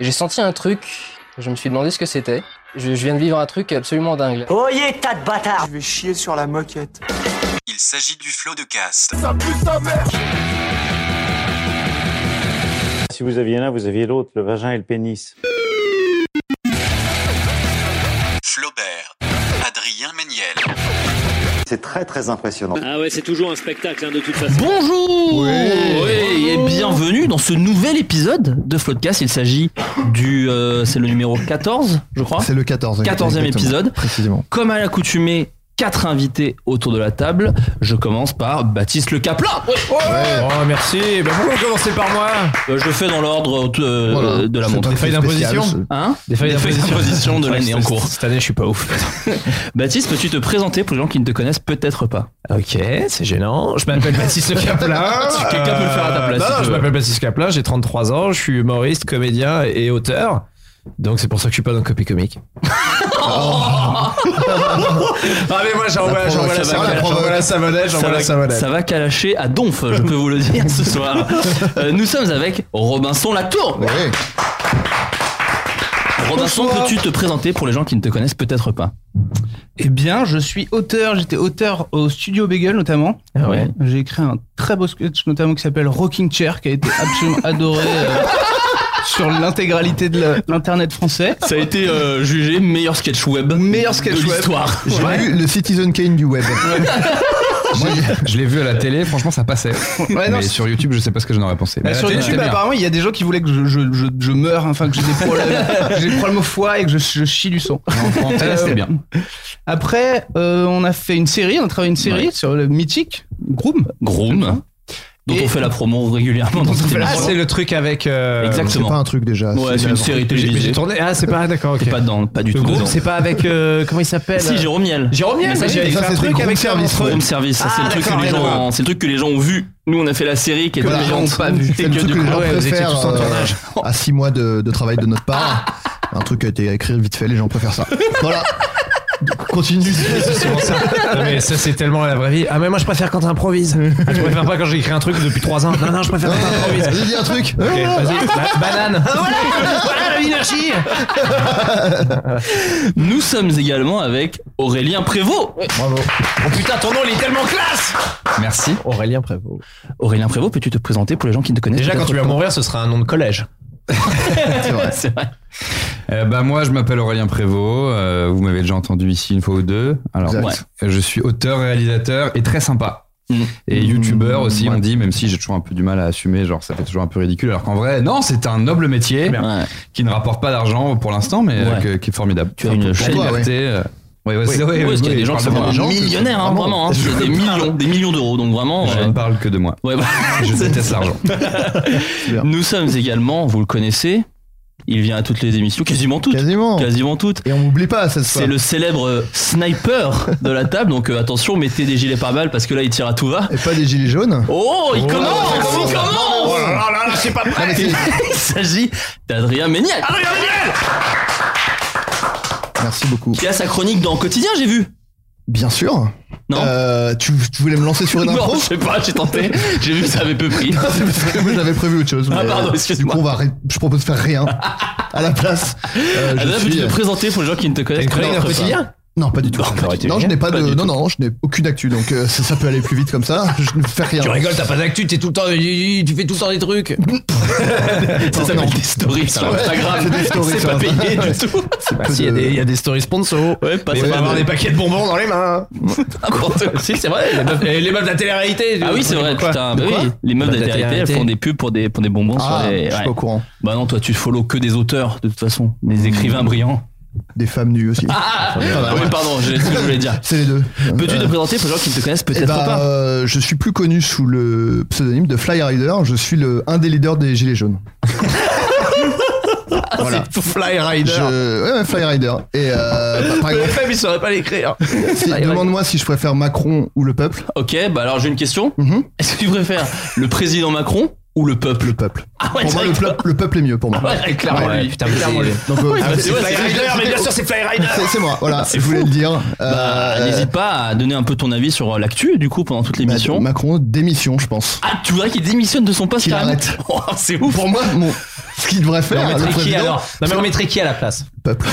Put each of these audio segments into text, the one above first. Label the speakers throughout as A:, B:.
A: J'ai senti un truc, je me suis demandé ce que c'était. Je, je viens de vivre un truc absolument dingue.
B: Oyez, tas de bâtards
C: Je vais chier sur la moquette.
D: Il s'agit du flot de cast.
E: Si vous aviez l'un, vous aviez l'autre, le vagin et le pénis.
D: Flaubert. Adrien Méniel.
E: C'est très très impressionnant.
F: Ah ouais, c'est toujours un spectacle hein, de toute façon.
G: Bonjour Oui, et bienvenue dans ce nouvel épisode de Floodcast. Il s'agit du... euh, c'est le numéro 14, je crois.
H: C'est le 14.
G: 14e
H: exactement,
G: épisode.
H: Précisément.
G: Comme à l'accoutumée, quatre invités autour de la table. Je commence par Baptiste Le Caplan.
I: Oh, merci. Ben, pourquoi vous commencez par moi
G: Euh, je fais dans l'ordre euh,
H: Voilà.
G: de la
H: C'est
G: montre.
H: un
I: feuilles
H: truc spécial,
I: d'imposition
H: ce-
G: Hein
I: Des
G: Des feuilles d'imposition de
I: Ouais,
G: l'année en
I: c'est-
G: cours.
I: Cette année, je suis pas ouf.
G: Baptiste, peux-tu te présenter pour les gens qui ne te connaissent peut-être pas
I: Ok, c'est gênant. Je m'appelle Baptiste Caplin.
G: Tu- quelqu'un peut le faire à ta place,
I: Non,
G: si
I: non,
G: tu
I: je
G: veux.
I: m'appelle Baptiste Caplin, j'ai 33 ans, je suis humoriste, comédien et auteur. Donc c'est pour ça que je suis pas dans Copy Comique. ah mais moi j'envoie
H: provoque,
I: j'envoie la
H: ça va,
I: savonnette,
H: la provoque.
I: j'envoie la savonnette, j'envoie la
G: ça, va,
I: savonnette.
G: ça va calacher à donf, je peux vous le dire ce soir. Euh, nous sommes avec Robinson Latour.
H: Ouais.
G: Robinson,
J: Bonsoir.
G: peux-tu te présenter pour les gens qui ne te connaissent peut-être pas
J: Eh bien, je suis auteur, j'étais auteur au studio Bagel notamment.
G: Ah ouais.
J: J'ai écrit un très beau sketch notamment qui s'appelle Rocking Chair qui a été absolument adoré euh, sur l'intégralité de la- l'internet français.
G: Ça a été euh, jugé meilleur sketch web
J: Meilleur sketch
G: de
J: web.
G: l'histoire.
H: J'ai lu le Citizen Kane du web.
K: Moi, je l'ai vu à la télé, franchement, ça passait.
J: Ouais, non,
K: mais
J: c'est-
K: sur YouTube, je sais pas ce que j'en aurais pensé.
J: Bah,
K: Mais à la
J: sur
K: télé,
J: YouTube,
K: c'était bien.
J: apparemment, il y a des gens qui voulaient que je, je, je, je meure, hein, enfin que j'ai des problèmes, que j'ai des problèmes au foie et que je, je chie du sang. Euh,
K: En- en télé, c'était bien.
J: Après, euh, on a fait une série, on a travaillé une série sur le mythique Groom.
G: Groom, dont
J: Et-
G: on fait la promo régulièrement dans cette
I: Ah,
G: émission.
I: c'est le truc avec. euh,
H: C'est
G: Exactement.
H: pas un truc déjà.
G: Ouais, c'est une série
I: j'ai- j'ai
G: télévisée.
I: tourné. Ah, c'est pas d'accord. ok.
G: T'es pas dedans, pas du
I: Le
G: tout.
I: groupe,
G: dedans.
I: c'est pas avec euh, comment il s'appelle
G: Si Jérôme Niel.
I: Jérôme Niel,
G: Mais ça,
I: mais
G: c'est-
I: j'ai fait
H: ça,
I: un
H: c'est
I: truc
H: groupe
I: avec
H: service,
I: Service Row.
G: Home Service, ça,
I: Ah,
G: c'est le truc que
I: d'accord,
G: les
I: rien à
G: gens, c'est le truc que les gens ont vu. Nous, on a fait la série qui est
J: Que les gens ont
G: marrante.
J: pas vu.
G: Et
H: C'est le
G: que
H: truc
G: du
H: que
G: coup,
H: les gens
I: ouais, vous étiez
H: préfèrent
I: tous en
H: euh,
I: tournage.
H: à 6 mois de, de travail de notre part.
G: Ah.
H: un truc qui a été écrit vite fait, les gens préfèrent ça. Voilà. Continue.
I: C'est souvent ça. Non, mais ça, c'est tellement la vraie vie. Ah, mais moi, je préfère quand t'improvises. Ah, je préfère pas quand j'écris un truc depuis 3 ans. Non, non, je préfère quand t'improvises.
H: Vas-y, dis un truc.
I: Ok, vas-y, ba- banane. Ah, voilà, voilà la monarchie.
G: nous sommes également avec Aurélien Prévost.
H: Bravo.
I: Oh putain, ton nom, il est tellement classe.
G: Merci.
I: Aurélien Prévost.
G: Aurélien Prévost, peux-tu te présenter pour les gens qui ne te connaissent
I: Déjà, quand
G: peut-être
I: tu vas
G: pas
I: mourir, ce sera un nom de collège.
H: C'est vrai.
G: C'est vrai.
K: Euh, bah, moi, je m'appelle Aurélien Prévost. euh, vous m'avez déjà entendu ici une fois ou deux. Alors,
H: Exact.
K: ouais, je suis auteur, réalisateur et très sympa.
G: Mm.
K: Et youtubeur
H: Mm,
K: aussi,
H: ouais.
K: on dit, même si j'ai toujours un peu du mal à assumer, genre ça fait toujours un peu ridicule. Alors qu'en vrai, non, c'est un noble métier
G: Ouais.
K: qui ne rapporte pas d'argant pour l'instant, mais euh,
G: Ouais.
K: que- qui est formidable.
G: Tu as une
K: La
G: chaîne.
K: liberté, euh, ouais, ouais, c'est- ouais,
G: Ouais, parce qu'il y a
K: ouais,
G: des
K: je
G: gens qui
K: parle
G: sont
K: de moi.
G: vraiment
H: gens qui-
G: millionnaires, hein,
H: vraiment.
G: vraiment. hein, c'est des millions, des millions d'euros, donc vraiment.
K: Je
G: euh,
K: ne parle que de moi.
G: ouais, bah,
K: Je déteste l'argent.
G: Nous sommes également, vous le connaissez, il vient à toutes les émissions, quasiment toutes,
H: Quasiment.
G: quasiment toutes.
H: Et on m'oublie pas cette fois.
G: C'est le célèbre euh, sniper de la table, donc euh, attention, mettez des gilets pare-balles parce que là il tire à tout va.
H: Et pas des gilets jaunes.
G: Oh, il
H: Oh,
G: commence,
H: ça
G: il
H: commence.
I: Oh
G: commence.
I: c'est pas
H: Ah, mais c'est-
G: Il s'agit d'Adrien Méniel,
H: Merci beaucoup.
G: qui a sa chronique dans Quotidien, j'ai vu.
H: Bien sûr.
G: Non.
H: Euh, tu, tu voulais me lancer sur une
G: Non,
H: intro
G: je sais pas, j'ai tenté, j'ai vu que ça avait peu pris.
H: Non, c'est parce que moi j'avais prévu autre chose.
G: Ah,
H: mais,
G: pardon,
H: euh, Du
G: excuse-moi.
H: coup, on va ré- je propose de faire rien à la place. Euh, je
G: Adrien,
H: Euh, suis-
G: Ah bah, peux-tu te présenter pour les gens qui ne te connaissent
I: Une chronique
G: peut-être
I: d'un
G: pas
I: quotidien
H: Non, pas du tout.
I: ça aurait été
H: non, je
I: génial.
H: n'ai pas,
I: Pas
H: de.
I: du
H: Non, non, je n'ai aucune actu, donc euh, ça, ça peut aller plus vite comme ça. Je ne fais rien.
I: Tu rigoles, t'as pas d'actu, t'es tout le temps, tu fais tout le temps des trucs. ça s'appelle des stories sur
H: Ouais,
I: Instagram.
H: c'est des stories
I: C'est
H: sur
I: pas payé
H: Instagram,
I: du
H: ouais.
I: tout.
H: pas
I: Bah, si, Il
H: de-
I: y a des- il y a des stories sponsors. Ouais, pas
H: Mais
I: on
H: ouais,
I: va avoir
H: mais-
I: des paquets de bonbons dans les mains.
G: si, c'est vrai.
I: Les meufs, et les meufs de la télé-réalité.
G: Ah oui, c'est vrai,
I: Quoi
G: putain. bah
I: De
G: oui,
I: quoi
G: les meufs de la télé, elles
I: télé-réalité.
G: font des pubs pour des, pour des bonbons
H: Ah,
G: sur les.
H: je suis pas au courant. Hmm.
G: Bah non, toi, tu follow que des auteurs, de toute façon. Des écrivains brillants.
H: Des femmes nues aussi.
G: Ah, oui, pardon, j'ai ce que je voulais dire.
H: C'est les deux.
G: Peux-tu te
H: Euh,
G: présenter pour les gens qui ne te connaissent peut-être
H: eh ben,
G: pas
H: euh, je suis plus connu sous le pseudonyme de Fly Rider. Je suis le, un des leaders des Gilets jaunes. voilà.
I: Fly Rider.
H: Je- ouais, ouais, Fly Rider. Et euh, bah, par
I: Le
H: exemple,
I: FM, il saurait pas l'écrire.
H: si- demande-moi si je préfère Macron ou le peuple.
G: Ok, bah alors j'ai une question. Est-ce que tu préfères le président Macron ou le peuple
H: Mhm. Le peuple.
G: Ah ouais,
H: pour moi, le,
G: direct.
H: peuple- le peuple est mieux pour moi.
G: Ah ouais, clairement
H: Ouais.
G: lui.
I: Putain, mais clairement, lui.
H: Donc, euh,
G: Ah ouais,
H: c'est-
G: c'est vrai,
H: c'est-
G: c'est Fly
I: Rider, mais bien sûr, c'est Fly Rider.
H: c'est- C'est moi, voilà,
G: C'est
H: je voulais
G: fou.
H: le dire.
G: Bah,
H: Euh,
G: n'hésite pas à donner un peu ton avis sur euh, l'actu, du coup, pendant toute l'émission.
H: Bah, Macron, démission, je pense.
G: Ah, tu voudrais qu'il démissionne de son poste
H: Qu'il
G: carrément
H: arrête.
G: Oh, C'est ouf.
H: Pour moi, mon- ce qu'il
I: Mais
H: devrait
I: on
H: faire, le
I: mettrait qui
H: président,
I: alors Non, mais on mettrait qui à la place
H: peuple.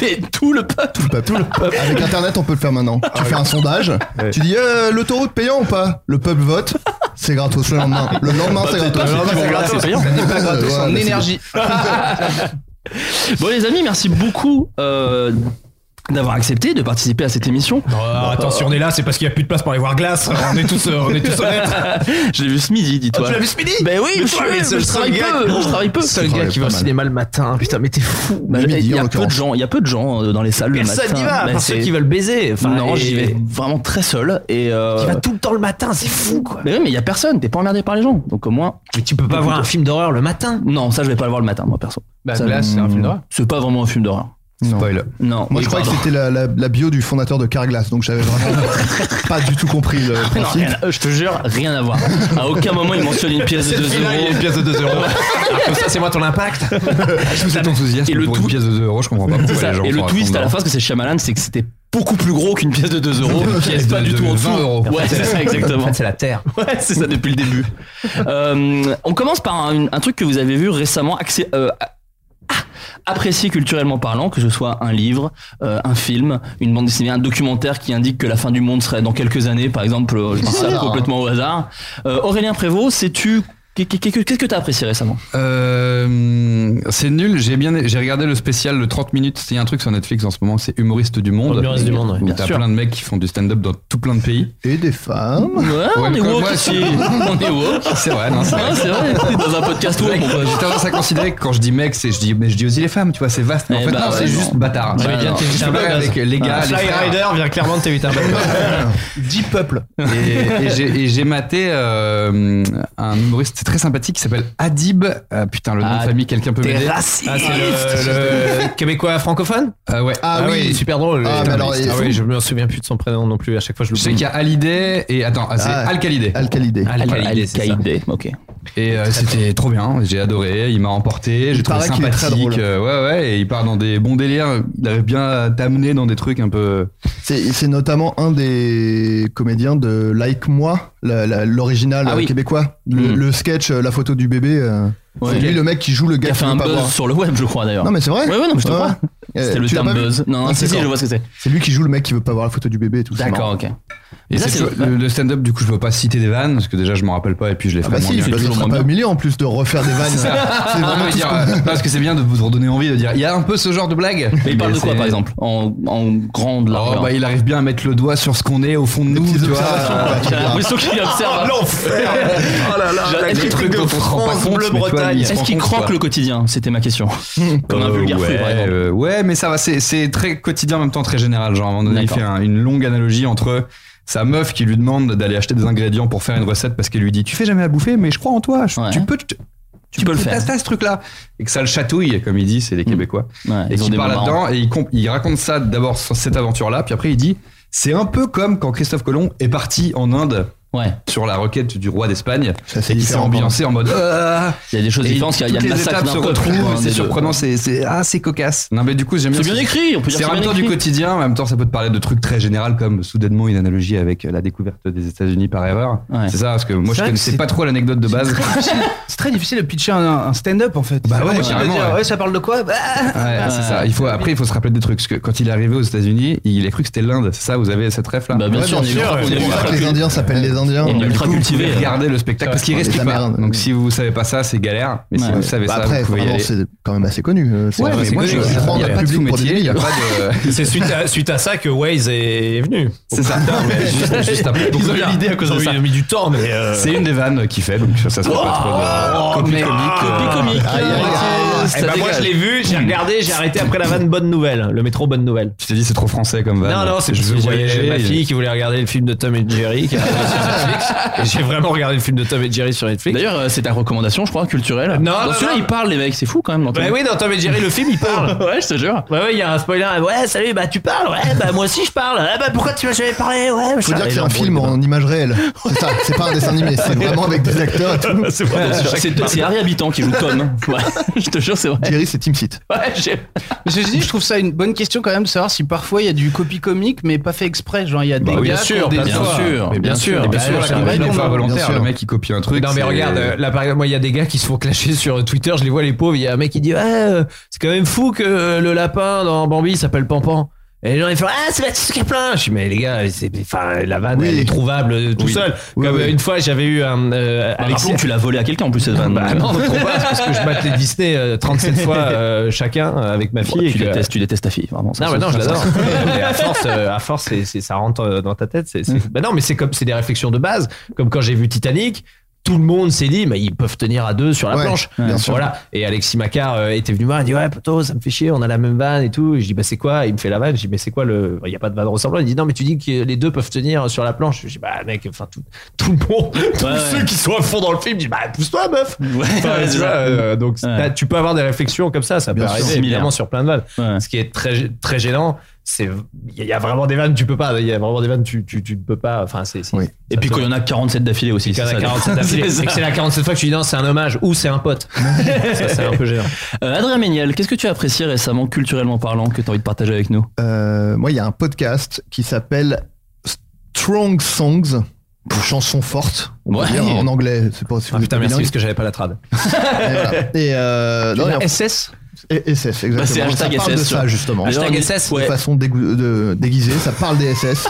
G: Mais tout le peuple.
H: Tout le peuple. Avec internet, on peut le faire maintenant. Tu fais un sondage,
I: Ouais.
H: tu dis euh, l'autoroute payant ou pas Le peuple vote, c'est gratos le lendemain. Le lendemain,
G: Bah,
H: c'est
G: peut-être
H: gratos.
G: pas,
H: Le lendemain,
G: c'est
H: c'est gratos.
G: gratos. C'est payant.
H: Ouais, ouais,
J: en
H: ouais,
J: énergie.
G: Bon, les amis, merci beaucoup euh, d'avoir accepté de participer à cette émission. Euh,
I: Ah, Attends, si on est là, c'est parce qu'il n'y a plus de place pour aller voir glace. On est tous, euh, on est tous honnêtes.
G: Je l'ai vu ce midi, dis-toi.
I: tu l'as vu ce midi
G: Ben oui,
I: Mais
G: je,
I: toi, mais c'est
G: je
I: le
G: travaille
I: seul gars-
G: peu. Je travaille peu.
I: Seul
H: Ça
I: gars
H: aurait
I: qui
H: pas
I: va au
H: mal.
I: cinéma le matin. Putain, mais t'es fou.
G: Bah,
H: midi,
G: Il y
H: en
G: a peu de
H: l'occurrence.
G: gens, il y a peu de gens euh, dans les salles le matin.
I: Personne n'y va,
G: Bah,
I: par
G: c'est-
I: ceux qui veulent baiser. Enfin,
G: non,
I: et-
G: j'y vais vraiment très seul et. euh,
I: Qui va tout le temps le matin, c'est fou quoi.
G: Mais oui, mais il y a personne. T'es pas emmerdé par les gens, donc au moins.
I: Mais tu peux pas voir un film d'horreur le matin.
G: Non, ça je vais pas le voir le matin, moi perso.
J: Bah,
G: Ça,
J: Glass, c'est un film d'horreur.
G: C'est pas vraiment un film d'horreur.
H: Non.
K: Spoil.
G: Non.
H: Moi,
G: oui,
H: je croyais que
G: pardon.
H: c'était la, la- la bio du fondateur de Carglass, donc j'avais vraiment pas du tout compris le
G: Non,
H: principe.
G: rien à- euh, je te jure, rien à voir. À aucun moment il mentionne une pièce de 2 euros.
I: pièce de 2 euros. Ah, Comme ça, c'est moi ton impact.
K: Je vous êtes enthousiasme
G: Ah, Et le
K: pour
G: tout-
K: une pièce de 2 euros, je comprends pas
G: C'est
K: pourquoi
G: ça.
K: les gens
G: Et le
K: sont
G: twist à la
K: contents.
G: fin, parce que c'est Shyamalan, c'est que c'était beaucoup plus gros qu'une pièce de 2 euros, qui est pas
K: De-
G: du
K: de
G: tout en dessous.
K: 20 euros.
G: Ouais, c'est ça,
I: En
G: exactement.
I: fait, c'est la terre.
G: Ouais, c'est ça depuis le début. Euh, on commence par un, un truc que vous avez vu récemment, accé- euh, ah, apprécié culturellement parlant, que ce soit un livre, euh, un film, une bande dessinée, un documentaire qui indique que la fin du monde serait dans quelques années, par exemple, euh, je dis ça
H: Ah.
G: complètement au hasard. Euh, Aurélien Prévost, sais-tu qu'est- qu'est- qu'est- qu'est-ce que t'as apprécié récemment
K: Euh, c'est nul. J'ai bien, j'ai regardé le spécial le 30 minutes. Il y a un truc sur Netflix en ce moment, c'est humoriste du monde.
I: Humoriste du monde, ouais,
K: Où
G: bien
K: t'as
G: sûr.
K: plein de mecs qui font du stand-up dans tout plein de pays.
H: Et des femmes.
G: Ouais, on
K: mais
G: est
K: comme
G: woke
K: moi,
G: ici.
K: c'est-
G: On est woke.
K: C'est vrai, non, c'est
G: Ah,
K: vrai.
G: c'est vrai, t'es dans un podcast woke, mon pote.
K: J'ai tendance à considérer que quand je dis mec, c'est je dis mais je dis aussi les femmes, tu vois, c'est vaste. Mais en
G: Eh
K: fait,
G: bah
K: non,
G: ouais,
K: c'est
G: non.
K: juste bâtard.
G: Ouais,
K: Je
G: bien,
I: t'es juste
K: suis
I: un
K: pas
I: badass.
K: avec les
G: Ah,
K: gars, les
I: Fly
K: frères.
I: Rider vient clairement de t'éviter un bateau. Deep Peuple.
K: Et, et j'ai- et j'ai maté euh, un humoriste très sympathique qui s'appelle Adib. Ah, putain, le nom
G: Ah,
K: de famille, quelqu'un peut m'aider.
G: raciste.
I: Ah, c'est le, le Québécois francophone
K: Ah ouais.
H: Ah oui.
I: super drôle.
H: Ah,
I: Putain,
H: mais alors,
I: mais-
H: il est
I: ah
H: fou.
I: oui, je me souviens plus de son prénom non plus. À chaque fois, je le
K: Je sais qu'il y a Hallyday et attends, ah, c'est
H: Ah,
K: Al-Khalidé.
H: Alcalidé.
I: Al-Qaïdé, c'est ça.
G: Al-Qaïdé, ok.
K: Et euh, c'était trop bien, j'ai adoré, il m'a emporté, j'ai trouvé
H: paraît qu'il est très
K: sympathique.
H: drôle.
K: euh, ouais, ouais, et il part dans des bons délires, il arrive bien à t'amener dans des trucs un peu.
H: C'est c'est notamment un des comédiens de Like Moi, la- la- l'original
G: Ah oui.
H: euh, québécois. Le,
G: Mm.
H: le sketch, euh, la photo du bébé. euh,
G: Ouais.
H: c'est lui le mec qui joue le
G: Il
H: gars
G: a
H: qui
G: fait
H: veut
G: un
H: pas
G: buzz
H: voir.
G: sur le web, je crois d'ailleurs.
H: Non mais c'est vrai.
G: Ouais, ouais, non, mais je te
H: Ouais.
G: crois.
H: Euh,
G: C'était le
H: tu l'as
G: terme
H: pas vu
G: buzz. Non, non,
H: Ah,
G: si,
H: d'accord.
G: si, je vois ce que c'est.
H: C'est lui qui joue le mec qui veut pas voir la photo du bébé et tout. c'est marrant.
G: D'accord, ok.
K: Et
G: Mais ça,
K: c'est
G: c'est-
K: toujours- le, le stand-up, du coup, je veux pas citer des vannes, parce que déjà, je m'en rappelle pas, et puis je les
H: Ah
K: ferai
H: bah
K: moins
H: si,
K: bien.
H: je
G: c'est toujours
H: serais
G: moins
H: pas
G: bien.
H: humilié en plus de refaire des vannes. c'est
K: Non,
H: vraiment
K: mais
H: tout ce
K: dire,
H: qu'on-
K: euh, parce que c'est bien de vous redonner envie de dire, il y a un peu ce genre de blague.
G: Mais il parle de quoi,
K: c'est-
G: par exemple En en grande
K: Oh,
G: largeur.
K: bah, il arrive bien à mettre le doigt sur ce qu'on est au fond de nous,
H: petites
K: tu vois.
H: observations,
K: euh,
H: quoi.
G: J'ai l'impression qu'il
H: Ah,
G: observe. la
K: des trucs dont on se rend pas compte, mais tu vois, il se
G: Est-ce
K: rend
G: qu'il
K: compte,
G: croque
K: quoi.
G: le quotidien C'était ma question. Comme un
K: Euh,
G: vulgaire
K: ouais,
G: fruit, par exemple.
K: euh, ouais, mais ça va, c'est- c'est très quotidien en même temps très général. Genre, à un moment donné, il
G: D'accord.
K: fait un- une longue analogie entre sa meuf qui lui demande d'aller acheter des ingrédients pour faire une recette parce qu'elle lui dit Tu fais jamais à bouffer, mais je crois en toi, je-
G: Ouais.
K: tu peux. Tu,
G: Tu peux le faire. Hmm.
K: T'as t'as ce truc-là. Et que ça le chatouille, comme il dit, c'est les Québécois.
G: Ouais,
K: Et
G: ils ont
K: qu'il
G: des
K: parle
G: moments marrants.
K: là-dedans et il, comp- il raconte ça d'abord sur cette aventure-là, puis après il dit C'est un peu comme quand Christophe Colomb est parti en Inde
G: Ouais.
K: Sur la requête du roi d'Espagne.
H: c'est
K: Et qui s'est
H: différent,
K: ambiancé en mode. Ah
G: Il y a des choses
K: Et
G: différentes, il y a- il y a
K: toutes
G: le
K: les
G: massacre
K: étapes se
G: n'importe quoi,
K: retrouvent,
G: hein,
K: c'est
G: des deux.
K: surprenant, c'est c'est- ah, c'est cocasse. Non mais du coup j'aime
G: C'est bien écrit, on peut dire
K: C'est
G: c'est
K: en même
G: bien
K: temps du
G: écrit.
K: quotidien, en même temps ça peut te parler de trucs très généraux comme soudainement une analogie avec euh, la découverte des États-Unis par erreur. C'est ça parce que moi
J: C'est
K: je
J: vrai que
K: connaissais
J: c'est-
K: pas trop l'anecdote de base.
J: C'est très difficile de pitcher un, un stand-up en fait.
K: Bah
J: C'est
K: ouais,
J: vraiment difficile de
K: carrément,
J: dire,
K: ouais.
J: ouais, ça parle de quoi Bah,
K: Ouais, c'est ça. Il faut, après, il faut se rappeler des trucs. Parce que quand il est arrivé aux États-Unis, il a cru que c'était l'Inde. C'est ça, vous avez cette ref là
G: Bah, bien Ouais, sûr, bien on est sûr, ultra- on est
H: C'est pour ça que les Indiens s'appellent les Indiens.
G: On est ultra cultivés.
K: Regardez le spectacle parce qu'il
H: Ouais,
K: reste
H: les
K: pas.
H: Amérindiens.
K: Donc si vous savez pas ça, c'est galère. Mais si vous savez
H: Bah
K: ça,
H: après,
K: vous pouvez y
H: vraiment,
K: aller.
H: c'est quand même assez connu. euh, c'est-
K: Ouais, mais
H: c'est
K: moi,
H: connu,
K: je-
H: ça
K: je-
H: prend
K: il y a
H: un
K: pas de
H: public pour des
K: sous-métier, il y a
H: débiles.
K: pas de-
B: C'est suite à, suite à ça que Waze est venu.
K: C'est ça.
B: mais juste- juste après.
K: Ils ont eu l'idée à cause de
B: Ils ont eu-
K: ça.
B: Ils ont mis du temps, mais. euh,
K: C'est une des vannes qui fait, donc ça se fait
H: Oh
G: Oh,
K: pas trop de copie comique. euh,
B: comique.
K: aïe, aïe, aïe, ça
B: Eh ben, moi,
K: dégage.
B: je l'ai vu, j'ai regardé, j'ai arrêté après la vanne Bonne Nouvelle, le métro Bonne Nouvelle.
K: Je t'ai dit, c'est trop français comme vanne.
H: Bah,
B: Non, non, c'est
K: Je
B: parce
K: veux
B: que j'avais-
K: voyager.
B: j'avais ma fille qui voulait regarder le film de Tom et Jerry. qui est arrivé sur Netflix, et j'ai vraiment regardé le film de Tom et Jerry sur Netflix.
G: D'ailleurs, euh, c'est ta recommandation, je crois, culturelle.
B: Non,
G: Dans
B: non,
G: celui-là,
B: non.
G: ils parlent, les mecs, c'est fou quand même.
B: Bah oui, dans Tom et Jerry, le film, il parle.
G: ouais, je te jure.
B: Ouais, ouais, il y a un spoiler. Ouais, salut, bah tu parles. Ouais, bah moi aussi je parle. Ah, bah pourquoi tu m'as jamais parlé Ouais,
H: Faut dire que c'est un film en image réelle. C'est ça, c'est pas un dessin animé, c'est vraiment avec des acteurs et tout.
B: C'est vrai,
G: C'est- C'est c'est Harry Habitant qui joue Tom. Ouais, je te jure, c'est vrai.
H: Thierry, c'est Team Seat.
G: Ouais, j'ai-
J: Mais ceci dit, je trouve ça une bonne question quand même de savoir si parfois il y a du copy comique mais pas fait exprès. Genre il y a des
K: Bah oui,
J: gars
K: bien
J: qui ont
K: sûr,
J: des
K: bien sûr, mais bien sûr,
B: Bah,
K: bien sûr, la
J: vrai
K: comédie n'est
J: qu'on
K: pas
J: a- bien
K: volontaire.
J: sûr.
K: Le mec, il copie un truc.
B: Non mais
K: c'est-
B: regarde, euh, là par exemple, moi il y a des gars qui se font clasher sur Twitter, je les vois les pauvres, il y a un mec qui dit ouais, euh, c'est quand même fou que euh, le lapin dans Bambi il s'appelle Pampan. Et les gens ils font ah c'est Baptiste Caplin. Je dis mais les gars, c'est enfin la vanne elle est trouvable euh, tout
G: Oui.
B: seul.
G: Oui,
B: Comme
G: oui.
B: euh, une fois j'avais eu un euh,
G: Bah, rappelons que tu l'as volé à quelqu'un en plus cette vanne.
B: Bah non, trop pas, c'est parce que je batte les Disney euh, 37 fois euh, chacun euh, avec ma fille.
G: Ouais,
B: et
G: tu
B: que-
G: détestes- tu détestes ta fille, vraiment, ça,
B: Non,
G: ça,
B: mais non, je
G: ça, ça.
B: l'adore. Mais à force, euh, à force c'est- c'est- ça rentre euh, dans ta tête. c'est- c'est- Bah non, mais c'est comme c'est des réflexions de base. Comme quand j'ai vu Titanic. Tout le monde s'est dit, mais ils peuvent tenir à deux sur la
H: Ouais,
B: planche.
H: bien sûr.
B: Voilà. Et Alexis Macquart euh, était venu me voir, il dit ouais poteau, ça me fait chier, on a la même vanne et tout. Et je dis bah c'est quoi Il me fait la vanne. Je dis mais c'est quoi le Il y a pas de vanne ressemblante. Il dit non mais tu dis que les deux peuvent tenir sur la planche. Je dis bah mec, enfin tout, tout le monde, tous
G: Ouais, ouais.
B: ceux qui sont à fond dans le film, disent bah pousse-toi meuf. Enfin,
G: ouais,
B: tu
G: c'est
B: vois,
G: ça.
B: euh, donc t'as- tu peux avoir des réflexions comme ça, ça peut
G: Bien sûr.
B: arriver
G: Similaire.
B: évidemment sur plein de vannes. Ce qui est très très gênant, c'est il y a vraiment des vannes tu peux pas, il y a vraiment des vannes tu tu tu ne peux pas. Enfin c'est c'est-
G: Et puis quand il y en a 47 d'affilée aussi.
B: quand il y en a
G: c'est ça.
B: 47 d'affilée,
G: C'est
B: et que c'est
G: ça.
B: la 47 fois que tu dis non c'est un hommage ou c'est un pote. ça c'est un peu gênant.
G: Euh, Adrien Méniel, qu'est-ce que tu as apprécié récemment, culturellement parlant, que tu as envie de partager avec nous
H: Euh, moi, il y a un podcast qui s'appelle Strong Songs, pour chansons fortes, on peut
B: Ouais.
H: dire, en anglais. C'est pas si vous
B: Ah,
H: êtes
B: putain merci
H: bilingue.
B: parce que j'avais pas la trad.
H: Et, voilà. Et, euh,
B: Tu
H: non,
B: dis
H: et en-
B: SS
H: et SS, exactement.
G: Bah, c'est hashtag
H: ça parle
G: SS,
H: de ça,
G: sûr.
H: justement.
G: Hashtag SS, ouais.
H: De façon dégou- de- déguisée, ça parle des SS.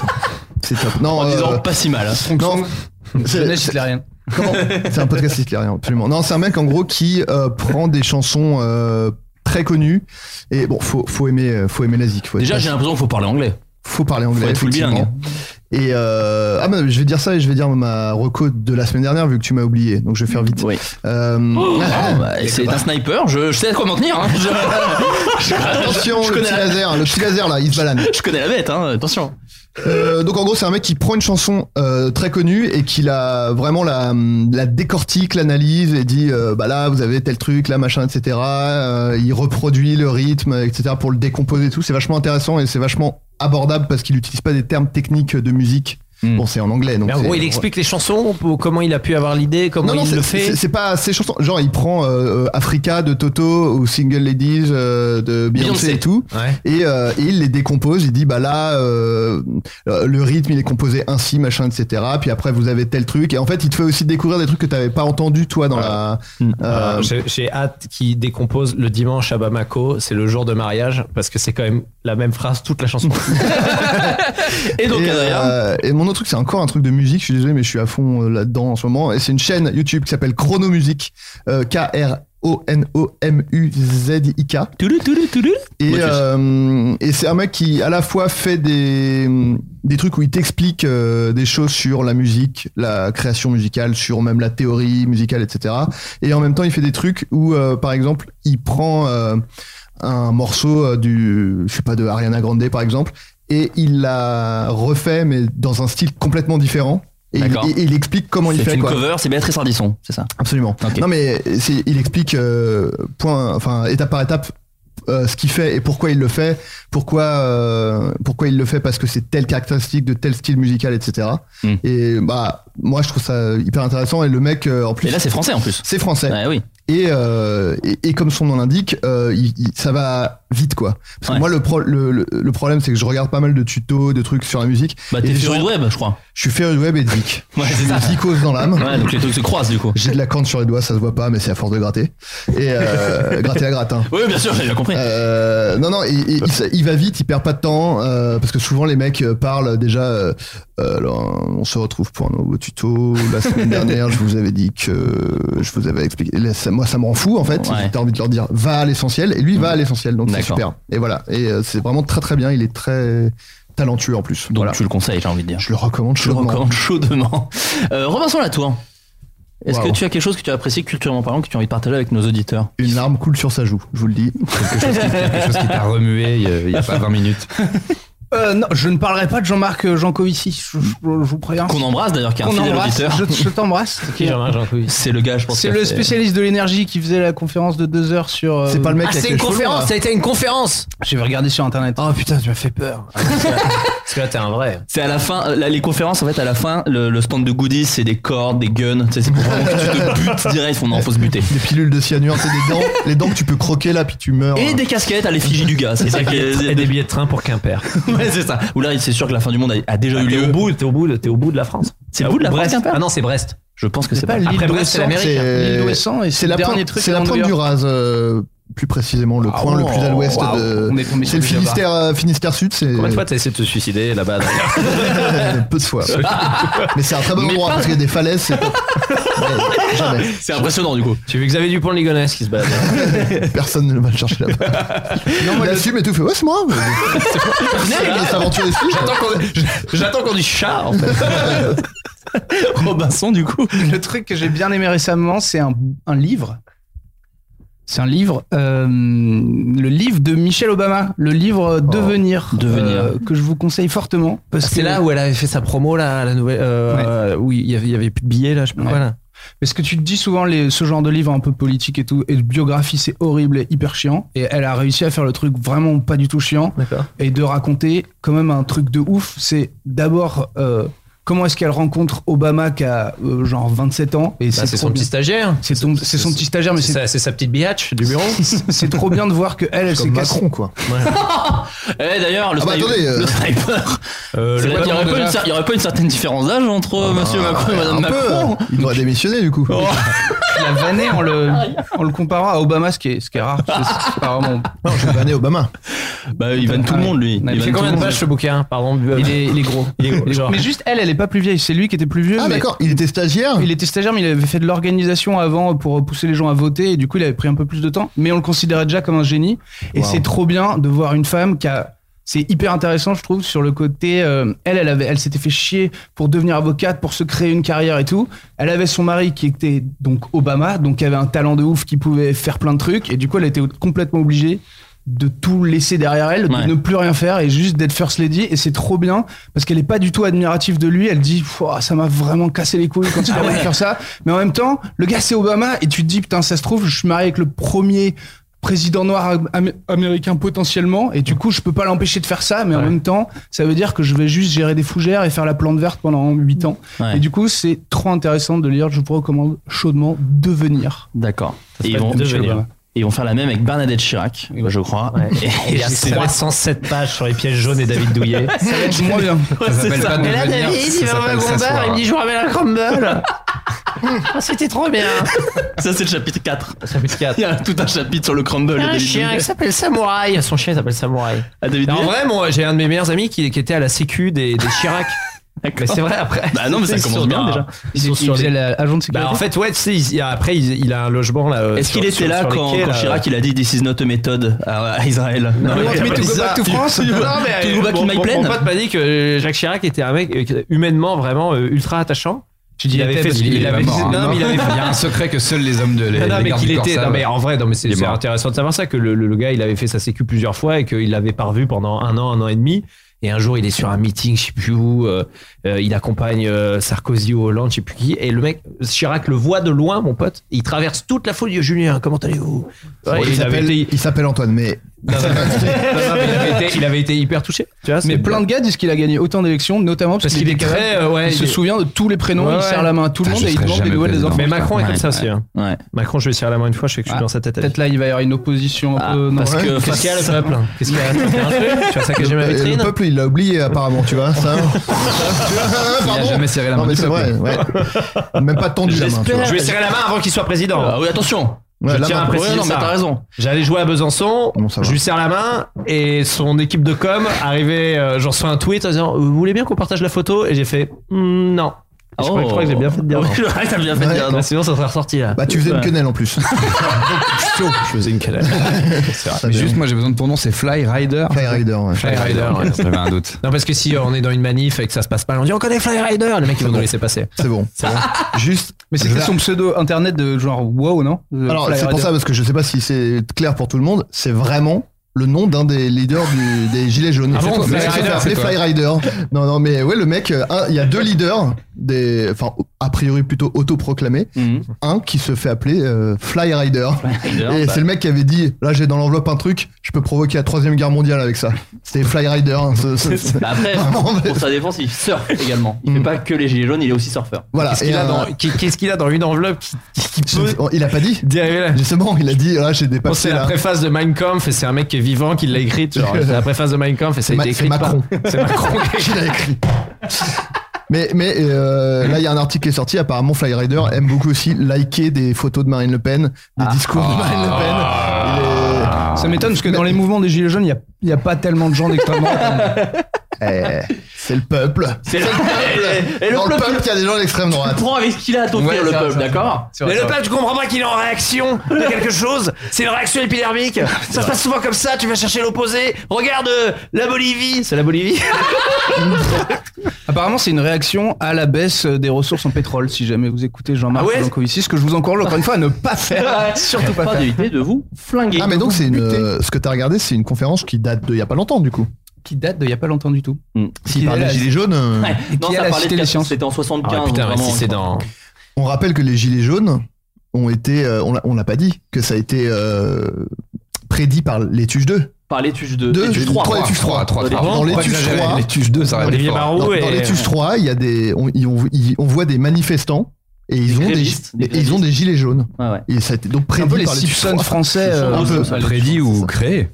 H: c'est top. Non,
G: En disant
H: euh,
G: pas si mal. hein.
H: non, c'est- c'est- Comment C'est un podcast hitlérien, absolument. Non, c'est un mec en gros qui euh, prend des chansons euh, très connues. Et bon, faut, faut aimer, euh, faut aimer la zik. Faut être
G: Déjà, j'ai l'impression qu'il faut parler anglais.
H: faut parler anglais.
G: Faut être full
H: effectivement.
G: bilingue.
H: Et euh, ah bah, je vais dire ça et je vais dire ma reco de la semaine dernière vu que tu m'as oublié. Donc je vais faire vite. Euh,
G: Ah, bah, c'est un sniper, je, je sais à quoi m'en tenir. hein. Je-
H: Attention,
G: je
H: le
G: connais
H: petit
G: la-
H: laser, le petit laser là, il se balade.
G: Je connais la bête, hein, attention.
H: Euh, donc en gros, c'est un mec qui prend une chanson euh, très connue et qui la vraiment la, la décortique, l'analyse et dit euh, bah là vous avez tel truc, là machin, etc. Euh, il reproduit le rythme, etc. pour le décomposer et tout. C'est vachement intéressant et c'est vachement abordable parce qu'il n'utilise pas des termes techniques de musique. Bon, c'est en anglais. Donc
B: Mais en
H: c'est-
B: gros il explique les chansons, pour- comment il a pu avoir l'idée, comment
H: Non, non,
B: il le
H: c'est-
B: fait.
H: c'est c'est pas ces chansons. Genre, il prend euh, euh, Africa de Toto ou Single Ladies euh, de
B: Beyoncé.
H: Beyoncé et tout. Et, euh, et il les décompose. Il dit, bah là, euh, euh, le rythme, il est composé ainsi, machin, etc. Puis après, vous avez tel truc. Et en fait, il te fait aussi découvrir des trucs que t'avais pas entendu, toi, dans la.
B: Euh,
H: euh,
B: j'ai- J'ai hâte qu'il décompose le dimanche à Bamako, c'est le jour de mariage, parce que c'est quand même la même phrase toute la chanson.
G: Et donc,
H: et,
G: Adrien
H: euh, et mon autre truc, c'est encore un truc de musique. Je suis désolé, mais je suis à fond euh, là-dedans en ce moment. Et c'est une chaîne YouTube qui s'appelle Chrono Music. euh, K-R. O-N-O-M-U-Z-I-K. Et, euh, et c'est un mec qui à la fois fait des, des trucs où il t'explique euh, des choses sur la musique, la création musicale, sur même la théorie musicale, etc. Et en même temps, il fait des trucs où, euh, par exemple, il prend euh, un morceau euh, du, je sais pas, de Ariana Grande, par exemple, et il l'a refait, mais dans un style complètement différent. Et il,
G: D'accord.
H: et il explique comment il
G: C'est
H: fait.
G: une
H: quoi.
G: cover, c'est Béatrice Ardisson, c'est ça
H: Absolument. Non mais c'est- il explique euh, point, enfin étape par étape euh, ce qu'il fait et pourquoi il le fait, pourquoi euh, pourquoi il le fait parce que c'est telle caractéristique de tel style musical, etc.
G: Mm.
H: Et bah moi je trouve ça hyper intéressant et le mec euh, en plus
G: Et là, c'est français, en plus.
H: c'est français
G: Ouais, oui.
H: et, euh, et, et comme son nom l'indique, euh, il- il- ça va vite quoi. Parce que
G: Ouais.
H: moi le, pro- le, le- le problème c'est que je regarde pas mal de tutos, de trucs sur la musique.
G: Bah,
H: Et
G: t'es
H: les
G: féru
H: gens-
G: de web, je crois.
H: Je suis féru de web et de geek.
G: Ouais,
H: je
G: c'est
H: suis
G: ça.
H: geekos dans l'âme.
G: Ouais, donc les trucs se croisent, Ah, du coup.
H: J'ai de la corne sur les doigts, ça se voit pas, mais c'est à force de gratter. Et euh, gratter à gratin.
G: Oui, bien sûr, j'ai bien compris.
H: Euh, non, non, et- et il, s- il va vite, il perd pas de temps, euh, parce que souvent les mecs euh, parlent déjà. euh, euh, alors, on se retrouve pour un nouveau tuto. La semaine dernière, je vous avais dit que je vous avais expliqué. Là, ça- moi, ça me rend fou en fait.
G: Ouais. Mm.
H: J'ai envie de leur dire, va à l'essentiel, et lui va à l'essentiel, donc c'est
G: D'accord.
H: super. Et voilà, et euh, c'est vraiment très très bien. Il est très talentueux en plus.
G: Donc
H: voilà.
G: tu le conseilles, j'ai envie de dire.
H: Je le recommande
G: Je le
H: chaudement.
G: recommande chaudement. Euh, Robinson Latour, est-ce
H: Waouh.
G: que tu as quelque chose que tu as apprécié culturellement parlant que tu as envie de partager avec nos auditeurs
H: Une larme coule sur sa joue, je vous le dis.
K: Quelque chose qui, quelque chose qui t'a remué il y a- il y a pas 20 minutes.
J: Euh, non, je ne parlerai pas de Jean-Marc euh, Jancovici, je, je- je vous préviens.
G: Qu'on embrasse d'ailleurs, qui est un
J: Qu'on
G: fidèle
J: embrasse.
G: auditeur.
J: Je, je t'embrasse.
G: C'est le gars, je pense.
J: C'est
G: qui a
J: le
G: fait-
J: spécialiste de l'énergie qui faisait la conférence de deux heures sur. euh,
H: C'est pas le mec
J: Ah,
H: avec
J: c'est
H: les
J: une
H: cheveux longs,
J: conférence,
H: là.
J: ça a été une conférence J'ai regardé sur internet. Oh putain, tu m'as fait peur.
B: Parce que là, t'es un vrai.
G: C'est à la fin, euh, là, les conférences, en fait, à la fin, le, le stand de goodies, c'est des cordes, des guns, tu sais, c'est pour vraiment que tu te butes direct, on en faut se buter.
H: Des pilules de cyanure, c'est des dents, les dents que tu peux croquer là, puis tu meurs.
G: Et des casquettes à l'effigie du gars, c'est ça qui est-
B: Et des billets de train pour Quimper.
G: Ouais, c'est ça. Ou là, c'est sûr que la fin du monde a, a déjà eu
B: Ah, T'es
G: lieu.
B: au bout, t'es au bout, de- t'es au bout de la France.
G: C'est le bout de la
B: Brest.
G: France, Quimper
B: Ah non, c'est Brest.
G: Je pense que c'est hein.
J: pas
G: pas.
J: l'île
B: Après Brest,
J: d'Ouessant,
B: c'est l'américain.
J: c'est- L'île
H: C'est euh,
J: d'Ouessant et
H: c'est la
J: dernier
H: pointe,
J: truc
H: c'est la
J: avant
H: pointe
J: New
H: du
J: York.
H: Raz, euh, plus précisément le
G: Ah,
H: point le plus à l'ouest
G: waouh,
H: de.
J: on est tombé sur
H: C'est le
J: du Java.
H: Finistère, euh, Finistère Sud, c'est
B: Combien de fois t'as essayé de te suicider là-bas d'ailleurs
H: peu de fois.
G: Ah.
H: Mais c'est un très bon
G: Mais
H: endroit
G: pas-
H: parce qu'il y a des falaises. c'est- Ouais, jamais.
G: C'est impressionnant du coup.
B: Tu veux Xavier Dupont de Ligonnès qui se bat
H: Personne ne va le chercher là-bas.
J: Non,
H: Il
J: moi, le-
H: assume et tout fait. Ouais, c'est moi. Il
G: hein.
H: s'aventure des filles.
G: J'attends qu'on dise chat en fait. Robinson du coup.
J: le truc que j'ai bien aimé récemment, c'est un, un livre. C'est un livre, euh, le livre de Michelle Obama, le livre Devenir, euh,
G: Devenir.
J: que je vous conseille fortement. parce
B: C'est
J: que-
B: là où elle avait fait sa promo, là, la nouvelle. euh, Où il y avait- il y avait plus de billets, là, je sais pas Bah,
J: Ouais.
B: quoi, là.
J: Parce que tu te dis souvent, les, ce genre de livre un peu politique et tout, et de biographie, c'est horrible et hyper chiant. Et elle a réussi à faire le truc vraiment pas du tout chiant
B: D'accord.
J: et de raconter quand même un truc de ouf. C'est d'abord euh, comment est-ce qu'elle rencontre Obama qui a euh, genre 27 ans. et
B: Bah, C'est
J: trop
B: son
J: bien.
B: petit stagiaire.
J: C'est ton- c'est son petit stagiaire, mais
B: C'est
J: c'est
B: sa- c'est sa petite biatch du bureau.
J: c'est trop bien de voir que elle, elle s'est
H: Comme
J: cassée.
H: Macron, quoi.
G: Eh d'ailleurs, le,
H: Ah bah,
G: sniper-
H: attendez, euh,
G: le sniper.
B: Euh,
G: C'est
B: le
G: vrai qu'il y aurait pas une cer- Il n'y aurait, pas une certaine différence d'âge entre
H: Oh.
G: monsieur Macron et madame
H: Un
G: Macron.
H: peu. hein. Il doit démissionner du coup.
G: Oh.
J: La vannée en le, en le comparant à Obama, ce qui est, ce qui est rare. parce que c'est pas vraiment-
H: Non, je vais banner Obama.
G: Bah, il vanne tout le monde lui.
J: Il
G: vanne
B: Il fait
G: tout
B: combien
G: le
B: de
G: monde.
B: pages ce bouquin Pardon.
J: Il est, il est gros.
B: Il est gros, genre.
J: Mais juste elle, elle est pas plus vieille. C'est lui qui était plus vieux.
H: Ah,
J: mais-
H: d'accord. Il était stagiaire.
J: Il était stagiaire, mais il avait fait de l'organisation avant pour pousser les gens à voter, et du coup, il avait pris un peu plus de temps. Mais on le considérait déjà comme un génie. Et
H: Wow.
J: c'est trop bien de voir une femme qui a. C'est hyper intéressant, je trouve, sur le côté. euh, elle, elle, avait, elle s'était fait chier pour devenir avocate, pour se créer une carrière et tout. Elle avait son mari qui était donc Obama, donc qui avait un talent de ouf, qui pouvait faire plein de trucs. Et du coup, elle était complètement obligée de tout laisser derrière elle,
G: Ouais.
J: de ne plus rien faire et juste d'être first lady. Et c'est trop bien parce qu'elle est pas du tout admirative de lui. Elle dit, Pouah, ça m'a vraiment cassé les couilles quand il a voulu faire ça. Mais en même temps, le gars c'est Obama et tu te dis, putain, ça se trouve, je suis marié avec le premier président noir am- am- américain potentiellement et du coup je peux pas l'empêcher de faire ça mais en
B: Ouais.
J: même temps ça veut dire que je vais juste gérer des fougères et faire la plante verte pendant 8 ans
G: Ouais.
J: et du coup c'est trop intéressant de lire je vous recommande chaudement devenir
G: D'accord. Et ils
B: s'appelle
G: vont
B: Devenir.
G: Michel Obama. Et ils vont faire la même avec Bernadette Chirac, je crois. Et
B: Il y a
G: c'est-
B: 307 pages sur les pièges jaunes et David Douillet.
J: ça va être moins bien
G: Ouais, c'est ça.
K: Et là, David, il va au Gondard, il me dit
B: je vous ramène un crumble. Ah, C'était trop bien.
G: Ça, c'est le chapitre 4.
B: Chapitre 4.
G: Il y a tout un chapitre sur le crumble.
B: Ah,
G: de David Bowie.
B: s'appelle Samouraï. Son chien s'appelle Samouraï.
G: Ah, David
B: En
G: Bowie
B: vrai, moi, j'ai un de mes meilleurs amis qui, qui était à la sécu des, des Chirac.
G: D'accord.
B: Mais c'est vrai, après.
G: Bah non, mais ça
B: Ils
G: commence
B: sont
G: bien,
B: dans-
G: déjà.
B: Ils sont
J: il
B: sur
J: faisait
B: les-
J: la- agent de sécurité
B: Bah, en fait, ouais, tu sais, il- il- après, il, il a un logement là. euh,
G: Est-ce
B: sur-
G: qu'il était
B: sur-
G: là
B: sur les
G: quand,
B: quais,
G: quand
B: là.
G: Chirac il a dit This is not a method à, à Israël
B: Non, mais
G: il a
B: mais
G: pas
B: to
G: dit
B: go
G: ça.
B: back to France.
G: Non, mais To go back
B: euh, mon-
G: to my
B: mon-
G: plane.
B: Mon pote m'a dit que euh, Jacques Chirac était un mec euh, humainement vraiment euh, ultra attachant. Tu dis, il, avait fait ce
K: Il
B: qu'il
K: est
B: avait
K: pas mort, hein.
B: Non, mais il avait
K: Il y a un secret que seuls les hommes de les,
B: Non, non,
K: les
B: mais
K: gardes
B: qu'il
K: du corps
B: était. Non,
K: savent.
B: mais en vrai, non, mais c'est
K: Il est
B: c'est
K: mort.
B: intéressant de savoir ça que le, le- le gars, il avait fait sa sécu plusieurs fois et qu'il l'avait pas revu pendant un an, un an et demi. Et un jour, il est sur un meeting, je sais plus où. euh, euh, il accompagne euh, Sarkozy ou Hollande, je sais plus qui. Et le mec, Chirac le voit de loin, mon pote. Il traverse toute la foule. Il dit, Julien, comment allez-vous Ouais,
H: il
B: il avait
H: s'appelle-
B: été-
H: il s'appelle Antoine, mais
B: non, mais il avait été- il avait été hyper touché. Tu vois, c'est-
J: Mais plein de gars disent qu'il a gagné autant d'élections, notamment parce,
B: Parce qu'il est
J: était
B: très,
J: capable-
B: euh, ouais,
J: il, se
B: il est-
J: souvient de tous les prénoms,
B: Ouais,
J: il serre la main à tout le
B: Putain,
J: monde
B: je
J: et il
B: serais
J: demande des
B: jamais
J: nouvelles des
B: président.
J: enfants.
B: Mais Macron est comme ça
J: Ouais,
B: aussi.
J: ouais.
B: hein. Macron, je vais serrer la main une fois, je sais que je suis
J: Ah,
B: dans sa tête. à vie.
J: Peut-être là, il va y avoir une opposition
H: Ah,
J: un peu.
B: parce
J: non.
B: que Qu'est-ce face qu'il y a, le à- peuple Qu'est-ce qu'il y a Un truc Tu vas saccager ma
H: le,
B: vitrine
H: le peuple il l'a oublié apparemment, tu vois. Ça,
K: Il a
H: Pardon.
K: jamais serré la
H: non,
K: main.
H: mais
K: du
H: c'est
K: peuple.
H: vrai, ouais. hein. même pas tendu la main. tu vois.
B: Je vais serrer la main avant qu'il soit président.
G: Ah oui, attention.
H: Ouais,
B: je
H: la
B: tiens
H: main.
B: à préciser
G: Ouais, non, mais
B: ça.
G: t'as raison.
B: J'allais jouer à Besançon,
H: ça va.
B: je lui serre la main et son équipe de com arrivait, euh, j'en reçois un tweet en disant Vous voulez bien qu'on partage la photo Et j'ai fait Hmm, Non. Je crois, je crois que j'ai bien fait de dire. non.
G: Oh. Ouais, t'as bien fait de
H: Ouais.
G: dire non.
B: Bah, sinon, ça serait ressorti là.
H: Bah, tu faisais une
B: Ouais.
H: quenelle en plus.
B: Je faisais une quenelle. C'est vrai.
H: Ça
K: Mais
H: donne-
K: juste, moi j'ai besoin de ton nom, c'est Fly Rider.
H: Fly Rider, ouais.
B: Fly Rider. ouais.
K: J'avais un doute.
B: Non, parce que si euh, on est dans une manif et que ça se passe pas, on dit On connaît Fly Rider Les mecs, ils vont nous laisser passer.
H: C'est bon. c'est bon. Juste.
J: Mais
H: je
J: c'était
H: vais-
J: son pseudo internet de genre wow, non
B: Euh,
J: Le
H: Alors,
J: Fly
H: c'est pour
J: Rider.
H: ça, parce que je sais pas si c'est clair pour tout le monde, c'est vraiment le nom d'un des leaders du- des Gilets jaunes.
B: Ah bon,
H: Ils se
B: Fly
H: sont fait
B: Rider,
H: appeler
B: c'est
H: Fly Rider. Non, non, mais ouais, le mec, euh, un- il y a deux leaders, des, enfin, a priori plutôt autoproclamés.
G: Mhm.
H: Un qui se fait appeler euh, Fly Rider.
G: Rider,
H: Et
G: bah.
H: c'est le mec qui avait dit là, j'ai dans l'enveloppe un truc, je peux provoquer la Troisième Guerre mondiale avec ça. C'était Fly Rider. hein, ce- ce- ce-
G: Bah après, pour sa défense, il surfe également. Il fait pas que les gilets jaunes, il est aussi surfeur.
H: Voilà.
B: Qu'est-ce
H: et
B: qu'il a,
H: un-
B: dans- qu'est- qu'est-ce qu'il a dans une enveloppe qui, qui peut
H: Il a pas dit
B: dériver là
H: Justement, il a dit là, j'ai
B: Bon,
H: dépassé
B: c'est la
H: là.
B: préface de Mein Kampf et c'est un mec qui est vivant qui l'a écrite. genre, C'est la préface de Mein Kampf et ça a
H: Ma-
B: été
H: c'est
B: écrit. par-
H: Macron.
B: C'est Macron qui a écrit.
H: Qui l'a écrit Mais, mais euh, là, il y a un article qui est sorti. Apparemment, Flyrider aime beaucoup aussi liker des photos de Marine Le Pen, des discours de Marine
B: Ah.
H: Le Pen.
J: Ça m'étonne parce que dans les mouvements des Gilets jaunes, il n'y a, pas tellement de gens d'extrême droite. hein.
H: Eh, c'est le peuple.
G: C'est le peuple. Et, et le
H: Dans le
G: peuple,
H: peuple, il y a des gens d'extrême
G: tu
H: droite.
G: prends avec ce qu'il a à t'offrir,
J: Ouais,
G: le
J: ça,
G: peuple,
J: ça,
G: d'accord
J: C'est vrai,
B: Mais
J: c'est
B: le
J: vrai.
B: peuple, je comprends pas qu'il est en réaction de quelque chose. C'est une réaction épidermique. Ça se passe souvent comme ça. Tu vas chercher l'opposé. Regarde euh, la Bolivie. C'est la Bolivie.
J: Apparemment, c'est une réaction à la baisse des ressources en pétrole. Si jamais vous écoutez Jean-Marc
B: Ah ouais
J: Jancovici, ce que je vous encourage encore une fois à ne pas faire.
G: Surtout pas d'éviter de vous flinguer.
H: Ah, mais donc, c'est une, euh, ce que t'as regardé, c'est une conférence qui date de il y a pas longtemps, du coup. Hmm.
J: Qui date de il n'y a pas longtemps du tout.
G: Mm.
J: Qui
H: S'il parle
J: est
H: des
J: là,
H: Gilets jaunes, euh,
G: Ouais, non,
J: qui a
G: ça
J: la
G: parlait
J: cité
G: de
J: des sciences
G: C'était en 75. donc vraiment,
B: dans.
H: on rappelle que les Gilets jaunes ont été, euh, on l'a- on l'a pas dit, que ça a été euh, prédit par les Tuches 2.
G: Parler tuches
B: Euh,
G: de.
H: Deux,
G: des tuches
H: les
G: trois,
H: trois,
G: quoi.
H: les tuches trois.
G: Des
H: Pardon,
G: tuches
H: dans les
G: trois.
H: tuches
G: Exagéré.
H: trois.
K: Les tuches 2, ça va
B: Olivier
K: être fort.
B: Barou
H: dans,
B: et.
H: dans les Tuches 3, il y a des, on, ils ont- ils- on voit des manifestants et ils, ont, des,
G: grévistes, des
H: et ils ont des gilets jaunes.
G: Ouais, ouais.
H: Et ça a été donc
J: C'est
H: prédit
J: un peu les
H: par les Tuches
J: Simpsons
H: 3.
J: français.
H: C'est
J: euh,
H: ça,
J: un
H: un
J: peu.
H: peu.
K: Prédit ou créé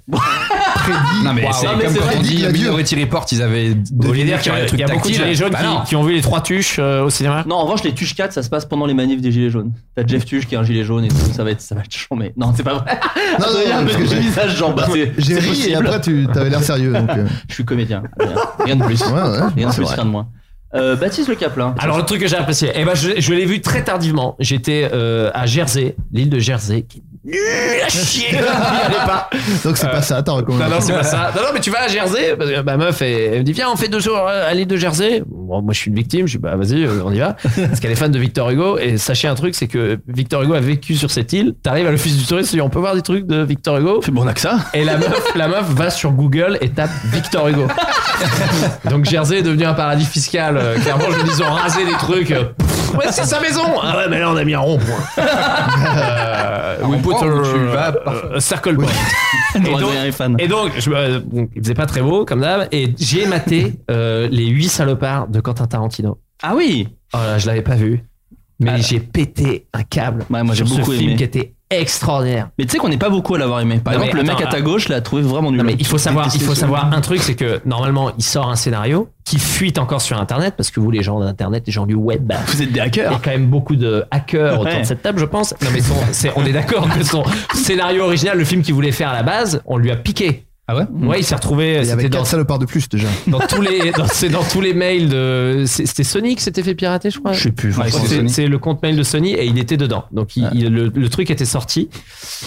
H: Prédit.
K: Non, mais c'est
G: non,
K: comme
G: mais c'est
K: quand
G: vrai,
K: on dit
H: Didier Vieux.
K: Minority Report, ils avaient deviné qu'il y aurait des
B: Il
K: trucs
B: y a beaucoup de
K: tactiles.
B: gilets jaunes
K: Bah non.
B: qui, qui ont vu les trois tuches euh, au cinéma.
G: Non, en revanche, les tuches 4, ça se passe pendant les manifs des gilets jaunes. T'as Jeff Tuche qui est un gilet jaune et tout, ça va être, ça va être chaud, mais non, c'est pas vrai.
H: Non, non, non,
G: parce
H: parce
G: que
H: que
G: j'ai
H: j'ai-
G: mis ça, genre, bah, c'est-
H: J'ai
G: c'est
H: ri et
G: possible.
H: après tu avais l'air sérieux. Donc, euh,
G: Je suis comédien. Rien, rien de plus.
H: Ouais, ouais,
G: rien de
H: c'est
G: plus,
H: vrai.
G: rien de moins. Euh, Baptiste Le
J: hein.
G: Caplin.
B: Alors le truc que j'ai apprécié, eh ben je, je l'ai vu très tardivement. J'étais euh, à Jersey, l'île de Jersey, qui est nulle à chier. J'y allais pas.
H: donc c'est pas ça, t'as
B: Non, non,
H: recommandé.
B: c'est pas ça. Non, non, mais tu vas à Jersey. Parce que ma meuf, elle, elle me dit Viens, on fait deux jours euh, à l'île de Jersey. Bon, moi, je suis une victime. Je dis Bah, vas-y, euh, on y va. Parce qu'elle est fan de Victor Hugo. Et sachez un truc c'est que Victor Hugo a vécu sur cette île. T'arrives à l'office du tourisme, tu dis, on peut voir des trucs de Victor Hugo.
G: bon, on a que ça.
B: Et la meuf, la meuf va sur Google et tape Victor Hugo. Donc Jersey est devenu un paradis fiscal. Euh, Clairement, je me dis, ils ont rasé des trucs. Euh, pff, ouais, c'est sa maison. Ah ouais, mais là, on a mis un rond-point. Euh,
G: Ah,
B: we put
K: rond-point où
B: a-
K: tu vas
B: a circle point. Et
G: On
B: donc-
G: est fan.
B: et donc, je, me- bon, il faisait pas très beau, comme d'hab, et j'ai maté euh, les huit salopards de Quentin Tarantino.
G: Ah oui!
B: Oh là, je l'avais pas vu, mais
G: Ah.
B: j'ai pété un câble
G: Ouais, moi, j'ai
B: sur ce
G: beaucoup
B: film
G: aimé.
B: qui était extraordinaire.
G: Mais tu sais qu'on n'est pas beaucoup à l'avoir aimé. Par
B: Non,
G: exemple,
B: mais
G: le mec
B: attends,
G: à ta
B: ah.
G: gauche l'a trouvé vraiment nul.
B: Non, mais il faut savoir, il
G: détesté
B: faut
G: ce
B: savoir un truc, c'est que normalement, il sort un scénario qui fuite encore sur Internet, parce que vous, les gens d'Internet, les gens du web, bah,
G: Vous êtes des
B: il y a
G: hackers.
B: quand même beaucoup de hackers autour
G: Ouais.
B: de cette table, je pense. Non, mais son- c'est- on est d'accord que son scénario original, le film qu'il voulait faire à la base, on lui a piqué.
K: Ah ouais
B: Ouais, il s'est retrouvé.
H: Il y
B: C'était
H: avait
B: dans
H: 4 salopards de plus déjà.
B: dans tous les dans, c'est dans tous les mails de c'est- c'était Sony qui s'était fait pirater je crois
G: Je sais plus. je
B: Ouais,
G: crois que
B: c'est-
G: c'est-
B: c'est le compte mail de Sony et il était dedans donc il- il- le, le truc était sorti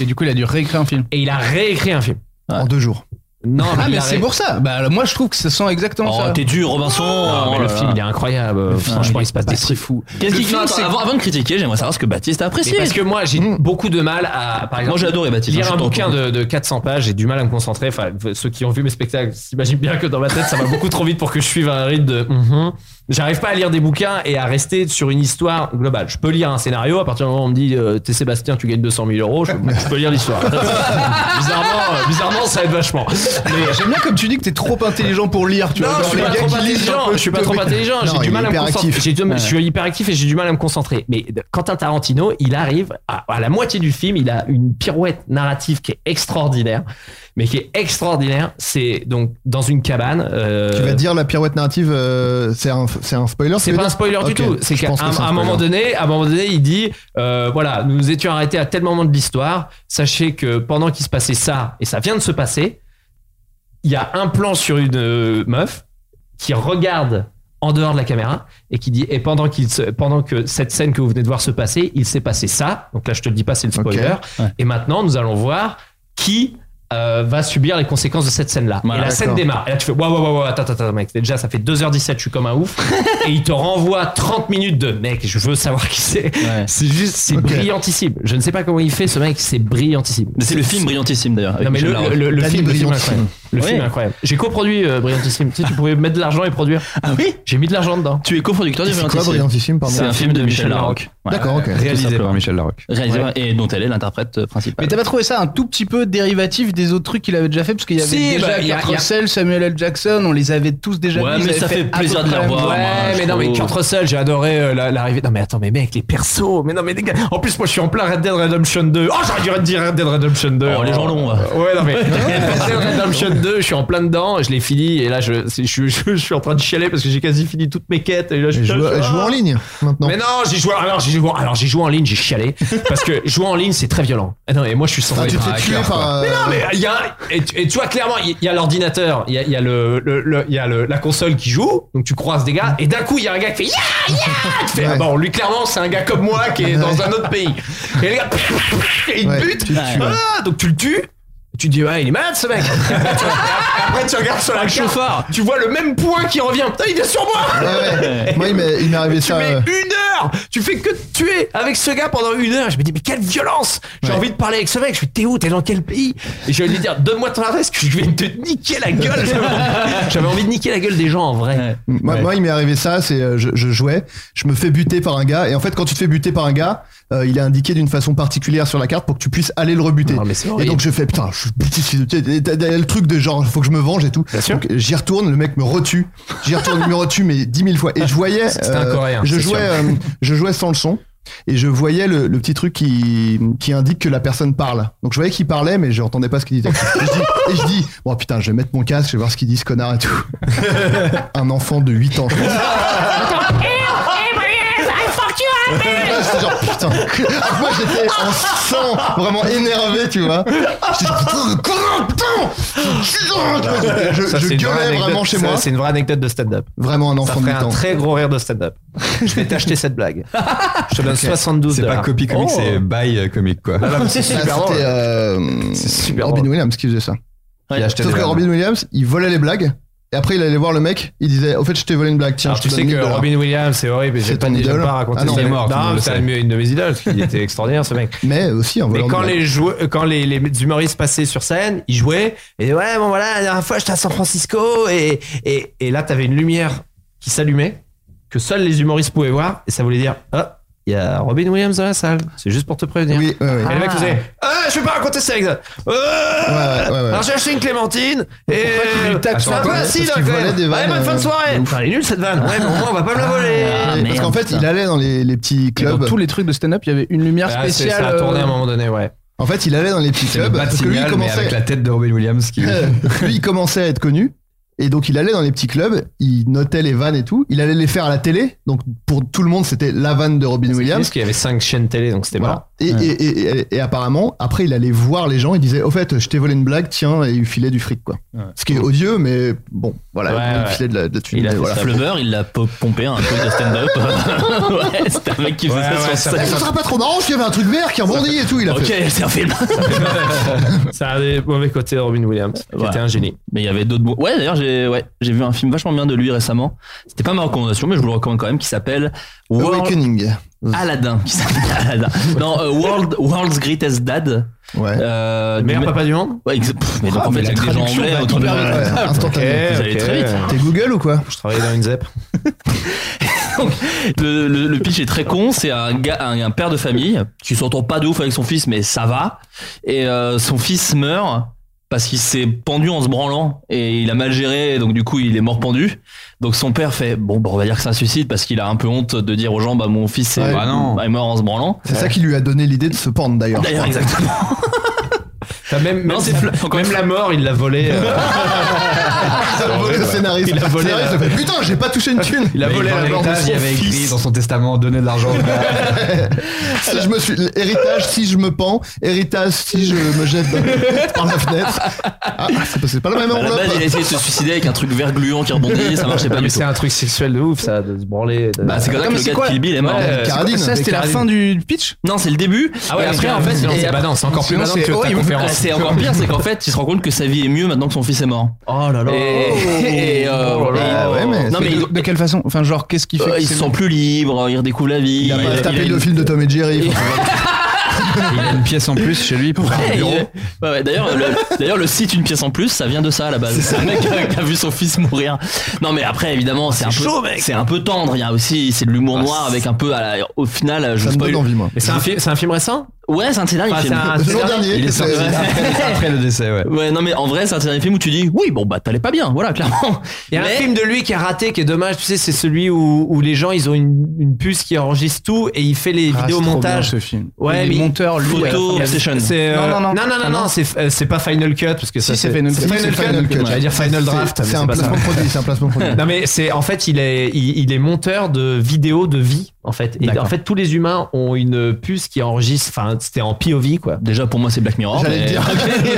J: Et du coup, il a dû réécrire un film.
B: et il a réécrit un film
G: Ouais.
H: En deux jours.
J: Non, ah,
B: mais il
J: mais
B: a
J: c'est
B: ré-
J: pour ça. Bah, moi, je trouve que ça sent exactement
G: Oh,
J: ça.
G: t'es dur, Robinson.
J: Oh
G: Oh
J: là
G: là
J: là.
G: là.
B: incroyable.
G: Le film,
B: Euh, Franchement,
G: il
B: il se passe des trucs fous.
G: Qu'est-ce
B: Le
G: qui
B: film,
G: non, attends,
B: c'est-
G: avant, avant de critiquer, j'aimerais savoir ce que Baptiste a apprécié.
B: Mais Parce que moi, j'ai
H: Mm.
B: beaucoup de mal à. Par exemple,
G: Moi, j'ai adoré Baptiste, hein,
B: Lire
G: je
B: un
G: suis
B: bouquin de, de 400 pages, j'ai du mal à me concentrer. Enfin, v- ceux qui ont vu mes spectacles s'imaginent bien que dans ma tête, ça va beaucoup trop vite pour que je suive un rythme de. Mhm. J'arrive pas à lire des bouquins et à rester sur une histoire globale. Je peux lire un scénario, à partir du moment où on me dit euh, T'es Sébastien, tu gagnes 200 000 euros, je, je peux lire l'histoire. bizarrement, euh, bizarrement, ça aide vachement. Mais
H: J'aime bien comme tu dis que t'es trop intelligent pour lire, tu
B: non,
H: vois.
B: je suis
H: genre,
B: pas
H: les gars
B: trop
H: qui lisent un
B: intelligent.
H: peu,
B: Je suis pas trop intelligent.
H: Non,
B: J'ai du
H: il
B: mal
H: est
B: à me concentrer.
H: hyperactif.
B: J'ai du-
H: Ouais.
B: Je suis hyperactif et j'ai du mal à me concentrer. Mais de- Quentin Tarantino, il arrive à, à la moitié du film, il a une pirouette narrative qui est extraordinaire, mais qui est extraordinaire. C'est donc dans une cabane. euh,
H: Tu vas dire la pirouette narrative, euh, c'est un, c'est un spoiler ce
B: c'est
H: que
B: pas
H: tu
B: un
H: veux
B: spoiler
H: dire
B: du
H: Ok,
B: tout. C'est
H: je
B: qu'à
H: pense que
B: un,
H: c'est
B: à un moment
H: spoiler.
B: donné, à un moment donné, il dit euh, voilà, nous nous étions arrêtés à tel moment de l'histoire. Sachez que pendant qu'il se passait ça et ça vient de se passer, il y a un plan sur une euh, meuf qui regarde en dehors de la caméra et qui dit et pendant qu'il se- pendant que cette scène que vous venez de voir se passer, il s'est passé ça. Donc là, je te le dis pas, c'est le spoiler.
G: Ouais.
B: Et maintenant, nous allons voir qui euh, va subir les conséquences de cette scène-là.
G: Voilà,
B: et la
G: d'accord.
B: scène démarre. Et là, tu fais waouh, waouh, waouh, attends, attends, attends, mec. Déjà, ça fait 2h17, je suis comme un ouf. et il te renvoie 30 minutes de mec, je veux savoir qui c'est. C'est juste, c'est brillantissime. Je ne sais pas comment il fait, ce mec, c'est brillantissime.
G: Mais c'est le film brillantissime d'ailleurs. avec
B: Non, mais
G: Michel
B: le,
G: Larocque.
B: le- le- le
G: Danny
B: film, le film est
G: Brillantissime.
B: incroyable. Le
G: Oui.
B: film est incroyable. J'ai coproduit euh, Brillantissime. Tu sais, tu pouvais mettre de l'argent et produire.
G: Ah oui
B: J'ai mis de l'argent dedans.
G: Tu es coproducteur de
H: C'est quoi,
G: Brillantissime.
H: Brillantissime, pardon
G: C'est un film de Michel Larocque. Ouais,
H: D'accord,
G: ouais,
H: ok.
G: tout
H: Réalisé
G: simplement.
K: par Michel Larocque.
G: Réalisé
H: Ouais.
G: par- et dont elle est l'interprète euh,
J: Mais
G: principale.
J: t'as pas trouvé ça un tout petit peu dérivatif des autres trucs qu'il avait déjà fait Parce qu'il y avait
B: Si,
J: déjà
B: bah, y a-
J: Kurt
B: y a-
J: Russell, Samuel L. Jackson, on les avait tous déjà
G: Ouais,
J: vus, ils
G: mais
J: avaient
G: ça fait
J: à peu
G: plaisir de
J: près
G: les
J: la même
G: revoir,
J: chose.
G: moi.
B: Ouais,
G: je
B: mais non, mais
G: trouve.
B: Kurt Russell, j'ai adoré euh, la- l'arrivée. Non, mais attends, mais mec, les persos. Mais non, mais les gars. En plus, moi, je suis en plein Red Dead Redemption 2. Oh, j'aurais dû dire Red Dead Redemption 2.
G: Oh, les gens l'ont. hein.
B: Ouais, non, mais Red Dead Redemption 2, je suis en plein dedans. Je l'ai fini. Et là, je, je, je- je suis en train de chialer parce que j'ai quasi fini toutes mes quêtes. Et là, je
H: Et
B: suis
H: Je
B: là,
H: joue,
B: je suis-
H: je joue en ligne maintenant.
B: Mais non, j'ai joué. Alors, j'ai joué, alors, j'ai joué en ligne, j'ai chialé. parce que jouer en ligne, c'est très violent. Ah non, et moi, je suis sans
H: Enfin, tu te fais tuer par. euh,
B: mais non, mais il y a, et, tu- et tu vois clairement, il y a l'ordinateur, il y a, il y a, le, le- le- il y a le- la console qui joue, donc tu croises des gars, et d'un coup, il y a un gars qui fait Ya Ya Tu fais, ah
H: Ouais.
B: bon, lui, clairement, c'est un gars comme moi qui est dans un autre pays. Et le gars, et il te
H: Ouais,
B: bute,
H: tu le tues,
B: Ah, donc tu le tues. Tu te dis, ouais, il est malade ce mec! Et Après, tu regardes sur la carte,
G: chauffard.
B: tu vois le même point qui revient. Putain, il est sur moi!
H: ouais, ouais. Moi, il m'est il m'est arrivé
B: Tu
H: ça.
B: mets
H: euh,
B: une heure Tu fais que te tuer avec ce gars pendant une heure. Je me dis, mais quelle violence J'ai envie de parler avec ce mec. Je suis, t'es où T'es dans quel pays Et je vais lui dire, donne-moi ton adresse que je vais te niquer la gueule. J'avais envie- J'avais envie de niquer la gueule des gens en vrai.
H: Moi, moi, il m'est arrivé ça, c'est euh, je, je jouais, je me fais buter par un gars, et en fait, quand tu te fais buter par un gars, euh, il est indiqué d'une façon particulière sur la carte pour que tu puisses aller le rebuter.
B: Non, mais c'est
H: et
B: horrible.
H: donc je fais putain, je suis buté, c'est- t'as- t'as- t'as le truc de genre, faut que je me venge et tout.
B: sûr.
H: Donc, J'y retourne, le mec me retue, j'y retourne, il me retue mais dix mille fois. Et je voyais,
B: C'était un Coréen,
H: je
B: c'est
H: jouais,
B: sûr.
H: euh, je jouais sans le son. Et je voyais le, le petit truc qui, qui indique que la personne parle. Donc je voyais qu'il parlait, mais je n'entendais pas ce qu'il disait. Et je, dis, et je dis, bon putain, je vais mettre mon casque, je vais voir ce qu'il dit ce connard et tout un enfant de 8 ans, je pense. Ah, J'étais genre putain. Alors, Moi j'étais en sang, vraiment énervé, tu vois. J'étais genre putain, de con, putain. Je, je gueulais vraiment chez moi.
B: une vraie anecdote de stand-up.
H: Vraiment un enfant de 8 ans.
B: gros rire de stand-up. Je vais t'acheter cette blague. Je te donne 72
K: C'est pas copy comic,
B: Oh.
K: c'est by comic quoi.
B: c'est
H: Ah,
B: super drôle.
H: C'était euh,
B: super
H: Robin
B: drôle.
H: Williams qui faisait ça.
K: Il a acheté
H: Sauf
K: des
H: que
K: vannes.
H: Robin Williams, il volait les blagues. Et après, il allait voir le mec, il disait Au fait, je t'ai volé une blague, tiens,
B: Alors,
H: je te
B: tu sais
H: donne
B: que
H: 1000 dollars.
B: Robin Williams, c'est horrible, et
H: C'est
B: j'ai pas,
H: ton
B: j'aime
H: idole
B: pas raconter
H: Ah non,
B: ça.
H: il est
K: mort, tout le monde
B: Non,
K: le
B: c'est
K: sait.
B: un de mes- une de mes idoles, il était extraordinaire ce mec.
H: Mais aussi en
B: Mais
H: volant.
B: quand
H: des blagues.
B: les, jou- euh, quand les, les humoristes passaient sur scène, ils jouaient, et ouais, bon voilà, la dernière fois j'étais à San Francisco, et, et, et là t'avais une lumière qui s'allumait, que seuls les humoristes pouvaient voir, et ça voulait dire, ah, il y a Robin Williams dans la salle, c'est juste pour te prévenir.
H: Oui, ouais, ouais.
B: Et le mec faisait, ah, je vais pas raconter ça, exact.
H: Ouais, ouais, ouais.
B: Alors j'ai acheté une clémentine, et.
H: tu lui taxes
B: C'est un
H: sur
B: peu
H: la tête
B: acide,
H: Parce
B: hein,
H: qu'il
B: quand
H: volait
B: même.
H: des
B: Ouais,
H: vannes,
B: bonne fin de
H: euh,
B: soirée. Enfin, elle est nulle cette vanne. Ouais, mais au moins on va pas me la voler.
J: Ah,
H: Et- parce qu'en fait, il allait dans les, les petits
J: Dans
H: clubs.
J: tous les trucs de stand-up, il y avait une lumière
B: Ah, c'est-
J: spéciale.
B: ça a tourné à un
J: euh,
B: moment donné, ouais.
H: En fait, il allait dans les petits
K: C'est le
H: clubs.
K: bat
H: Parce que lui, il
K: signal, mais
H: commençait.
K: avec la tête de Robin Williams qui.
H: lui, il commençait à être connu. Et donc il allait dans les petits clubs, il notait les vannes et tout, il allait les faire à la télé. Donc pour tout le monde, c'était la vanne de Robin Williams.
B: Parce qu'il y avait 5 chaînes télé, donc c'était marrant.
H: Voilà. Et, et, et- et- et apparemment, après, il allait voir les gens, il disait Au fait, je t'ai volé une blague, tiens, et il filait du fric, quoi. Ce qui est odieux, mais bon, voilà,
G: Ouais,
H: il
G: ouais.
H: filait de la, de la thune.
G: Il a
H: mais
G: fait
H: voilà.
G: ça. Flubber, il l'a po- pompé un truc de stand-up. ouais, c'était un mec qui faisait
H: Ouais,
G: ça
H: ouais,
G: sur
H: ça
G: scène.
H: fait- ça sera pas trop marrant parce qu'il y avait un truc vert qui rebondit et tout. Il a
G: Ok,
H: fait.
G: c'est un film.
B: Ça a des mauvais côtés de Robin Williams. qui
G: Voilà.
B: était un génie.
G: Mais il y avait d'autres bons. Ouais, d'ailleurs, j'ai ouais, j'ai vu un film vachement bien de lui récemment. C'était pas ma recommandation, mais je vous le recommande quand même, qui s'appelle World-
H: Awakening.
G: Aladdin. Qui s'appelle Aladdin. Non, euh, World, World's Greatest Dad.
H: Ouais.
G: Euh,
B: Meilleur
G: du-
B: papa du monde
G: Ouais, exa- pff, mais donc
H: Ah,
G: en
H: mais
G: fait,
H: la
G: avec des gens
H: traduction
G: anglais
H: va
G: autour de
H: hyper vite, ouais, instantanément.
G: Vous allez très vite.
H: T'es Google ou quoi
B: Je travaillais dans une ZEP.
G: le, le- le pitch est très con. C'est un gars, un, un père de famille qui s'entend pas de ouf avec son fils, mais ça va. Et euh, son fils meurt parce qu'il s'est pendu en se branlant et il a mal géré. Donc du coup, il est mort pendu. Donc son père fait bon, bah, on va dire que c'est un suicide parce qu'il a un peu honte de dire aux gens, bah mon fils est,
H: Ouais. Bah non.
G: est mort en se branlant.
H: C'est ça qui lui a donné l'idée de se pendre d'ailleurs.
G: D'ailleurs, exactement.
B: T'as même même,
G: Non, c'est fl- encore
B: même
G: une
B: la mort, il l'a volé. euh,
H: Il a volé Ah, le scénariste.
B: Il a volé
H: Le scénariste
B: la-
H: fait, Putain, j'ai pas touché une thune.
B: Il a
K: Mais
B: volé
K: dans
B: la mort de
K: l'héritage,
B: son
K: il y avait écrit
B: fils.
K: dans son testament donner de l'argent.
H: Si je me suis héritage si je me pends, héritage si je me jette dans- par la fenêtre. Ah, c'est pas- c'est pas la même
G: À la
H: enveloppe.
G: base, il a essayé de se suicider avec un truc vert gluant qui rebondit, ça marchait pas
B: Mais
G: du tout.
B: c'est un truc sexuel de ouf, ça, de se branler. de-
G: Bah, c'est comme
J: Euh, Attends,
G: ça que
J: mais
G: le
J: c'est
G: gars de
J: quoi
G: Kill Bill est mort.
B: Ouais,
G: C'est
B: Caradine.
J: ça, c'était la
B: Caradine.
J: fin du pitch
G: Non, c'est le début.
B: Ah ouais,
G: et après,
B: mais
G: en fait,
B: sinon,
G: et
B: c'est
G: après-
B: badant, c'est encore plus
J: sinon,
B: badant
J: c'est
B: que ta
J: horrible.
B: conférence.
G: C'est encore pire, c'est qu'en fait, il se rend compte que sa vie est mieux maintenant que son fils est mort.
B: Oh là là.
G: Et, et, euh,
B: Oh là là.
G: et-
H: Ouais, mais
G: non
J: Mais
G: mais
J: de,
G: ils,
J: de quelle façon Enfin, genre, qu'est-ce qui fait
G: euh,
J: que
G: ils
J: c'est-
G: se sentent plus libres, ils redécouvrent la vie.
H: Il a pas
G: il-
H: tapé
G: il-
H: le film de Tom et Jerry. faut-
K: Il a une pièce en plus chez lui pour un
G: Ouais,
K: bureau.
G: il- ouais, ouais, D'ailleurs, le, d'ailleurs, le site une pièce en plus, ça vient de ça à la base. C'est un mec qui a, qui a vu son fils mourir. Non, mais après, évidemment, c'est un peu, c'est un peu tendre. Il y a aussi, c'est de l'humour noir avec un peu. à la- au final,
H: Ça
G: je vous
H: me
G: spoil.
H: donne envie, moi.
B: Mais Ah, c'est un, fi- c'est un film récent
G: Ouais, c'est un de ces derniers
B: Enfin, c'est
G: films.
B: un-
H: Le
B: c'est
H: jour
B: un-
H: dernier,
K: Il est
H: c'est-
K: sorti après, après le décès, ouais.
G: Ouais, non, mais en vrai, c'est un dernier film où tu dis, oui, bon, bah, t'allais pas bien, voilà, clairement.
B: Il y a un
G: Mais-
B: film de lui qui a raté, qui est dommage, tu sais, c'est celui où, où les gens, ils ont une, une puce qui enregistre tout et il fait les
J: Ah, c'est
B: vidéos
J: trop bien,
B: montage.
J: ce film.
B: Ouais,
J: Les
B: mais-
J: monteurs, lui, à la
G: Photo
J: fin, il y a-
G: Obsession.
B: C'est, euh,
J: Non, non, non.
B: non, non,
J: Ah,
B: non,
J: non.
B: c'est, euh, c'est pas Final Cut parce que ça
J: Si, c'est Final Cut.
B: Final,
H: c'est Final Cut.
B: J'allais dire Final Draft. mais
H: C'est un
B: pas ça.
H: placement produit. C'est un placement produit.
B: Non mais c'est en fait il est il, il est monteur de vidéos de vie en fait et
G: D'accord.
B: en fait tous les humains ont une puce qui enregistre enfin c'était en POV quoi.
G: Déjà, pour moi, c'est Black Mirror.
H: J'allais
G: mais-
H: le dire.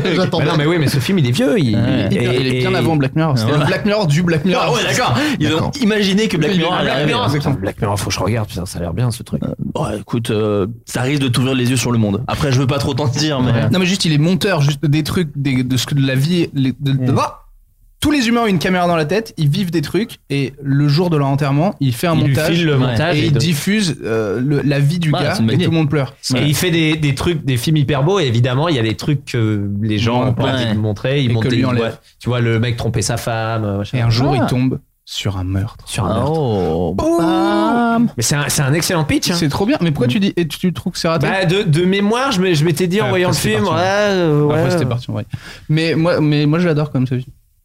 B: Mais
H: J'attendais.
B: non mais oui mais ce film il est vieux il,
G: Ouais.
J: Il est- il est bien
B: et-
J: avant Black Mirror. C'était
G: voilà.
J: le Black Mirror du Black Mirror.
G: Ah ouais, d'accord. Ils ont
H: D'accord.
G: imaginé que Black
J: Oui,
G: Mirror allait
J: Black
G: arriver.
J: Mirror,
G: Hein.
B: Putain, Black Mirror faut que je regarde putain ça a l'air bien ce truc.
G: Bon, écoute, euh, ça risque de t'ouvrir les yeux sur le monde. Après, je veux pas trop t'en dire, mais.
J: Non mais juste il est monteur juste des trucs des- de ce que de la vie les- de- de-
B: Mm.
J: Ah tous les humains ont une caméra dans la tête, ils vivent des trucs et le jour de leur enterrement, il fait un
B: Il lui
J: montage
B: file le
G: ouais.
B: montage
J: et
B: et
J: il
B: de- Bah,
J: diffuse euh, le- la vie du
G: Ouais,
J: gars
G: c'est une bonne
J: et tout
G: idée.
J: le monde pleure.
B: Et il fait des, des trucs, des films hyper beaux, et évidemment, il y a des trucs que les gens ont pas
G: Ouais.
B: envie de montrer. Ils
J: Et
B: montent
J: que
B: des-
J: lui
B: tu vois-
J: enlève.
B: Tu vois, le mec tromper sa femme, euh, machin.
J: Et un jour,
G: Ah.
J: il tombe sur un meurtre.
B: Sur un meurtre.
G: Oh.
J: Bam
B: Mais c'est un, c'est un excellent pitch. hein.
J: C'est trop bien. Mais pourquoi tu dis et tu, tu trouves que c'est raté
B: Bah, de, de mémoire, je m'ai- je m'étais dit en
J: Ouais,
B: voyant le
J: Ah, après, c'est
B: film, ouais,
J: parti.
B: euh, ouais.
J: Après, c'était parti en vrai. Mais moi mais moi je l'adore comme ça.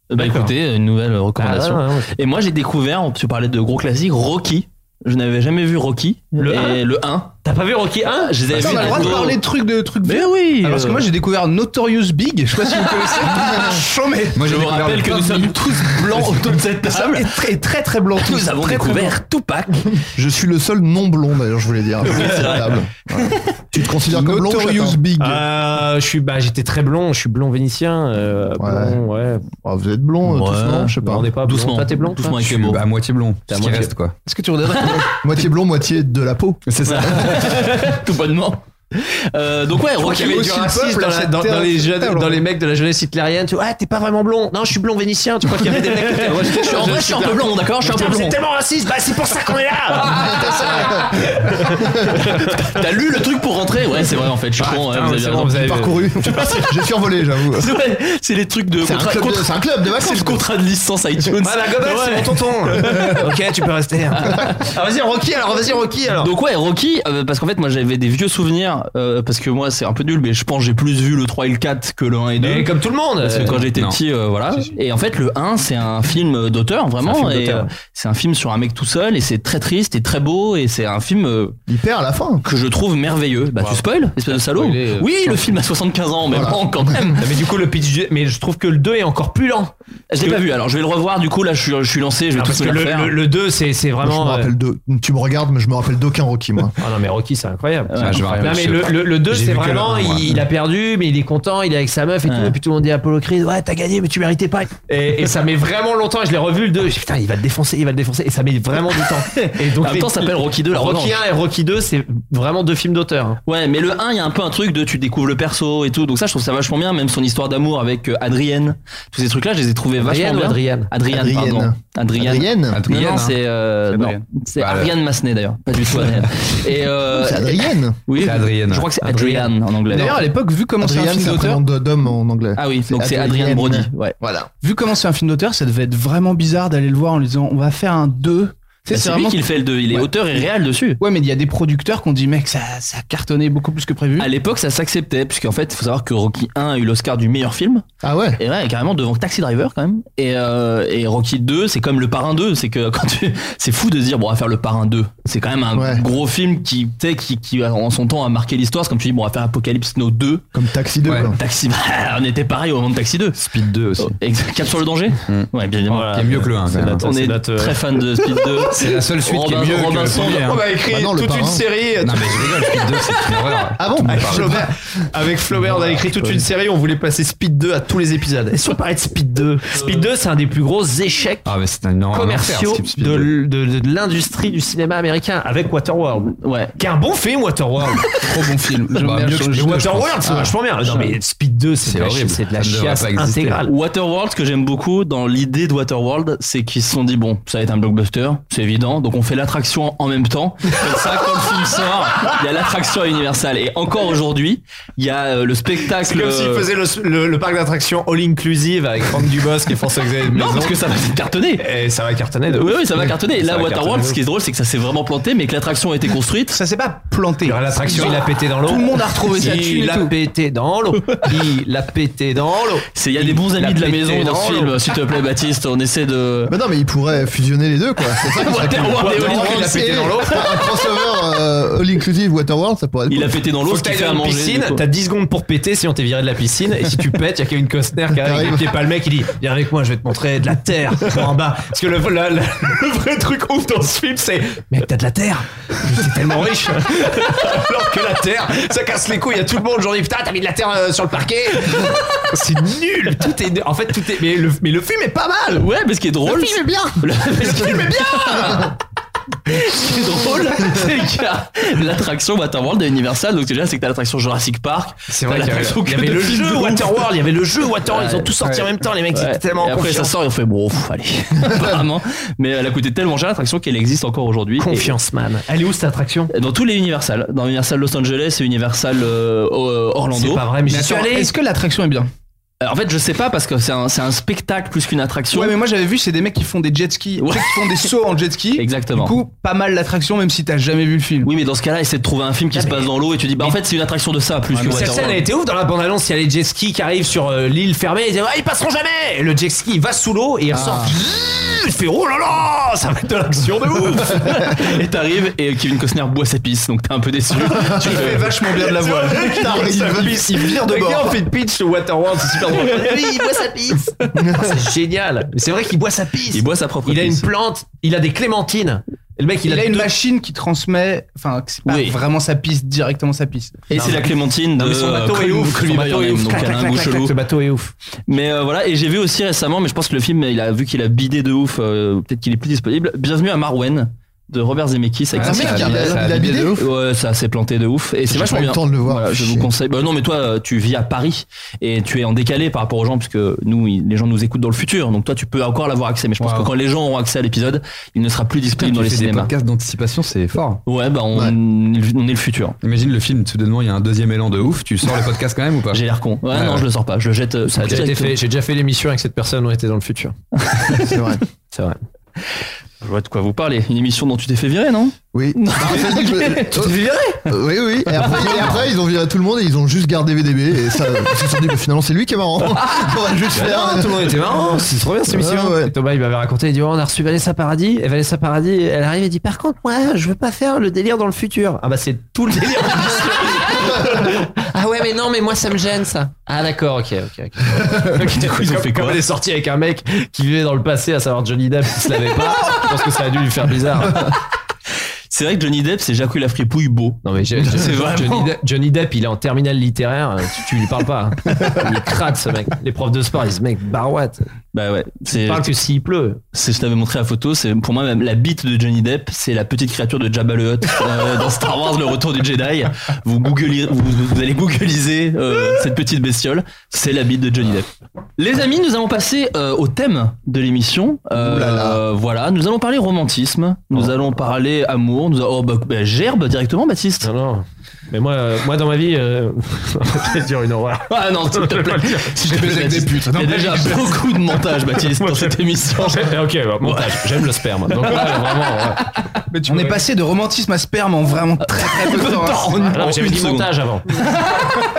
G: Bah
B: D'accord.
G: écoutez, une nouvelle
B: Ah, ouais,
G: recommandation.
B: ouais, ouais.
G: Et moi, j'ai découvert, tu parlais de gros classiques, Rocky. Je n'avais jamais vu Rocky.
B: Le
G: Et
B: 1?
G: le 1.
B: T'as pas vu Rocky 1
G: hein, Je les avais
J: Attends,
G: vus
J: on a le droit de
G: ado.
J: parler de trucs de trucs
G: Mais
J: vieux.
G: oui.
J: Ah, parce que
G: euh,
J: moi j'ai découvert Notorious Big, je sais pas si vous connaissez. Chômé.
K: Moi,
G: je
K: j'ai
G: vous
K: découvert
G: rappelle
K: le
G: que nous
K: Covid.
G: sommes tous blancs autour de cette table.
J: est Ah, très très très blanc. tous.
G: Nous avons
J: Très, très blanc.
G: découvert Tupac.
H: Je suis le seul non blond d'ailleurs. Je voulais dire.
G: c'est vrai.
H: Table. Voilà. Tu te considères comme blond
J: Notorious
H: chacun
J: Big.
B: Euh, je suis, bah, j'étais très blond, je suis blond vénitien. euh,
H: Ouais.
B: blond, ouais.
H: Ah, Vous êtes blond euh,
G: Ouais.
H: tous non Je sais pas.
B: On n'est pas
G: Doucement.
B: blond. Toi, t'es blond
G: Doucement
B: toi
G: avec
K: Je
G: les
K: suis
G: mots.
K: à moitié blond. Ce
B: à
K: qui
B: moitié.
K: reste, quoi.
J: Est-ce que tu redonnes
H: Moitié blond, moitié de la peau.
K: C'est ça.
G: Tout bonnement. Euh, donc ouais,
B: Il
G: Rocky.
B: y avait du racisme dans, la- dans- dans les jeunes, dans les mecs de la jeunesse hitlérienne. Tu vois, ah, t'es pas vraiment blond. Non, je suis blond vénitien. Tu crois qu'il y avait des mecs qui étaient. Ouais, j'étais-
G: En vrai, je suis un peu blanc, d'accord Je suis un peu
B: Putain,
G: blanc.
B: C'est tellement raciste. Bah, c'est pour ça qu'on est là.
G: T'as lu le truc pour rentrer Ouais, c'est vrai en fait. Je suis con. ouais,
B: putain,
G: vous avez
B: Ah, c'est
G: raison.
B: bon, vous avez-
H: J'ai parcouru. J'ai survolé, j'avoue.
G: C'est vrai, c'est les trucs de
H: C'est un
G: contrat.
H: club de-
G: contrat-
H: c'est un club de vacances.
G: C'est le contrat de licence iTunes.
B: Voilà, Gomez, Ah, c'est mon tonton. ok, hein. tu peux rester. Ah, vas-y, Rocky, alors, vas-y, Rocky, alors.
G: Donc ouais, Rocky, euh, parce qu'en fait moi j'avais des vieux souvenirs dire, euh, parce que moi c'est un peu nul, mais je pense que j'ai plus vu le 3 et le 4 que le 1 et 2.
B: Mais comme tout le monde,
G: Parce que
B: euh,
G: quand j'étais
B: non.
G: petit, euh, voilà. Et en fait, le 1, c'est un film d'auteur, vraiment.
B: C'est un film
G: et,
B: d'auteur,
G: euh,
B: ouais.
G: C'est un film sur un mec tout seul, et c'est très triste et très beau, et c'est un film. euh,
H: Hyper à la fin.
G: Que je trouve merveilleux. Bah, tu spoil, espèce de salaud.
B: spoilé, euh,
G: oui, le
B: sans-
G: film a 75 ans, mais
B: Voilà.
G: bon, quand même.
B: Mais du coup, le pitch du- Mais je trouve que le 2 est encore plus lent.
G: Je l'ai pas vu, alors je vais le revoir, du coup, là, je suis, je suis lancé, je vais
B: Ah,
G: tout
B: parce
G: me
B: que
G: le
B: le,
G: refaire.
B: le- le 2, c'est c'est
H: je me
B: vraiment. euh,
H: rappelle de. Tu me regardes, mais je me rappelle d'aucun Rocky, moi.
B: Ah non, mais Rocky, c'est incroyable.
H: Ah, je me rappelle,
B: non, mais
H: je-
B: le, le- le 2,
H: j'ai
B: c'est
H: vu que le
B: vraiment.
H: un, moi.
B: il, il a perdu, mais il est content, il est avec sa meuf et tout. Et puis tout le monde dit à Apollo Creed Ouais, t'as gagné, mais tu méritais pas. Et, et ça met vraiment longtemps. Et je l'ai revu le 2. J'ai dit, Putain, il va le défoncer, il va le défoncer. Et ça met vraiment du temps. Et
G: En même
B: les-
G: temps, ça s'appelle Rocky 2, la
B: Rocky
G: revanche.
B: 1 et Rocky 2, c'est vraiment deux films d'auteur. hein.
G: Ouais, mais le 1, il y a un peu un truc de tu découvres le perso et tout. Donc ça, je trouve ça vachement bien. Même son histoire d'amour avec euh, Adrienne. Tous ces trucs-là, je les ai trouvés
B: Adrienne
G: vachement
B: ou
G: bien.
B: Adrienne
G: Adrienne,
B: Adrienne.
G: pardon. Adrienne.
B: Adrienne
G: Non, non,
B: Adrienne,
G: c'est euh,
B: hein.
G: non.
B: Adrienne.
G: C'est
B: Bah,
G: Ariane Massenet d'ailleurs. Pas du tout Adrienne. Et euh,
H: C'est Adrienne.
G: Oui,
H: C'est Adrienne.
G: Je crois que c'est
H: Adrienne.
G: Adrienne en anglais.
J: D'ailleurs, à l'époque, vu comment c'est un
H: Adrian,
J: film
H: c'est un
J: d'auteur.
H: prénom de- d'homme en anglais.
G: Ah oui, donc c'est Adrienne Brody. Ouais. Bah,
H: Voilà.
J: Vu comment c'est un film d'auteur, ça devait être vraiment bizarre d'aller le voir en lui disant on va faire un 2.
G: Bah, c'est lui qui le fait, le 2. Il est auteur et réal dessus.
J: Ouais, mais il y a des producteurs qui ont dit mec, ça, ça a cartonné beaucoup plus que prévu.
G: À l'époque, ça s'acceptait, puisqu'en fait, il faut savoir que Rocky 1 a eu l'Oscar du meilleur film.
H: Ah ouais
G: Et ouais, carrément devant Taxi Driver quand même. Et, euh, et Rocky 2, c'est comme le parrain 2. C'est que quand tu. C'est fou de se dire, bon, on va faire le parrain 2. C'est quand même un gros film qui, tu sais, qui, qui, en son temps, a marqué l'histoire. C'est comme tu dis, bon, on va faire Apocalypse Now 2.
H: Comme Taxi 2. quoi.
G: Taxi, bah, on était pareil au moment de Taxi 2. Speed 2 aussi. Cap sur le danger Ouais, bien évidemment.
K: Qui est mieux que le 1.
G: C'est euh, notre- on est
B: euh,
G: très fan de Speed 2.
K: C'est la seule suite qui est mieux que le
G: Robinson,
K: premier, hein.
G: on va écrire-
H: Bah non, le parrain.
K: Non, mais je rigole, Speed 2, c'est une horreur.
H: Ah bon
B: euh, Avec
H: Bah,
B: Flaubert, avec Flaubert, on a écrit toute une série, on voulait passer Speed 2 à tous les épisodes. Et si on parlait de Speed 2 Speed 2, c'est un des plus gros échecs
K: Ah, mais c'est un énorme
B: commerciaux
K: enfer, Skip Speed
B: de,
K: 2.
B: l- de- de l'industrie du cinéma américain avec Waterworld.
G: Ouais.
B: Qui est un bon film, Waterworld.
J: Trop bon film. Je
B: Bah,
J: mets- je-
B: mieux que Speed
J: je-
B: 2,
J: je
B: Waterworld,
K: Ah.
J: pense.
B: c'est vachement bien. Non, mais Speed 2, c'est de la chi- c'est de la chiasse intégrale.
G: Waterworld, ce que j'aime beaucoup dans l'idée de Waterworld, c'est qu'ils se sont dit bon, ça va être un blockbuster, c'est évident, donc on fait l'attraction en même temps. Comme ça, quand le film sort, il y a l'attraction universelle. Et encore aujourd'hui, il y a euh, le spectacle.
B: C'est comme s'il faisait le, le- le parc d'attractions all inclusive avec Franck Dubosc et François Xavier
G: Non,
B: Maison.
G: parce que ça va cartonner.
B: Et ça va cartonner. de
G: Oui,
B: ouf.
G: oui, ça va cartonner. Et
B: Ça
G: Là,
B: va
G: Waterworld,
B: cartonner.
G: ce qui est drôle, c'est que ça s'est vraiment planté, mais que l'attraction a été construite.
J: Ça s'est pas planté.
B: L'attraction, il a pété dans l'eau.
J: Tout le monde a retrouvé sa thune et
B: Il a
J: tout.
B: pété dans l'eau. Il a pété dans l'eau.
G: C'est il y a des bons amis de la maison dans ce film, s'il te plaît, Baptiste. On essaie de.
H: Bah non, mais ils pourraient fusionner les deux, quoi. C'est ça qui serait cool.
G: Waterworld et Hollywood,
H: Waterworld,
G: il a pété
H: c'est-
G: dans l'eau.
H: Un crossover euh, All Inclusive Waterworld, ça pourrait être
G: Il a
H: cool.
G: pété dans l'eau,
B: Faut
G: ce
B: que
G: qui
B: t'ailles
G: fait à
B: dans une
G: manger.
B: piscine,
G: du coup.
B: t'as 10 secondes pour péter si on t'est viré de la piscine. Et si tu pètes, il y a Kevin Costner qui arrive avec les pieds pas le mec, il dit Viens avec moi, je vais te montrer de la terre en bas. Parce que le, la- la- le vrai truc ouf dans ce film, c'est Mec, t'as de la terre Mais C'est tellement riche Alors que la terre, ça casse les couilles, il y a tout le monde aujourd'hui Putain, t'as mis de la terre euh, sur le parquet C'est nul Tout est. En fait, tout est. Mais le, mais le film est pas mal
G: Ouais, mais ce qui est drôle.
H: Le film est bien
G: Le-
B: Le film est bien
G: Ce qui est drôle, c'est qu'il y a l'attraction Waterworld et Universal. Donc déjà, c'est que t'as l'attraction Jurassic Park.
B: C'est vrai
G: t'as
B: qu'il y avait,
G: l'attraction
B: il y
G: que
B: avait
G: de
B: le
G: films
B: jeu
G: de ouf.
B: Waterworld, il y avait le jeu Waterworld, ils ont tous sorti en même temps, les mecs,
G: Ouais.
B: c'était tellement
G: et après
B: confiants.
G: ça sort et on fait bon pff, allez apparemment mais elle a coûté tellement cher l'attraction qu'elle existe encore aujourd'hui
B: Confiance, man. Elle est où cette attraction
G: Et dans tous les Universal dans Universal Los Angeles et Universal euh, euh, Orlando
B: C'est pas vrai, mais j'y
J: Mais
B: suis
J: attends,
B: allé.
J: Est-ce que l'attraction est bien
G: Alors, Euh, en fait je sais pas parce que c'est un, c'est un spectacle plus qu'une attraction
J: Ouais, mais moi j'avais vu, c'est des mecs qui font des jet skis,
G: Ouais.
J: tu sais, qui font des sauts en jet ski. Du
G: exactement
J: coup, pas mal l'attraction, même si t'as jamais vu le film.
G: oui mais dans ce cas là essaie de trouver un film qui se passe dans l'eau et tu dis bah en fait c'est une attraction de ça plus que
B: Mais Cette scène a
G: Waterworld
B: été ouf dans la bande-annonce. Il y a les jet skis qui arrivent sur euh, l'île fermée. Ils disent ah, ils passeront jamais. Et le jet ski il va sous l'eau
G: Ah.
B: et il ressort. Il fait oh là là, ça va être de l'action de ouf.
G: et t'arrives et Kevin Costner boit sa pisse donc t'es un peu déçu tu
J: Il fait vachement bien de la voix.
H: Il vire de
B: Le gars, on
H: bord.
B: fait le pitch au Waterworld, c'est super drôle. Oui, il boit sa pisse. c'est génial. Mais c'est vrai qu'il boit sa pisse.
G: il boit sa propre
B: Il a une
G: pisse.
B: plante, il a des clémentines. Et le mec, il,
J: Il, a, une
B: deux-
J: machine qui transmet, enfin, que c'est pas
G: Oui.
J: vraiment sa piste, directement sa piste.
G: et c'est la clémentine de
B: Non, mais son bateau est
G: Cru-
B: ouf.
G: Cru-
B: Son bateau est
G: Bayern,
B: ouf.
G: donc
B: Clac,
G: elle a
B: clac,
G: un
B: clac,
G: goût
B: clac,
G: chelou
B: Le bateau est ouf.
G: Mais euh, voilà, et j'ai vu aussi récemment, mais je pense que le film, il a vu qu'il a bidé de ouf, euh, peut-être qu'il est plus disponible. Bienvenue à Marwen de Robert Zemeckis avec
H: Ah,
G: Sofia
H: merde, il a-
G: Coppola.
H: il a bidé de ouf.
G: Ouais, ça s'est planté de ouf et c'est
H: J'ai
G: vachement
H: pas eu
G: bien.
H: le temps de le voir.
G: Voilà, je vous
H: Chier.
G: conseille. Bah non, mais toi, euh, tu vis à Paris et tu es en décalé par rapport aux gens, puisque nous, il- les gens nous écoutent dans le futur. Donc toi, tu peux encore l'avoir accès. Mais je pense
K: Wow.
G: que quand les gens auront accès à l'épisode, il ne sera plus
K: Putain,
G: disponible
K: tu
G: dans les
K: fais des
G: cinémas.
K: podcasts d'anticipation, c'est fort.
G: Ouais, bah on,
H: Ouais.
G: on est le futur.
K: Imagine le film, soudainement, il y a un deuxième élan de ouf. Tu sors le podcast quand même ou pas
G: J'ai l'air con. Ouais,
K: Ouais,
G: non,
K: ouais.
G: je le sors pas. Je le jette. euh, Ça a déjà été fait.
B: J'ai déjà fait l'émission avec cette personne, on était dans le futur.
H: C'est vrai.
B: C'est vrai.
G: Je vois de quoi vous parlez. Une émission dont tu t'es fait virer, non
H: Oui.
G: tu t'es viré
H: Euh, Oui, oui. Et après, et après, ils ont viré tout le monde et ils ont juste gardé VDB. Et ça, ils se sont dit, bah, finalement, c'est lui qui est marrant.
B: Ah,
H: On va juste
B: Bah
H: faire.
B: non, tout le monde était marrant, c'est trop bien cette
H: Ouais,
B: émission.
H: ouais.
B: Et Thomas il m'avait raconté, il dit oh, on a reçu Vanessa Paradis et Vanessa Paradis elle arrive et dit par contre moi je veux pas faire le délire dans le futur. Ah bah c'est tout le délire. dans le futur. ah ouais mais non mais moi ça me gêne ça. Ah d'accord ok ok. ok. Donc, du coup, ils ont fait comme elle est sortie avec un mec qui vivait dans le passé à savoir Johnny Depp qui se l'avait pas. Je pense que ça a dû lui faire bizarre.
G: C'est vrai que Johnny Depp, c'est Jacques la fripouille beau.
B: Non mais j'ai- j'ai-
G: C'est vraiment-
B: Johnny, Depp, Johnny Depp, il est en terminale littéraire, euh, tu, tu lui parles pas. hein. Il craque ce mec. Les profs de sport, ils se mec barouette.
G: Bah ouais. C'est
B: parles que s'il pleut.
G: C'est je t'avais montré la photo. C'est pour moi même la bite de Johnny Depp. C'est la petite créature de Jabba le Hutt euh, dans Star Wars Le Retour du Jedi. Vous googlez, vous, vous allez googliser euh, cette petite bestiole. C'est la bite de Johnny Depp. Les amis, nous allons passer euh, au thème de l'émission. Euh, Voilà, nous allons parler romantisme.
B: Oh.
G: Nous allons parler amour. Nous allons- oh, bah, bah, gerbe directement, Baptiste.
B: Non non. Mais moi, euh, moi dans ma vie, euh... peut-être dire une horreur.
G: Ah non, s'il te plaît. S'il te plaît,
B: baisé avec des
G: Baptiste.
B: putes.
G: Il y
B: Non,
G: a déjà
B: mais-
G: beaucoup de montage, Baptiste, dans cette émission.
B: ok, montage. J'aime le sperme. Donc là, vraiment.
J: on est passé de romantisme à sperme en vraiment très très peu de temps. hein.
G: En- en
B: Alors, j'avais
G: une
B: dit
G: seconde.
B: montage avant.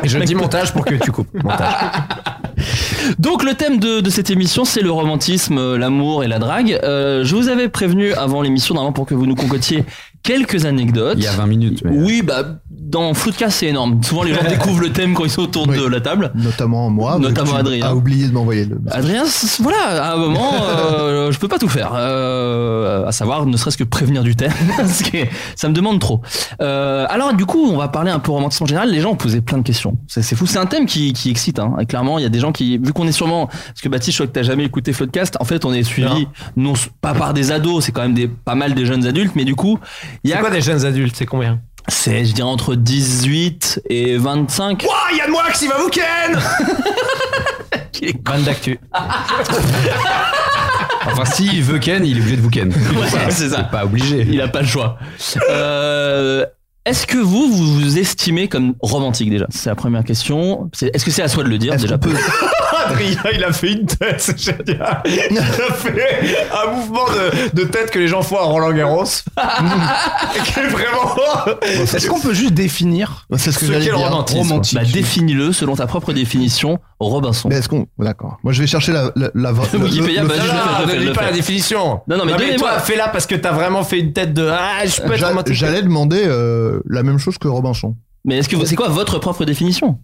B: Et je dis montage pour que tu coupes.
G: Donc le thème de, de cette émission, c'est le romantisme, euh, l'amour et la drague. Euh, je vous avais prévenu avant l'émission, normalement, pour que vous nous concoctiez quelques anecdotes.
K: Il y a 20 minutes. Mais...
G: Oui, bah dans Floodcast, c'est énorme. Souvent, les gens découvrent le thème quand ils sont autour de la table.
H: Notamment moi.
G: Notamment
H: tu
G: Adrien.
H: as oublié de m'envoyer le.
G: Adrien, c- c- voilà, à un moment, euh, je peux pas tout faire. Euh, à savoir, ne serait-ce que prévenir du thème, parce que ça me demande trop. Euh, alors, du coup, on va parler un peu romantisme en général. Les gens ont posé plein de questions. C'est c'est fou. C'est un thème qui, qui excite. Hein. Et Clairement, il y a des gens qui, vu qu'on est sûrement, parce que Baptiste, je crois que t'as jamais écouté Floodcast. En fait, on est suivi non s- pas par des ados, c'est quand même des pas mal des jeunes adultes, mais du coup, il y
B: C'est
G: a
B: quoi des jeunes adultes C'est combien
G: c'est, je dirais, entre 18 et 25.
B: Ouah, Yann Moix, il va vous ken Bande d'actu.
K: Enfin, s'il veut Ken, il est obligé de vous Ken.
G: Ouais, c'est ça.
K: Pas obligé.
G: Il a pas le choix. Euh, est-ce que vous, vous vous estimez comme romantique déjà C'est la première question. C'est- Est-ce que c'est à soi de le dire déjà
I: Adrien, il a fait une tête, c'est génial. Il a fait un mouvement de, de tête que les gens font à Roland Garros. Et qui est vraiment.
J: Est-ce qu'on peut juste définir
H: Bah, C'est ce que
J: Ce
H: j'allais
J: qu'est le
H: dire.
J: romantisme.
G: Bah, définis-le selon ta propre définition, Robinson.
H: Mais est-ce qu'on. D'accord. Moi, je vais chercher la. la, la le-
G: Wikipédia,
H: le-
G: bah,
H: le-
G: je-
B: Ah,
G: le fais,
B: ne
G: je
B: lis
G: le
B: pas
G: fais.
B: la définition.
G: Non, non, mais donnez-moi.
B: toi, fais-la parce que t'as vraiment fait une tête de. Ah, je peux être
H: j'a-
B: romantique.
H: J'allais demander euh, la même chose que Robinson.
G: Mais est-ce que vous- c'est quoi votre propre définition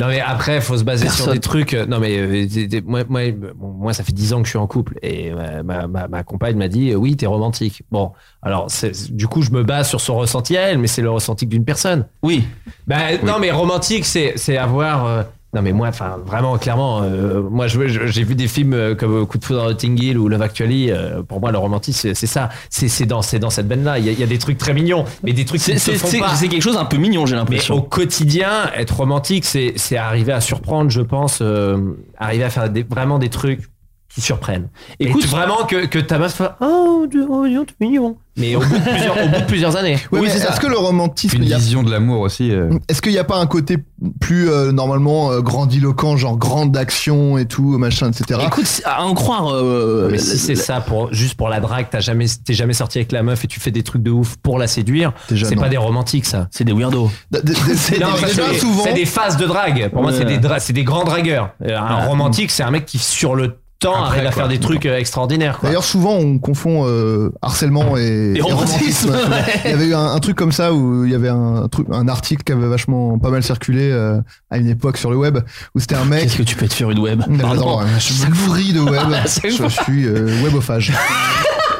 B: Non mais après, faut se baser sur
G: Personne.
B: des trucs. euh, Non mais euh, des- des- moi, moi, euh, bon, moi, ça fait 10 ans que je suis en couple et euh, ma, ma, ma compagne m'a dit euh, oui, t'es romantique. Bon, alors c'est- c'est- du coup, je me base sur son ressenti à elle, mais c'est le ressenti d'une personne.
G: Oui.
B: Bah non mais romantique, c'est c'est avoir. euh, non mais moi, enfin vraiment, clairement, euh, moi je veux- je- j'ai vu des films euh, comme euh, Coup de foudre à Notting Hill ou Love Actually. euh, pour moi, le romantisme, c'est- c'est ça. C'est c'est dans c'est dans cette bande là. Il y, a- il y a des trucs très mignons, mais des trucs qui
G: C'est
B: ne se
G: c'est-
B: font
G: c'est-
B: pas.
G: c'est quelque chose un peu mignon, j'ai
B: Mais au
G: l'impression.
B: quotidien, être romantique, c'est c'est arriver à surprendre, je pense, euh, arriver à faire des- vraiment des trucs qui surprennent.
G: Écoute-
B: Écoute, vraiment que, que ta meuf fasse Oh, tu- oh, dis donc, t'es mignon. Mais au bout de plusieurs, au bout de plusieurs années.
H: Ouais,
G: Oui,
H: mais
G: c'est ça.
H: Est-ce que le romantisme.
K: Une
H: il y a-
K: vision de l'amour aussi. euh.
H: Est-ce qu'il n'y a pas un côté plus euh, normalement euh, grandiloquent, genre grande action et tout, machin, etc.
G: Écoute, c'est- à en croire. euh,
B: Mais
G: la-
B: si c'est
G: la-
B: ça, pour, juste pour la drague, t'as jamais, t'es jamais sorti avec la meuf et tu fais des trucs de ouf pour la séduire,
H: Déjà,
B: c'est
H: non.
B: pas des romantiques, ça.
G: C'est des weirdos.
H: D- d- d-
B: Non, ça,
H: déjà,
B: c'est-
H: souvent-
B: c'est des phases de drague. Pour moi,
G: Ouais. Ah.
B: c'est des, dra- c'est des grands dragueurs. Euh, Un romantique, c'est un mec qui, sur le temps,
K: Après,
B: arrive à
K: quoi.
B: faire des trucs euh, extraordinaires. quoi.
H: D'ailleurs, souvent, on confond euh, harcèlement et,
G: Et romantisme,
H: souvent.
G: ouais.
H: Il y avait eu un, un truc comme ça où il y avait un, truc, un article qui avait vachement pas mal circulé euh, à une époque sur le web où c'était un mec.
G: Qu'est-ce que tu peux te faire une web
H: Mais
G: Pardon. Ah,
H: attends, je me nourris de web.
G: Chaque
H: je
G: fois.
H: suis euh, webophage.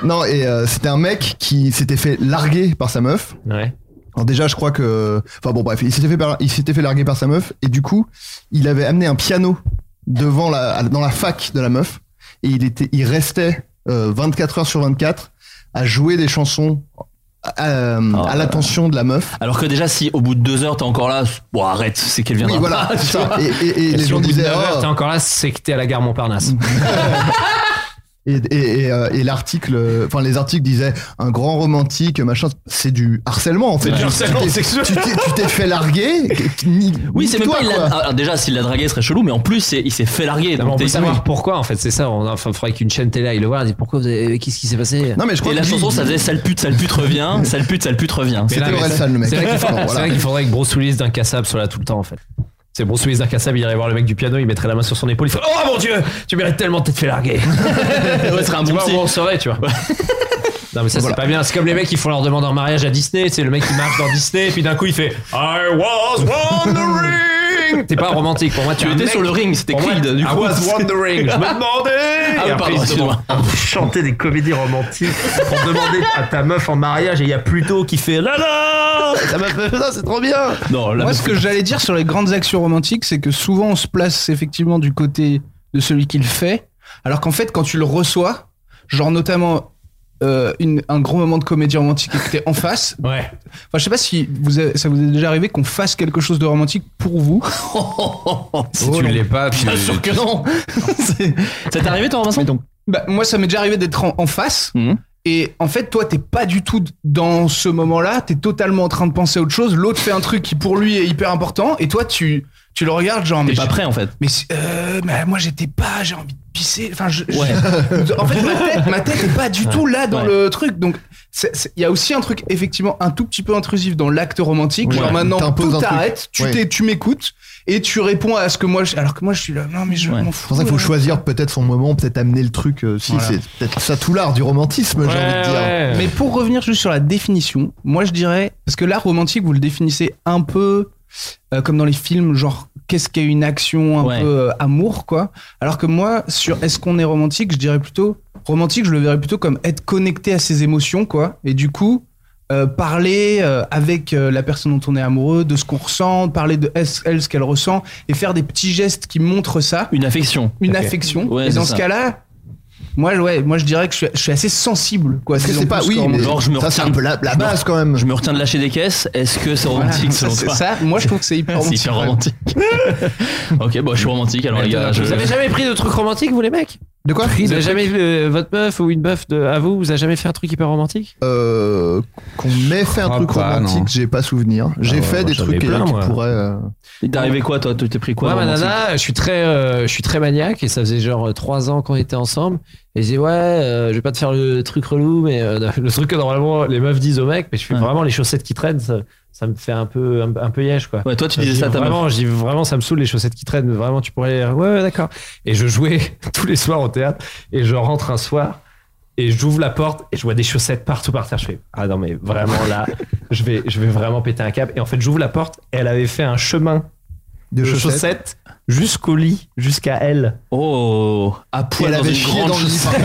H: non, et euh, c'était un mec qui s'était fait larguer par sa meuf.
B: Ouais.
H: Alors déjà, je crois que, enfin bon, bref, il s'était fait, par- il s'était fait larguer par sa meuf et du coup, il avait amené un piano devant la, à- dans la fac de la meuf et il était, il restait euh, 24 heures sur 24 à jouer des chansons à, à- à l'attention de la meuf.
G: Alors que déjà, si au bout de deux heures, t'es encore là, bon, arrête, c'est qu'elle
H: Oui,
G: viendra.
H: voilà,
G: pas,
H: c'est
G: tu vois.
H: ça. Et, et- et
B: Et
H: les
B: si
H: gens
B: au bout de
H: disaient,
B: neuf heures,
H: oh,
B: t'es encore là, c'est que t'es à la gare Montparnasse.
H: Et, et, et, euh, et l'article, euh, enfin les articles disaient un grand romantique, machin, c'est du harcèlement en fait.
I: C'est du
H: Tu-
I: harcèlement
H: tu t'es-
I: sexuel.
H: Tu t'es tu t'es fait larguer.
G: Oui, c'est même
H: Nique-toi,
G: pas. il l'a-
H: quoi.
G: Ah, alors déjà, s'il l'a dragué, ce serait chelou, mais en plus, c'est- il s'est fait
B: Non,
G: larguer.
B: mais
G: donc
B: on peut
G: t'es-
B: savoir pourquoi en fait, c'est ça. On, enfin, faudrait qu'une chaîne télé aille le voir et dise pourquoi vous avez- qu'est-ce qui s'est passé
H: Non, mais je crois
G: Et la
H: que lui,
G: chanson,
H: il-
G: ça hein. faisait sale pute, sale pute revient, sale pute, sale pute revient.
B: Mais là, mais ça- C'est vrai qu'il faudrait, c'est vrai qu'il faudrait que Bruce Willis d'incassable soit là tout le temps en fait. C'est Bruce Willis d'incassable, il irait voir le mec du piano, il mettrait la main sur son épaule, il ferait Oh mon dieu, tu mérites tellement de t'être fait larguer.
G: Ouais, ce serait un
B: tu
G: bon
B: vois,
G: psy.
B: on saurait, tu vois. Non mais ça
G: Voilà.
B: c'est pas bien, c'est comme les mecs qui font leur demande en mariage à Disney, c'est le mec qui marche dans Disney et puis d'un coup il fait I was wondering T'es pas romantique pour moi tu
G: Tu
B: es un
G: étais
B: mec-
G: sur le ring, c'était
B: pour moi,
G: Creed, du
B: I
G: coup.
B: was wondering, je me demandais
G: Ah oui,
B: Et après,
G: pardon,
B: ils sont-
G: excuse-moi.
B: chanter des comédies romantiques pour demander à ta meuf en mariage et il y a plutôt qui fait la la
H: Ça m'a fait ça, c'est trop bien.
G: Non, Oh là,
J: Moi, ce que j'allais dire sur les grandes actions romantiques, c'est que souvent on se place effectivement du côté de celui qui le fait, alors qu'en fait, quand tu le reçois, genre notamment euh, une- un gros moment de comédie romantique et que t'es en face.
B: Ouais.
J: Enfin, je sais pas si vous avez- ça vous est déjà arrivé qu'on fasse quelque chose de romantique pour vous.
K: Si
H: Oh,
K: tu l'es pas, tu-
G: Bien sûr que non. Ah C'est- ça t'est arrivé, toi, Vincent
J: Bah, moi, ça m'est déjà arrivé d'être en, en face.
G: Mhm.
J: Et en fait, toi, t'es pas du tout dans ce moment-là. T'es totalement en train de penser à autre chose. L'autre fait un truc qui, pour lui, est hyper important. Et toi, tu, tu le regardes, genre.
G: T'es
J: mais
G: pas
J: je-
G: prêt, en fait.
J: Mais c'est- euh, mais moi, j'étais pas. J'ai envie de pisser. Enfin, je. je-
G: Ouais.
J: en fait, ma tête, ma tête est pas du tout là dans le truc. Donc, c'est- c'est- il y a aussi un truc, effectivement, un tout petit peu intrusif dans l'acte romantique.
H: Ouais.
J: Genre maintenant,
H: T'imposes
J: tout
H: un truc.
J: t'arrête. Tu
H: Ouais.
J: t'es- tu m'écoutes. Et tu réponds à ce que moi. je- alors que moi, je suis là. Non, mais je m'en
H: C'est
J: fous.
H: pour ça qu'il faut
J: là.
G: hein.
H: choisir peut-être son moment, peut-être amener le truc. euh, si,
J: Voilà.
H: c'est peut-être ça tout l'art du romantisme, j'ai envie de dire.
J: Mais pour revenir juste sur la définition, moi je dirais, parce que l'art romantique, vous le définissez un peu euh, comme dans les films, genre qu'est-ce qu'est une action, un
G: Ouais.
J: peu euh, amour, quoi. Alors que moi, sur est-ce qu'on est romantique, je dirais plutôt, romantique, je le verrais plutôt comme être connecté à ses émotions, quoi. Et du coup, euh, parler euh, avec euh, la personne dont on est amoureux, de ce qu'on ressent, parler de elle, elle, ce qu'elle ressent, et faire des petits gestes qui montrent ça
G: Une affection.
J: une
G: Ok.
J: affection.
G: Ouais,
J: et
G: c'est
J: dans ce
G: ça.
J: cas-là, moi, ouais, moi je dirais que je suis, je suis assez sensible. Quoi.
H: Parce que
J: Sinon,
H: c'est pas,
J: plus
H: oui,
J: qu'en-
H: mais
G: Genre, je me
H: ça c'est
G: retiens.
H: un peu la, la base quand même.
G: Je me retiens de lâcher des caisses. Est-ce que c'est
J: Voilà,
G: romantique
J: ça,
G: selon
J: c'est-
G: toi
J: ça, moi je trouve que c'est hyper
G: C'est
J: romantique.
G: hyper romantique. ok, bon, je suis romantique alors, les gars. Je...
B: Vous avez jamais pris de trucs romantiques vous les mecs
H: De quoi
B: Vous avez jamais euh, votre meuf ou une meuf de, à vous Vous avez jamais fait un truc hyper romantique
H: Euh, qu'on m'ait fait un
B: Ah
K: crois
H: truc
K: pas, non.
H: romantique, j'ai pas souvenir. J'ai
B: bah, ouais,
H: fait
B: moi,
H: des
B: j'en ai
H: trucs
B: plein,
H: qui
B: moi.
H: pourraient. euh,
G: T'es arrivé quoi, toi Tu t'es pris quoi
B: Ouais, ma
G: romantique
B: nana, je suis très, euh, je suis très maniaque et ça faisait genre euh, trois ans qu'on était ensemble. Et je dis ouais, euh, je vais pas te faire le truc relou, mais euh, le truc que normalement les meufs disent aux mecs, mais je fais vraiment les chaussettes qui traînent, ça, ça me fait un peu, un, un peu yèche quoi.
G: Ouais, toi, tu
B: Je
G: disais
B: dis
G: ça à ta
B: vraiment, je dis vraiment, ça me saoule les chaussettes qui traînent. Vraiment, tu pourrais. Ouais, ouais, d'accord. Et je jouais tous les soirs au théâtre et je rentre un soir et j'ouvre la porte et je vois des chaussettes partout par terre. Je fais ah non mais vraiment là, je vais, je vais vraiment péter un câble. Et en fait, j'ouvre la porte et elle avait fait un chemin
H: De
B: de
H: chaussettes.
B: chaussettes, jusqu'au lit, jusqu'à elle.
G: Oh, à
H: Et
G: poil
H: elle
G: dans
H: avait
G: une
H: chié
G: grande
H: dans le lit.
G: chaussette.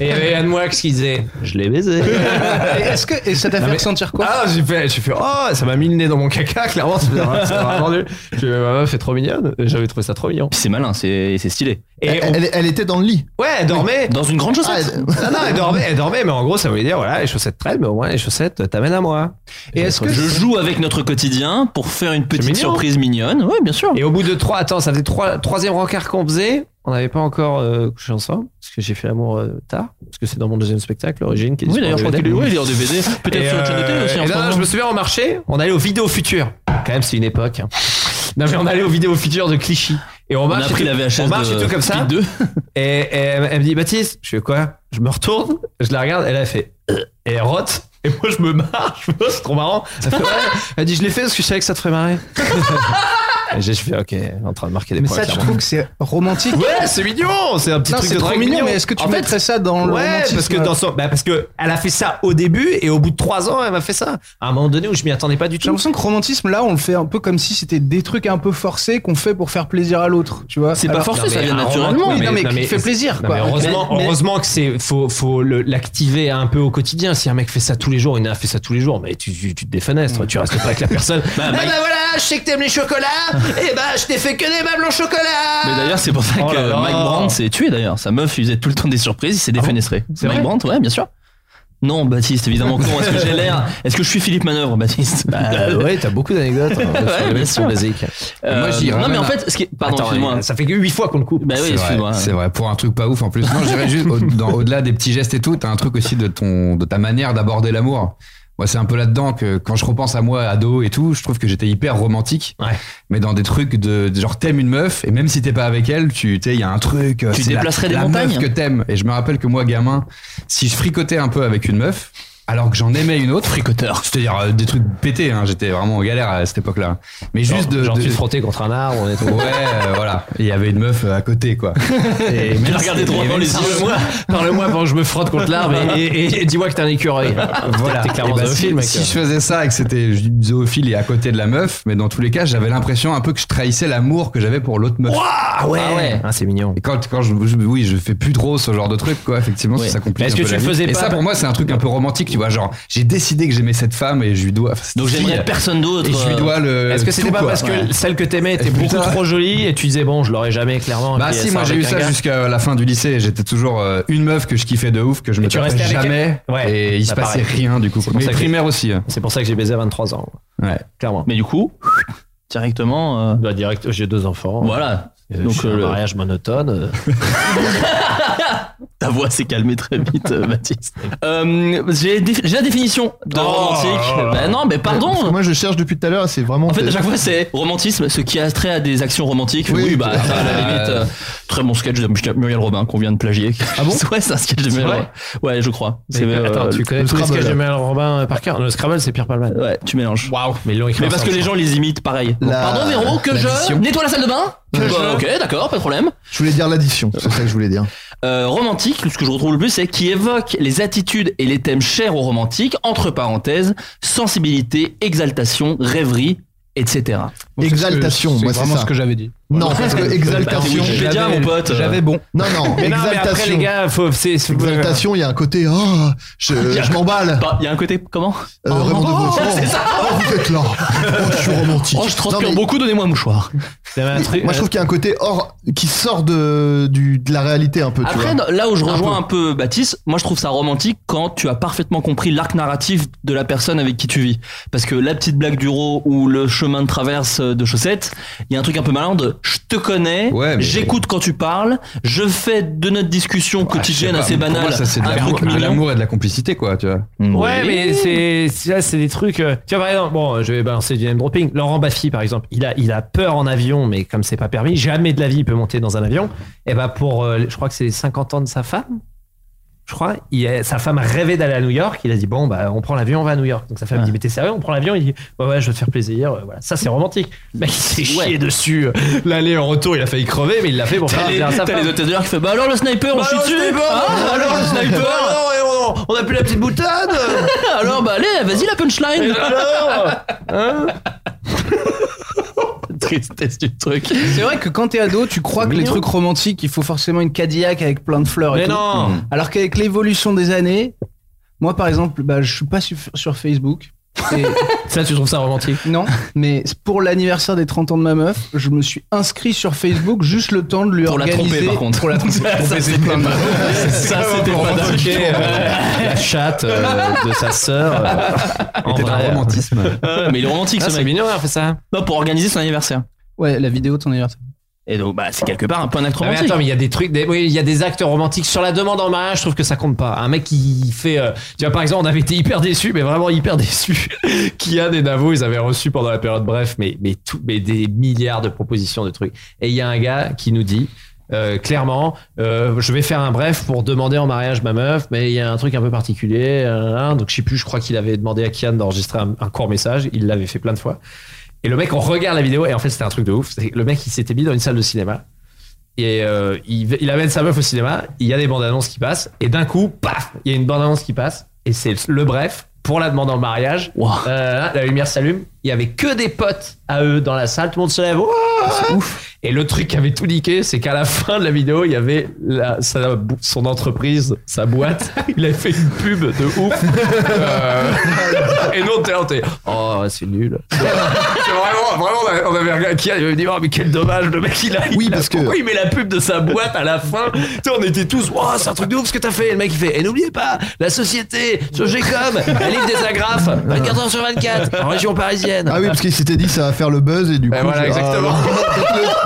B: Et il y avait Anne Wax qui disait Je l'ai baisé.
J: Et Est-ce que et ça t'a fait
B: mais-
J: ressentir quoi
B: Ah, j'ai fait, j'ai fait, oh, ça m'a mis le nez dans mon caca, clairement, ça m'a ça m'a vraiment nul. Je fais, ma meuf est trop mignonne, Et j'avais trouvé ça trop mignon.
G: C'est malin, c'est c'est stylé.
B: Et on-
H: elle, elle était dans le lit.
B: ouais, elle dormait.
G: Dans une grande
H: Ah,
G: chaussette.
H: elle-
B: Non, non, elle dormait, elle dormait, mais en gros, ça voulait dire, voilà, les chaussettes traînent, mais au moins, les chaussettes t'amènent à moi.
J: Et est-ce que
G: Je joue avec notre quotidien pour faire une petite
B: mignon.
G: surprise mignonne. Ouais, bien sûr.
B: Et au bout de trois, attends, ça faisait trois, troisième rencard qu'on faisait. On n'avait pas encore euh, couché ensemble, parce que j'ai fait l'amour euh, tard, parce que c'est dans mon deuxième spectacle, Origine, qui est
G: Oui, d'ailleurs, je crois
B: disponible
G: qu'il est
B: en
G: ouais,
B: DVD.
G: il est en DVD. Peut-être
B: Et,
G: sur le
B: euh,
G: Channel aussi.
B: et
G: en ce
B: non,
G: moment.
B: je me souviens, on marchait, on allait aux vidéos futures. Quand même, c'est une époque. hein. Non, mais on allait aux vidéos futures de Clichy. Et on
G: On
B: marche.
G: a
B: et
G: pris
B: tout-
G: la VHS
B: on marche
G: de
B: et tout comme ça.
G: Speed 2.
B: Et, et elle, elle me dit, Baptiste, je fais quoi Je me retourne, je la regarde, elle a fait. Euh Et elle rote. Et moi, je me marre. Je me dis, c'est trop marrant. Elle, fait, ouais. Elle dit, je l'ai fait parce que je savais que ça te ferait marrer. et j'ai- je fais, ok, elle est en train de marquer des
J: Mais
B: points.
J: ça, tu
B: clairement.
J: trouves que c'est romantique
B: Ouais, c'est mignon, c'est un petit
J: Non,
B: truc
J: c'est
B: de
J: trop
B: drague
J: mignon, mais est-ce que tu
B: En fait,
J: mettrais ça dans le
B: Ouais,
J: romantisme
B: parce que dans son, bah parce que elle a fait ça au début et au bout de trois ans, elle m'a fait ça. À un moment donné où je m'y attendais pas du
J: J'ai
B: tout.
J: l'impression que romantisme, là, on le fait un peu comme si c'était des trucs un peu forcés qu'on fait pour faire plaisir à l'autre, tu vois.
G: C'est pas
J: Alors-
G: forcé,
B: Non,
G: ça
B: mais
G: vient
B: un
G: naturellement.
B: roman,
J: Oui,
B: mais-
J: non, mais
B: non,
J: qui
B: mais-
J: te fait plaisir,
B: Non,
J: quoi.
B: mais heureusement,
J: Mais- mais-
B: heureusement que c'est faut faut le- l'activer un peu au quotidien. Si un mec fait ça tous les jours, une nana fait ça tous les jours, mais tu tu, tu te défenestres, tu restes pas avec la personne.
G: Bah, Mike-
B: voilà, je sais que t'aimes les chocolats. et bah je t'ai fait que des meubles au chocolat.
G: Mais d'ailleurs, c'est pour ça que
B: Oh là là.
G: Mike Brandt s'est tué d'ailleurs. Sa meuf, il faisait tout le temps des surprises, il s'est défenestré.
B: C'est
G: Mike
B: vrai
G: Brandt, ouais, bien sûr. Non, Baptiste, évidemment que non. Est-ce que j'ai l'air Est-ce que je suis Philippe Manœuvre, Baptiste
B: Bah ouais, t'as beaucoup d'anecdotes hein, sur
G: Ouais,
B: les
G: bien
B: mecs
G: sûr.
B: sont basiques.
G: Euh,
B: Moi, j'y
G: non, mais en
B: ramène-
G: fait, ce qui est- pardon,
B: Attends,
G: excuse-moi.
B: Ça fait que 8 fois qu'on le coupe.
G: Bah oui,
K: C'est vrai,
G: excuse-moi.
K: C'est vrai, pour un truc pas ouf en plus. Non, je dirais juste, au- dans- au-delà des petits gestes et tout, t'as un truc aussi de, ton, de ta manière d'aborder l'amour. Moi, c'est un peu là-dedans que quand je repense à moi, ado et tout, je trouve que j'étais hyper romantique. Mais dans des trucs de, de genre, t'aimes une meuf, et même si t'es pas avec elle, tu tu sais, il y a un truc. euh,
G: Tu
K: c'est la-
G: déplacerais des
K: la
G: montagnes
K: meuf que t'aimes. Et je me rappelle que moi, gamin, si je fricotais un peu avec une meuf, alors que j'en aimais une autre.
G: Fricoteur.
K: C'est-à-dire euh, des trucs pétés, hein, j'étais vraiment en galère à cette époque-là. Mais juste de.
B: Genre,
K: de-
B: tu te frottais contre un arbre, on est
K: Ouais, euh, voilà. Et Il y avait une meuf euh, à côté, quoi. Et
B: Tu
K: même
B: l'as
K: si-
B: regardé droit
K: et
B: dans
K: même
B: les
K: si-
B: yeux. Parle-moi avant que je me frotte contre l'arbre et, et- et dis-moi que t'es un écureuil.
K: Voilà.
B: T'es clairement
K: Et bah,
B: dans le
K: si,
B: film, mec.
K: si je faisais ça et que c'était zoophile et à côté de la meuf, mais dans tous les cas, j'avais l'impression un peu que je trahissais l'amour que j'avais pour l'autre meuf.
B: Ah ouais, Ah, c'est mignon.
K: Et quand, quand je, je- oui, je fais plus trop ce genre de truc, quoi. Effectivement,
B: Ouais.
K: ça complique.
B: Est-ce
K: un
B: que
K: peu
B: tu
K: la
B: le
K: vie.
B: faisais
K: Et
B: pas
K: ça, pour moi, c'est un truc un peu romantique, tu vois. Genre, j'ai décidé que j'aimais cette femme et je lui dois. enfin, cette
G: Donc, j'aimerais
K: fille,
G: personne d'autre,
K: Et je lui
G: euh,
K: dois le.
B: Est-ce que c'était
K: tout,
B: pas
K: quoi.
B: parce que
K: Ouais.
B: celle que t'aimais était
K: Et
B: beaucoup
K: putain.
B: trop jolie et tu disais bon, je l'aurais jamais clairement. et
K: Bah
B: puis elle
K: si,
B: sort
K: moi j'ai eu
B: avec un
K: ça
B: gars.
K: jusqu'à la fin du lycée. J'étais toujours euh, une meuf que je kiffais de ouf, que je me
B: tu
K: tapais
B: restais avec
K: jamais.
B: elle Ouais.
K: Et il se
B: Bah,
K: passait
B: pareil.
K: rien du coup.
B: C'est pour
K: Mais
B: ça que-
K: primaire aussi. hein.
B: C'est pour ça que j'ai baisé à 23 ans.
K: Ouais.
B: Clairement.
G: Mais du coup, directement. euh,
B: Bah, direct, j'ai deux enfants.
G: Voilà.
B: Euh,
G: Donc,
B: je suis
G: euh,
B: un
G: le-
B: mariage monotone.
G: Ta voix s'est calmée très vite, euh, Baptiste. Euh, j'ai défi- j'ai la définition
B: Oh
G: de romantique. Bah non, mais
H: Parce que
G: pardon.
H: Moi, je cherche depuis tout à l'heure, c'est vraiment.
G: En fait, à chaque fois, c'est romantisme, ce qui a trait à des actions romantiques. Oui,
H: Oui,
G: bah,
H: bah,
G: à la
H: bah,
G: limite,
H: euh,
G: euh, très bon sketch de Muriel Robin qu'on vient de plagier. Ah bon Ouais, c'est un sketch de Muriel
B: vrai
G: Robin. Ouais, je crois. C'est,
B: Mais,
G: euh,
B: attends, tu connais
G: le
B: tous les
G: Scrabble.
B: sketchs de Mel Robin euh, par cœur Le Scrabble, c'est Pierre Palman.
G: Ouais, tu mélanges.
B: Waouh. Mais ils l'ont écrit
G: Mais parce que
B: ensemble,
G: les gens les imitent pareil.
H: La-
G: Pardon, Véro, que je
H: l'addition.
G: nettoie la salle de bain
H: Que
G: Bah,
H: je-
G: Ok, d'accord, pas de problème.
H: Je voulais dire l'addition, c'est ça que je voulais dire.
G: Euh, romantique, ce que je retrouve le plus, c'est qui évoque les attitudes et les thèmes chers aux romantiques, entre parenthèses, sensibilité, exaltation, rêverie, etc.
H: Exaltation, moi c'est
J: vraiment
H: ça.
J: ce que j'avais dit.
H: Non, parce que exaltation.
G: Bah, Wikipédia,
H: J'avais-
G: mon pote.
J: J'avais bon.
H: Non, non,
B: Mais non, mais après, les
H: exaltation.
B: gars, faut. c'est- c'est-
H: Exaltation, il y a un côté, oh, je, je m'emballe.
G: Bah, Il y a un côté, comment
H: Euh, Raymond Devos. Oh, oh, vous êtes là. Oh, je suis romantique.
G: Oh, je
H: Non,
G: transpire
H: mais
G: beaucoup, donnez-moi un mouchoir.
B: Il y avait un truc-
H: Moi, je trouve qu'il y a un côté hors, qui sort de, du, de la réalité un peu. tu vois.
G: Après, non, là où je rejoins un peu. Baptiste, moi je trouve ça romantique quand tu as parfaitement compris l'arc narratif de la personne avec qui tu vis. Parce que la petite blague du rot ou le chemin de traverse de chaussettes, il y a un truc un peu malin de je te connais,
K: Ouais, mais-
G: j'écoute quand tu parles, je fais de notre discussion quotidienne
K: Je sais pas,
G: assez banale
K: pour
G: Ah.
K: Moi, ça, c'est de
G: un
K: l'amour-
G: truc
K: de
G: mignon.
K: l'amour et de la complicité, quoi, tu vois.
B: Ouais, mais c'est ça, c'est des trucs. euh, Tu vois, par exemple, bon, je vais balancer du name dropping. Laurent Baffy, par exemple, il a, il a peur en avion, mais comme c'est pas permis, jamais de la vie il peut monter dans un avion. Et ben pour, euh, je crois que c'est les 50 ans de sa femme. Je crois, il a- sa femme rêvait d'aller à New York. Il a dit bon, bah on prend l'avion, on va à New York. Donc sa femme
G: Ouais.
B: dit mais t'es sérieux, on prend l'avion. Il dit ouais ouais, je veux te faire plaisir. euh, Voilà, ça c'est romantique. Le Mec, il s'est
G: Ouais.
B: chié dessus. euh. L'aller en retour, il a failli crever, mais il l'a fait pour faire
G: T'as les,
B: plaisir à sa
G: t'as
B: femme.
G: les hôtesses de l'air qui fait bah alors le sniper, on
B: Bah,
G: chie
B: alors,
G: dessus
B: le sniper, Bah
G: Ah, alors le sniper
B: alors, et on- on a plus la petite boutade.
G: Alors bah allez, vas-y la punchline
B: Alors Hein
G: Tristesse du truc.
J: C'est vrai que quand t'es ado, tu crois que les trucs romantiques, il faut forcément une Cadillac avec plein de fleurs et
B: Mais
J: tout. Mmh.
B: non.
J: Alors qu'avec l'évolution des années, moi par exemple, bah, je suis pas sur, sur Facebook. Et-
B: Ça, tu trouves ça romantique
J: non, mais pour l'anniversaire des 30 ans de ma meuf, je me suis inscrit sur Facebook juste le temps de lui
G: Pour la
J: organiser.
G: tromper par contre.
J: Pour la tromper.
G: Ça,
J: tromper, c'est
G: c'était
J: plein de-
G: pas- Ça c'était pas
B: Ok,
G: dingue.
B: euh, la chatte euh, de sa sœur. euh, en
K: C'était un
B: vrai.
K: romantisme.
G: Ouais, Mais il est romantique
B: Ah,
G: ce
B: c'est
G: mec.
B: mignon d'avoir fait ça.
G: Non, pour organiser son anniversaire.
J: Ouais, la vidéo de ton anniversaire.
G: Et donc, bah, c'est quelque part un peu un acte
B: Ah, mais
G: romantique.
B: attends, mais il y a des trucs, des- oui, il y a des actes romantiques sur la demande en mariage. Je trouve que ça compte pas. Un mec qui fait, euh, tu vois, par exemple, on avait été hyper déçus, mais vraiment hyper déçus. Kian et Navo, ils avaient reçu pendant la période bref, mais mais tout, mais des milliards de propositions de trucs. Et il y a un gars qui nous dit. euh, clairement, euh, je vais faire un bref pour demander en mariage ma meuf, mais il y a un truc un peu particulier. euh, hein, donc je sais plus, je crois qu'il avait demandé à Kian d'enregistrer un- un court message. Il l'avait fait plein de fois. Et le mec, on regarde la vidéo et en fait, c'était un truc de ouf. C'est- Le mec, il s'était mis dans une salle de cinéma et euh, il, il amène sa meuf au cinéma. Il y a des bandes annonces qui passent et d'un coup, paf, il y a une bande annonce qui passe et c'est le bref pour la demande en mariage. Euh, la lumière s'allume. Il y avait que des potes à eux dans la salle. Tout le monde se lève. Ouah Et le truc qui avait tout niqué, c'est qu'à la fin de la vidéo, il y avait la- sa bou- son entreprise, sa boîte. il avait fait une pub de ouf. Euh, et nous, on était là, on était, Oh, c'est nul. C'est vraiment, vraiment, on avait- on avait regardé qui avait dit, oh, mais quel dommage, le mec, il a. Oui, parce que. Pourquoi il met la pub de sa boîte à la fin Tu sais, on était tous, oh, c'est un truc de ouf ce que t'as fait. Et le mec, il fait, et n'oubliez pas, la société, sur Gcom, elle livre des agrafes, 24 heures sur 24, en région parisienne.
H: Ah oui, parce qu'il s'était dit ça va faire le buzz et du coup.
B: Ben voilà,
H: je- ah,
B: exactement.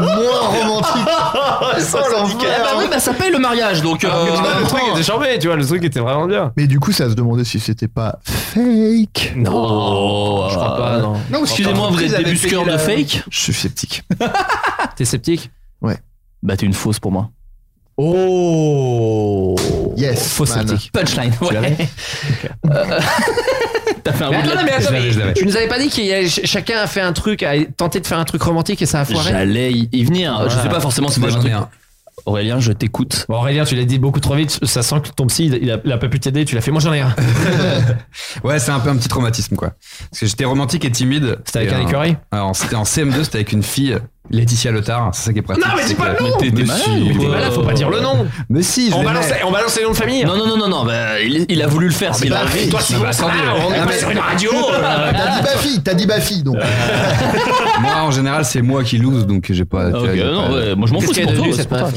H: moins romantique.
B: ça, c'est nickel.
G: Ah bah oui, bah ça paye le mariage, donc. euh,
B: Alors que tu vois, le truc était charmé, tu vois, le truc était vraiment bien.
H: Mais du coup, ça se demandait si c'était pas fake.
G: Non,
B: je crois pas, non.
H: Non,
G: excusez-moi, vous
H: Ils
G: êtes
H: avaient
G: des
H: payé
G: busqueurs de
H: la-
G: fake
H: Je suis sceptique.
B: T'es sceptique
H: Ouais.
G: Bah t'es une fausse pour moi.
B: Oh
H: Yes.
G: Fausse
H: man.
G: sceptique. Punchline.
H: Tu l'avais
G: Ouais. Euh, T'as fait un
B: Mais
G: bout de
B: attends,
G: la-
B: mais attends,
G: Je l'avais,
B: mais
G: je l'avais.
B: tu nous avais pas dit qu'il y a- ch- chacun a fait un truc, a tenté de faire un truc romantique et ça a foiré.
G: J'allais y y venir. Je
B: Voilà.
G: sais pas forcément si
B: Moi,
G: c'est un
B: j'en ai
G: truc.
B: un.
G: Aurélien, je t'écoute.
B: Bon, Aurélien, tu l'as dit beaucoup trop vite. Ça sent que ton psy, il il a, il a pas pu t'aider. Tu l'as fait. Moi, j'en ai un. hein.
K: Ouais, c'est un peu un petit traumatisme, quoi. Parce que j'étais romantique et timide. C'était
B: avec un écureuil
K: Alors, c'était en CM2, c'était avec une fille, Laetitia Lothar. C'est ça qui est pratique.
B: Non, mais dis
K: c'est
B: pas
K: que-
B: le nom
K: Mais
G: Mais
K: t'es-
G: malade
K: t'es
G: ou
K: malade,
G: quoi
B: malade, faut pas dire
K: Ah
B: le nom.
K: Mais si, je
B: On
K: l'aimais.
B: balance, les- on balance les noms de famille.
G: Non, non, non, non, non, bah, il, il a voulu le faire,
B: Ah,
G: c'est
B: mais
G: la
B: bah,
G: vie.
B: toi, si
G: Ah,
B: vous-
G: bah, attendez.
B: Ah, on est
G: Ah,
B: pas
G: mais-
B: sur une radio. euh,
H: T'as dit ma fille, t'as dit ma fille donc.
K: moi, en général, c'est moi qui lose, donc j'ai pas.
G: Ok,
K: j'ai
G: non,
K: pas-
G: ouais, moi je m'en
B: Qu'est-ce
G: fous, c'est
B: qu'elle est
G: pour toi.
B: devenue,
G: c'est
B: cette
G: pour toi.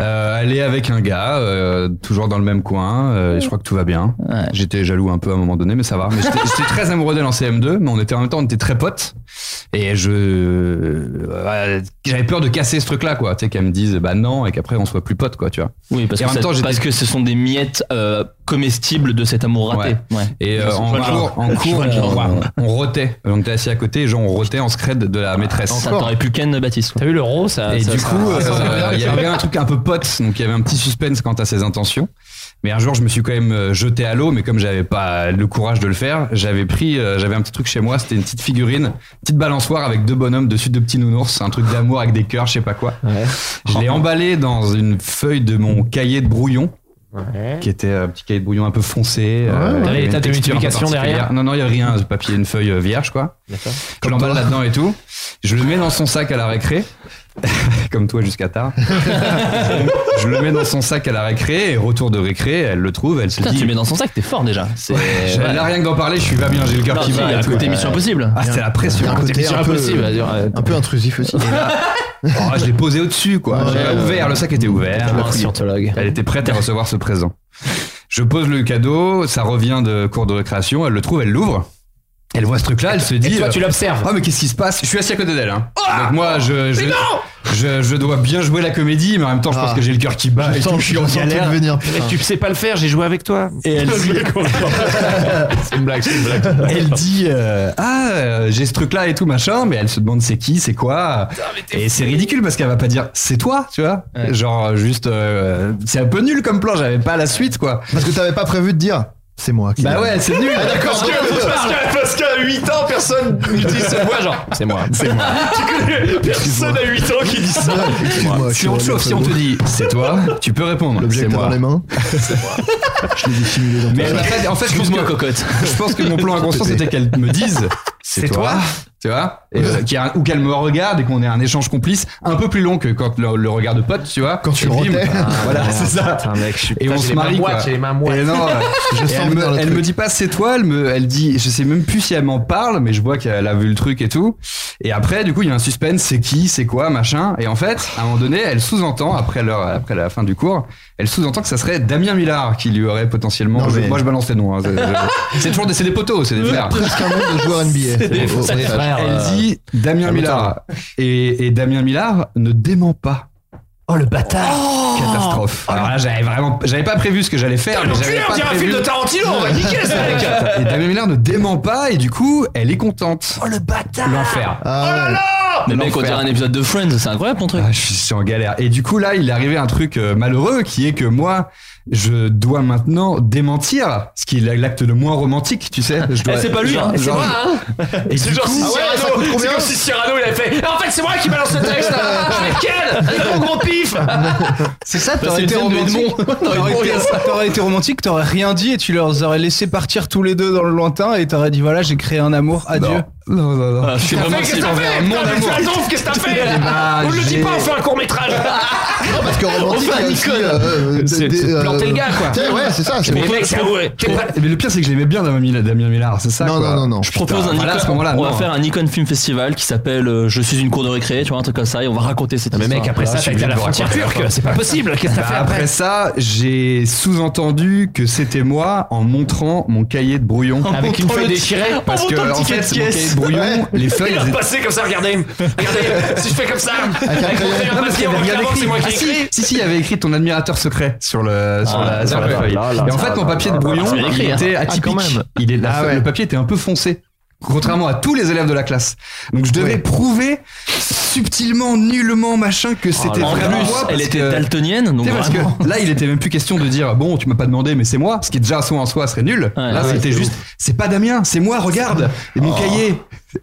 K: Euh, elle est avec un gars, euh, toujours dans le même coin. euh, et je crois que tout va bien.
G: Ouais.
K: J'étais jaloux un peu à un moment donné, mais ça va. Mais j'étais j'étais très amoureux d'elle en CM2, mais on était en même temps, on était très potes. Et je, euh, j'avais peur de casser ce truc-là, quoi. Tu sais qu'elle me dise, bah non, et qu'après on soit plus potes, quoi, tu vois.
G: Oui, parce
K: Et
G: que,
K: en même
G: ça-
K: temps, j'étais-
G: parce que ce sont des miettes euh, comestibles de cet amour raté. Ouais.
K: Et euh,
G: Je
K: en,
G: vois le
K: cours,
G: genre.
K: en euh,
G: Je
K: cours,
G: vois le genre.
K: on, on rotait. On était assis à côté, et genre on rotait en scred de la maîtresse.
G: Ça, t'aurais pu Ken Baptiste. quoi.
B: T'as vu l'euro, ça.
K: Et
B: ça-
K: du
B: ça-
K: coup,
B: ça-
K: euh,
B: ça-
K: il y avait un truc un peu pote, donc il y avait un petit suspense quant à ses intentions. Mais un jour, je me suis quand même euh, jeté à l'eau, mais comme j'avais pas le courage de le faire, j'avais pris, euh, j'avais un petit truc chez moi, c'était une petite figurine, petite balançoire avec deux bonhommes dessus, deux petits nounours, un truc d'amour avec des cœurs, je sais pas quoi. Je l'ai emballé dans une feuille de mon cahier de brouillon, qui était un petit cahier de brouillon un peu foncé.
B: Euh, T'avais
K: qui avait
B: les
K: une
B: tas de
K: texture un peu
B: multiplications derrière
K: particulière. Non, non, il y avait rien, du papier, une feuille euh, vierge, quoi. Je l'emballe là-dedans et tout. Je le mets dans son sac à la récré, comme toi jusqu'à tard. je le mets dans son sac à la récré et retour de récré, elle le trouve, elle se
G: Putain,
K: dit.
G: tu le mets dans son sac, t'es fort déjà. C'est.
K: Je-
G: ouais.
K: Là, rien que d'en parler, je suis pas bien, j'ai le cœur
G: Non,
K: qui
G: si, il y
K: va.
G: a
K: et
G: un
K: tout.
G: côté Mission Impossible.
K: Ah,
H: Il
K: c'était la
H: y a
K: pression.
H: un côté
B: euh, C'est
H: un
B: impossible.
H: peu,
B: à dire, euh,
H: un peu intrusif aussi.
K: Oh, je l'ai posé au-dessus, quoi.
H: Ouais,
K: J'avais
H: ouais,
K: ouvert, le sac était ouvert.
B: Un scientologue.
K: Elle était prête à recevoir ce présent. Je pose le cadeau, ça revient de cours de récréation, elle le trouve, elle l'ouvre. Elle voit ce truc-là, elle se dit.
B: Et toi, tu
K: euh,
B: l'observes.
K: Oh mais qu'est-ce qui se passe Je suis assis à côté d'elle. Hein. Donc moi je je, je je dois bien jouer la comédie, mais en même temps je pense
H: Ah.
K: que j'ai le cœur qui bat.
H: Je
K: et tout,
H: sens,
K: je suis en
H: je sens tout
K: galère.
H: venir.
B: Mec,
H: putain.
B: tu sais pas le faire, j'ai joué avec toi.
K: Et elle,
B: C'est une blague, c'est une blague.
K: elle dit euh, ah euh, j'ai ce truc là et tout machin, mais elle se demande c'est qui, c'est quoi. Et c'est ridicule parce qu'elle va pas dire c'est toi, tu vois. Genre euh, juste euh, c'est un peu nul comme plan. J'avais pas la suite quoi.
H: Parce que t'avais pas prévu de dire. C'est moi qui.
I: Ah
H: Ah,
K: Bah ouais c'est nul.
B: Ah,
I: Parce que- parce que- parce qu'à 8 ans, personne ne dit c'est moi, genre.
K: C'est moi. C'est moi.
I: Tu connais personne à 8 ans qui dit ça.
H: Excuse-moi.
K: si on,
H: je suis
K: sauf si on te dit c'est toi, tu peux répondre.
H: L'objet
K: C'est
H: que t'as dans les
K: moi.
H: mains. Je l'ai dissimulé dans
K: Mais
H: ton
K: elle m'a
H: sac.
K: pas- en fait, je pense
G: Excuse-moi,
K: que-
G: cocotte.
K: je pense que mon plan inconscient c'était qu'elle me dise c'est toi, tu vois et, euh, qu'il y a un- ou qu'elle me regarde et qu'on ait un échange complice un peu plus long que quand le, le regard de pote tu Ah, vois
H: Quand tu
K: Et bim,
H: rotais.
K: voilà c'est ça et on se marie quoi.
B: J'ai les mains moites.
K: Et non,
H: Je
K: et
H: sens
K: elle,
H: venir
K: me,
H: le
K: elle
H: truc.
K: me dit pas c'est toi, elle me, elle dit, je sais même plus si elle m'en parle, mais je vois qu'elle a vu le truc et tout. Et après, du coup, il y a un suspense, c'est qui, c'est quoi, machin. Et en fait, à un moment donné, elle sous-entend, après l'heure, après la fin du cours, elle sous-entend que ça serait Damien Millard qui lui aurait potentiellement.
H: Non,
K: je-
H: mais-
K: moi, je balance les noms. hein, c'est- je- c'est toujours des, c'est des poteaux, c'est des frères.
H: Presque un monde de joueurs
K: des-
H: NBA. Au- au-
K: c'est des
H: au-
B: frères.
K: Elle
H: euh,
K: dit Damien
B: Attends.
K: Millard. Et, et Damien Millard ne dément pas.
B: Oh le bâtard.
K: Catastrophe. Alors Oh là, j'avais vraiment, j'avais pas prévu ce que j'allais faire. mais j'avais pas prévu-
B: Tarantino, on va niquer ce mec.
K: et Damien Miller ne dément pas et du coup elle est contente. Oh le bâtard L'enfer.
I: Oh
H: Ah ouais.
G: Mais mec, on
K: L'enfer.
G: dirait un épisode de Friends, c'est incroyable ton truc.
K: Ah, je suis je suis en galère. Et du coup là il est arrivé un truc euh, malheureux qui est que moi je dois maintenant démentir ce qui est l'acte le moins romantique, tu sais. Je dois,
I: Eh, c'est pas lui,
K: genre-
I: hein, c'est
K: genre-
I: moi, hein.
K: Et
I: C'est
K: du
I: genre
K: coup-
I: si
K: Ah ouais, ça coûte
I: Cyrano, c'est
K: combien
I: comme si Cyrano il a fait. Ah, En fait, c'est moi qui balance le texte. là. Je fais quel Avec mon gros pif.
J: C'est ça,
I: Bah, c'est
J: t'aurais été
I: le thème de
J: romantique.
I: Edmond.
J: T'aurais
I: Edmond, il
J: été,
I: a ça.
J: t'aurais été romantique, t'aurais rien dit et tu leur aurais laissé partir tous les deux dans le lointain et t'aurais dit voilà, j'ai créé un amour, adieu.
K: Non, non, non.
G: Ah, je suis vraiment
I: Qu'est-ce que t'as
G: ciblé
I: fait
G: envers mon
I: Putain, mais
G: amour.
I: fais attention, Qu'est-ce que t'as fait
K: bah,
I: On ne le dit
K: j'ai-
I: pas, on fait un court métrage.
H: Parce que romantique,
I: On fait un
H: il y a aussi,
I: Nikon.
H: euh, de-
K: C'est-
H: des-
K: c'est
H: euh,
K: planter le gars, quoi.
H: tiens, Ouais, c'est ça. c'est
K: Mais
H: pour-
K: mec, c'est avoué.
H: pour-
K: Mais le pire, c'est que je l'aimais bien, Damien Millard- Damien Millard, c'est ça
H: Non,
K: quoi.
H: non, non, non.
G: Je propose
K: Putain,
G: un
K: voilà, à ce
G: Nikon,
K: moment-là,
G: on va
K: non.
G: faire un Nikon Film Festival qui s'appelle euh, Je suis une cour de récré, tu vois, un truc comme ça, et on va raconter cette
B: mais
G: histoire. Ah,
B: mec, après ça, t'as été à la frontière turque, c'est pas possible. Qu'est-ce que t'as
K: Bah,
B: fait
K: après
B: après
K: ça, j'ai sous-entendu que c'était moi en montrant mon cahier de brouillon
B: Avec une feuille déchirée
K: parce que en fait, mon cahier de brouillon, les feuilles
I: Il
K: elles
I: a
K: étaient-
I: passé comme ça, regardez. Regardez, si je fais comme ça, avec mon crayon
K: Non, parce
I: papier,
K: qu'il y
I: on
K: avait
I: regarde,
K: rien
I: c'est moi qui
K: écrit. Ah,
I: écris.
K: si, si, si, il y avait écrit ton admirateur secret sur le sur
G: Ah,
K: la, sur la
G: là,
K: feuille.
G: là, Ah, bah, là,
K: et en
G: là,
K: fait,
G: là,
K: mon papier
G: là,
K: de
G: là,
K: brouillon
G: là, là,
K: il
G: là.
K: était
G: Ah,
K: atypique.
G: quand même.
K: Il est, la
H: Ah
K: feuille-
H: ouais.
K: Le papier était un peu foncé, contrairement à tous les élèves de la classe. Donc je devais
H: Ouais.
K: prouver subtilement, nullement, machin, que c'était
G: Oh, en
K: vraiment
G: plus,
K: moi.
G: elle
K: parce
G: était
K: que-
G: daltonienne, donc
K: Tu sais, parce
G: vraiment.
K: que là, il était même plus question de dire bon, tu m'as pas demandé, mais c'est moi, ce qui déjà soit en soi serait nul.
G: Ouais,
K: là,
G: ouais,
K: c'était
G: c'est
K: juste, c'est pas Damien, c'est moi, regarde, et mon
G: Oh.
K: cahier.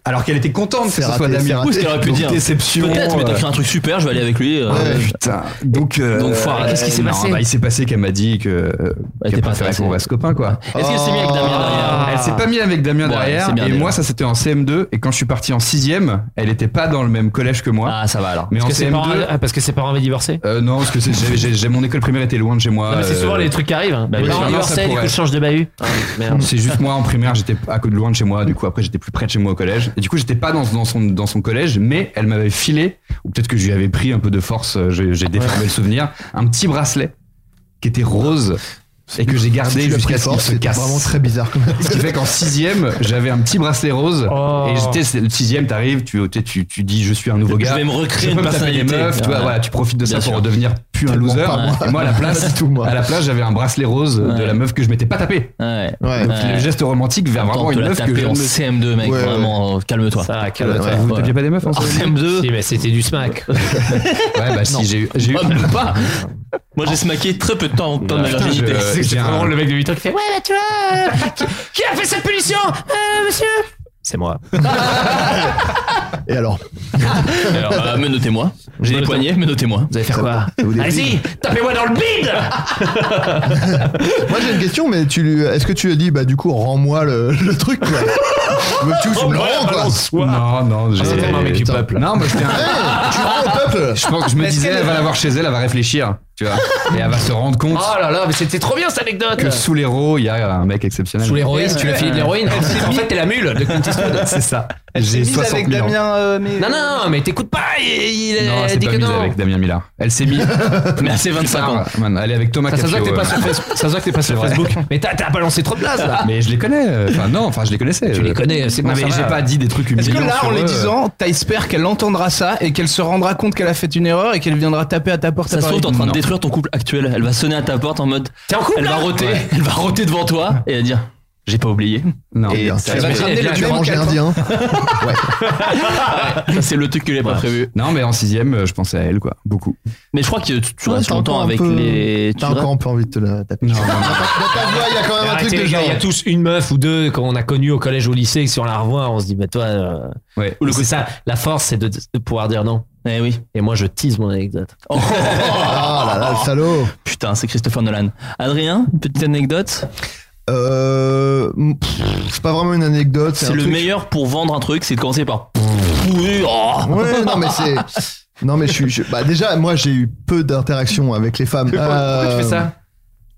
K: Alors qu'elle était contente que
H: C'est
K: ce soit
H: raté, c'est
K: Damien.
H: raté.
G: Ou ce qu'elle aurait pu
K: Donc,
G: dire.
K: Déception.
G: Peut-être, mais t'as
K: euh,
G: fait un truc super, je vais aller avec lui. euh,
H: Ouais.
K: Putain. Donc, euh,
G: Donc, foire, qu'est-ce qui s'est
K: non,
G: passé
K: bah, Il s'est passé qu'elle m'a dit que euh,
G: Elle
K: qu'elle
G: était pas
K: préférait
G: intéressée.
K: qu'on reste copains, quoi. Ah.
G: Est-ce qu'elle s'est mise avec Damien derrière
K: Elle s'est pas mise avec Damien
G: Ouais,
K: derrière.
G: c'est bien
K: et
G: déjà.
K: moi, ça c'était en CM2. Et quand je suis parti en 6 elle était pas dans le même collège que moi.
G: Ah, ça va alors.
K: mais
B: Parce
K: en
B: que ses
K: CM2.
B: parents- ah, Parce que ses parents avaient divorcé
K: euh, non, parce que c'est- j'ai- j'ai- j'ai- mon école primaire était loin de chez moi.
B: Non, mais c'est
K: euh,
B: souvent les trucs qui arrivent. hein.
K: bah,
B: Les
K: oui,
B: parents
K: non, ça
B: divorcés, du coup,
K: pourrait.
B: je change de bahut. Ah, Merde.
K: C'est juste moi en primaire, j'étais à côté de loin de chez moi. Du coup, après, j'étais plus près de chez moi au collège. Et du coup, j'étais pas dans, dans son dans son collège, mais elle m'avait filé, ou peut-être que je lui avais pris un peu de force. euh, J'ai j'ai déformé le souvenir. Un petit bracelet qui était rose et que j'ai
H: Si tu
K: gardé
H: l'as
K: jusqu'à
H: pris
K: ce qu'il
H: fort,
K: se
H: c'était
K: casse.
H: vraiment très bizarre. comme-
K: Ce qui fait qu'en sixième, j'avais un petit bracelet rose
B: Oh.
K: et j'étais c'est le sixième. T'arrives, tu, tu tu tu dis je suis un nouveau
G: Je
K: gars.
G: vais me recréer
K: je
G: une
K: peux me taper des
G: personnalité.
K: meufs, tu vois,
G: Ouais.
K: voilà, tu profites de
G: Bien
K: ça pour
G: sûr.
K: devenir plus un
H: Tellement
K: loser.
H: pas moi.
K: Et moi, à la place,
H: du tout, moi.
K: à la place, j'avais un bracelet rose de
G: Ouais.
K: la meuf que je m'étais pas tapé.
G: Ouais.
H: Ouais.
K: Donc, le geste romantique vers
G: Attends,
K: vraiment
G: te
K: une
G: la
K: meuf que
G: taper
K: je
G: en
K: ne-
G: CM2, mec,
H: Ouais, ouais.
G: vraiment, euh, calme-toi.
B: Ça, calme
H: calme-toi.
K: Vous
G: Ouais.
K: tapiez pas des meufs en
G: En
K: CM2?
G: CM2,
B: Si, mais c'était du smack.
K: Ouais, bah si, j'ai eu. J'ai eu...
G: ah, même pas. Moi, j'ai smaqué très peu de temps en temps de ma
K: Putain,
G: virginité.
K: je- j'ai un-
B: le mec de 8 ans qui fait Ouais, bah tu vois, euh, qui, qui a fait cette punition Euh, monsieur C'est moi.
H: Et alors
G: Alors, euh, me notez-moi. J'ai les poignets, me notez-moi.
B: Vous allez faire quoi Allez-y, tapez-moi dans le bide
H: Moi j'ai une question, mais tu lui- est-ce que tu as dit bah du coup rends-moi le, le truc quoi Tu veux que tu me le rends quoi Ah,
K: Non, non, j'ai.
B: c'était un mec Ah, du
K: Putain.
B: peuple.
K: Non, bah j'étais un.
H: Hey, Ah, tu
G: Ah,
H: rends
B: Ah.
H: au peuple
K: Je pense que je me disais, elle va l'avoir chez elle, elle va réfléchir, tu vois. Et elle va se rendre compte
B: Oh là là, mais c'était trop bien cette anecdote
K: que sous les rots, il y a un mec exceptionnel.
B: Euh. Sous l'héroïne, tu l'as filé de l'héroïne. En fait, en fait, t'es la mule de Clint Eastwood.
K: C'est ça.
J: Elle s'est
K: J'ai
J: mise
K: 60
J: avec
K: 000 ans.
J: Damien. euh, mais-
B: Non, non, mais t'écoutes pas, il, il
K: Non,
B: a
K: elle s'est
B: dit
K: pas
B: que
K: mise
B: non.
K: avec Damien Millard. Elle s'est mise.
G: Mais à ses 25 ans.
K: Putain, man, elle est avec Thomas
B: Ça, ça se voit
K: Capio,
B: que t'es
K: euh.
B: pas sur Facebook. Ça se voit que t'es pas sur
K: C'est vrai.
B: Facebook. Mais t'as t'as balancé trop de blase là.
K: Mais je les connais. euh, Enfin, non, enfin, je les connaissais.
B: Tu
K: Je-
B: les connais, c'est bon,
K: Non,
B: ça
K: mais
B: va.
K: j'ai pas dit des trucs humiliants.
J: Est-ce que là,
K: sur
J: en les
K: eux.
J: disant, t'espères qu'elle entendra ça et qu'elle se rendra compte qu'elle a fait une erreur et qu'elle viendra taper à ta porte
G: Ça
J: à
G: se trouve,
J: Paris
G: t'es en train de
K: Non.
G: détruire ton couple actuel. Elle va sonner à ta porte en mode.
B: T'es en couple
G: Elle va
B: là
G: roter. Elle va roter devant toi et elle va dire. J'ai pas oublié.
K: Non.
H: Eh bien,
G: Et
H: tu
G: ça
H: vas
G: va
H: me
G: être-
H: ramener
G: elle
H: le
G: va
H: tu vas
G: être-
H: manger indien.
G: Ça, c'est le truc que j'ai pas prévu.
K: Non, mais en sixième, euh, je pensais à elle, quoi. Beaucoup.
G: Mais je crois que tu, tu
H: Ouais,
G: restes
H: t'as encore
G: longtemps
H: un
G: avec
H: peu-
G: les. tu
H: T'as
G: restes-
H: encore un peu envie de te la taper.
K: Non, non, non.
H: Dans ta voix, il y a quand même un
B: Arrêtez,
H: truc de
B: les Ah, gars,
H: genre.
B: Il y a tous une meuf ou deux qu'on a connue au collège ou au lycée, et si on la revoit, on se dit, mais toi, euh,
K: Ouais.
B: c'est ça, la force, c'est de, de pouvoir dire non.
G: Eh oui.
B: Et moi, je tease mon anecdote.
G: Oh,
H: Ah là là, le salaud
G: Putain, c'est Christopher Nolan. Adrien, une petite anecdote.
H: Euh, pff, C'est pas vraiment une anecdote, c'est
G: C'est
H: un
G: le
H: truc.
G: meilleur pour vendre un truc, c'est de commencer par. Oui, oh.
H: Ah, Ouais, non mais c'est. Non mais je suis. je- Bah déjà, moi j'ai eu peu d'interactions avec les femmes.
B: Pourquoi tu
H: Euh,
B: fais ça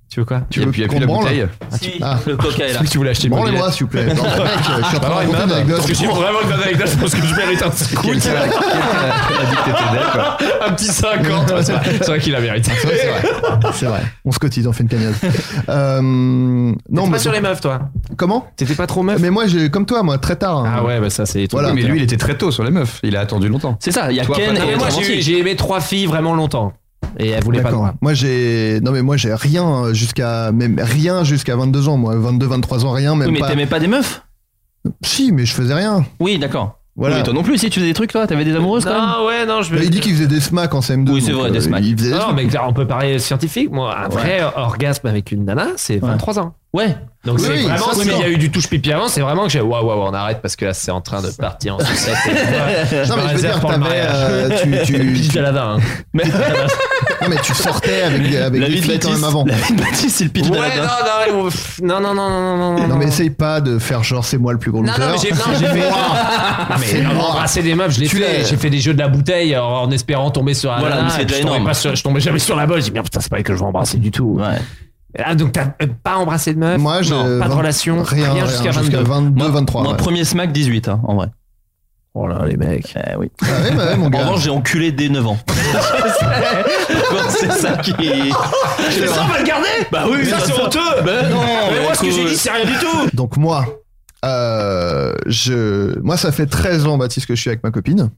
B: Tu veux quoi
K: Tu veux
H: veux
K: plus
H: qu'on
K: la
H: branle
K: bouteille
G: Si,
H: ah.
G: le coca est là.
B: tu voulais acheter
H: Branle-les-moi s'il vous plaît. Non, mais mec, je suis en train de
B: Bah,
H: raconter une
B: même.
H: anecdote.
I: Parce que j'ai vraiment une bonne anecdote, je pense que je mérite un petit coup.
K: Quelqu'un a dit que t'étais belle, quoi.
I: Un petit 50. ouais, C'est vrai, c'est vrai qu'il la mérite.
H: C'est vrai, c'est vrai. C'est vrai. On se cotise, on fait une cagnotte. Euh, non,
B: T'es
H: mais
B: pas sur les meufs, toi.
H: comment
B: T'étais pas trop meuf.
H: Mais moi, j'ai comme toi, moi, très tard. hein.
B: Ah ouais, bah ça, c'est les trucs
H: Voilà.
K: Oui, mais
B: de-
K: lui, il était très tôt sur les meufs. Il a attendu longtemps.
G: C'est ça, il y a
K: Toi,
G: Ken
K: pas-
B: Non,
G: et
B: mais moi,
G: Atlantique.
B: j'ai eu- j'ai aimé trois filles vraiment longtemps. Et elles voulaient pas de
H: D'accord.
B: moi.
H: Moi j'ai non mais moi j'ai rien euh, jusqu'à même rien jusqu'à 22 ans moi 22 23 ans rien même
G: Oui, mais
H: pas
G: t'aimais pas des meufs
H: si mais je faisais rien
G: Oui, d'accord. Oui, mais toi non plus, si tu faisais des trucs, toi, t'avais des amoureuses quand même.
B: Ah ouais, non, je
H: Bah, il dit qu'il faisait des smacks en CM2.
G: Oui, c'est
H: donc,
G: vrai,
H: euh,
G: des smacks.
H: Il faisait des
B: Non,
H: smacks.
B: mais on peut parler scientifique. Moi, euh, un vrai orgasme avec une nana, c'est 23 ans.
G: Ouais.
B: Donc
H: Oui,
B: c'est
H: oui,
B: vraiment,
H: ça,
B: s'il
H: c'est
B: y a
H: sûr.
B: eu du touche pipi avant, c'est vraiment que j'ai waouh, waouh, on arrête parce que là c'est en train de partir en sucette. Et tu vois, je
H: Non,
B: me
H: mais je veux
B: réserve
H: dire,
B: pour le
H: t'avais, euh,
B: mariage.
H: tu- tu-
B: Puis
H: tu-
B: Dalada, hein.
H: Non, mais tu sortais avec, avec
G: La
H: des
G: vie de
H: filles quand
G: Baptiste,
H: même avant.
G: la vie de Baptiste, c'est le pitch
B: Ouais,
G: de
B: non,
G: la danse.
B: non, mais- pff, non, non, non, non, non, non,
H: Non, mais essaye pas de faire genre c'est moi le plus gros
B: Non,
H: loser.
B: non, mais j'ai non, j'ai fait. Non, mais
H: C'est
B: non,
H: moi.
B: embrasser des meufs, je l'ai
H: Tu
B: fait.
H: l'as-
B: J'ai fait des jeux de la bouteille en, en espérant tomber sur un.
G: Voilà,
B: nana,
G: mais c'est
B: et puis
G: déjà
B: je tombais
G: énorme.
B: pas sur- je tombais jamais sur la bosse. J'ai dit, merde, putain, c'est pas elle que je vais embrasser du tout.
G: Ouais.
B: Ah, donc t'as euh, pas embrassé de meuf
H: Moi, je-
B: Non, pas de
H: vingt-
B: relation, rien,
H: Rien, rien,
B: jusqu'à
H: jusqu'à
B: 22.
H: 22, 23.
G: Moi,
H: ouais.
G: premier smack, 18, hein, en vrai.
B: Oh là, les mecs.
G: Eh oui.
H: Ah ouais, bah ouais, mon
G: En
H: gars. Oh,
G: revanche, j'ai enculé dès 9 ans. c'est ça qui.
B: C'est ça, on va le garder
G: Bah oui,
B: ça, c'est honteux
G: Bah non
B: Mais moi, ce que
G: écoute.
B: j'ai dit, c'est rien du tout
H: Donc moi, euh, je, moi ça fait 13 ans, Baptiste, que je suis avec ma copine.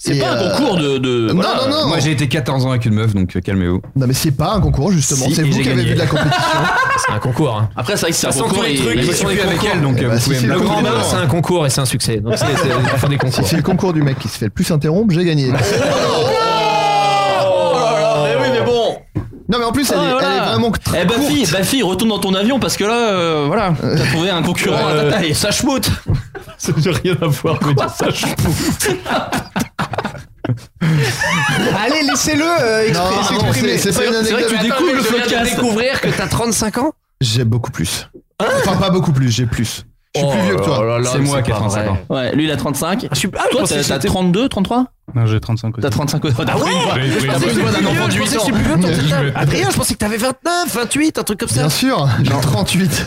G: C'est
H: Et,
G: pas un
H: euh,
G: concours de. de-
H: non,
G: voilà.
H: non, non.
K: Moi j'ai été 14 ans avec une meuf, donc euh, calmez-vous.
H: Non mais c'est pas un concours justement,
B: Si,
H: c'est
B: et
H: vous
B: j'ai
H: qui avez
B: gagné.
H: vu de la compétition.
B: C'est un concours. Hein.
G: Après, c'est vrai que c'est
B: De
G: un
B: toute façon,
G: concours.
B: tous les
G: et-
B: trucs,
G: et-
B: ils
K: Je
B: sont
K: suis
B: des
K: plus avec
B: concours.
K: elle, donc
H: Eh
K: euh,
H: bah,
K: vous
H: si,
K: pouvez
H: c'est
K: me
B: ben, Le
H: le
B: grand
H: concours.
B: bain, c'est un concours et c'est un succès. Donc, c'est c'est- ils font des
H: si
B: concours.
H: c'est le concours du mec qui se fait le plus interrompre, j'ai gagné.
G: Oh là là, mais oui, mais bon.
H: non mais en plus elle,
G: Ah,
H: est,
G: voilà.
H: elle est vraiment très
G: Eh bah
H: courte.
G: fille, bah fille, retourne dans ton avion parce que là, euh, voilà, t'as trouvé un concurrent à ta taille.
B: Ça schmoute Ça veut rien à voir, mais ça schmoute.
J: Allez, laissez-le euh,
H: Non,
J: exprimer-
H: pardon,
J: s'exprimer.
H: c'est- c'est pas une anecdote.
G: tu découvres le podcast.
B: découvrir que t'as 35 ans
H: J'ai beaucoup plus. enfin pas beaucoup plus, j'ai plus. Je
G: Oh
H: suis plus vieux que toi.
K: C'est moi qui ai 35 ans.
G: Ouais, lui il a 35.
B: Je suis- ah, je
G: Toi
B: pensais
G: t'as
B: que
G: t'as
B: c'était-
G: 32, 33
J: Non, j'ai 35 aussi.
G: T'as 35 ans. T'as pris une voix-
K: J'ai- j'ai-
G: t'as pris une voix d'un enfant de 8 ans.
B: Adrien, je pensais que t'avais 29, 28, un truc comme ça. Ah
H: Bien sûr, j'ai 38.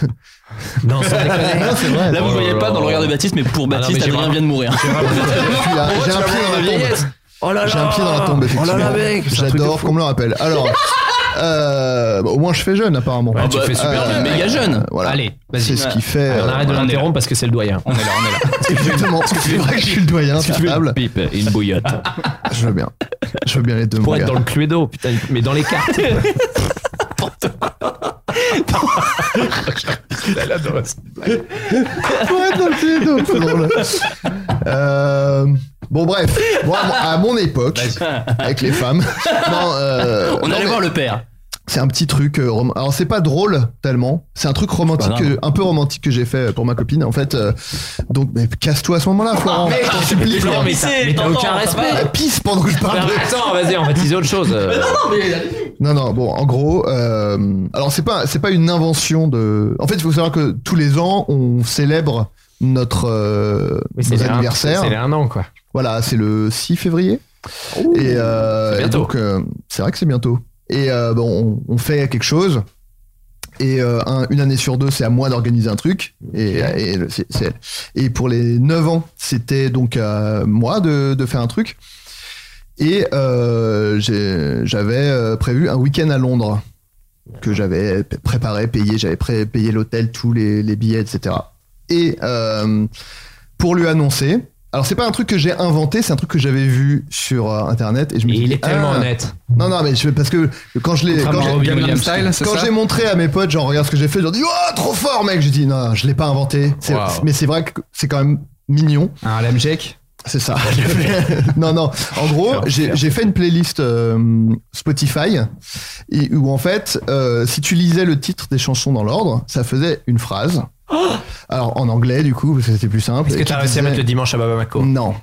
B: Non, sans déconner.
H: Non, c'est vrai.
G: Là vous
B: Oh là
G: voyez pas
B: là.
G: dans le regard de Baptiste, mais pour
B: non, mais
G: Baptiste,
B: j'ai
G: Adrien
B: vraiment-
G: vient de mourir.
H: Je suis là, J'ai un pied dans la tombe.
B: Oh là là
H: J'ai un pied dans la tombe, effectivement.
B: Oh là là, mec c'est un truc de
H: J'adore
B: fou.
H: qu'on me le rappelle. Alors, euh, bah, au moins je fais jeune, apparemment.
G: Ah bah,
H: Euh,
G: méga jeune.
H: Voilà.
B: Allez,
H: C'est
B: vas-y.
H: ce qui fait.
B: On
H: euh,
B: arrête de l'interrompre parce que c'est le doyen. On est là, on est là.
H: Exactement. C'est vrai que je suis le doyen de la table.
B: pipe et une bouillotte
H: Je veux bien. Je veux bien les deux.
B: Pour
H: mon
B: être
H: gars.
B: dans le cluedo, putain, mais dans les cartes.
H: Pour être dans le cluedo, c'est drôle. Euh, Bon bref, Moi, à mon- à mon époque, avec les femmes, non, euh,
G: On
H: non,
G: allait
H: mais
G: voir le père.
H: c'est un petit truc. euh, rom- Alors c'est pas drôle tellement, c'est un truc romantique,
G: pas grave.
H: que- un peu romantique que j'ai fait pour ma copine. En fait, euh, donc mais casse-toi à ce moment-là,
G: Ah,
H: Florent. je t'en supplie, Florent.
B: Non, mais t'as mais t'as aucun respect.
H: Ah, Pisse pendant que je parle. de-
B: Attends, vas-y, on va teaser autre chose.
G: Euh,
H: Non, non, bon, en gros, euh, alors c'est pas, c'est pas une invention de. En fait, il faut savoir que tous les ans, on célèbre notre euh,
B: Oui,
H: nos
B: les un-
H: anniversaires.
B: C'est les un an, quoi.
H: Voilà, c'est le 6 février. et euh,
B: c'est bientôt.
H: et donc, euh, c'est vrai que c'est bientôt. Et euh, bon, on, on fait quelque chose. Et euh, un- une année sur deux, c'est à moi d'organiser un truc. Et, et, c'est- c'est- et pour les 9 ans, c'était donc à moi de, de faire un truc. Et euh, j'ai- j'avais euh, prévu un week-end à Londres que j'avais p- préparé, payé. J'avais pré- payé l'hôtel, tous les, les billets, etc. Et euh, pour lui annoncer, alors c'est pas un truc que j'ai inventé, c'est un truc que j'avais vu sur euh, internet et je me
B: Et
H: suis
B: il
H: dit,
B: est tellement
H: ah.
B: honnête.
H: Non non mais je, parce que quand je l'ai quand
B: Contrairement
H: j'ai-
B: à Robin
K: Gangnam
B: Williams.
K: Style, c'est
H: quand
K: ça
H: j'ai montré à mes potes, genre regarde ce que j'ai fait, ils ont dit oh trop fort mec, j'ai dit non je l'ai pas inventé, C'est-
B: Wow.
H: mais c'est vrai que c'est quand même mignon,
K: Un lamjek
H: c'est ça. non non, en gros j'ai j'ai fait une playlist euh, Spotify et- où en fait euh, si tu lisais le titre des chansons dans l'ordre, ça faisait une phrase. Alors en anglais du coup parce que c'était plus simple.
B: Est-ce que
H: Et
B: t'as
H: qui
B: réussi à
H: disait-
B: mettre le dimanche à Baba Mako
H: non.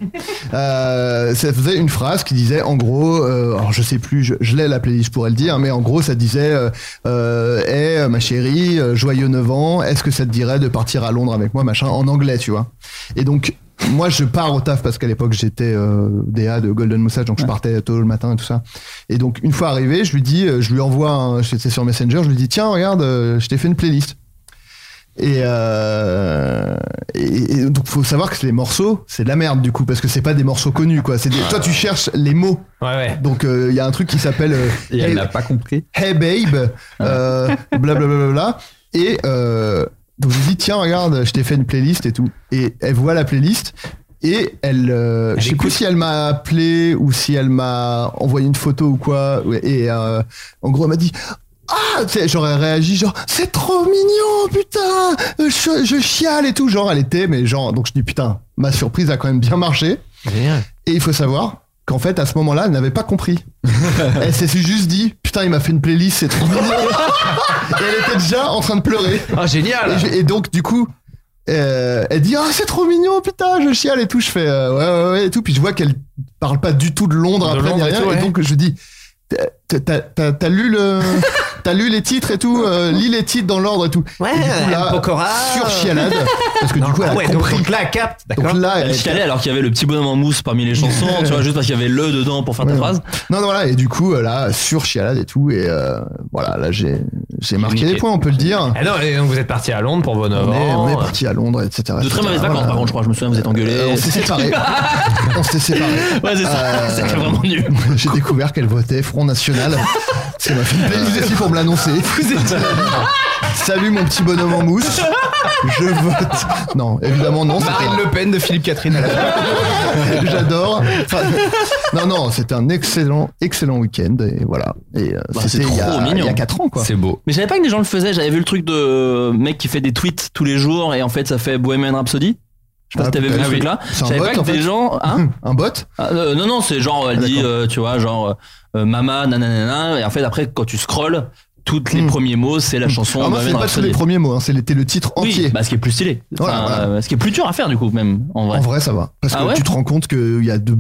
H: Euh, ça faisait une phrase qui disait, en gros, euh, alors je sais plus, je, je l'ai la playlist, je pourrais le dire, mais en gros, ça disait, euh, euh, Eh, ma chérie, euh, joyeux 9 ans, est-ce que ça te dirait de partir à Londres avec moi, machin, en anglais, tu vois. Et donc, moi, je pars au taf parce qu'à l'époque, j'étais euh, DA de Golden Moustache, donc je partais tôt le matin et tout ça. Et donc, une fois arrivé, je lui dis, euh, je lui envoie, un- c'était sur Messenger, je lui dis, tiens, regarde, euh, je t'ai fait une playlist. Et, euh, et, et donc faut savoir que les morceaux, c'est de la merde du coup parce que c'est pas des morceaux connus quoi. C'est des-
K: Ah.
H: toi tu cherches les mots.
B: Ouais, ouais.
H: Donc il y a un truc qui s'appelle euh,
K: Et
H: hey,
K: elle l'a pas compris. Ah.
H: Hey babe, euh, blablabla et euh, donc je lui dis tiens regarde, je t'ai fait une playlist et tout. Et elle voit la playlist et elle, euh, je sais plus si elle m'a appelé ou si elle m'a envoyé une photo ou quoi. Ouais, Et euh, en gros elle m'a dit ah, tu sais, j'aurais réagi genre c'est trop mignon, putain, euh, je, je chiale et tout, genre elle était, mais genre donc je dis putain, ma surprise a quand même bien marché. Et il faut savoir qu'en fait à ce moment-là, elle n'avait pas compris. elle s'est juste dit putain, il m'a fait une playlist, c'est trop mignon. et elle était déjà en train de pleurer.
B: Ah génial.
H: Et, je- et donc du coup, euh, elle dit ah c'est trop mignon, putain, je chiale et tout, je fais euh, ouais, ouais ouais et tout, puis je vois qu'elle parle pas du tout de Londres
I: De
H: après ni
I: Londres et
H: rien,
I: tout,
H: et
I: ouais.
H: donc je dis T'as- t'as- t'as t'as lu le t'as lu les titres et tout euh, lis les titres dans l'ordre et tout ouais
B: Pokora.
H: sur chialade parce que
B: Non,
H: du coup elle
B: ah
H: a
B: ouais, donc-
H: compris
B: donc là, elle capte,
H: Donc là,
G: Elle
H: elle-
G: chialait alors qu'il y avait le petit bonhomme en mousse parmi les chansons, tu vois, juste parce qu'il y avait le dedans pour faire ta
H: Ouais.
G: phrase.
H: non non voilà et du coup euh, là sur chialade et tout et euh, voilà là j'ai j'ai marqué des points on peut le dire
B: Ah non, et donc vous êtes parti à Londres pour Bon
H: on est,
B: An.
H: on est parti à Londres etc
G: De très mauvaises vacances, par contre, je crois. Je me souviens, vous êtes engueulés.
H: Euh, on s'est séparés on s'est séparés Euh,
G: Ouais, c'est ça. C'est vraiment nul.
H: j'ai découvert qu'elle votait Front National c'est ma fille playlist aussi pour me l'annoncer salut mon petit bonhomme en mousse je vote non évidemment non c'est pas-
J: Marine Le Pen de Philippe Catherine à la fin.
H: J'adore. Enfin, non, non, c'était un excellent, excellent week-end. Et voilà. Et euh,
G: Bah, c'est
H: c'était il, y
G: trop
H: a-
G: mignon.
H: il y a 4 ans, quoi.
K: C'est beau.
G: Mais je savais pas que des gens le faisaient. J'avais vu le truc de euh, mec qui fait des tweets tous les jours et en fait ça fait Bohemian Rhapsody. Je sais pas si t'avais vu
H: peut-être.
G: ce
H: Ah oui.
G: truc-là.
H: C'est un
G: J'avais
H: bot,
G: pas que
H: en
G: des
H: fait.
G: gens. Hein
H: Un bot Ah,
G: Ah, euh, Non, non, c'est genre elle dit, euh, tu vois, genre euh, Mama, nanana. Et en fait après quand tu scrolles, tous les premiers mots c'est la chanson.
H: Alors Hmm. Ah, moi, c'est
G: Bohemian
H: pas tous les
G: Rhapsody.
H: premiers mots, hein, c'était le titre
G: Oui,
H: entier.
G: bah, ce qui est plus stylé.
H: Voilà,
G: Enfin,
H: voilà.
G: euh, Ce qui est plus dur à faire du coup même en vrai.
H: En vrai, ça va. Parce
G: Ah
H: que
G: ouais
H: tu te rends compte qu'il y a de.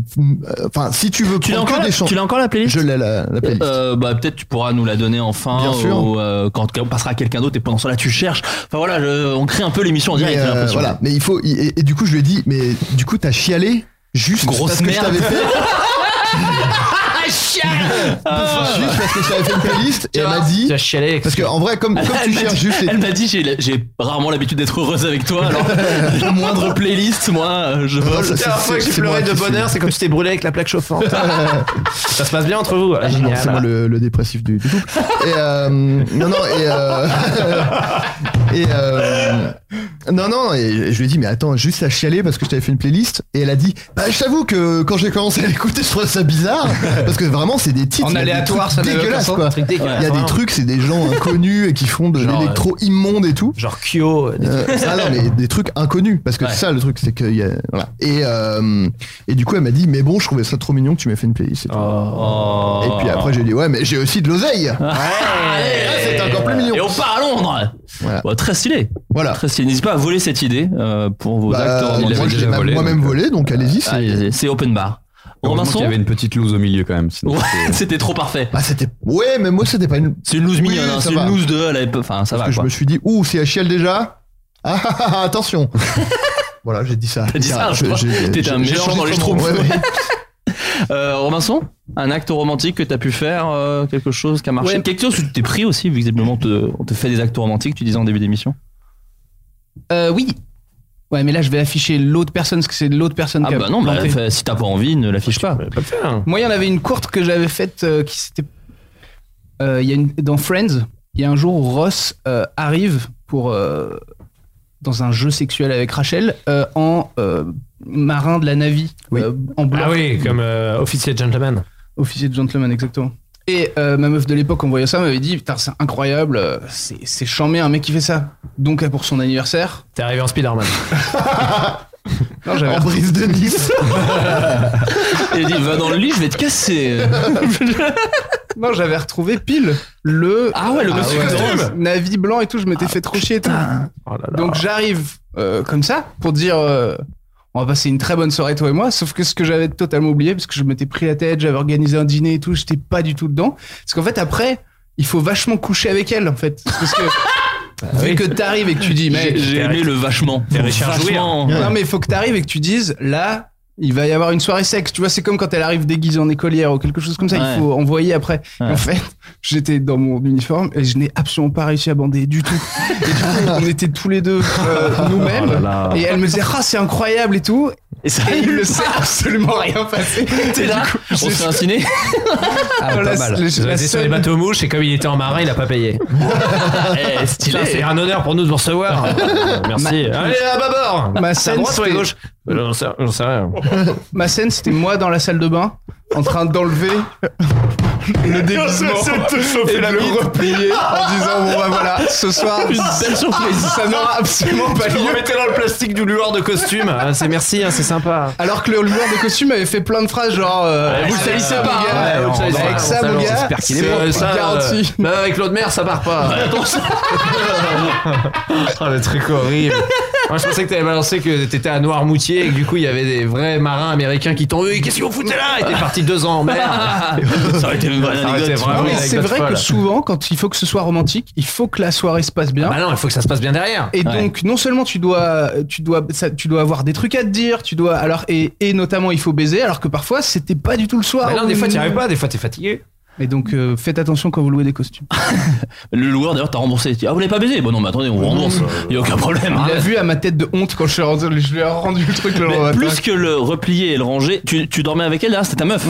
H: Enfin, si tu veux
G: Tu l'as
H: prendre
G: encore
H: que
G: la-
H: des chansons.
G: tu l'as encore la playlist
H: Je l'ai la, la playlist.
G: Euh, bah peut-être tu pourras nous la donner enfin
H: Bien sûr.
G: ou euh, quand on passera à quelqu'un d'autre et pendant cela tu cherches. Enfin voilà, je- on crée un peu l'émission en
H: Mais,
G: direct. j'ai
H: euh,
G: l'impression.
H: voilà. Mais il faut. Et, et du coup, je lui ai dit, mais du coup, t'as chialé juste
G: Grosse
H: parce que je
G: merde.
H: t'avais fait.
G: Ah,
H: juste parce que je t'avais fait une playlist et elle m'a dit. Parce que en vrai, comme, comme
G: Elle
H: tu
G: m'a
H: cherches
G: dit-
H: juste les
G: Elle m'a dit j'ai j'ai rarement l'habitude d'être heureuse avec toi. Alors la moindre playlist, moi euh, je vole.
H: ça,
B: La dernière fois que j'ai pleuré de bonheur, c'est quand tu t'es brûlé avec la plaque chauffante. Ça se passe bien entre vous.
H: Ah, non, c'est moi le, le dépressif du, du couple. Et euh, non, non, et, euh, et euh, non, non, et je lui ai dit, mais attends, juste à chialer parce que je t'avais fait une playlist. Et elle a dit, bah, je t'avoue que quand j'ai commencé à l'écouter, je trouvais ça bizarre parce que vraiment, c'est des titres
J: En
H: il y a des
J: aléatoire,
H: trucs
J: ça n'avait aucun
H: dégueulasses,
J: sens,
H: quoi.
J: des trucs
H: Il y
J: dégueulasses,
H: a des
J: vraiment.
H: trucs, c'est des gens inconnus et qui font de
B: Genre,
H: l'électro immonde et tout.
B: Genre Kyo. des
H: Euh,
B: trucs comme ça.
H: ah non, mais des trucs inconnus parce que
B: Ouais.
H: c'est ça le truc c'est que il y a- voilà et euh, et du coup elle m'a dit mais bon je trouvais ça trop mignon que tu m'aies fait une playlist et, tout.
G: Oh.
H: et puis après j'ai dit ouais mais j'ai aussi de l'oseille
G: Allez,
H: là, c'est encore plus mignon.
G: Et on part à Londres.
H: Voilà.
G: Bon, très stylé.
H: Voilà.
G: Très stylé. N'hésitez pas à voler cette idée euh, pour vos
H: Bah,
G: acteurs.
H: moi, je l'ai même-
G: euh,
H: moi-même volé donc allez-y c'est-
G: Ah, allez, C'est open bar.
K: Heureusement
G: Robinson
K: qu'il y avait une petite loose au milieu quand même. sinon
G: Ouais,
K: c'était-
G: c'était trop parfait.
H: ah c'était ouais mais moi c'était pas une
G: C'est une loose
H: Oui,
G: mignonne, hein,
H: ça
G: c'est
H: va.
G: une loose de elle avait pas- Enfin, ça
H: parce
G: va
H: que je
G: quoi.
H: me suis dit ouh c'est HL déjà ah, ah, ah, attention voilà j'ai dit ça
G: T'as dit ça,
H: Je-
G: je crois.
H: j'ai-
G: T'étais un
H: j'ai- j'ai
G: mélange
H: changé
G: dans les
H: son nom.
G: schtroumpfs.
H: Ouais, ouais.
G: Euh, Robinson, un acte romantique que t'as pu faire, euh, quelque chose qui a marché,
J: Ouais.
G: quelque chose que tu t'es pris aussi, visiblement, te- on te fait des actes romantiques, tu disais en début d'émission.
J: Euh, oui. Ouais, mais là, je vais afficher l'autre personne, parce que c'est l'autre personne
G: Ah
J: qui a
G: bah non, bah,
J: planté.
G: fa- si t'as pas envie, ne l'affiche pas.
J: Moi, il y en avait une courte que j'avais faite euh, qui c'était. euh, il y a une... Dans Friends, il y a un jour où Ross euh, arrive pour. euh, dans un jeu sexuel avec Rachel euh, en euh, marin de la Navy. euh, en blanc.
B: Ah oui, comme euh, officier de gentleman.
J: Officier de gentleman, exactement. Et euh, ma meuf de l'époque, en voyant ça, m'avait dit Putain, c'est incroyable, euh, c'est c'est chambé un mec qui fait ça. Donc, euh, pour son anniversaire.
B: T'es arrivé en Spider-Man.
J: Non, j'avais
H: en brise de Nice
G: Et il dit, va dans le lit, je vais te casser.
J: Non, j'avais retrouvé pile le.
G: Ah ouais, le monsieur costume.
J: Navi blanc et tout, je m'étais fait trop chier et tout.
B: Oh là là.
J: Donc j'arrive euh, comme ça pour dire euh, on va passer une très bonne soirée toi et moi. Sauf que ce que j'avais totalement oublié, parce que je m'étais pris la tête, j'avais organisé un dîner et tout, j'étais pas du tout dedans. Parce qu'en fait après, il faut vachement coucher avec elle en fait. Parce que vu
B: oui.
J: que t'arrives et que tu dis mec,
G: Bah J'ai j'ai aimé le vachement.
B: T'es Richard hein.
G: Vachement.
J: non mais il faut que t'arrives et que tu dises là. Il va y avoir une soirée sexe, tu vois, c'est comme quand elle arrive déguisée en écolière ou quelque chose comme ça,
G: Ouais.
J: il faut envoyer après. Et
G: Ouais.
J: en fait, j'étais dans mon uniforme et je n'ai absolument pas réussi à bander du tout. Et du coup, on était tous les deux euh, nous-mêmes.
G: Oh là là.
J: Et elle me disait, ah, c'est incroyable et tout.
G: Et ça,
J: Et il ne
G: le
J: s'est absolument rien passé.
G: T'es
J: Et du
G: là,
J: coup,
G: on
J: j'ai-
G: se fait un ciné.
B: Ah, pas
J: la-
B: mal.
J: la-
B: Ils ont
J: la
B: été sur les
J: seule-
B: bateaux mouches et comme il était en marin, il a pas payé.
G: Eh,
B: Putain, C'est
G: stylé.
B: un honneur pour nous de vous recevoir. Euh, Merci.
J: Ma-
B: Allez, à bâbord
J: Ma
B: C'est à
J: scène,
B: droite ou à
J: c'était-
B: gauche Euh, J'en sais- j'en sais rien.
J: Ma scène, c'était moi dans la salle de bain, en train d'enlever
H: le déguisement
I: j'essaie de te chauffer
H: et
I: la
H: de le
I: bite.
H: replier en disant bon
J: ben,
H: bah voilà ce soir
I: Une belle surprise.
H: ça n'aura absolument pas
I: Je
H: lieu
I: le remettais dans le plastique du lueur de costume. Ah, c'est merci, hein, c'est sympa.
H: alors que le lueur de costume avait fait plein de phrases genre euh,
I: Ouais,
H: vous
I: c'est-
H: salissez
I: ouais,
H: mon gars
I: ouais, on salue,
H: avec
I: on
H: ça
I: salue,
H: mon gars
I: j'espère qu'il est
H: c'est
I: bon. Ça, euh,
H: garanti
B: Même avec l'autre mère, ça part pas. Attention.
I: Oh, le truc horrible.
B: Moi, je pensais que t'avais balancé que t'étais à Noirmoutier et que du coup, il y avait des vrais marins américains qui t'ont eu. Qu'est-ce que vous foutez là Et t'es parti deux ans en mer.
I: euh,
G: Ça aurait été une bonne
B: Ça
H: Ah,
B: aurait
G: anecdote.
B: été vraiment
J: Non, mais
B: une
J: c'est
B: anecdote
J: vrai
B: folle.
J: que souvent, quand il faut que ce soit romantique, il faut que la soirée se passe bien.
B: Ah bah non, il faut que ça se passe bien derrière.
J: Et donc, non seulement tu dois, tu dois, ça- tu dois avoir des trucs à te dire, tu dois, alors et, et notamment il faut baiser, alors que parfois c'était pas du tout le soir.
B: Bah non,
J: où-
B: des fois, t'y arrives pas, des fois, t'es fatigué.
J: Mais donc euh, faites attention quand vous louez des costumes.
G: Le loueur d'ailleurs t'a remboursé. Tu dis, Ah, vous l'avez pas baisé Bon, non, mais attendez, on vous rembourse. Il a aucun problème. hein.
J: Il l'a Ah, vu à ma tête de honte quand je suis rendu- je lui ai rendu le truc le
G: Mais
J: lendemain.
G: plus que le replier et le ranger, tu, tu dormais avec elle là, c'était ta meuf.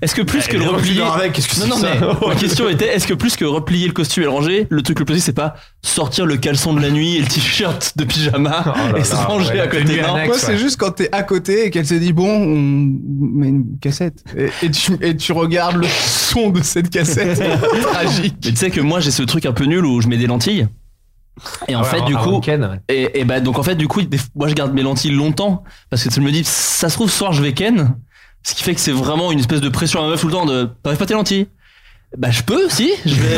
G: Est-ce que plus
I: Eh,
G: que le
I: évidemment que tu
G: replier.
I: dors avec, qu'est-ce que
G: non, non,
I: c'est que ça
G: mais ma question était est-ce que plus que replier le costume et le ranger, le truc le plus c'est pas sortir le caleçon de la nuit et le t-shirt de pyjama
J: Oh
G: et se ranger à côté non
J: Moi, c'est juste quand t'es à côté et qu'elle se dit bon, on met une cassette et, et tu et tu regardes le son de cette cassette. Tragique.
G: Mais tu sais que moi j'ai ce truc un peu nul où je mets des lentilles. Et en
B: Ouais,
G: fait,
B: un-
G: du
B: un
G: coup,
B: week-end, ouais.
G: et, et bah donc en fait, du coup, des- moi je garde mes lentilles longtemps parce que tu me dis, ça se trouve ce soir je vais ken, ce qui fait que c'est vraiment une espèce de pression à ma meuf tout le temps de, t'enlèves pas tes lentilles. Bah je peux, si. Je vais.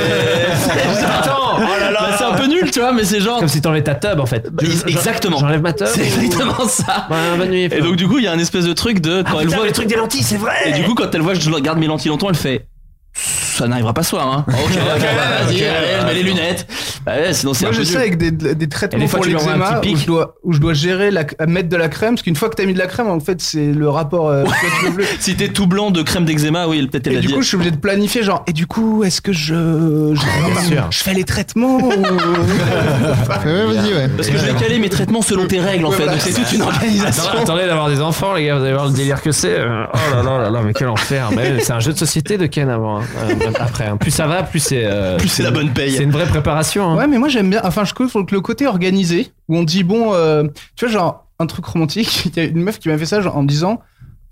B: Attends, oh là là.
G: Bah, c'est un peu nul, tu vois, mais c'est genre.
B: Comme si t'enlevais ta tub en fait.
G: Bah, ex- exactement.
B: J'enlève ma tub.
G: C'est
B: ou-
G: exactement ça.
B: Ouais, bonne nuit. Ah,
G: Et donc du coup, il y a un espèce de truc de quand elle
B: putain,
G: voit
B: le truc des lentilles, c'est vrai.
G: Et du coup, quand elle voit que je garde mes lentilles longtemps, elle fait ça n'arrivera pas ce soir. Hein. ok, ok, bah, vas-y,
I: ok,
G: allez, je mets les lunettes. Bah, ouais, sinon c'est un
J: Moi,
G: peu
J: je sais
G: nul.
J: avec des, des traitements
G: Et des fois,
J: pour
G: tu lui envoies un
J: l'eczéma
G: petit
J: où
G: pic.
J: je dois où je dois gérer la à mettre de la crème parce qu'une fois que t'as mis de la crème, en fait, c'est le rapport. euh, bleu bleu.
G: Si t'es tout blanc de crème d'eczéma, oui, peut-être elle
J: Et
G: a
J: du
G: dit.
J: coup, je suis obligé de planifier genre. Et du coup, est-ce que je je,
G: Ah, sûr.
J: je fais les traitements ou...
H: ouais vas-y ouais
G: Parce que je vais caler mes traitements selon tes règles en fait. Donc c'est toute une organisation.
B: Attendez, Ah, attendez d'avoir des enfants, les gars, vous allez voir le délire que c'est. Euh, Oh là là là là, mais quel enfer. Mais c'est un jeu de société de Ken avant. hein. Euh, Après, hein. plus ça va, plus c'est. euh,
G: Plus c'est la bonne paye.
B: C'est une vraie préparation. hein.
J: Ouais, mais moi j'aime bien. Enfin, je trouve que le côté organisé où on dit bon, euh, tu vois, genre un truc romantique. Il y a une meuf qui m'a fait ça genre, en me disant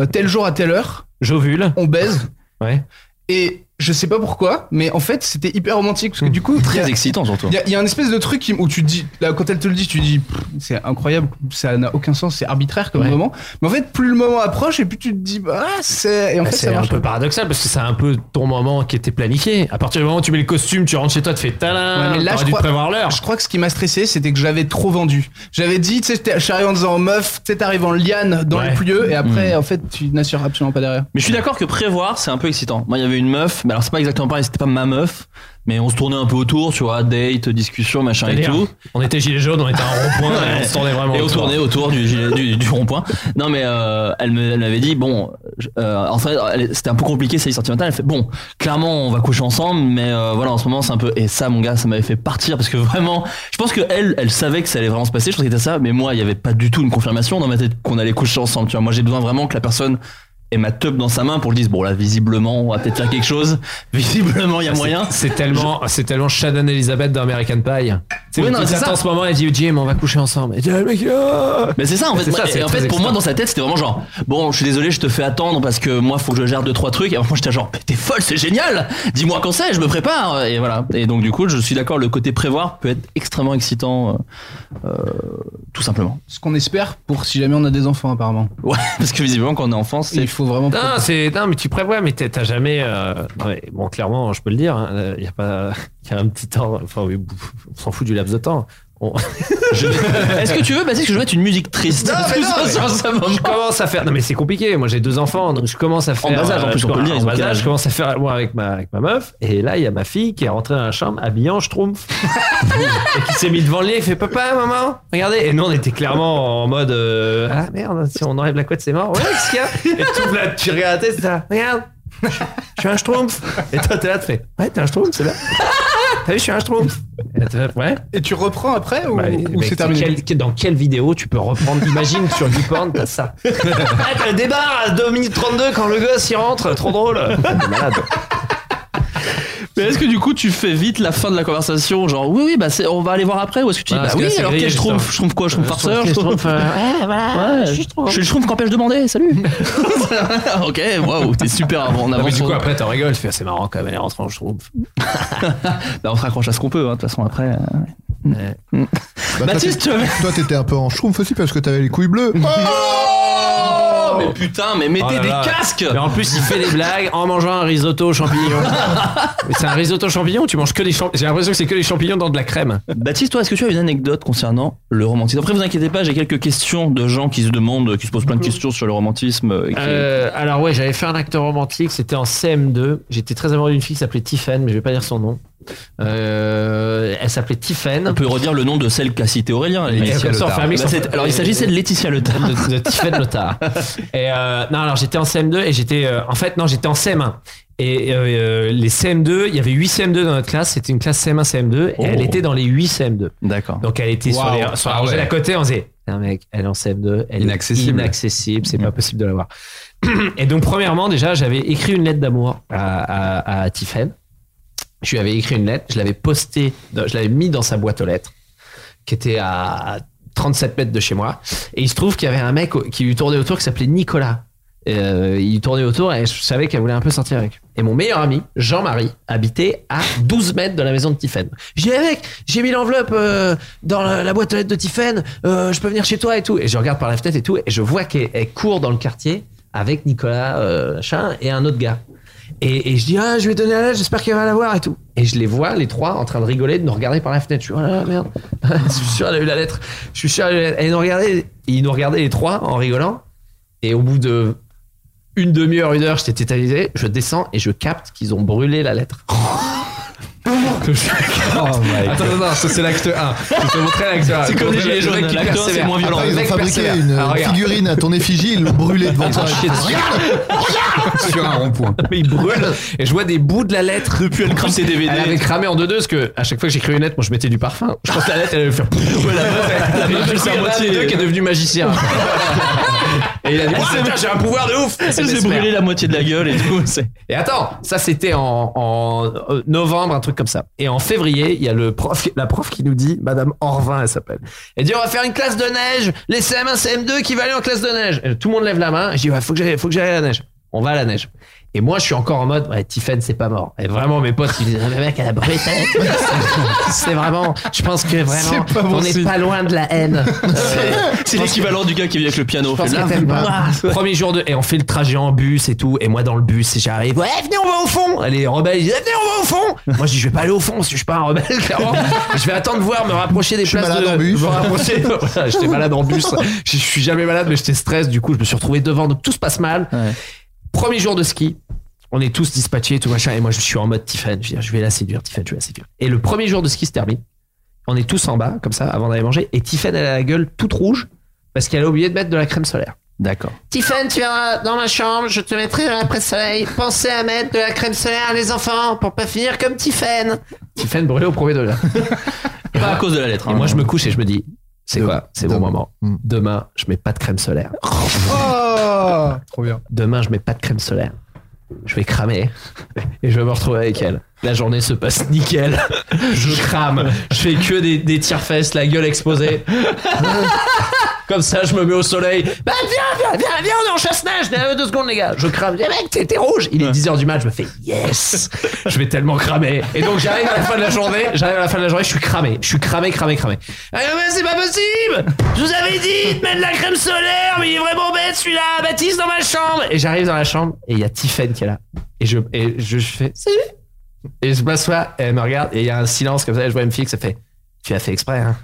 J: euh, tel jour à telle heure,
B: J'ovule.
J: on baise.
B: Ouais.
J: Et je sais pas pourquoi, mais en fait, c'était hyper romantique parce que du
B: Mmh.
J: coup, il y a-
G: Très excitant surtout.
J: Il y, a- il y a un espèce de truc qui- où tu te dis, là, quand elle te le dit, tu te dis, pff, c'est incroyable, ça n'a aucun sens, c'est arbitraire comme
B: Ouais.
J: moment. Mais en fait, plus le moment approche, et plus tu te dis, bah, ah, c'est. Et en
B: Bah,
J: fait,
B: c'est
J: ça
B: un
J: marche
B: peu paradoxal parce que c'est un peu ton moment qui était planifié. À partir du moment où tu mets le costume, tu rentres chez toi, tu fais talin.
J: Ouais, mais là,
B: t'aurais
J: je
B: dû
J: crois-
B: prévoir l'heure.
J: Je crois que ce qui m'a stressé, c'était que j'avais trop vendu. J'avais dit, tu sais, j'étais- je suis arrivé en disant meuf, tu sais, t'arrives en liane dans
B: Ouais. Mm.
J: le pouilleux, et après, en fait, tu n'assures absolument pas derrière.
G: Mais je suis d'accord que prévoir, c'est un peu excitant. Moi, il y avait une meuf, mais alors c'est pas exactement pareil, c'était pas ma meuf, mais on se tournait un peu autour, tu vois, date, discussion, machin et
B: C'est-à-dire,
G: tout.
B: On était gilet jaune, on était à un rond-point,
G: Ouais.
B: on se tournait vraiment.
G: Et on
B: autour.
G: tournait autour du, gilet- du, du rond-point. Non, mais euh, elle me- elle m'avait dit, bon, je- euh, en fait, elle- c'était un peu compliqué, ça y est sortie matin. Elle fait, bon, clairement, on va coucher ensemble, mais euh, voilà, en ce moment, c'est un peu. Et ça, mon gars, ça m'avait fait partir parce que vraiment, je pense que elle, elle savait que ça allait vraiment se passer. Je pense que c'était ça, mais moi, il y avait pas du tout une confirmation dans ma tête qu'on allait coucher ensemble. Tu vois, moi, j'ai besoin vraiment que la personne ait ma teub dans sa main pour le dire, bon, là, visiblement, on va peut-être faire quelque chose. Visiblement, il y a
B: Ah, C'est-
G: moyen.
B: C'est tellement, c'est tellement Shannon Elizabeth d'American Pie. C'est
G: Oui, non, c'est ça.
B: en ce moment, elle dit Jim, on va coucher ensemble. Et le mec, Ah
G: Mais c'est ça en fait.
B: C'est ça,
G: Moi,
B: c'est
G: et en
B: très
G: fait, pour
B: excitant.
G: moi, dans sa tête, c'était vraiment genre bon, je suis désolé, je te fais attendre parce que moi, faut que je gère deux trois trucs. Et moi, j'étais genre, mais t'es folle, c'est génial. Dis-moi quand c'est, je me prépare. Et voilà. Et donc du coup, je suis d'accord, le côté prévoir peut être extrêmement excitant, euh, euh, tout simplement.
J: Ce qu'on espère pour si jamais on a des enfants, apparemment.
G: Ouais, parce que visiblement, quand on est enfant, c'est
J: Il faut vraiment.
B: Non, c'est non, mais tu prévois, mais t'as t'as jamais. euh, ouais, bon, clairement, je peux le dire. Il y a pas, y a un petit temps. Enfin, oui, on s'en fout du laps de temps. On-
G: Est-ce que tu veux, Baptiste, que je mette une musique triste
B: Non, mais non, mais-
G: Sur ce moment.
B: je commence à faire. Non, mais c'est compliqué. Moi, j'ai deux enfants, donc je commence à faire. euh,
G: bas âge, en plus,
B: je
G: on peut
B: commence-
G: le dire, ils
B: en
G: ont
B: bas
G: quel
B: âge,
G: âge
B: je commence à faire moi avec ma, avec ma meuf. Et là, il y a ma fille qui est rentrée dans la chambre habillée en schtroumpf. et qui s'est mise devant le lit et fait Papa, maman, regardez. Et nous, on était clairement en mode euh, Ah merde, si on enlève la couette, c'est mort. Ouais, qu'est-ce qu'il y a Et tout, là, tu regardes la tête, c'est ça. Regarde, je suis un schtroumpf. Et toi, t'es là, tu fais Ouais, t'es un schtroumpf, c'est là. T'as vu, je suis un schtroumpf. Et t'es là, Ouais.
J: Et tu reprends après ou,
B: Bah,
J: ou
B: mec,
J: c'est terminé
B: quel- quel- dans quelle vidéo tu peux reprendre Imagine sur YouPorn, t'as ça. Ah, t'as le Bah débarre à 2 minutes 32 quand le gosse y rentre, trop drôle. T'es malade.
G: Mais est-ce que du coup tu fais vite la fin de la conversation, genre oui oui bah c'est- on va aller voir après ou est-ce que tu dis
A: Ouais,
G: bah
A: parce que
G: oui
A: là, c'est
G: alors
A: grillé,
G: quel schtroumpf
A: justement.
G: je trouve quoi je
A: Euh,
G: trouve farceur
A: je
G: je
A: trouve
G: trouve
A: qu'il y a schtroumpf, euh, ouais, voilà, je suis schtroumpf.
G: je suis le schtroumpf qu'empêche de demander salut ok waouh t'es super avant
B: Non,
G: on
B: mais
G: avance
B: du coup,
G: sur-
B: après, t'en rigoles, tu fais, ah, c'est marrant quand même, elle est rentrée en schtroumpf.
G: bah on se raccroche à ce qu'on peut hein, de toute façon après euh. Mm.
H: Bah, toi,
G: Baptiste
H: t'es-
G: tu avais-
H: Toi, t'étais un peu en schtroumpf aussi parce que t'avais les couilles bleues.
G: Oh, mais putain mais mettez
B: Oh là
G: des
B: là.
G: casques
B: Mais en plus, il fait des blagues en mangeant un risotto aux champignons. Mais c'est un risotto champignon, tu manges que des champignons. J'ai l'impression que c'est que des champignons dans de la crème.
G: Baptiste, toi, est-ce que tu as une anecdote concernant le romantisme Après, vous inquiétez pas, j'ai quelques questions de gens qui se demandent, qui se posent plein de questions sur le romantisme. euh, et qui-
B: Euh, alors ouais, j'avais fait un acteur romantique, c'était en CM2. J'étais très amoureux d'une fille qui s'appelait Tiffen, mais je vais pas dire son nom. Euh, elle s'appelait Tiffen.
G: On peut redire le nom de celle qu'a cité Aurélien.
B: Et
G: Laetitia
B: comme ça, on fait
G: Lotard.
B: un mix
G: Bah, c'est-
B: entre-
G: alors, il s'agissait de Laetitia Le
B: de, de Tiffen Lothar. Et euh, non, alors j'étais en CM2 et j'étais euh, en fait non, j'étais en CM1. Et euh, les CM2, il y avait 8 CM2 dans notre classe, c'était une classe CM1 CM2 et
G: Oh.
B: elle était dans les 8 CM2.
G: D'accord.
B: Donc elle était sur
G: Waouh.
B: les sur la
G: Ah
B: rangée
G: ouais.
B: d'à côté, on disait un mec, elle est en CM2, elle
K: Inaccessible.
B: est inaccessible, c'est pas possible de la voir. Et donc premièrement déjà, j'avais écrit une lettre d'amour à, à, à Tiffen. Je lui avais écrit une lettre, je l'avais postée, dans- je l'avais mis dans sa boîte aux lettres qui était à 37 mètres de chez moi. Et il se trouve qu'il y avait un mec au- qui lui tournait autour qui s'appelait Nicolas. Euh, il tournait autour et je savais qu'elle voulait un peu sortir avec. Et mon meilleur ami, Jean-Marie, habitait à 12 mètres de la maison de Tiffen. Je dis, Eh mec, j'ai mis l'enveloppe euh, dans la, la boîte aux lettres de Tiffen, euh, je peux venir chez toi et tout. Et je regarde par la fenêtre et tout, et je vois qu'elle elle court dans le quartier avec Nicolas euh, machin, et un autre gars. Et, et je dis, ah, je vais donner la lettre, j'espère qu'elle va la voir et tout. Et je les vois, les trois, en train de rigoler, de nous regarder par la fenêtre. Je suis, oh là là, merde. je suis sûr, elle a eu la lettre. Je suis sûr, elle a eu la lettre. Et ils nous regardaient, et ils nous regardaient les trois en rigolant. Et au bout de une demi-heure, une heure, j'étais tétanisé. Je descends et je capte qu'ils ont brûlé la lettre.
K: Oh my
B: Attends, non, non, ça c'est l'acte 1. Je te montrer l'acte 1.
G: C'est comme les gilets jaunes, l'acte un, c'est moins violent.
H: Après, ils ont
B: Mec
H: fabriqué
B: persévère.
H: une
B: Ah, regarde.
H: figurine à ton effigie, ils l'ont brûlée devant toi.
K: Sur un rond-point.
B: Mais il brûle. Et je vois des bouts de la lettre.
G: Depuis, elle crame ses DVD.
B: Elle avait cramé en deux-deux parce que à chaque fois que j'écrivais une lettre, moi je mettais du parfum. Je pense que la lettre, elle allait faire.
G: Ouais, la meuf, la meuf, elle s'est à moitié- euh,
B: deux qui est devenu magicien. Et il a dit
G: Elle
B: Ah,
G: s'est-
B: putain, j'ai un pouvoir de ouf
G: Elle s'est
B: Mesmer.
G: brûlée la moitié de la gueule et tout. c'est-
B: Et attends, ça c'était en, en, euh, novembre, un truc comme ça. Et en février, il y a le prof, la prof qui nous dit, Madame Orvin, elle s'appelle. Elle dit, on va faire une classe de neige, les CM1, CM2 qui va aller en classe de neige. Et tout le monde lève la main, et je dis, ouais, faut que j'aille, faut que j'aille à la neige. On va à la neige. Et moi, je suis encore en mode, ouais, Tiffen, c'est pas mort. Et vraiment, mes potes, ils disent, ah, mais mec, elle a brûlé sa lettre. C'est vraiment, je pense que vraiment,
G: C'est pas bon
B: on n'est
G: signe.
B: pas loin Euh, de la haine.
G: C'est l'équivalent du gars qui vient avec le piano.
B: Je pense
G: fait, là,
B: que t'aimes pas.
G: ouah.
B: Premier jour de. Et on fait le trajet en bus et tout. Et moi, dans le bus, et j'arrive. Ouais, venez, on va au fond. Elle est rebelle. Je dis, venez, on va au fond. Moi, je dis, je vais pas aller au fond parce que je suis pas un rebelle, clairement. je vais attendre de voir, me rapprocher des places.
H: malade
B: de,
H: en bus.
B: me rapprocher. Voilà, j'étais malade en bus. Je, je suis jamais malade, mais j'étais stress. Du coup, je me suis retrouvé devant. Donc, tout se passe mal.
G: Ouais.
B: Premier jour de ski. On est tous dispatchés, tout machin. Et moi, je suis en mode Tiffen. Je, veux dire, je vais la séduire, Tiffen, je vais la séduire. Et le premier jour de ski se termine. On est tous en bas, comme ça, avant d'aller manger. Et Tiffen, elle a la gueule toute rouge parce qu'elle a oublié de mettre de la crème solaire.
G: D'accord.
B: Tiffen, tu viendras dans ma chambre, je te mettrai dans la presse soleil. Pensez à mettre de la crème solaire, les enfants, pour pas finir comme Tiffen. Tiffen brûlé au premier degré.
G: Pas à cause de la lettre.
B: Et
G: hein.
B: moi, je me couche et je me dis, c'est quoi C'est mon
H: Demain.
B: moment.
H: Mm.
B: Demain, je mets pas de crème solaire.
H: Oh Trop bien.
B: Demain, je mets pas de crème solaire. Je vais cramer et je vais me retrouver avec elle. La journée se passe nickel. Je crame. Je fais que des, des tire-fesses, la gueule exposée. Comme ça, je me mets au soleil. Bah, viens, viens, viens, viens, on est en chasse-neige. Viens, Deux secondes, les gars. Je crame. Eh mec, t'es t'es rouge. Il est 10h du match. Je me fais yes. Je vais tellement cramer. Et donc, j'arrive à la fin de la journée. J'arrive à la fin de la journée. Je suis cramé. Je suis cramé, cramé, cramé. Ah, mais c'est pas possible. Je vous avais dit de mettre de la crème solaire. Mais il est vraiment bête, celui-là. Baptiste dans ma chambre. Et j'arrive dans la chambre. Et il y a Tiffen qui est là. Et je, et je fais salut. Et je m'assois. et Elle me regarde. Et il y a un silence comme ça. Et je vois une fille qui ça fait tu as fait exprès, hein.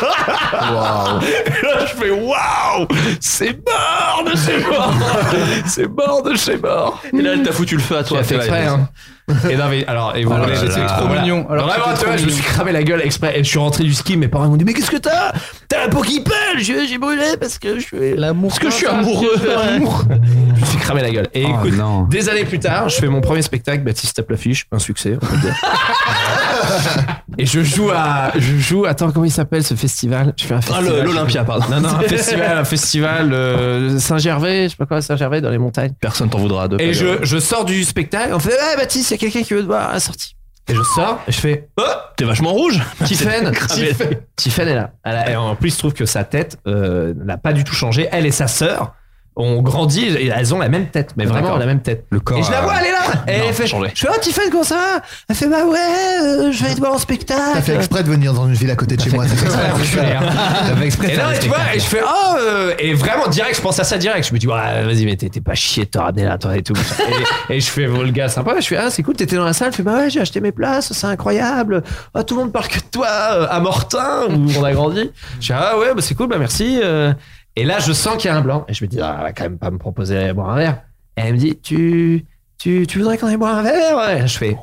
B: Là, je fais waouh, c'est mort de chez mort, c'est mort de chez mort.
G: Et là, elle t'a foutu le feu à
B: Tu
G: toi.
B: as fait
G: Fred.
B: exprès, hein. Et non, mais alors, et vous
H: Alors,
B: voulez,
H: c'était
B: voilà.
H: trop
B: Voilà.
H: mignon. Alors,
B: Vraiment,
H: c'était
B: tu vois,
H: trop
B: je me suis
H: mignon.
B: cramé la gueule exprès. Et je suis rentré du ski, mes parents m'ont dit, mais qu'est-ce que t'as T'as la peau qui pèle J'ai j'ai brûlé parce que je suis.
H: L'amour.
B: Parce que je suis amoureux. Je me suis cramé la gueule. Et
K: Oh,
B: écoute,
K: non.
B: des années plus tard, je fais mon premier spectacle, Baptiste tape l'affiche, un succès, on peut le dire. Et je joue à, je joue, attends, comment il s'appelle ce festival Je fais un festival.
G: Ah, le- l'Olympia, pardon.
B: Non, non, un festival, un festival euh, Saint-Gervais, je sais pas quoi, Saint-Gervais dans les montagnes.
G: Personne t'en voudra de.
B: Et
G: pas-
B: je, je sors du spectacle, on fait, ouais, Baptiste, il y a quelqu'un qui veut te voir à la sortie. Et je sors, et je fais, oh,
G: T'es vachement rouge.
B: Tiffen, Tiffen, Tiffen est là. Elle a- et en plus, il se trouve que sa tête euh, n'a pas du tout changé. Elle et sa sœur ont grandi et elles ont la même tête, mais vraiment
G: D'accord.
B: la même tête.
K: Le corps.
B: Et je la
K: a-
B: vois, elle est là Et
G: Non,
B: elle fait,
G: changé.
B: je fais, oh, Tiffen, comment ça va Elle fait, bah ouais, euh, je vais aller te voir en spectacle.
H: T'as fait exprès de venir dans une ville à côté de chez moi. c'est ça.
B: T'as
K: fait exprès de
B: Et
K: faire
B: là,
K: des
B: tu vois,
K: spectacles.
B: et je fais, oh, euh, et vraiment direct, je pense à ça direct. Je me dis, ouais, vas-y, mais t'es t'es pas chier de te ramener là, toi et tout. et, et je fais, bon, le gars, sympa, je fais, ah, c'est cool, t'étais dans la salle, je fais, bah ouais, j'ai acheté mes places, c'est incroyable. Ah, tout le monde parle que de toi, euh, à Mortain, où on a grandi. Je fais, ah ouais, bah c'est cool, bah merci. euh. Et là, je sens qu'il y a un blanc. Et je me dis, ah, elle va quand même pas me proposer d'aller boire un verre. Et elle me dit, tu, tu, tu voudrais qu'on aille boire un verre Et Je fais,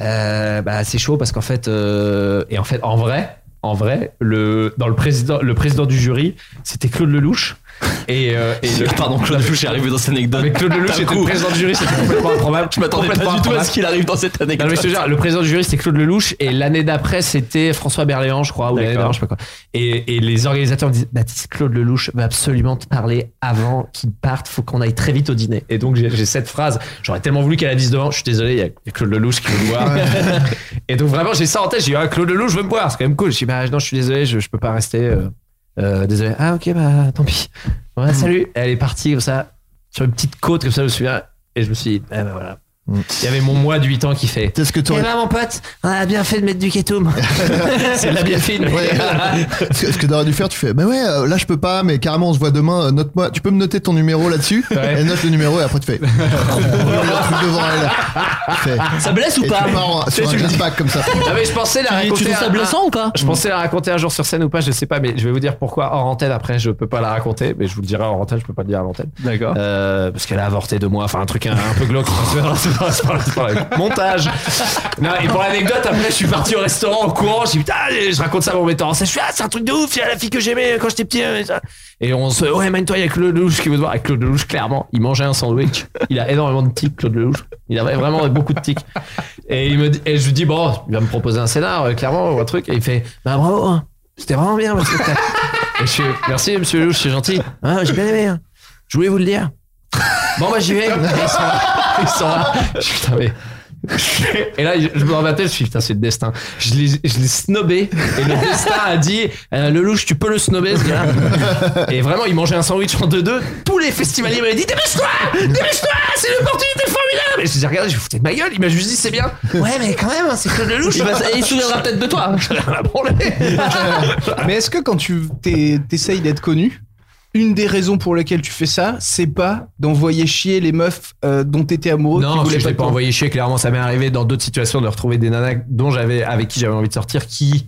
B: euh, bah, c'est chaud parce qu'en fait, euh, et en fait, en vrai, en vrai, le, dans le président, le président du jury, c'était Claude Lelouch. Et, euh, et le-
G: Pardon, Claude Lelouch est arrivé dans cette anecdote.
B: Avec Claude Lelouch,
G: D'un
B: c'était
G: coup.
B: le président du jury, c'était complètement improbable.
G: Je m'attendais pas
B: Complètement
G: du tout à
B: improbable.
G: ce qu'il arrive dans cette
B: Non,
G: anecdote.
B: mais je te jure, le président du jury c'était Claude Lelouch et l'année d'après c'était François Berléand, je crois, ou l'année
G: D'accord.
B: d'avant, je sais pas quoi. Et, et les organisateurs me disent Baptiste Claude Lelouch va absolument te parler avant qu'il parte, faut qu'on aille très vite au dîner. Et donc j'ai j'ai cette phrase, j'aurais tellement voulu qu'elle la dise devant, je suis désolé, il y a Claude Lelouch qui veut me voir. et donc vraiment j'ai ça en tête, j'ai dit ah, Claude Lelouch veut me voir, c'est quand même cool. Je dis bah non, je suis désolé, je, je peux pas rester. euh, euh, désolé. Ah ok, bah tant pis.
H: Mm.
B: Ouais, salut. Elle est partie comme ça, sur une petite côte comme ça, je me souviens. Et je me suis dit, ah bah voilà. Il y avait mon moi de 8 ans qui fait.
H: Mm. C'est ce que
B: Eh
H: t'aurais-
B: ben mon pote, on a bien fait de mettre du ketum. c'est de la biafine.
H: Ouais. ce que, ce que t'aurais dû faire, tu fais, bah ouais, euh, là je peux pas, mais carrément on se voit demain, euh, note-moi, tu peux me noter ton numéro là-dessus,
B: Ouais.
H: et note le numéro et après tu fais, brûle le truc devant elle. Tu fais-
G: Ça blesse ou
H: et
G: pas
H: tu pars en-
G: Tu sais,
H: sur un
G: tu le dis.
H: jetpack comme ça.
B: Non Ah, mais je pensais la
G: Tu dis- tu
B: raconter.
G: trouves ça
B: un-
G: blessant ou pas
B: Je pensais la raconter un jour sur scène ou pas, je sais pas, mais je vais vous dire pourquoi hors antenne après, je peux pas la raconter, mais je vous le dirai hors antenne, je peux pas le dire à l'antenne.
G: D'accord.
B: Euh, parce qu'elle a avorté de moi, enfin un truc un, un peu glauque. C'est pas- c'est pas- c'est pas- c'est pas- c'est pas- Montage. Non, et pour l'anecdote, après je suis parti au restaurant en courant, j'ai dit putain, et je raconte ça à mon metteur en scène. Je suis ah, c'est un truc de ouf, il y a la fille que j'aimais quand j'étais petit. euh, et ça. Et on se ouais, mène-toi, il y a Claude Lelouch qui veut te voir. Et Claude Lelouch, clairement, il mangeait un sandwich. Il a énormément de tics, Claude Lelouch. Il avait vraiment beaucoup de tics. Et, il me dit- et je lui dis, bon, il va me proposer un scénar, euh, clairement, ou un truc. Et il fait, bah bravo, hein. c'était vraiment bien. votre spectacle. et je fais, merci, monsieur Lelouch, c'est gentil. Ah, j'ai bien aimé. hein. Je voulais vous le dire. Bon, bah, j'y vais. Et Ils sont là. Ils sont là. Je suis, putain, mais. Et là, je je me rabattais, je me suis dit, putain, c'est le destin. Je l'ai je l'ai snobé, et le destin a dit, euh, Lelouch, tu peux le snobber, ce gars Et vraiment, il mangeait un sandwich en 2-2. Tous les festivaliers m'avaient dit, dépêche-toi Dépêche-toi C'est une opportunité formidable Et je les ai regardés, je foutais de ma gueule, il m'a juste dit, c'est bien. Ouais, mais quand même, hein, c'est Claude Lelouch.
G: Il va- il se souviendra peut-être de toi.
B: J'en ai rien à branler.
J: Mais est-ce que quand tu t'es- t'essayes d'être connu, une des raisons pour lesquelles tu fais ça, c'est pas d'envoyer chier les meufs euh, dont t'étais amoureux qui
B: Non, parce
J: voulaient
B: que je l'ai
J: de
B: pas
J: toi.
B: envoyé chier. Clairement, ça m'est arrivé dans d'autres situations de retrouver des nanas dont j'avais, avec qui j'avais envie de sortir, qui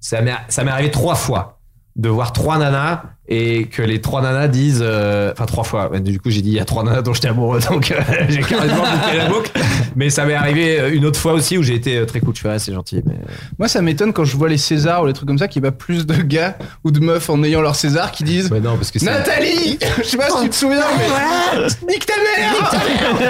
B: ça m'est ça m'est arrivé trois fois de voir trois nanas et que les trois nanas disent, euh, enfin trois fois. Ouais, Du coup, j'ai dit il y a trois nanas dont j'étais amoureux, donc euh, j'ai carrément bouclé la boucle. Mais ça m'est arrivé euh, une autre fois aussi où j'ai été euh, très cool. Tu vois, c'est gentil. Mais... euh.
J: Moi, ça m'étonne quand je vois les Césars ou les trucs comme ça, qu'il y a pas plus de gars ou de meufs en ayant leur César qui disent
B: Ouais, non, parce que c'est-
J: Nathalie Je sais pas si tu te souviens, mais. Nique ta mère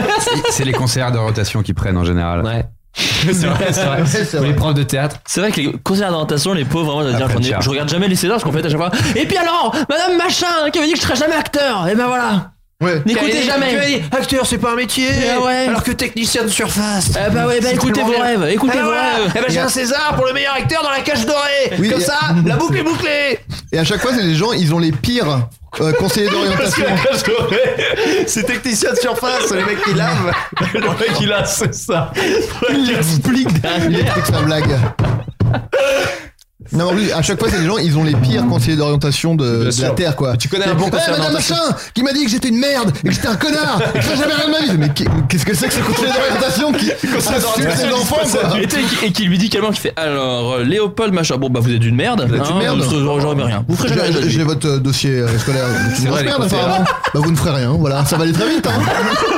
K: C'est- C'est les concerts de rotation qui prennent en général.
B: Ouais. c'est vrai, c'est vrai. Pour les profs de théâtre.
G: C'est vrai que les concerts d'orientation, les pauvres, vraiment, je dois dire,
K: Après,
G: j'en ai-
K: Charles.
G: je regarde jamais les Césars parce qu'en fait, à chaque fois. Et puis alors, Madame Machin, qui avait dit que je serais jamais acteur, et ben voilà.
H: Ouais.
G: N'écoutez jamais.
B: Acteur, c'est pas un métier.
G: Eh ouais.
B: Alors que technicien de surface.
G: Eh ben ouais, bah écoutez vos rêves, écoutez
B: Eh
G: vos
B: voilà.
G: rêves.
B: Eh ben j'ai un César pour le meilleur acteur dans la cage dorée.
H: Oui,
B: Comme
H: et-
B: ça, la boucle est bouclée.
H: Et à chaque fois, c'est les gens, ils ont les pires euh, conseillers d'orientation.
B: cage dorée, c'est technicien de surface, les mecs qui lavent.
G: Le mec, il a, c'est ça.
H: Il explique Il explique sa blague. Non, lui, à chaque fois, c'est les gens, ils ont les pires conseillers d'orientation de, de la
B: sûr.
H: Terre, quoi.
B: Tu connais
H: C'est-
B: un bon conseiller
H: Eh, madame
B: d'orientation.
H: machin qui m'a dit que j'étais une merde et que j'étais un connard et que je ferais jamais rien de ma vie. Mais qui- qu'est-ce que c'est que ce conseiller d'orientation qui
B: conseiller
H: insulte
B: d'orientation,
H: ses
B: il se
H: enfants,
B: passe
H: quoi
G: Et, tu sais, qui- et qui lui dit calmement qui fait alors euh, Léopold Machin bon bah vous êtes une merde
H: êtes une
G: hein,
H: merde.
G: vous serez- j'aurais rien vous ferez jamais rien de
H: J'ai-
G: votre vie.
H: J'ai votre euh, dossier euh, scolaire. C'est une
B: vrai,
H: grosse
B: les
H: merde,
B: conseillers.
H: apparemment. Bah, vous ne ferez rien, voilà. Ça va aller très vite, hein.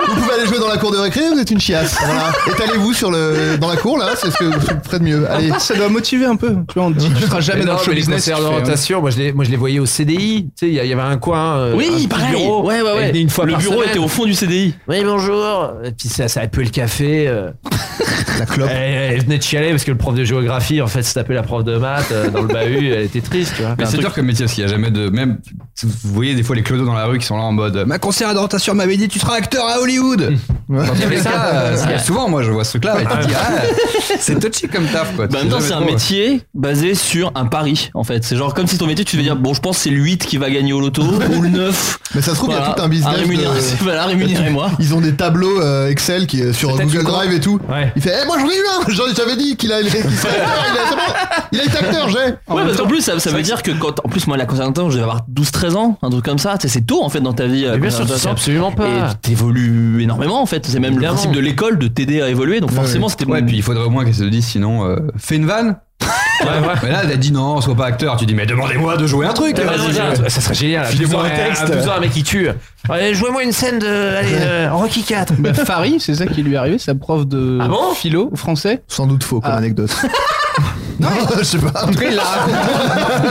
H: Vous pouvez aller jouer dans la cour de récré, vous êtes une chiasse. Voilà. Étalez-vous sur le, dans la cour, là. C'est ce que vous ferez de mieux. Allez.
J: Ça doit motiver un peu. Tu vois, on te dit, tu seras jamais
B: Mais
J: dans
B: non,
J: le show
B: mais les
J: business.
B: concerts
J: tu
H: hein.
J: fais, hein.
B: d'orientation, moi je les, moi je les voyais au CDI. Tu sais, il y, a- il y avait un coin. euh, un
G: oui
B: petit
G: pareil
B: bureau.
G: ouais ouais ouais
B: Elle venait une fois
G: le
B: par
G: bureau
B: semaine.
G: était au fond du CDI
B: Oui, bonjour. Et puis ça, ça a pué le café. euh.
H: La clope.
B: Elle, elle venait de chialer parce que le prof de géographie, en fait, se tapait la prof de maths euh, dans le bahut. Elle était triste, tu vois.
K: Mais c'est dur comme métier parce qu'il n'y a jamais de. Même, vous voyez des fois les clodos dans la rue qui sont là en mode Ma conseillère d'orientation m'avait dit tu seras acteur à Hollywood Dans tous les cas, euh, c'est- souvent moi je vois ce truc là et tu te dis Ah, c'est touchy comme taf quoi.
G: Bah, en même temps,
K: Tu sais
G: c'est un
K: jamais trop.
G: métier basé sur un pari, en fait. C'est genre comme si ton métier, tu devais dire, bon, je pense que c'est le 8 qui va gagner au loto, ou le 9.
H: Mais ça se trouve, il y a
G: Voilà.
H: tout un business.
G: Ah, rémunérez-
H: de-
G: Voilà, rémunérez-moi.
H: Ils ont des tableaux euh, Excel qui euh, sur Google Drive et tout. Il fait, eh, moi j'en ai eu un J'en- J'avais dit qu'il a, il serait acteur, il a, c'est bon, il a été acteur, j'ai
G: Ouais, parce qu'en plus, ça, ça veut dire que quand. En plus, moi, la conservatoire, je devais avoir 12-13 ans, un truc comme ça. Tu sais, C'est tôt, en fait, dans ta vie. la
B: Mais bien sûr, tu
G: conservatoire.
B: sens absolument pas.
G: Et tu t'évolues énormément, en fait. C'est même le
K: Évidemment.
G: principe de l'école de t'aider à évoluer. Donc, forcément, c'était.
K: Ouais, puis il faudrait au moins qu'elle se dise sinon, euh, fais une vanne Mais là, elle a dit non, sois pas acteur. Tu dis, mais demandez-moi de jouer un truc. euh,
B: Ouais, vas-y, joue un truc. Ça serait génial. à
K: Filez-moi
B: 12
K: un
B: heures,
K: texte.
B: À 12 heures, un mec qui tue. Allez, jouez-moi une scène de. Allez, euh, Rocky 4.
J: Bah, Farid, c'est ça qui lui est arrivé, sa prof de
B: Ah bon
J: philo français. Ah.
H: Sans doute faux comme anecdote. non, je sais pas.
J: En tout cas, il l'a raconté.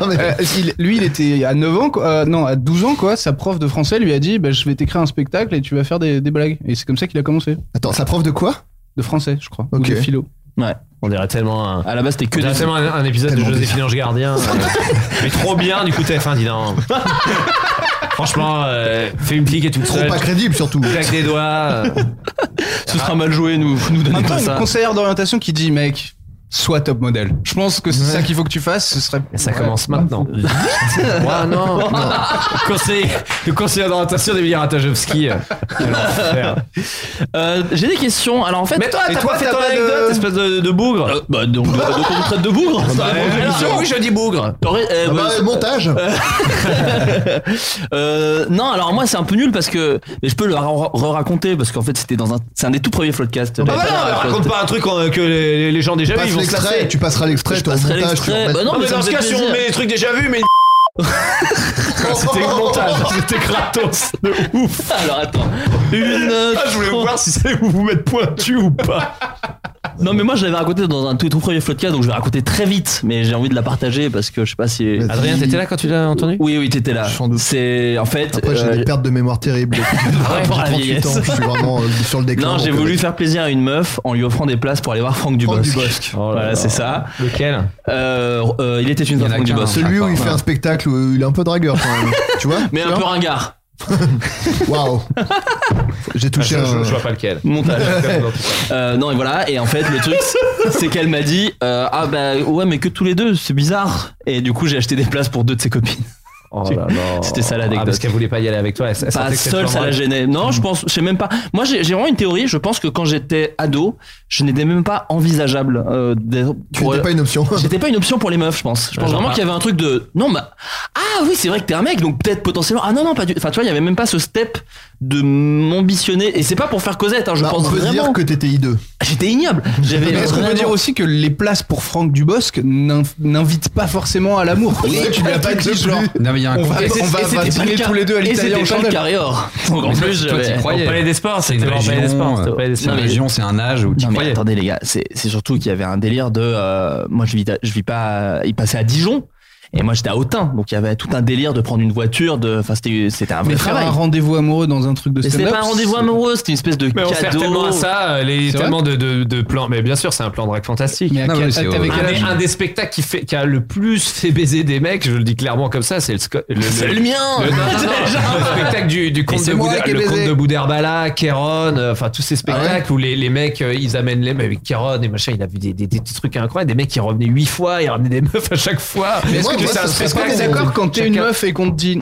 J: Non, mais, euh, il- lui, il était à 9 ans, quoi, euh, non, à 12 ans, quoi. Sa prof de français lui a dit bah, Je vais t'écrire un spectacle et tu vas faire des, des blagues. Et c'est comme ça qu'il a commencé.
H: Attends, sa prof de quoi
J: De français, je crois.
H: Ok.
J: Ou de philo.
G: Ouais.
B: On dirait tellement un.
G: À la base, c'était que
B: on dirait
G: des-
B: tellement un, un épisode de
G: Tellement
B: Joséphine Ange Gardien. euh, mais trop bien, du coup, TF1 dit non. Franchement, euh, fais une pique et tout
H: Trop
B: seul.
H: pas crédible surtout.
B: Claque des doigts. euh.
G: Ce sera mal joué, nous, nous
J: En
G: donnez
J: même
G: pas
J: temps, une
G: ça.
J: conseillère d'orientation qui dit Mec, sois top modèle. Je pense que c'est ça qu'il faut que tu fasses. Ce serait.
B: Ça commence maintenant. Ouah, non. non. Conseil, le conseiller d'orientation d'Emilie Ratajowski. euh. Quel enfer.
G: Euh, J'ai des questions. Alors, en fait.
B: Mais toi, t'as pas fait ton anecdote, espèce de, de bougre
G: Euh, bah, donc, donc on me traite de bougre.
B: Bah, émission, Oui, je dis bougre
G: T'aurais- euh,
H: Ah bah,
G: bah,
H: montage
G: Euh, non, alors moi c'est un peu nul parce que mais je peux le ra- re-raconter parce qu'en fait c'était dans un c'est un des tout premiers floodcasts.
B: Ah bah non, mais raconte pas un truc euh, que les, les gens déjà vus,
H: Passe
B: ils vont se
H: l'extrait,
B: lasser.
H: tu passeras l'extrait, toi, au
G: passerai
H: montage, tu
G: l'extrait.
H: remets-
G: Bah non,
B: Non,
G: mais
B: mais
G: ça
B: dans
G: me
B: ce
G: fait
B: cas, si on
G: plaisir.
B: met les trucs déjà vus, mais c'était le montage, c'était gratos de ouf.
G: Alors attends, une.
B: Ah, je voulais voir si ça vous vous mettre pointu ou pas.
G: Non mais moi je l'avais raconté dans un tout, tout premier floodcast donc je vais raconter très vite mais j'ai envie de la partager parce que je sais pas si.
B: Adrien, t'étais là quand tu l'as entendu
G: Oui oui t'étais là.
H: Sans doute.
G: C'est en fait.
H: Après, j'ai
G: euh,
H: des pertes de mémoire terribles.
G: par rapport à la
H: 38 ans,
G: vieillesse.
H: je suis vraiment euh, sur le déclin.
G: Non, j'ai
H: donc,
G: voulu
H: euh,
G: faire plaisir à une meuf en lui offrant des places pour aller voir Franck Dubosc.
H: Dubosc.
G: voilà, c'est ça.
B: Oh Lequel
G: Euh, euh, il était une fois
K: en a
G: Franck
K: qu'un,
G: Dubosc.
H: Celui où il fait
G: Voilà.
H: un spectacle où il est un peu dragueur quand même. tu vois
G: Mais
H: Tu
G: un peu
H: vois
G: ringard.
H: Waouh J'ai touché
B: Ah, je,
H: un.
B: je vois pas lequel.
G: Montage. Euh, non et voilà et en fait le truc c'est qu'elle m'a dit euh, ah bah ouais mais que tous les deux c'est bizarre et du coup j'ai acheté des places pour deux de ses copines
B: Oh là là.
G: C'était ça, l'anecdote.
B: Ah, parce qu'elle voulait pas y aller avec toi. Elle, elle
G: pas
B: sentait que c'était
G: seule ça la
B: normal.
G: gênait non je pense je sais même pas moi j'ai j'ai vraiment une théorie je pense que quand j'étais ado je n'étais même pas envisageable euh, d'être-
H: Tu
G: pour-
H: n'étais pas une option.
G: J'étais pas une option pour les meufs, je pense. Je
B: Ouais,
G: pense
B: genre,
G: vraiment
B: ah.
G: qu'il y avait un truc de non, bah ah oui, c'est vrai que t'es un mec, donc peut-être potentiellement ah non non pas du. Enfin tu vois, il y avait même pas ce step de m'ambitionner et c'est pas pour faire Cosette. hein, je
H: Bah,
G: pense
H: on peut
G: vraiment.
H: dire que t'étais hideux.
G: J'étais ignoble. J'avais.
J: Mais est-ce qu'on peut
G: vraiment-
J: dire aussi que les places pour Franck Dubosc n'in- n'invitent pas forcément à l'amour Tu lui as pas dit genre.
K: Non, mais il y a un
J: On va,
K: contexte.
J: on va,
G: Et c'était
J: va
G: pas
J: dîner
G: le cas-
J: tous les deux à
G: et c'était
J: l'Italie en
G: pas le
J: chandelle.
G: carrière. Donc en
K: Mais toi,
G: plus,
K: toi, t'y
G: j'avais-
K: croyais.
B: Au palais des sports, c'est
K: Une
B: au palais des sports. c'était au
K: région,
B: palais des
K: C'est
B: sports.
K: une
G: mais-
K: région, euh, c'est un âge où tu
G: Non, mais
K: croyais.
G: attendez les gars, c'est c'est surtout qu'il y avait un délire de euh, moi je vis à- je vis pas il passait à Dijon et moi j'étais à Autun donc il y avait tout un délire de prendre une voiture de enfin c'était c'était un vrai
J: Mais faire
G: travail.
J: un rendez-vous amoureux dans un truc de
G: Mais
J: stand-up.
G: c'était pas un rendez-vous
J: c'est-
G: amoureux, c'était une espèce de
B: Mais on sert
G: cadeau.
B: tellement à ça, euh, les,
J: C'est vrai
B: tellement de, de, de plans. Mais bien sûr, c'est un plan de drague fantastique.
J: Mais à
K: Non,
J: quel-
K: mais c'est-
J: t'avais
K: Mais
B: Un,
J: quel
B: des-
J: âge
B: un des spectacles qui, fait, qui a le plus fait baiser des mecs, je le dis clairement comme ça, c'est le, sco- le,
G: C'est
B: le-
G: le mien.
B: le- non, non, non, le spectacle du, du conte
G: c'est
B: de
G: moi
B: Bouder-
G: qui ai
B: le
G: baisé.
B: conte de Boudherbala, Kéron, euh, enfin tous ces spectacles où les, les mecs euh, ils amènent les mecs avec Kéron et machin, il a vu des, des, des petits trucs incroyables, des mecs qui revenaient huit fois, ils ramenaient des meufs à chaque fois.
H: Mais est-ce que tu sais un
J: Est-ce
H: Parce
J: qu'on est
H: que-
J: d'accord quand t'es une
B: Chacun-
J: meuf et qu'on te dit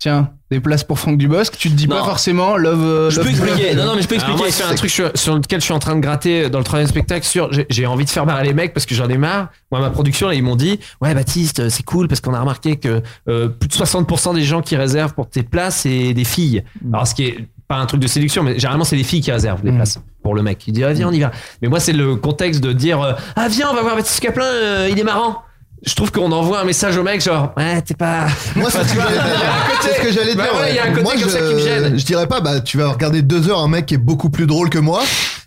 J: tiens des places pour Franck Dubosc, tu te dis
G: Non.
J: pas forcément love. euh,
G: Je peux
J: love
G: expliquer.
J: Blog.
G: Non non mais je peux
B: Alors moi,
G: expliquer.
B: je fais un truc sur, sur lequel je suis en train de gratter dans le troisième spectacle. Sur, j'ai- j'ai envie de faire marrer les mecs parce que j'en ai marre. Moi, ma production, là, ils m'ont dit, ouais, Baptiste, euh, c'est cool parce qu'on a remarqué que euh, plus de 60% des gens qui réservent pour tes places, c'est des filles. Alors, ce qui est pas un truc de séduction, mais généralement, c'est des filles qui réservent les
J: Mm.
B: places pour le mec. Il dit, ah, viens, on y va. Mais moi, c'est le contexte de dire, euh, ah, viens, on va voir Baptiste Caplin, euh, il est marrant. je trouve qu'on envoie un message au mec, genre, ouais, t'es pas.
H: Moi, c'est ce que j'allais dire. C'est ce que j'allais
B: Bah
H: dire.
B: ouais,
H: ouais.
B: il y a un côté
H: Moi,
B: comme
H: je,
B: ça qui me gêne.
H: Je dirais pas, bah, tu vas regarder deux heures un mec qui est beaucoup plus drôle que moi,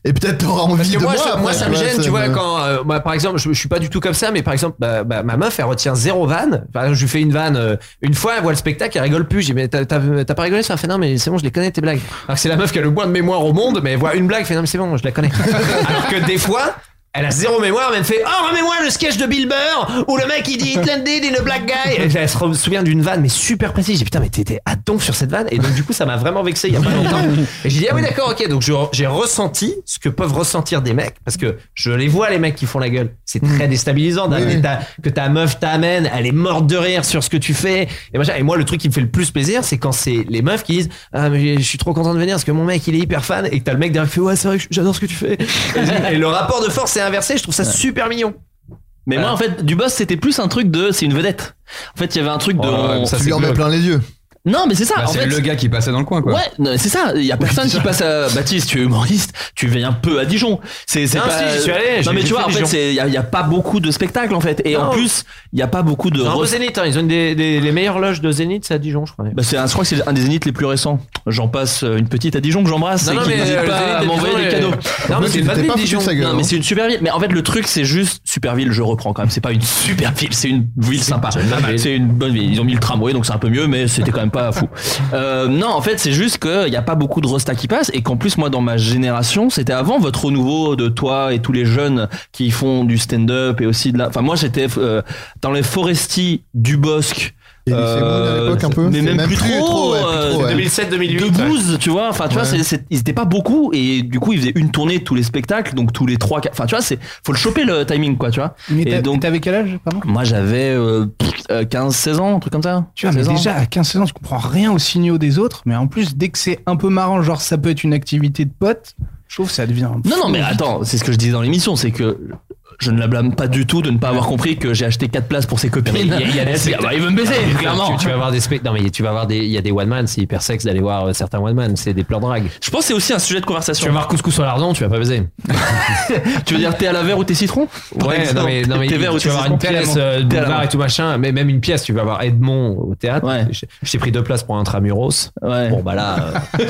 H: et peut-être t'auras envie
B: Parce que
H: de
B: moi,
H: moi.
B: je-
H: après,
B: moi, ça me gêne, tu vois,
H: me-
B: quand, euh, moi, par exemple, je, je suis pas du tout comme ça, mais par exemple, bah, bah, ma meuf, elle retient zéro vanne. Enfin, je lui fais une vanne euh, une fois, elle voit le spectacle, elle rigole plus. J'ai dit, mais t'as t'as- t'as pas rigolé, ça Elle fait non, mais c'est bon, je les connais tes blagues. Alors que c'est la meuf qui a le moins de mémoire au monde, mais elle voit une blague, elle fait non, mais c'est bon, je la connais. Alors que des fois, elle a zéro mémoire, mais elle me fait Oh, remets-moi le sketch de Bill Burr où le mec il dit It landed in a black guy. Et elle se souvient d'une vanne, mais super précise. J'ai dit, putain, mais t'étais à donf sur cette vanne. Et donc, du coup, ça m'a vraiment vexé il y a pas longtemps. Et j'ai dit, ah oui, d'accord, ok. Donc, je- j'ai ressenti ce que peuvent ressentir des mecs parce que je les vois, les mecs qui font la gueule. C'est
G: Mm.
B: très déstabilisant d'amener ta- que ta meuf t'amène, elle est morte de rire sur ce que tu fais. Et, machin. et moi, le truc qui me fait le plus plaisir, c'est quand c'est les meufs qui disent, ah, mais je suis trop content de venir parce que mon mec il est hyper fan. Et que t'as le mec derrière qui fait, ouais, c'est vrai que j'adore ce que tu fais. Et, et le rapport de force est inversé. Je trouve ça super mignon.
G: Mais moi, en fait, du boss, c'était plus un truc de c'est une vedette. En fait, il y avait un truc de.
K: ouais, mais ça, Tu lui c'est en mets glauque.
H: plein les yeux.
G: Non, mais c'est ça.
K: Bah,
G: en
K: c'est
G: fait,
K: le gars qui passait dans le coin, quoi. Bah,
G: Ouais, non, c'est ça. Il y a personne qui passe à bah, Baptiste. Tu es humoriste. Tu viens un peu à Dijon. C'est c'est
B: Non,
G: pas.
B: si, j'y suis allé,
G: Non,
B: j'ai-
G: mais
B: j'ai
G: tu vois,
B: fait
G: en fait,
B: Dijon.
G: c'est- il y, a- il y a pas beaucoup de spectacles en fait. Et en
B: Non.
G: plus, il y a pas beaucoup de.
B: C'est un peu
G: re-
B: Zénith, hein. ils ont une des, des- les meilleures loges de Zénith, c'est à Dijon, je crois.
G: Bah, c'est un, je crois que c'est un des zéniths les plus récents. J'en passe euh, une petite à Dijon que j'embrasse
B: Non,
G: et
B: non,
G: qui
B: mais,
G: n'hésite
B: euh, le
G: pas
B: Zénith
G: à
B: de
G: m'envoyer
B: Dijon
G: des
B: est-
G: cadeaux.
B: Non, mais c'est une bonne
G: pas
B: ville, Dijon.
G: Non, mais c'est une super ville. Mais en fait, le truc, c'est juste super ville. Je reprends quand même. C'est pas une super ville, c'est une ville sympa. C'est une bonne ville. Ils ont mis le tramway, donc c'est un peu mieux, mais c'était quand même pas fou. Euh, non, en fait, c'est juste qu'il n'y a pas beaucoup de rostas qui passent et qu'en plus, moi, dans ma génération, c'était avant votre renouveau de toi et tous les jeunes qui font du stand-up et aussi de la. Enfin, moi, j'étais euh, dans les Foresti du Bosque.
H: Et
G: euh,
H: Elie Semoun à l'époque, un peu.
G: Mais
H: C'est
G: même,
H: même
G: plus,
H: plus
G: trop, euh,
H: trop, ouais, plus trop, ouais.
B: 2007-2008,
G: De Bouze, tu vois. Enfin, tu vois,
H: Ouais.
G: c'est- c'est- ils étaient pas beaucoup et du coup, ils faisaient une tournée de tous les spectacles, donc tous les trois, quatre- enfin, tu vois, c'est faut le choper le timing, quoi, tu vois. et donc,
J: t'avais quel âge, pardon
G: moi, j'avais euh, pff, euh, 15, 16 ans, un truc comme ça.
J: Tu vois, mais
G: 16 ans.
J: déjà, à 15 ans, je comprends rien aux signaux des autres, mais en plus, dès que c'est un peu marrant, genre ça peut être une activité de pote, je trouve que ça devient.
G: Non, non, mais attends, c'est ce que je disais dans l'émission, c'est que je ne la blâme pas du tout de ne pas avoir compris que j'ai acheté 4 places pour ses copines.
B: Mais il y a- il y a des
G: C'est- ah
B: spectacles-
G: bah, il veut me baiser,
B: Non, mais tu-
G: clairement.
B: Tu, vas voir des spectacles. Non, mais tu vas voir des. Il y a des one man, c'est hyper sexe d'aller voir euh, certains one man, c'est des plans drague.
G: Je pense que c'est aussi un sujet de conversation.
B: Tu vas voir couscous à lardon, tu vas pas baiser.
G: tu veux dire thé à la verre ou thé citron Par
B: Ouais,
G: exemple,
B: non mais, non, mais
G: thé vert ou
B: tu
G: thé
B: vas voir
G: citron
B: une pièce,
G: Thé à
B: euh,
G: la
B: boulevard
G: menthe.
B: et tout machin, mais même une pièce, tu vas voir Edmond au théâtre. Je je t'ai pris deux places pour un Tramuros. Bon bah là. euh,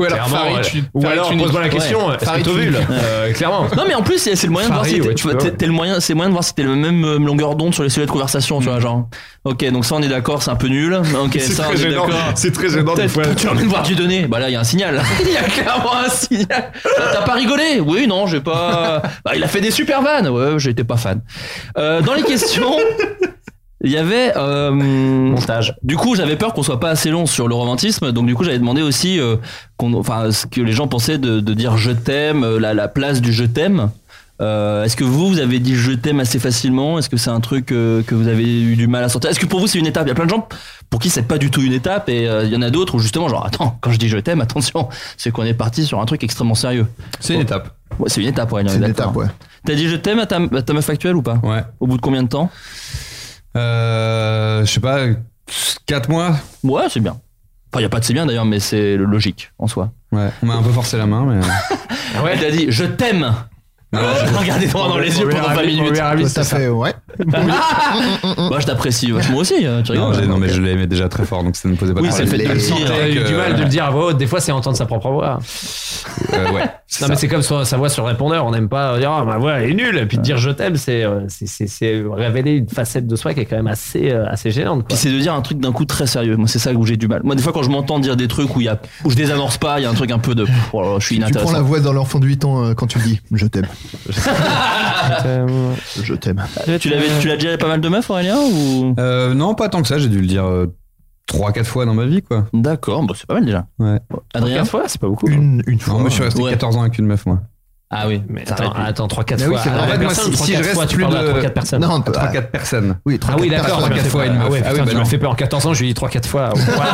G: Ou alors
B: clairement,
G: Farid,
B: euh,
G: tu-
B: ou
G: Farid,
B: alors
G: tu
B: pose-moi la
G: niques.
B: question,
G: Ouais.
B: est-ce que
G: Farid, tu
B: t'ovules
G: niques.
B: Euh, Clairement.
G: Non mais en plus c'est le moyen
B: Farid,
G: de voir
B: ouais,
G: si
B: tu
G: t'es-
B: peux,
G: t'es-
B: ouais.
G: t'es le moyen c'est le moyen de voir si t'es le même euh, longueur d'onde sur les sujets de conversation tu vois genre ok donc ça on est d'accord c'est un peu nul ok
I: C'est
G: ça
I: très
G: on est
I: gênant.
G: d'accord
I: C'est très gênant, des
G: Peut-être
I: fois.
G: que tu vas même voir du donné bah là il y a un signal il y a clairement un signal Bah, t'as pas rigolé oui non j'ai pas bah, il a fait des super vannes ouais j'étais pas fan Euh, dans les questions il y avait montage. Du coup, j'avais peur qu'on soit pas assez long sur le romantisme, donc du coup, j'avais demandé aussi euh, qu'on, enfin, ce que les gens pensaient de, de dire je t'aime, euh, la, la place du je t'aime. Euh, Est-ce que vous, vous avez dit je t'aime assez facilement Est-ce que c'est un truc euh, que vous avez eu du mal à sortir Est-ce que pour vous, c'est une étape Il y a plein de gens pour qui c'est pas du tout une étape, et euh, il y en a d'autres où justement, genre, attends, quand je dis je t'aime, attention, c'est qu'on est parti sur un truc extrêmement sérieux.
K: C'est une étape.
G: Ouais, c'est une étape, ouais. on est
K: C'est une
G: d'accord.
K: étape, ouais.
G: T'as dit je t'aime à ta, à ta meuf actuelle ou pas
K: Ouais.
G: Au bout de combien de temps
K: Euh, je sais pas, 4 mois
G: Ouais, c'est bien. Enfin, il a pas de c'est bien d'ailleurs, mais c'est logique en soi.
K: Ouais, on m'a un peu forcé la main, mais. euh,
G: Elle t'a dit je t'aime. Regardez droit dans les yeux pendant 20 minutes.
H: Tout à fait, ouais.
K: Mm,
G: Moi, je t'apprécie vachement aussi. euh, Tu
K: Non,
G: rigoles.
K: j'ai- non, mais je l'aimais déjà très fort, donc ça ne posait pas
G: Oui,
K: de Euh,
G: c'est le
K: problème.
G: fait de le dire.
B: T'as eu du mal de le dire à voix haute. Des fois, c'est entendre sa propre voix.
K: Euh, ouais.
B: Non, mais c'est comme son- sa voix sur le répondeur. On n'aime pas dire Ah, ma voix elle est nulle. Et puis de dire je t'aime, c'est euh, c'est- c'est- c'est révéler une facette de soi qui est quand même assez, euh, assez gênante.
G: Puis
B: quoi.
G: c'est de dire un truc d'un coup très sérieux. Moi, c'est ça où j'ai du mal. Moi, des fois, quand je m'entends dire des trucs où, il y a, où je désamorce pas, il y a un truc un peu de. Oh là là, je suis
H: Tu prends
G: inintéressant.
H: la voix dans l'enfant de 8 ans euh, quand tu dis Je t'aime. euh,
G: Euh,
H: Je t'aime.
G: Tu l'avais, tu l'as déjà pas mal de meufs, Aurélien ou...
K: Euh, non, pas tant que ça, j'ai dû le dire 3-4 fois dans ma vie, quoi.
G: D'accord, bah, c'est pas mal déjà.
K: Ouais.
G: Adrien
B: Quatre fois, c'est pas beaucoup.
H: Une, une fois.
K: Non, moi je suis resté
G: Ouais.
K: 14 ans avec une meuf, moi.
G: Ah oui.
B: Mais
G: Ça
B: attends,
G: arrête.
B: attends 3-4
K: Bah oui,
B: fois.
K: c'est vrai.
B: Ah,
K: En fait, moi,
B: personne,
K: si-
B: trois,
K: si
B: quatre
K: je
B: fois,
K: reste
B: tu
K: plus
B: parles à
K: de-
B: trois, quatre personnes.
H: Non,
K: Trois,
H: ah,
K: quatre personnes.
H: oui, trois,
B: Ah oui,
H: quatre
B: d'accord.
H: personnes.
B: je me fais
K: fois,
B: peur.
K: il me
B: Ah ouais,
K: fait-
B: putain,
K: ah oui, bah
B: je me
K: non.
B: fais peur en 14 ans, je lui dis 3-4 fois. Voilà.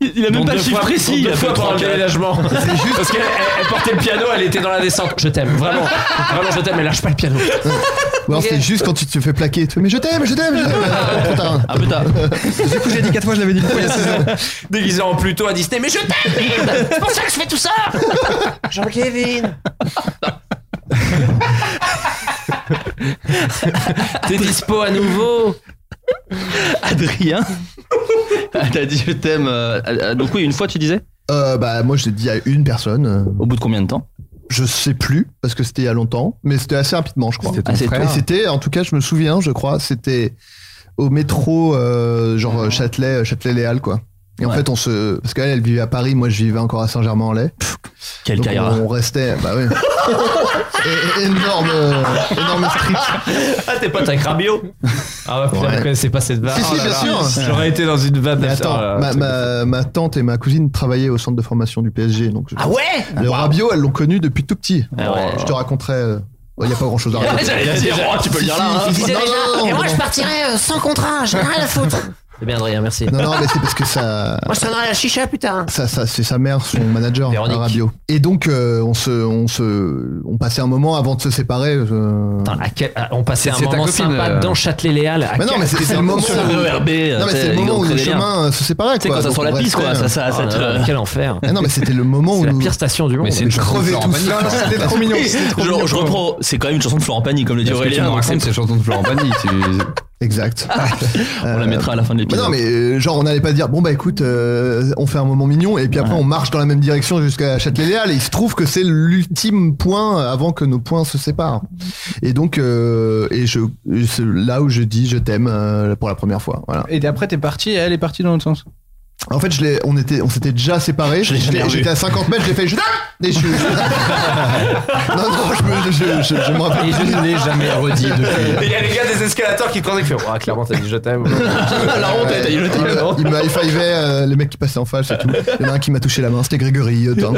G: Il a même
B: Dont
G: pas le
B: deux
G: chiffre
B: fois-
G: précis.
B: dont
G: il a
B: Deux
G: fait
B: fois pendant le
G: 34.
B: déménagement. Parce qu'elle elle- elle portait le piano, elle était dans la descente. Je t'aime, vraiment. Vraiment, je t'aime, mais lâche pas le piano.
H: Ou alors c'est juste quand tu te fais plaquer. Tu fais, mais je t'aime, je t'aime, je t'aime. Trop tard.
G: Ah putain.
K: Du coup, j'ai dit 4 fois, je l'avais dit une fois il y a 16 ans.
B: Déguisé en Pluto à Disney, mais je t'aime, merde C'est pour ça que je fais tout ça Jean-Kevin T'es dispo à nouveau
G: Adrien T'as dit je t'aime. euh, euh, donc oui, une fois tu disais
H: Euh, bah, moi, je l'ai dit à une personne.
G: Au bout de combien de temps
H: Je sais plus, parce que c'était il y a longtemps, mais c'était assez rapidement, je crois.
B: Ah,
G: C'était ton Assez frère.
H: Et c'était, en tout cas, je me souviens, je crois, c'était au métro, euh, genre euh, Châtelet, Châtelet-Léal, quoi. Et en
G: Ouais.
H: fait, on se. Parce qu'elle, elle vivait à Paris, moi, je vivais encore à Saint-Germain-en-Laye.
G: Quel
H: Donc,
G: caillard.
H: On restait. Bah oui. É- énorme, euh, énorme strip.
B: Ah, t'es pas ta crabio Ah, bah, putain,
H: Ouais.
B: vous connaissez pas cette vanne.
H: Si, si,
B: Oh là
H: bien
B: là.
H: sûr.
B: J'aurais été dans une vanne
H: Mais
B: de-
H: attends,
B: Oh là là,
H: ma,
B: c'est-
H: ma- ma tante et ma cousine travaillaient au centre de formation du PSG. Donc je-
B: Ah ouais
H: Le
B: Wow.
H: Rabiot, elles l'ont connu depuis tout petit.
G: Ah ouais.
H: Je te raconterai. euh, Il n'y a pas grand chose à raconter.
G: J'allais dire, oh, tu peux le
H: Si,
G: dire là,
H: si,
G: hein.
H: si, si, non, non, non, non,
C: partirais euh, sans contrat, j'en ai rien à foutre.
B: C'est bien, Adrien, merci.
H: non, non, mais c'est parce que ça.
C: je sonnerai la chicha, putain.
H: Ça, ça, c'est sa mère, son manager,
B: Véronique.
H: Rabiot. Et donc, euh, on se, on se, on passait un moment avant de se séparer. euh,
B: Attends, à quel- à- on passait un
H: C'est ta
B: moment
H: copine,
B: sympa
H: euh.
B: dans Châtelet-Léal. à
H: Mais non,
B: Ah, quel-
H: mais c'est c'est le moment
B: sur le euh,
H: où-
B: ERB,
H: Non, mais
B: tu sais,
H: c'est le euh,
B: ils
H: moment
B: ont
H: où
B: créé
H: les
B: des liens.
H: chemins se séparait.
B: C'est quand ça sent la piste, quoi. Ça, ça, ça te- Quel enfer.
H: Non, Ah, mais c'était le moment où
B: C'est la
H: nous-
B: pire station du monde.
H: crever tout ça. C'était trop mignon. c'était trop
G: je,
H: mignon.
G: je reprends, c'est quand même une chanson de Florent Pagny, comme le dit
K: Parce que tu
G: Aurélien.
K: nous
G: donc
K: racontes
G: c'est- Ah,
K: ces chansons de Florent Pagny.
H: Exact.
G: On la mettra à la fin de
H: Mais
G: l'épisode.
H: non, mais euh, genre, on n'allait pas dire, bon, bah écoute, euh, on fait un moment mignon, et puis après, on marche dans la même direction jusqu'à Châtelet-Léal, et il se trouve que c'est l'ultime point avant que nos points se séparent. Et donc, euh, et je, et c'est là où je dis, je t'aime euh, pour la première fois. Voilà.
J: Et après, t'es parti et elle est partie dans l'autre sens.
H: En fait, je l'ai- on était, on s'était déjà séparés. Je l'ai-
J: jamais revu.
H: J'étais à 50 mètres, j'ai fait, je t'aime! Et je, non, non, je, me- je, je, je me rappelle.
B: Et je ne l'ai jamais redit
I: Et
B: depuis.
I: il y a les gars des escalators qui te prenaient qui font Ah, clairement, t'as dit je t'aime. La honte, t'as dit je
H: Il
I: t'aime.
H: m'a- Il m'a high-fivé euh, les mecs qui passaient en face et tout. Il y en a un qui m'a touché la main, c'était Grégory. euh, tain.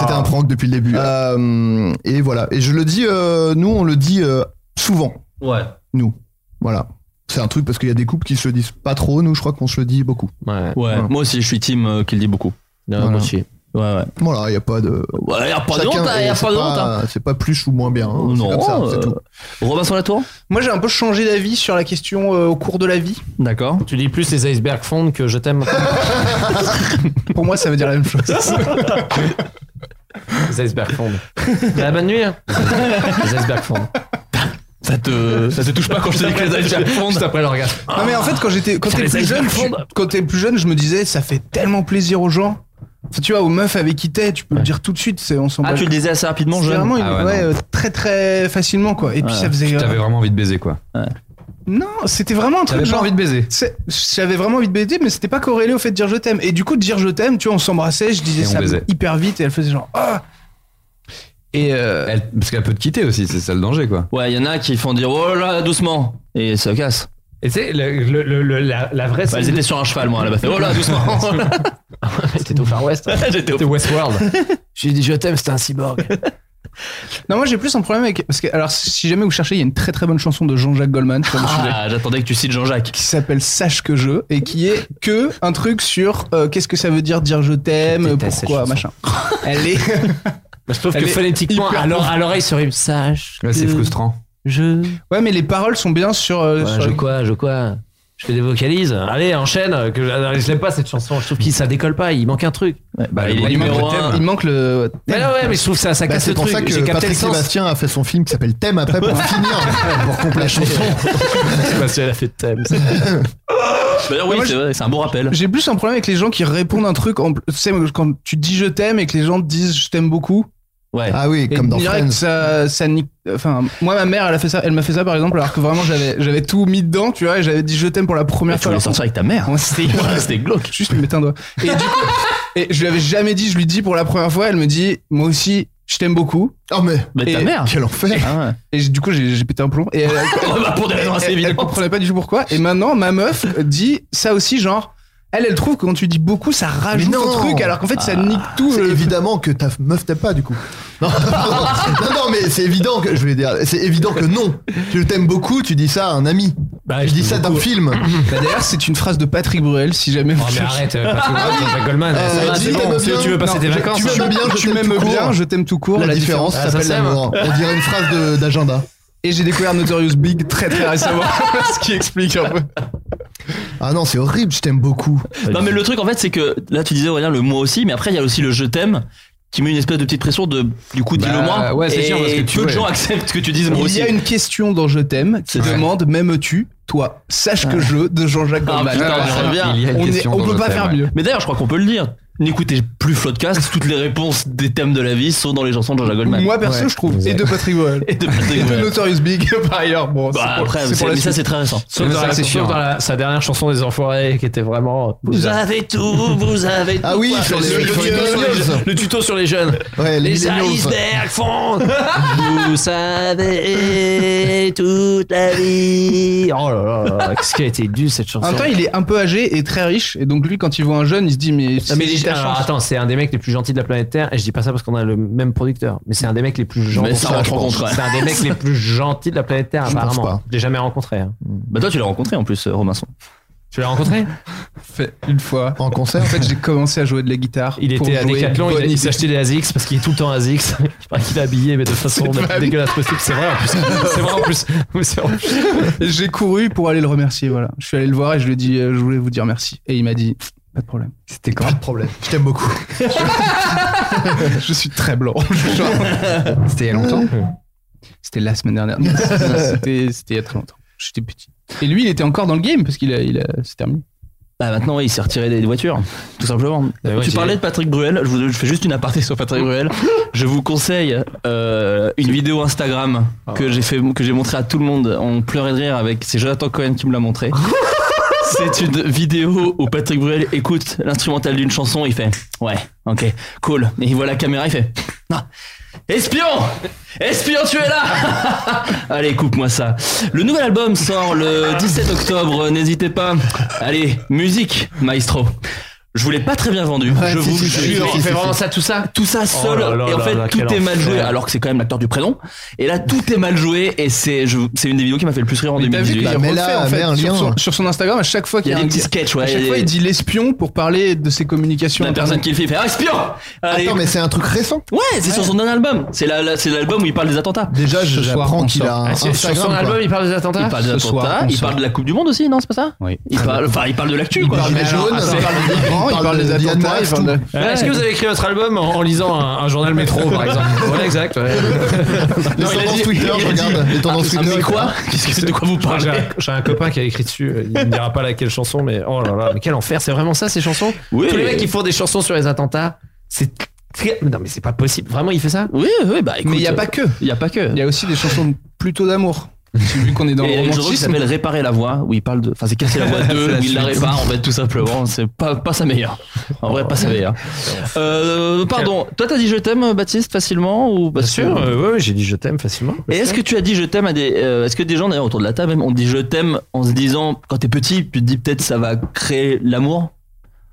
H: C'était un prank depuis le début. Euh, et voilà. Et je le dis, euh, nous, on le dit euh, souvent.
G: Ouais.
H: Nous. Voilà. C'est un truc parce qu'il y a des couples qui se le disent pas trop. Nous, je crois qu'on se le dit beaucoup.
B: Ouais.
G: Ouais,
H: Voilà.
G: moi aussi je suis team euh, qui le dit beaucoup.
H: Voilà.
G: moi aussi. Ouais, ouais.
H: Voilà, il n'y a pas de.
G: Ouais, y a pas de honte,
H: Chacun-
G: hein, y a
H: c'est
G: pas de honte, hein.
H: C'est pas plus ou moins bien. hein. C'est
G: Non,
H: comme ça, c'est
G: euh,
H: tout.
G: Robinson Latour
J: Moi, j'ai un peu changé d'avis sur la question euh, au cours de la vie.
G: D'accord.
B: Tu dis plus les icebergs fondent que je t'aime.
J: Pour moi, ça veut dire la même chose.
B: les icebergs fondent. La bonne nuit. hein. Les icebergs fondent.
G: Ça te, ça te touche pas quand je te dis que les icebergs
B: Juste
G: fondent
B: après l'orgasme.
J: Non mais en fait quand j'étais quand
B: Ça
J: t'es
B: les
J: plus
B: icebergs
J: jeune, tu-
B: fondent.
J: quand t'es plus jeune, je me disais ça fait tellement plaisir aux gens. Enfin, tu vois aux meufs avec qui t'es, tu peux le dire tout de suite, c'est on s'en
G: Ah,
J: bat
G: tu le
J: le-
G: disais assez rapidement,
J: C'est
G: jeune
J: vraiment une-
K: Ah ouais,
J: ouais,
K: non.
J: euh, très très facilement quoi. Et puis
G: Ouais.
J: ça faisait
K: T'avais
J: euh,
K: vraiment envie de baiser, quoi.
J: non, c'était vraiment un truc
K: T'avais pas
J: genre
K: envie de baiser.
J: c'est- j'avais vraiment envie de baiser mais c'était pas corrélé au fait de dire je t'aime et du coup de dire je t'aime, tu vois on s'embrassait, je disais
K: Et on
J: ça
K: baisait.
J: hyper vite et elle faisait genre ah et euh,
K: Elle- parce qu'elle peut te quitter aussi, c'est ça le danger, quoi.
G: Ouais, il y en a qui font dire oh là doucement et ça casse.
B: Et tu sais, le- le- le- le- la, la vraie.
G: Bah, ils étaient sur un cheval, moi, là-bas. Oh là doucement.
B: C'était au Far West.
G: J'étais au-
B: C'était Westworld. J'ai dit Oh bah, je t'aime, c'était un cyborg.
J: non moi j'ai plus un problème avec parce que alors si jamais vous cherchez, il y a une très très bonne chanson de Jean-Jacques Goldman sur le sujet.
G: Ah, j'attendais que tu cites Jean-Jacques.
J: qui s'appelle Sache que je et qui est que un truc sur euh, qu'est-ce que ça veut dire dire je
B: Je
J: t'aime,
B: déteste
J: pourquoi,
B: cette
J: machin. Elle est.
B: Bah, Je trouve
J: Elle
B: que
J: est
B: phonétiquement,
J: hyper
B: à l'or- à l'oreille, sur une sage.
K: Ouais, c'est
B: que
K: frustrant.
B: Je.
J: Ouais, mais les paroles sont bien sur. euh,
B: Ouais,
J: sur-
B: je quoi, je quoi Je fais des vocalises. Allez, enchaîne. Que je, je l'aime pas cette chanson. Je trouve que ça décolle pas. Il manque un truc.
K: Bah,
G: il est
K: le
J: il,
K: thème,
J: manque
G: numéro
K: le
J: le,
K: thème.
G: un.
J: il manque le-
B: Mais non, ouais, mais je trouve que ça, ça
H: Bah,
B: casse
H: c'est
B: le
H: pour
B: truc.
H: ça
B: J'ai
H: que
B: capté
H: Patrick
B: le sens.
H: Sébastien a fait son film qui s'appelle Thème après pour finir, pour compléter la chanson.
B: Sébastien, elle a fait de thème. Oh,
G: D'ailleurs, Bah, oui,
J: Moi,
G: c'est vrai, c'est un bon rappel.
J: J'ai plus un problème avec les gens qui répondent un truc. En... Tu sais, quand tu dis je t'aime et que les gens te disent je t'aime beaucoup.
G: Ouais.
H: Ah oui,
J: Et
H: comme dans
J: direct,
H: Friends.
J: ça, ça nique. Enfin, moi, ma mère, elle a fait ça. Elle m'a fait ça, par exemple, alors que vraiment, j'avais, j'avais tout mis dedans, tu vois. et J'avais dit je t'aime pour la première
G: Mais tu
J: fois.
G: voulais
J: alors
G: sortir avec ta mère.
J: qu'on- C'était-
G: Ouais, C'était glauque.
J: Juste lui mettre un doigt. Et du coup, et je lui avais jamais dit, je lui dis pour la première fois, elle me dit, moi aussi, je t'aime beaucoup.
H: Oh mais
G: Mais ta
J: Et-
G: mère.
H: quel enfer
G: Ah ouais.
J: Et j'ai- du coup, j'ai j'ai pété un plomb. Et euh, elle,
G: Ouais, bah, pour des raisons assez
J: elle- elle
G: évidentes.
J: comprenait pas du tout pourquoi. Et maintenant, ma meuf dit ça aussi, genre, elle, elle trouve que quand tu dis beaucoup, ça rajoute
H: Mais non.
J: un truc, alors qu'en fait, ça nique
G: Ah.
J: tout.
H: C'est
J: le-
H: évidemment que ta meuf t'aime pas du coup. Non, non, non, mais c'est évident que je voulais dire, c'est évident que non. Tu le t'aimes beaucoup, tu dis ça à un ami.
B: Bah,
H: je dis ça d'un film.
J: Bah, D'ailleurs, c'est une phrase de Patrick Bruel, si jamais
B: Oh,
J: vous
B: mais
J: cherchez.
B: arrête, euh, parce que Patrick Goldman,
H: Euh,
B: ça va,
H: dis,
B: c'est
H: t'aimes
B: bon.
H: bien.
B: Si tu veux passer
H: Non,
B: tes
H: je-
B: vacances,
H: tu m'aimes bien, je
J: Tu
H: t'aime
J: m'aimes
H: tout court.
J: bien, je t'aime tout court.
H: La, différence,
B: Ah, ça
H: ça s'appelle
B: s'aime.
H: l'amour. On dirait une phrase de- d'agenda.
J: Et j'ai découvert Notorious Big très très récemment, ce qui explique un peu.
H: Ah non, c'est
K: Euh,
H: horrible, je t'aime beaucoup.
G: Non mais le truc en fait c'est que là tu disais Aurélien le moi aussi mais après il y a aussi le je t'aime qui met une espèce de petite pression de du coup dis-le moi
J: Bah, ouais, c'est
G: et
J: sûr, parce que tu-
G: peu de
J: ouais.
G: gens acceptent que tu dises moi
J: Il
G: aussi
J: y a une question dans Je t'aime qui
G: C'est vrai.
J: demande M'aimes-tu Toi, sache que je de Jean-Jacques
G: Ah,
J: Goldman.
G: putain, je reviens.
J: On est- on peut pas faire mieux.
G: Mais d'ailleurs, je crois qu'on peut le dire. N'écoutez plus Floodcast, toutes les réponses des thèmes de la vie sont dans les chansons de Jean-Jacques Goldman.
J: Moi perso, je trouve. Et de Patrick Boel.
G: Et de Patrick
J: Et de
G: Boel.
J: Notorious Big, par ailleurs. Bon,
G: Bah,
J: pour-
G: après,
J: pour
G: c'est-
J: la
G: mais ça,
J: suite.
G: c'est très récent.
B: Sauf dans, la, sauf dans la- sa dernière chanson des Enfoirés qui était vraiment.
G: Vous avez tout, vous avez tout.
B: Ah oui,
G: Quoi,
B: sur les-
G: le,
B: sur les
G: tuto sur les
B: millennials.
G: jeunes.
B: Le tuto sur les jeunes.
H: Ouais,
G: les
B: les
G: millennials.
B: icebergs font.
G: Vous savez toute la vie.
B: Oh là là, là, qu'est-ce qui a été dû cette chanson
J: En même temps, il est un peu âgé et très riche. Et donc, lui, quand il voit un jeune, il se dit Mais,
B: Non, Ah, mais
J: c'est
B: les-
J: ta
B: alors,
J: chance.
B: attends, c'est un des mecs les plus gentils de la planète Terre, et je dis pas ça parce qu'on a le même producteur, mais c'est un des mecs les plus gentils.
G: Mais ça rentre
B: je
G: en
B: pense.
G: contrat.
B: C'est un des mecs les plus gentils de la planète Terre,
G: Je pense
B: apparemment.
G: pas.
B: Je l'ai jamais rencontré. hein.
G: Bah, toi, tu l'as rencontré en plus, euh, Robinson.
B: Tu l'as rencontré
J: Fait une fois.
H: En concert
J: En fait, j'ai commencé à jouer de la guitare.
B: Il
J: pour
B: était à
J: jouer
B: Decathlon, il, a-
J: Bonnie
B: il s'achetait des ASICS parce qu'il est tout le temps ASICS. Je crois qu'il est habillé, mais de façon la plus dégueulasse possible. C'est vrai en plus. C'est vrai en plus. Oui, c'est vrai en plus.
J: J'ai couru pour aller le remercier, voilà. Je suis allé le voir et je lui ai dit, euh, je voulais vous dire merci. Et il m'a dit, pas de problème.
H: C'était quand Pas de problème. Je t'aime beaucoup.
J: je suis très blanc.
H: C'était il y a longtemps
J: C'était la semaine dernière. Non, C'était c'était il y a très longtemps. J'étais petit. Et lui, il était encore dans le game parce qu'il a, il a, c'est terminé.
G: Bah maintenant, ouais, il s'est retiré des voitures, tout simplement.
B: Ah ouais,
G: tu
B: j'ai-
G: parlais de Patrick Bruel, je, vous- je fais juste une aparté sur Patrick Bruel. Je vous conseille euh, une vidéo Instagram que j'ai fait, que j'ai montré à tout le monde. On pleurait de rire avec. C'est Jonathan Cohen qui me l'a montré. C'est une vidéo où Patrick Bruel écoute l'instrumental d'une chanson. Il fait ouais, ok, cool. Et il voit la caméra, il fait non. Espion Espion, tu es là Allez, coupe-moi ça. Le nouvel album sort le 17 octobre, n'hésitez pas. Allez, musique, maestro. Je vous l'ai pas très bien vendu,
B: Ouais,
G: je
B: si,
G: vous
B: si, si,
G: jure.
B: si, si, Il fait si, vraiment si. ça, tout ça
G: Tout ça
B: Oh
G: seul.
B: là là
G: et en
B: là
G: fait,
B: là,
G: tout
B: quel
G: est mal joué,
B: enfer.
G: alors que c'est quand même l'acteur du prénom. Et là, tout est mal joué, et c'est je- c'est une des vidéos qui m'a fait le plus rire en
J: Mais t'as vu
G: 2018.
H: Bah,
J: qu'il refait, en fait, sur,
H: hein.
J: son, sur son Instagram, à chaque fois qu'il
G: Il y a
J: un
G: des petits sketchs, ouais,
J: à
G: il y
J: chaque
G: a
J: fois,
G: des-
J: il dit l'espion pour parler de ses communications.
G: La personne qui le fait, il fait Ah, espion Allez.
H: Attends, mais c'est un truc récent.
G: Ouais, c'est sur son dernier album. C'est la- la- c'est l'album où il parle des attentats.
H: Déjà, je
G: soir,
H: apprends
G: on
H: qu'il a
G: sort.
H: un
G: Ah, c'est-
H: Instagram, quoi.
B: il parle des attentats
G: Il parle des
H: Ce soir,
G: attentats,
H: on
G: il
H: sort.
G: parle de la Coupe du Monde aussi, non, c'est pas ça
H: Oui.
G: Il parle, enfin, il parle de l'actu, quoi.
H: parle des jaunes, il parle des migrants, il parle des attentats,
J: hein,
H: il parle de-
B: Euh, Est-ce que vous avez écrit votre album en, en lisant un, un journal métro, par exemple Voilà, exact. ouais.
H: Les
B: Non, il a
H: tendances
B: dit-
H: Twitter,
B: il
H: je
B: a dit-
H: regarde. Les tendances
B: Ah,
H: Twitter.
B: mais quoi
G: Qu'est-ce que c'est de quoi vous
B: J'ai
G: parlez
B: un, j'ai un copain qui a écrit dessus, euh, il ne dira pas laquelle chanson, mais oh là là, mais quel enfer, c'est vraiment ça ces chansons
G: Oui.
B: Tous les mecs qui font des chansons sur les attentats, c'est. très- Non mais c'est pas possible, vraiment il fait ça
G: Oui, oui, bah écoute.
J: Mais il n'y a pas que.
G: Il n'y a pas que.
J: Il y a aussi des chansons plutôt d'amour. Vu qu'on est dans
G: Et il y
J: le
G: a une chanson qui
J: romantisme.
G: s'appelle Réparer la voix, où il parle de. Enfin, c'est casser la voix 2, où il la répare, en fait, tout simplement. C'est pas, pas sa meilleure. En vrai, pas sa meilleure. Euh, pardon, toi, t'as dit je t'aime, Baptiste, facilement ou Bien
B: Sûr, euh, ouais, ouais, j'ai dit je t'aime facilement.
G: Et est-ce que tu as dit je t'aime à des. euh, est-ce que des gens, d'ailleurs, autour de la table, même, ont dit je t'aime en se disant, quand t'es petit, tu te dis peut-être ça va créer l'amour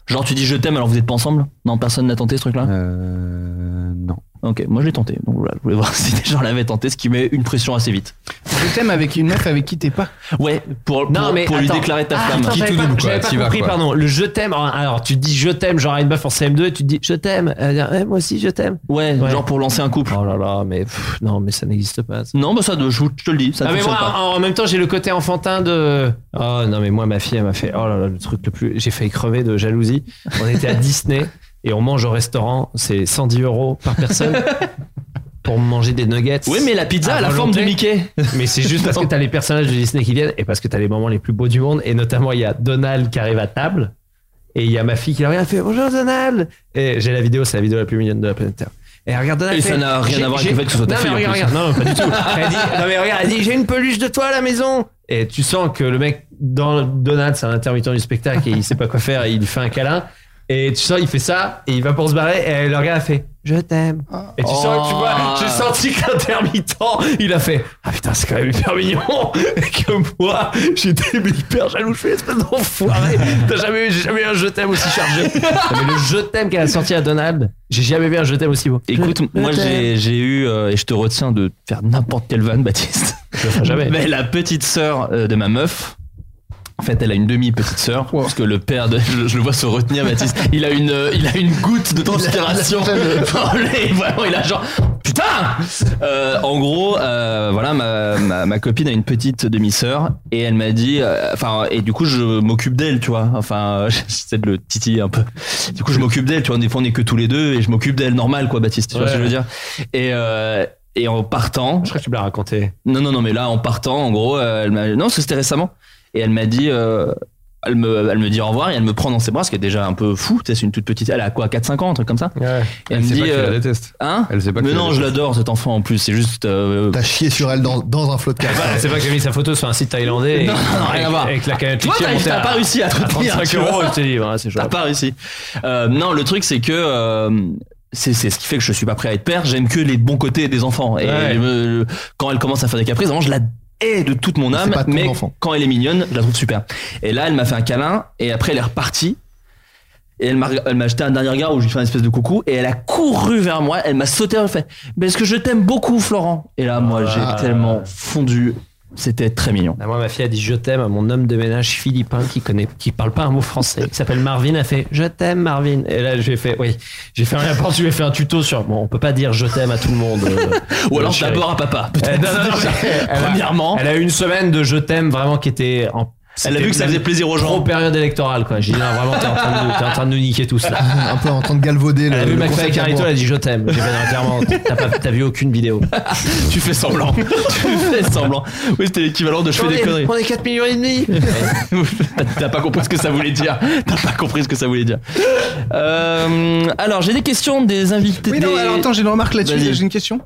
G: Genre, tu dis je t'aime alors vous n'êtes pas ensemble Non, personne n'a tenté ce truc-là
K: Euh, non.
G: Ok, moi je l'ai tenté. Donc voilà, je voulais voir si des gens l'avaient tenté, ce qui met une pression assez vite.
J: Je t'aime avec une meuf avec qui t'es pas.
G: Ouais, pour, pour,
B: Non, mais
G: pour lui
B: attends.
G: déclarer ta
B: Ah,
G: flamme.
B: attends,
G: Qui
B: j'avais
G: tout
B: pas-
G: double, quoi,
B: J'avais pas
G: t'y vas,
B: compris,
G: quoi.
B: pardon. Le je t'aime. Alors, tu dis je t'aime, genre à une meuf en CM2, tu dis je t'aime. Elle dit Eh, moi aussi je t'aime.
G: Ouais,
B: Ouais.
G: genre pour lancer un couple.
B: Oh là là, mais pff, non, mais ça n'existe pas. ça.
G: Non, bah ça, je, vous- je te le dis, ça
B: Ah,
G: ne
B: mais
G: fonctionne
B: moi,
G: pas.
B: en, en même temps, j'ai le côté enfantin de. Oh non, mais moi, ma fille, elle m'a fait. Oh là là, le truc le plus. J'ai failli crever de jalousie. On était à Disney et on mange au restaurant. C'est 110 euros par personne pour manger des nuggets.
G: Oui, mais la pizza
B: à
G: a la forme de
B: volonté.
G: Mickey.
B: Mais c'est juste parce que t'as les personnages de Disney qui viennent et parce que t'as les moments les plus beaux du monde. Et notamment, il y a Donald qui arrive à table et il y a ma fille qui la regarde et fait Bonjour Donald Et j'ai la vidéo, c'est la vidéo la plus mignonne de la planète Terre. Et elle regarde Donald.
G: Et
B: fait,
G: ça n'a rien
B: J'ai-
G: à voir avec
B: j'ai-
G: le fait que ce soit ta
B: non,
G: fille,
B: mais
G: en
B: regarde,
G: plus.
B: regarde, non, pas du tout. Elle dit, non, mais regarde, elle dit J'ai une peluche de toi à la maison Et tu sens que le mec, dans Donald, c'est un intermittent du spectacle et il sait pas quoi faire et il lui fait un câlin. Et tu sens, il fait ça et il va pour se barrer et elle le regarde, elle fait Je t'aime. Et tu sens, tu
G: Oh.
B: vois, j'ai senti que l'intermittent, il a fait Ah putain, c'est quand même hyper mignon. Et que moi, j'étais mais hyper jaloux, je fais espèce d'enfoiré. T'as jamais, j'ai jamais eu un je t'aime aussi chargé. Non, mais le je t'aime qu'elle a sorti à Donald, j'ai jamais vu un je t'aime aussi beau.
G: Écoute,
B: Je-
G: moi
B: je t'aime.
G: j'ai j'ai eu, euh, et je te retiens de faire n'importe quelle vanne, Baptiste.
B: Je le ferai jamais.
G: Mais la petite sœur euh, de ma meuf. En fait, elle a une demi-petite sœur, parce que le père, de, je, je le vois se retenir, euh, Baptiste. Il a une, euh, il a une goutte de transpiration.
H: Il a- il a-
G: Oh, les- vraiment, il a genre, putain Euh, En gros, euh, voilà, ma, ma, ma copine a une petite demi-sœur et elle m'a dit, euh, enfin, et du coup, je m'occupe d'elle, tu vois. Enfin, j'essaie de le titiller un peu. Du coup, je m'occupe d'elle, tu vois. Des fois, on est que tous les deux et je m'occupe d'elle normal, quoi, Baptiste. Tu vois
I: Ouais.
G: ce que je veux dire Et euh, et en partant, je crois que tu me l'as raconté. Non, non, non, mais là, en partant, en gros, euh, elle m'a, non, c'était récemment. Et elle m'a dit, euh, elle me, elle me dit au revoir et elle me prend dans ses bras, ce qui est déjà un peu fou. Tu sais, c'est une toute petite, elle a quoi, 4-5 ans, un truc comme ça. Et
K: Elle
G: me
K: sait
G: dit,
K: pas que tu la détestes.
G: Hein
K: Elle sait pas que
G: Mais
K: tu la
G: non, je
K: détestes.
G: l'adore cet enfant en plus. C'est juste. euh,
H: T'as chié sur elle dans, dans un flot
J: Ah,
H: de
J: bah,
H: carte.
B: C'est pas qu'elle a mis sa photo sur un site thaïlandais et-
G: Non, non, rien à
B: avec,
G: voir.
B: avec la canette
G: Toi,
B: laitière
G: t'as-
B: montée
G: t'as
B: à-
G: pas réussi à te
B: à
G: retenir,
B: 35
G: tu
B: euros,
G: vois.
B: je t'ai dit, voilà, c'est
G: T'as
B: chouette.
G: pas réussi. Euh, non, le truc c'est que euh, c'est c'est ce qui fait que je suis pas prêt à être père. J'aime que les bons côtés des enfants. Et
B: Ouais.
G: euh, quand elle commence à faire des caprices, vraiment je la hais de toute mon âme.
H: pas ton
G: Mais
H: enfant.
G: quand elle est mignonne, je la trouve super. Et là, elle m'a fait un câlin et après elle est repartie. Et elle m'a, elle m'a jeté un dernier regard où je lui fais un espèce de coucou et elle a couru vers moi, elle m'a sauté, elle fait Mais est-ce que je t'aime beaucoup, Florent Et là, moi, j'ai
B: Ah.
G: tellement fondu. C'était très mignon.
B: Ah, moi, ma fille a dit je t'aime à mon homme de ménage philippin qui connaît, qui parle pas un mot français, qui s'appelle Marvin, a fait je t'aime Marvin. Et là, j'ai fait oui, j'ai fait un rapport, je lui ai fait un tuto sur bon, on peut pas dire je t'aime à tout le monde. euh,
G: Ou
B: euh,
G: alors
B: chérie.
G: d'abord à papa.
B: Eh,
G: peut-être.
B: non, non, non, mais elle a-
G: Premièrement.
B: elle a eu une semaine de je t'aime vraiment qui était en.
G: Elle a vu que ça faisait plaisir aux gens.
B: Trop période électorale, quoi. J'ai dit, non, vraiment, t'es en, train de nous- t'es en train de nous niquer tous, là.
H: un peu en train de galvauder le.
B: Elle a vu
H: le
B: McFly et
H: concept
B: Carlito,
H: d'amour.
B: elle a dit je t'aime. J'ai fait non, clairement, t'as pas- t'as vu aucune vidéo.
G: tu fais semblant. tu fais semblant. Oui, c'était l'équivalent de je fais des conneries.
B: 4 millions et demi.
G: T'as pas compris ce que ça voulait dire. T'as pas compris ce que ça voulait dire. Euh, alors, j'ai des questions des invités.
J: Oui, non,
G: des-
J: alors attends, j'ai une remarque
G: Vas-y.
J: là-dessus, j'ai une question.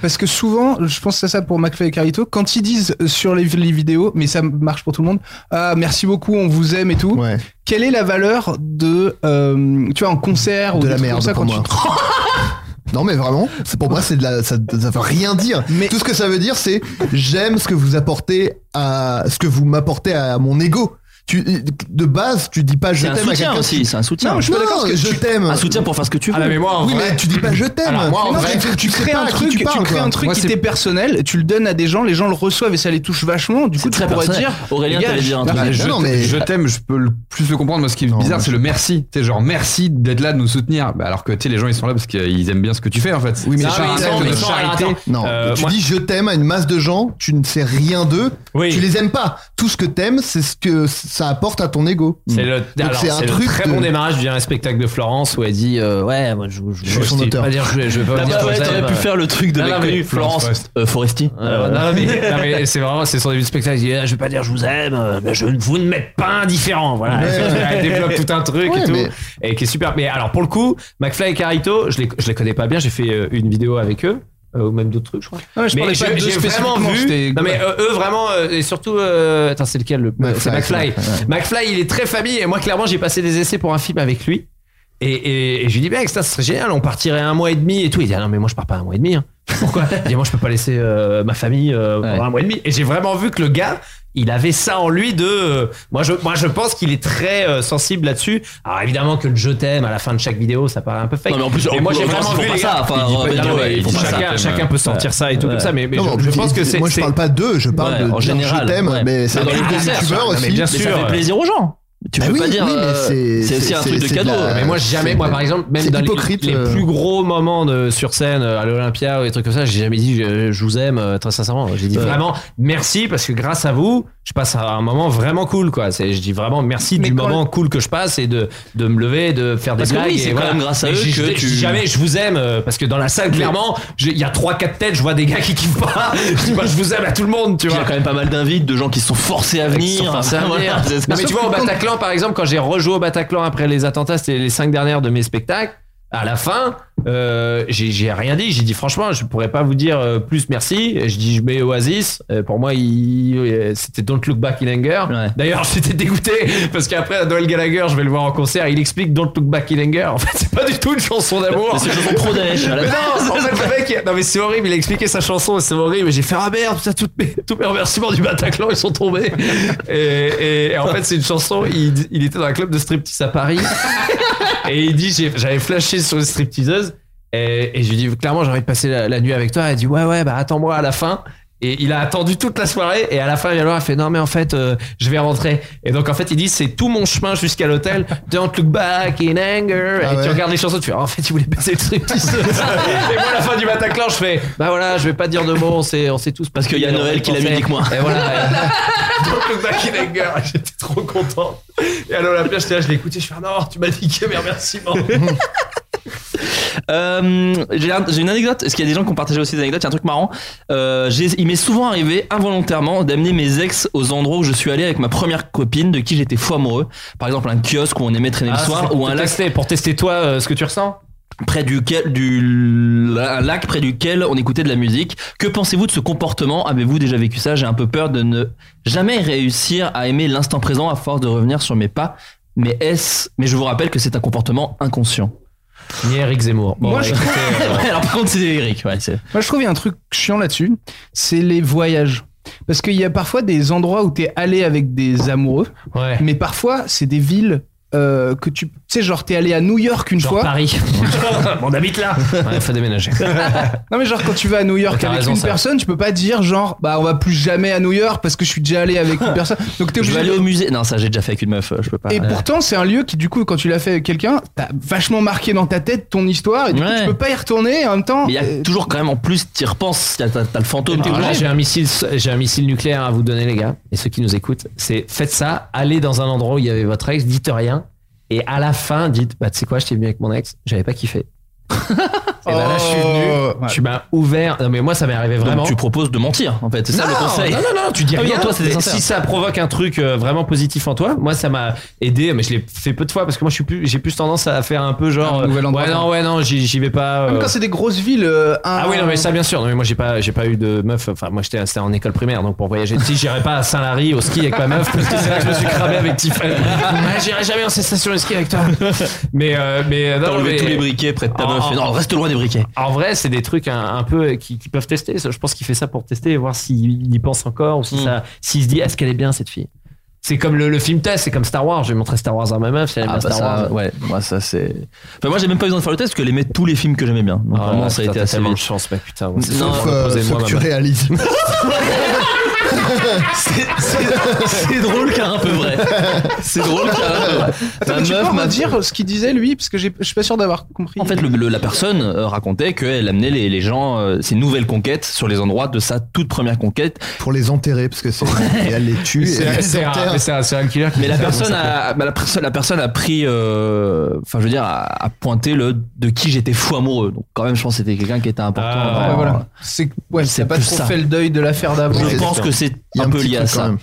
J: Parce que souvent, je pense à ça pour McFly et Carito, quand ils disent euh, sur les, les vidéos, mais ça marche pour tout le monde, ah, merci beaucoup, on vous aime et tout, quelle est la valeur de, euh, tu vois, en concert ou
H: de
J: des
H: la
J: trucs
H: merde
J: comme ça,
H: pour
J: quand
H: moi.
J: tu te-
H: Non mais vraiment, c'est pour moi c'est de la ça, ça veut rien dire. tout ce que ça veut dire c'est j'aime ce que vous apportez à ce que vous m'apportez à mon ego. Tu de base tu dis pas je
G: C'est un
H: t'aime à
G: soutien
H: quelqu'un.
G: aussi, c'est un soutien.
H: Non, je suis pas d'accord parce que je
G: tu-
H: t'aime.
G: Un soutien pour faire ce que tu veux.
H: Ah, mais moi, en Oui, vrai- mais tu dis pas je t'aime. Alors, moi, en
J: Non,
H: vrai,
J: tu- tu,
H: tu sais
J: crées
H: pas
J: un
H: à qui
J: truc,
H: tu
J: tu,
H: parles,
J: crées
H: quoi.
J: un truc
H: Moi,
J: qui
H: c'est-
J: t'est personnel, tu le donnes à des gens, les gens le reçoivent et ça les touche vachement. Du coup, tu
G: très
J: pourrais
G: personnel.
J: dire,
G: Aurélien,
J: les gars,
G: t'allais dire un truc.
H: Bah,
K: je
H: non,
K: t-
H: mais-
K: je t'aime, je peux le plus le comprendre. Moi, ce qui est bizarre, c'est le merci. Tu sais, genre merci d'être là, de nous soutenir. Bah, alors que tu sais, les gens, ils sont là parce qu'ils aiment bien ce que tu fais, en fait.
H: Oui mais
K: C'est
H: c'est
K: pas un
H: pas
K: acte
H: un
K: de
H: acte
K: charité.
H: Non,
K: Euh,
H: tu
K: moi-
H: dis je t'aime à une masse de gens, tu ne sais rien d'eux, tu les aimes pas. Tout ce que t'aimes, c'est ce que ça apporte à ton ego.
B: C'est le,
H: Donc,
B: alors,
H: c'est un
B: c'est le
H: truc
B: très
H: de-
B: bon démarrage du dernier spectacle de Florence où elle dit euh, ouais moi je je,
H: suis son
B: je vais
H: auteur.
B: pas dire je, vais- je vais pas
G: Ah
B: vous dire
G: bah ouais,
B: je vous
G: T'aurais
B: aime.
G: pu faire le truc de
B: Non,
G: mec
B: non, mais-
G: connu, Florence euh, Foresti.
B: Euh,
G: Euh,
B: non, mais, non, mais c'est vraiment c'est son début de spectacle. Il dit, ah, je vais pas dire je vous aime, euh, mais je ne vous ne m'êtes pas indifférent. Voilà, elle développe tout un truc
H: Ouais,
B: et tout,
H: mais-
B: et qui est super. Mais alors pour le coup, McFly et Carito, je les je les connais pas bien. J'ai fait euh, une vidéo avec eux. euh, ou même d'autres trucs, je crois.
H: Ah
J: Non, mais je parlais pas
B: j'ai-
J: d'eux
B: j'ai
J: spécifiquement,
B: vraiment vu.
J: c'était-
B: Non, mais euh, eux vraiment, euh, et surtout. euh, attends, c'est lequel le.
H: McFly,
B: C'est McFly.
H: c'est McFly,
B: McFly, il est très famille. Et moi, clairement, j'ai passé des essais pour un film avec lui. Et, et, et je lui dis, mec, ça serait génial, on partirait un mois et demi et tout. Il dit, ah non, mais moi, je pars pas un mois et demi. hein. Pourquoi Il dit, moi, je peux pas laisser euh, ma famille euh, pendant un mois et demi. Et j'ai vraiment vu que le gars, il avait ça en lui de. euh, moi, je, moi, je pense qu'il est très euh, sensible là-dessus. Alors, évidemment, que le je t'aime à la fin de chaque vidéo, ça paraît un peu fake.
G: Non, mais en plus,
B: Mais
G: en
B: moi,
G: plus,
B: j'ai
G: en France,
B: vraiment
G: ils
B: vu
G: font
B: les
G: pas ça.
B: gars.
G: Enfin,
B: Il dit pas-
G: euh,
B: non,
G: Bédo,
B: mais
G: ils font pas
B: chacun-
G: ça.
B: Chacun peut sentir ça et tout
G: Ouais.
B: comme ça. Mais mais
H: Non,
B: je
H: mais
B: je pense que c'est.
H: moi je
B: c'est-
H: parle pas d'eux, je parle
G: Ouais,
H: de
G: en
H: dire
G: général,
H: je t'aime,
G: ouais.
H: mais ça
G: Mais dans
H: va
G: les
H: être des
G: concerts,
H: youtubeurs
B: ça, non, mais
H: aussi.
B: bien
G: Mais ça
B: sûr.
G: fait plaisir aux gens. Tu
H: Bah
G: peux
H: oui,
G: pas dire.
H: oui, mais
G: euh,
H: c'est-
G: C'est aussi
H: c'est-
G: un truc
H: c'est-
G: de
H: c'est de
G: cadeau.
H: la-
B: Mais moi jamais,
H: c'est-
B: moi par exemple, même
H: c'est
B: dans les,
H: hypocrite,
B: les
H: euh.
B: plus gros moments de, sur scène euh, à l'Olympia ou des trucs comme ça, j'ai jamais dit je, je vous aime euh, très sincèrement. J'ai dit
G: Ouais.
B: vraiment merci parce que grâce à vous, je passe un moment vraiment cool quoi. C'est, je dis vraiment merci
J: Mais
B: du
J: quand-
B: moment cool que je passe et de, de me lever, de faire des
G: Parce que
B: blagues.
G: oui, c'est
B: et
G: quand
B: voilà.
G: même grâce à
B: Mais
G: eux
B: j'ai-
G: que
B: j'ai-
G: tu-
B: j'ai jamais je vous aime euh, parce que dans la salle clairement, j'ai- il y a trois quatre têtes, je vois des gars qui kiffent pas. je dis moi je vous aime à tout le monde, tu
G: Ah, Il y a
B: vois.
G: quand même pas mal d'invites de gens qui se sont forcés à venir. Voilà, c'est ça.
B: Non, mais tu vois, au Bataclan, par exemple, quand j'ai rejoué au Bataclan après les attentats, c'était les cinq dernières de mes spectacles. À la fin, euh, j'ai j'ai rien dit. J'ai dit franchement, je pourrais pas vous dire euh, plus merci. Je dis je mets Oasis. Euh, pour moi, il- euh, c'était Don't Look Back in Anger. D'ailleurs, j'étais dégoûté parce qu'après Noël Gallagher, je vais le voir en concert. Il explique Don't Look Back in Anger. En fait, c'est pas du tout une chanson d'amour.
G: Mais c'est une chanson pro Daesh, à la
B: Mais
G: base.
B: non, en fait, le mec, non mais c'est horrible. Il a expliqué sa chanson et c'est horrible. Et j'ai fait ah merde, putain, toutes mes, tous mes remerciements du Bataclan ils sont tombés. Et, et- et en fait, c'est une chanson. Il, il était dans un club de striptease à Paris et il dit j'ai- j'avais flashé sur une stripteaseuse et, et je lui dis clairement j'ai envie de passer la, la nuit avec toi. Elle dit ouais ouais bah attends-moi à la fin. Et il a attendu toute la soirée et à la fin, il vient le voir, il fait non mais en fait, euh, je vais rentrer. Et donc en fait, il dit c'est tout mon chemin jusqu'à l'hôtel. Don't look back in anger.
I: Ah
B: et
I: ouais.
B: tu regardes les chansons, tu fais en fait, il voulait passer le striptease. et moi, à la fin du Bataclan, je fais bah voilà, je vais pas dire de mots, on sait, on sait tous parce
G: qu'il y a Noël qui l'a mis, dis que moi.
B: Et voilà. Don't look back in anger. J'étais trop content. Et à l'Olympia, j'étais là, je l'ai écouté, je fais ah, non, tu m'as niqué mes remerciements.
G: Euh, J'ai un- j'ai une anecdote. Est-ce qu'il y a des gens qui ont partagé aussi des anecdotes Il y a un truc marrant. Euh, j'ai- il m'est souvent arrivé involontairement d'amener mes ex aux endroits où je suis allé avec ma première copine de qui j'étais fou amoureux. Par exemple, un kiosque où on aimait traîner
B: Ah,
G: le soir
B: c'est
G: ou
B: pour
G: un lac.
B: tester- pour tester toi euh, ce que tu ressens
G: Près duquel, du, un lac près duquel on écoutait de la musique. Que pensez-vous de ce comportement Avez-vous déjà vécu ça J'ai un peu peur de ne jamais réussir à aimer l'instant présent à force de revenir sur mes pas. Mais est-ce Mais je vous rappelle que c'est un comportement inconscient.
B: Ni Eric Zemmour. bah,
J: Moi, je trouve-
B: euh,
G: Ouais, alors par contre, c'est Eric. Ouais, c'est-
J: Moi, je trouve qu'il y a un truc chiant là-dessus, c'est les voyages. Parce qu'il y a parfois des endroits où t'es allé avec des amoureux, mais parfois, c'est des villes euh, que tu... Tu sais, genre, t'es allé à New York une fois.
B: Paris. on habite là. Il faut déménager. Ah,
J: non, mais genre, quand tu vas à New York
B: T'as
J: avec
B: raison,
J: une
B: ça.
J: personne, tu peux pas dire, genre, bah, on va plus jamais à New York parce que je suis déjà allé avec une personne. Donc, t'es
G: je
J: obligé
G: vais aller
J: de-
G: au musée. Non, ça j'ai déjà fait avec une meuf, euh, je peux pas.
J: Et pourtant, c'est un lieu qui, du coup, quand tu l'as fait avec quelqu'un, t'as vachement marqué dans ta tête ton histoire et du coup,
G: Ouais.
J: tu peux pas y retourner et en même temps.
G: Mais il y
J: euh,
G: a toujours quand même en plus, t'y repenses, t'as t'as- t'as le fantôme.
B: Alors là, j'ai un missile, j'ai un missile nucléaire à vous donner, les gars, et ceux qui nous écoutent. C'est faites ça, allez dans un endroit où il y avait votre ex, dites rien, et à la fin, dites bah tu sais quoi, j'étais venu avec mon ex, j'avais pas kiffé. et bah, là, je suis bah, venu, tu m'as ouvert. Non mais moi, ça m'est arrivé
G: Donc,
B: vraiment.
G: tu proposes de mentir en fait, c'est ça
B: non,
G: le conseil.
B: Non, non, non, tu dis
G: Ah oui,
B: rien.
G: Toi, c'était
B: mais
G: sincère.
B: si ça provoque un truc euh, vraiment positif en toi, moi, ça m'a aidé, mais je l'ai fait peu de fois parce que moi, je suis plus, j'ai plus tendance à faire un peu genre.
J: nouvel
B: euh,
J: endroit,
B: ouais, non,
J: quoi.
B: ouais, non, j'y j'y vais pas.
J: Même
B: euh,
J: quand c'est des grosses villes. euh, un-
B: ah oui, non, mais ça, bien sûr. Non, mais moi, j'ai pas, j'ai pas eu de meuf. Enfin, moi, j'étais c'était en école primaire, donc pour voyager, si j'irais pas à Saint-Lary au ski avec ma meuf, parce que c'est là que je me suis cramé avec Tiffany. Ouais, j'irai jamais en cessation de ski avec toi. Mais, euh, mais,
G: T'as
B: non,
G: enlevé
B: mais-
G: tous les briquets près de ta
B: Oh.
G: meuf. Et Non, reste loin des briquets.
B: En vrai, c'est des trucs un, un peu euh, qui, qui peuvent tester. Je pense qu'il fait ça pour tester et voir s'il y pense encore ou si
G: Mm.
B: ça, s'il se dit, est-ce qu'elle est bien cette fille? C'est comme le, le film test, c'est comme Star Wars. Je vais montrer Star Wars à ma meuf, si elle aime
G: Ah,
B: bien
G: bah,
B: Star
G: ça,
B: Wars.
G: ouais, moi ça c'est. Enfin, moi j'ai même pas eu besoin de faire le test parce que j'aimais tous les films que j'aimais bien. Donc,
B: Ah,
G: vraiment, ça
B: putain,
G: a été
B: t'as
G: assez
B: tellement
G: vite.
B: de chance, mec, putain. ouais, c'est
G: Non,
B: ça,
H: Faut, euh,
B: posez-moi
H: faut que
B: ma
H: tu
B: meuf.
H: réalises.
G: C'est- C'est drôle car un peu vrai. C'est drôle car un peu vrai.
J: Attends,
G: Ma
J: mais tu
G: meuf
J: peux
G: m'a-
J: redire ce qu'il disait lui Parce que j'ai- je suis pas sûr d'avoir compris.
G: En fait, le- le- la personne euh, racontait qu'elle amenait les, les gens, euh, ses nouvelles conquêtes sur les endroits de sa toute première conquête.
H: Pour les enterrer, parce que c'est. et elle les tue. et elle les enterre.
B: killer.
G: Mais la personne, a, bah, la, personne, la personne a pris, euh, enfin je veux dire, a, a pointé le de qui j'étais fou amoureux. Donc quand même, je pense que c'était quelqu'un qui était important.
J: Ouais,
G: dans- euh,
J: voilà. C'est ouais,
G: C'est
J: t'as pas
G: plus
J: trop
G: ça.
J: fait le deuil de l'affaire d'avant.
G: Je pense que c'est
H: Il y a
G: un
H: un
G: peu
H: petit
G: lié à
H: truc quand
G: ça.
H: même.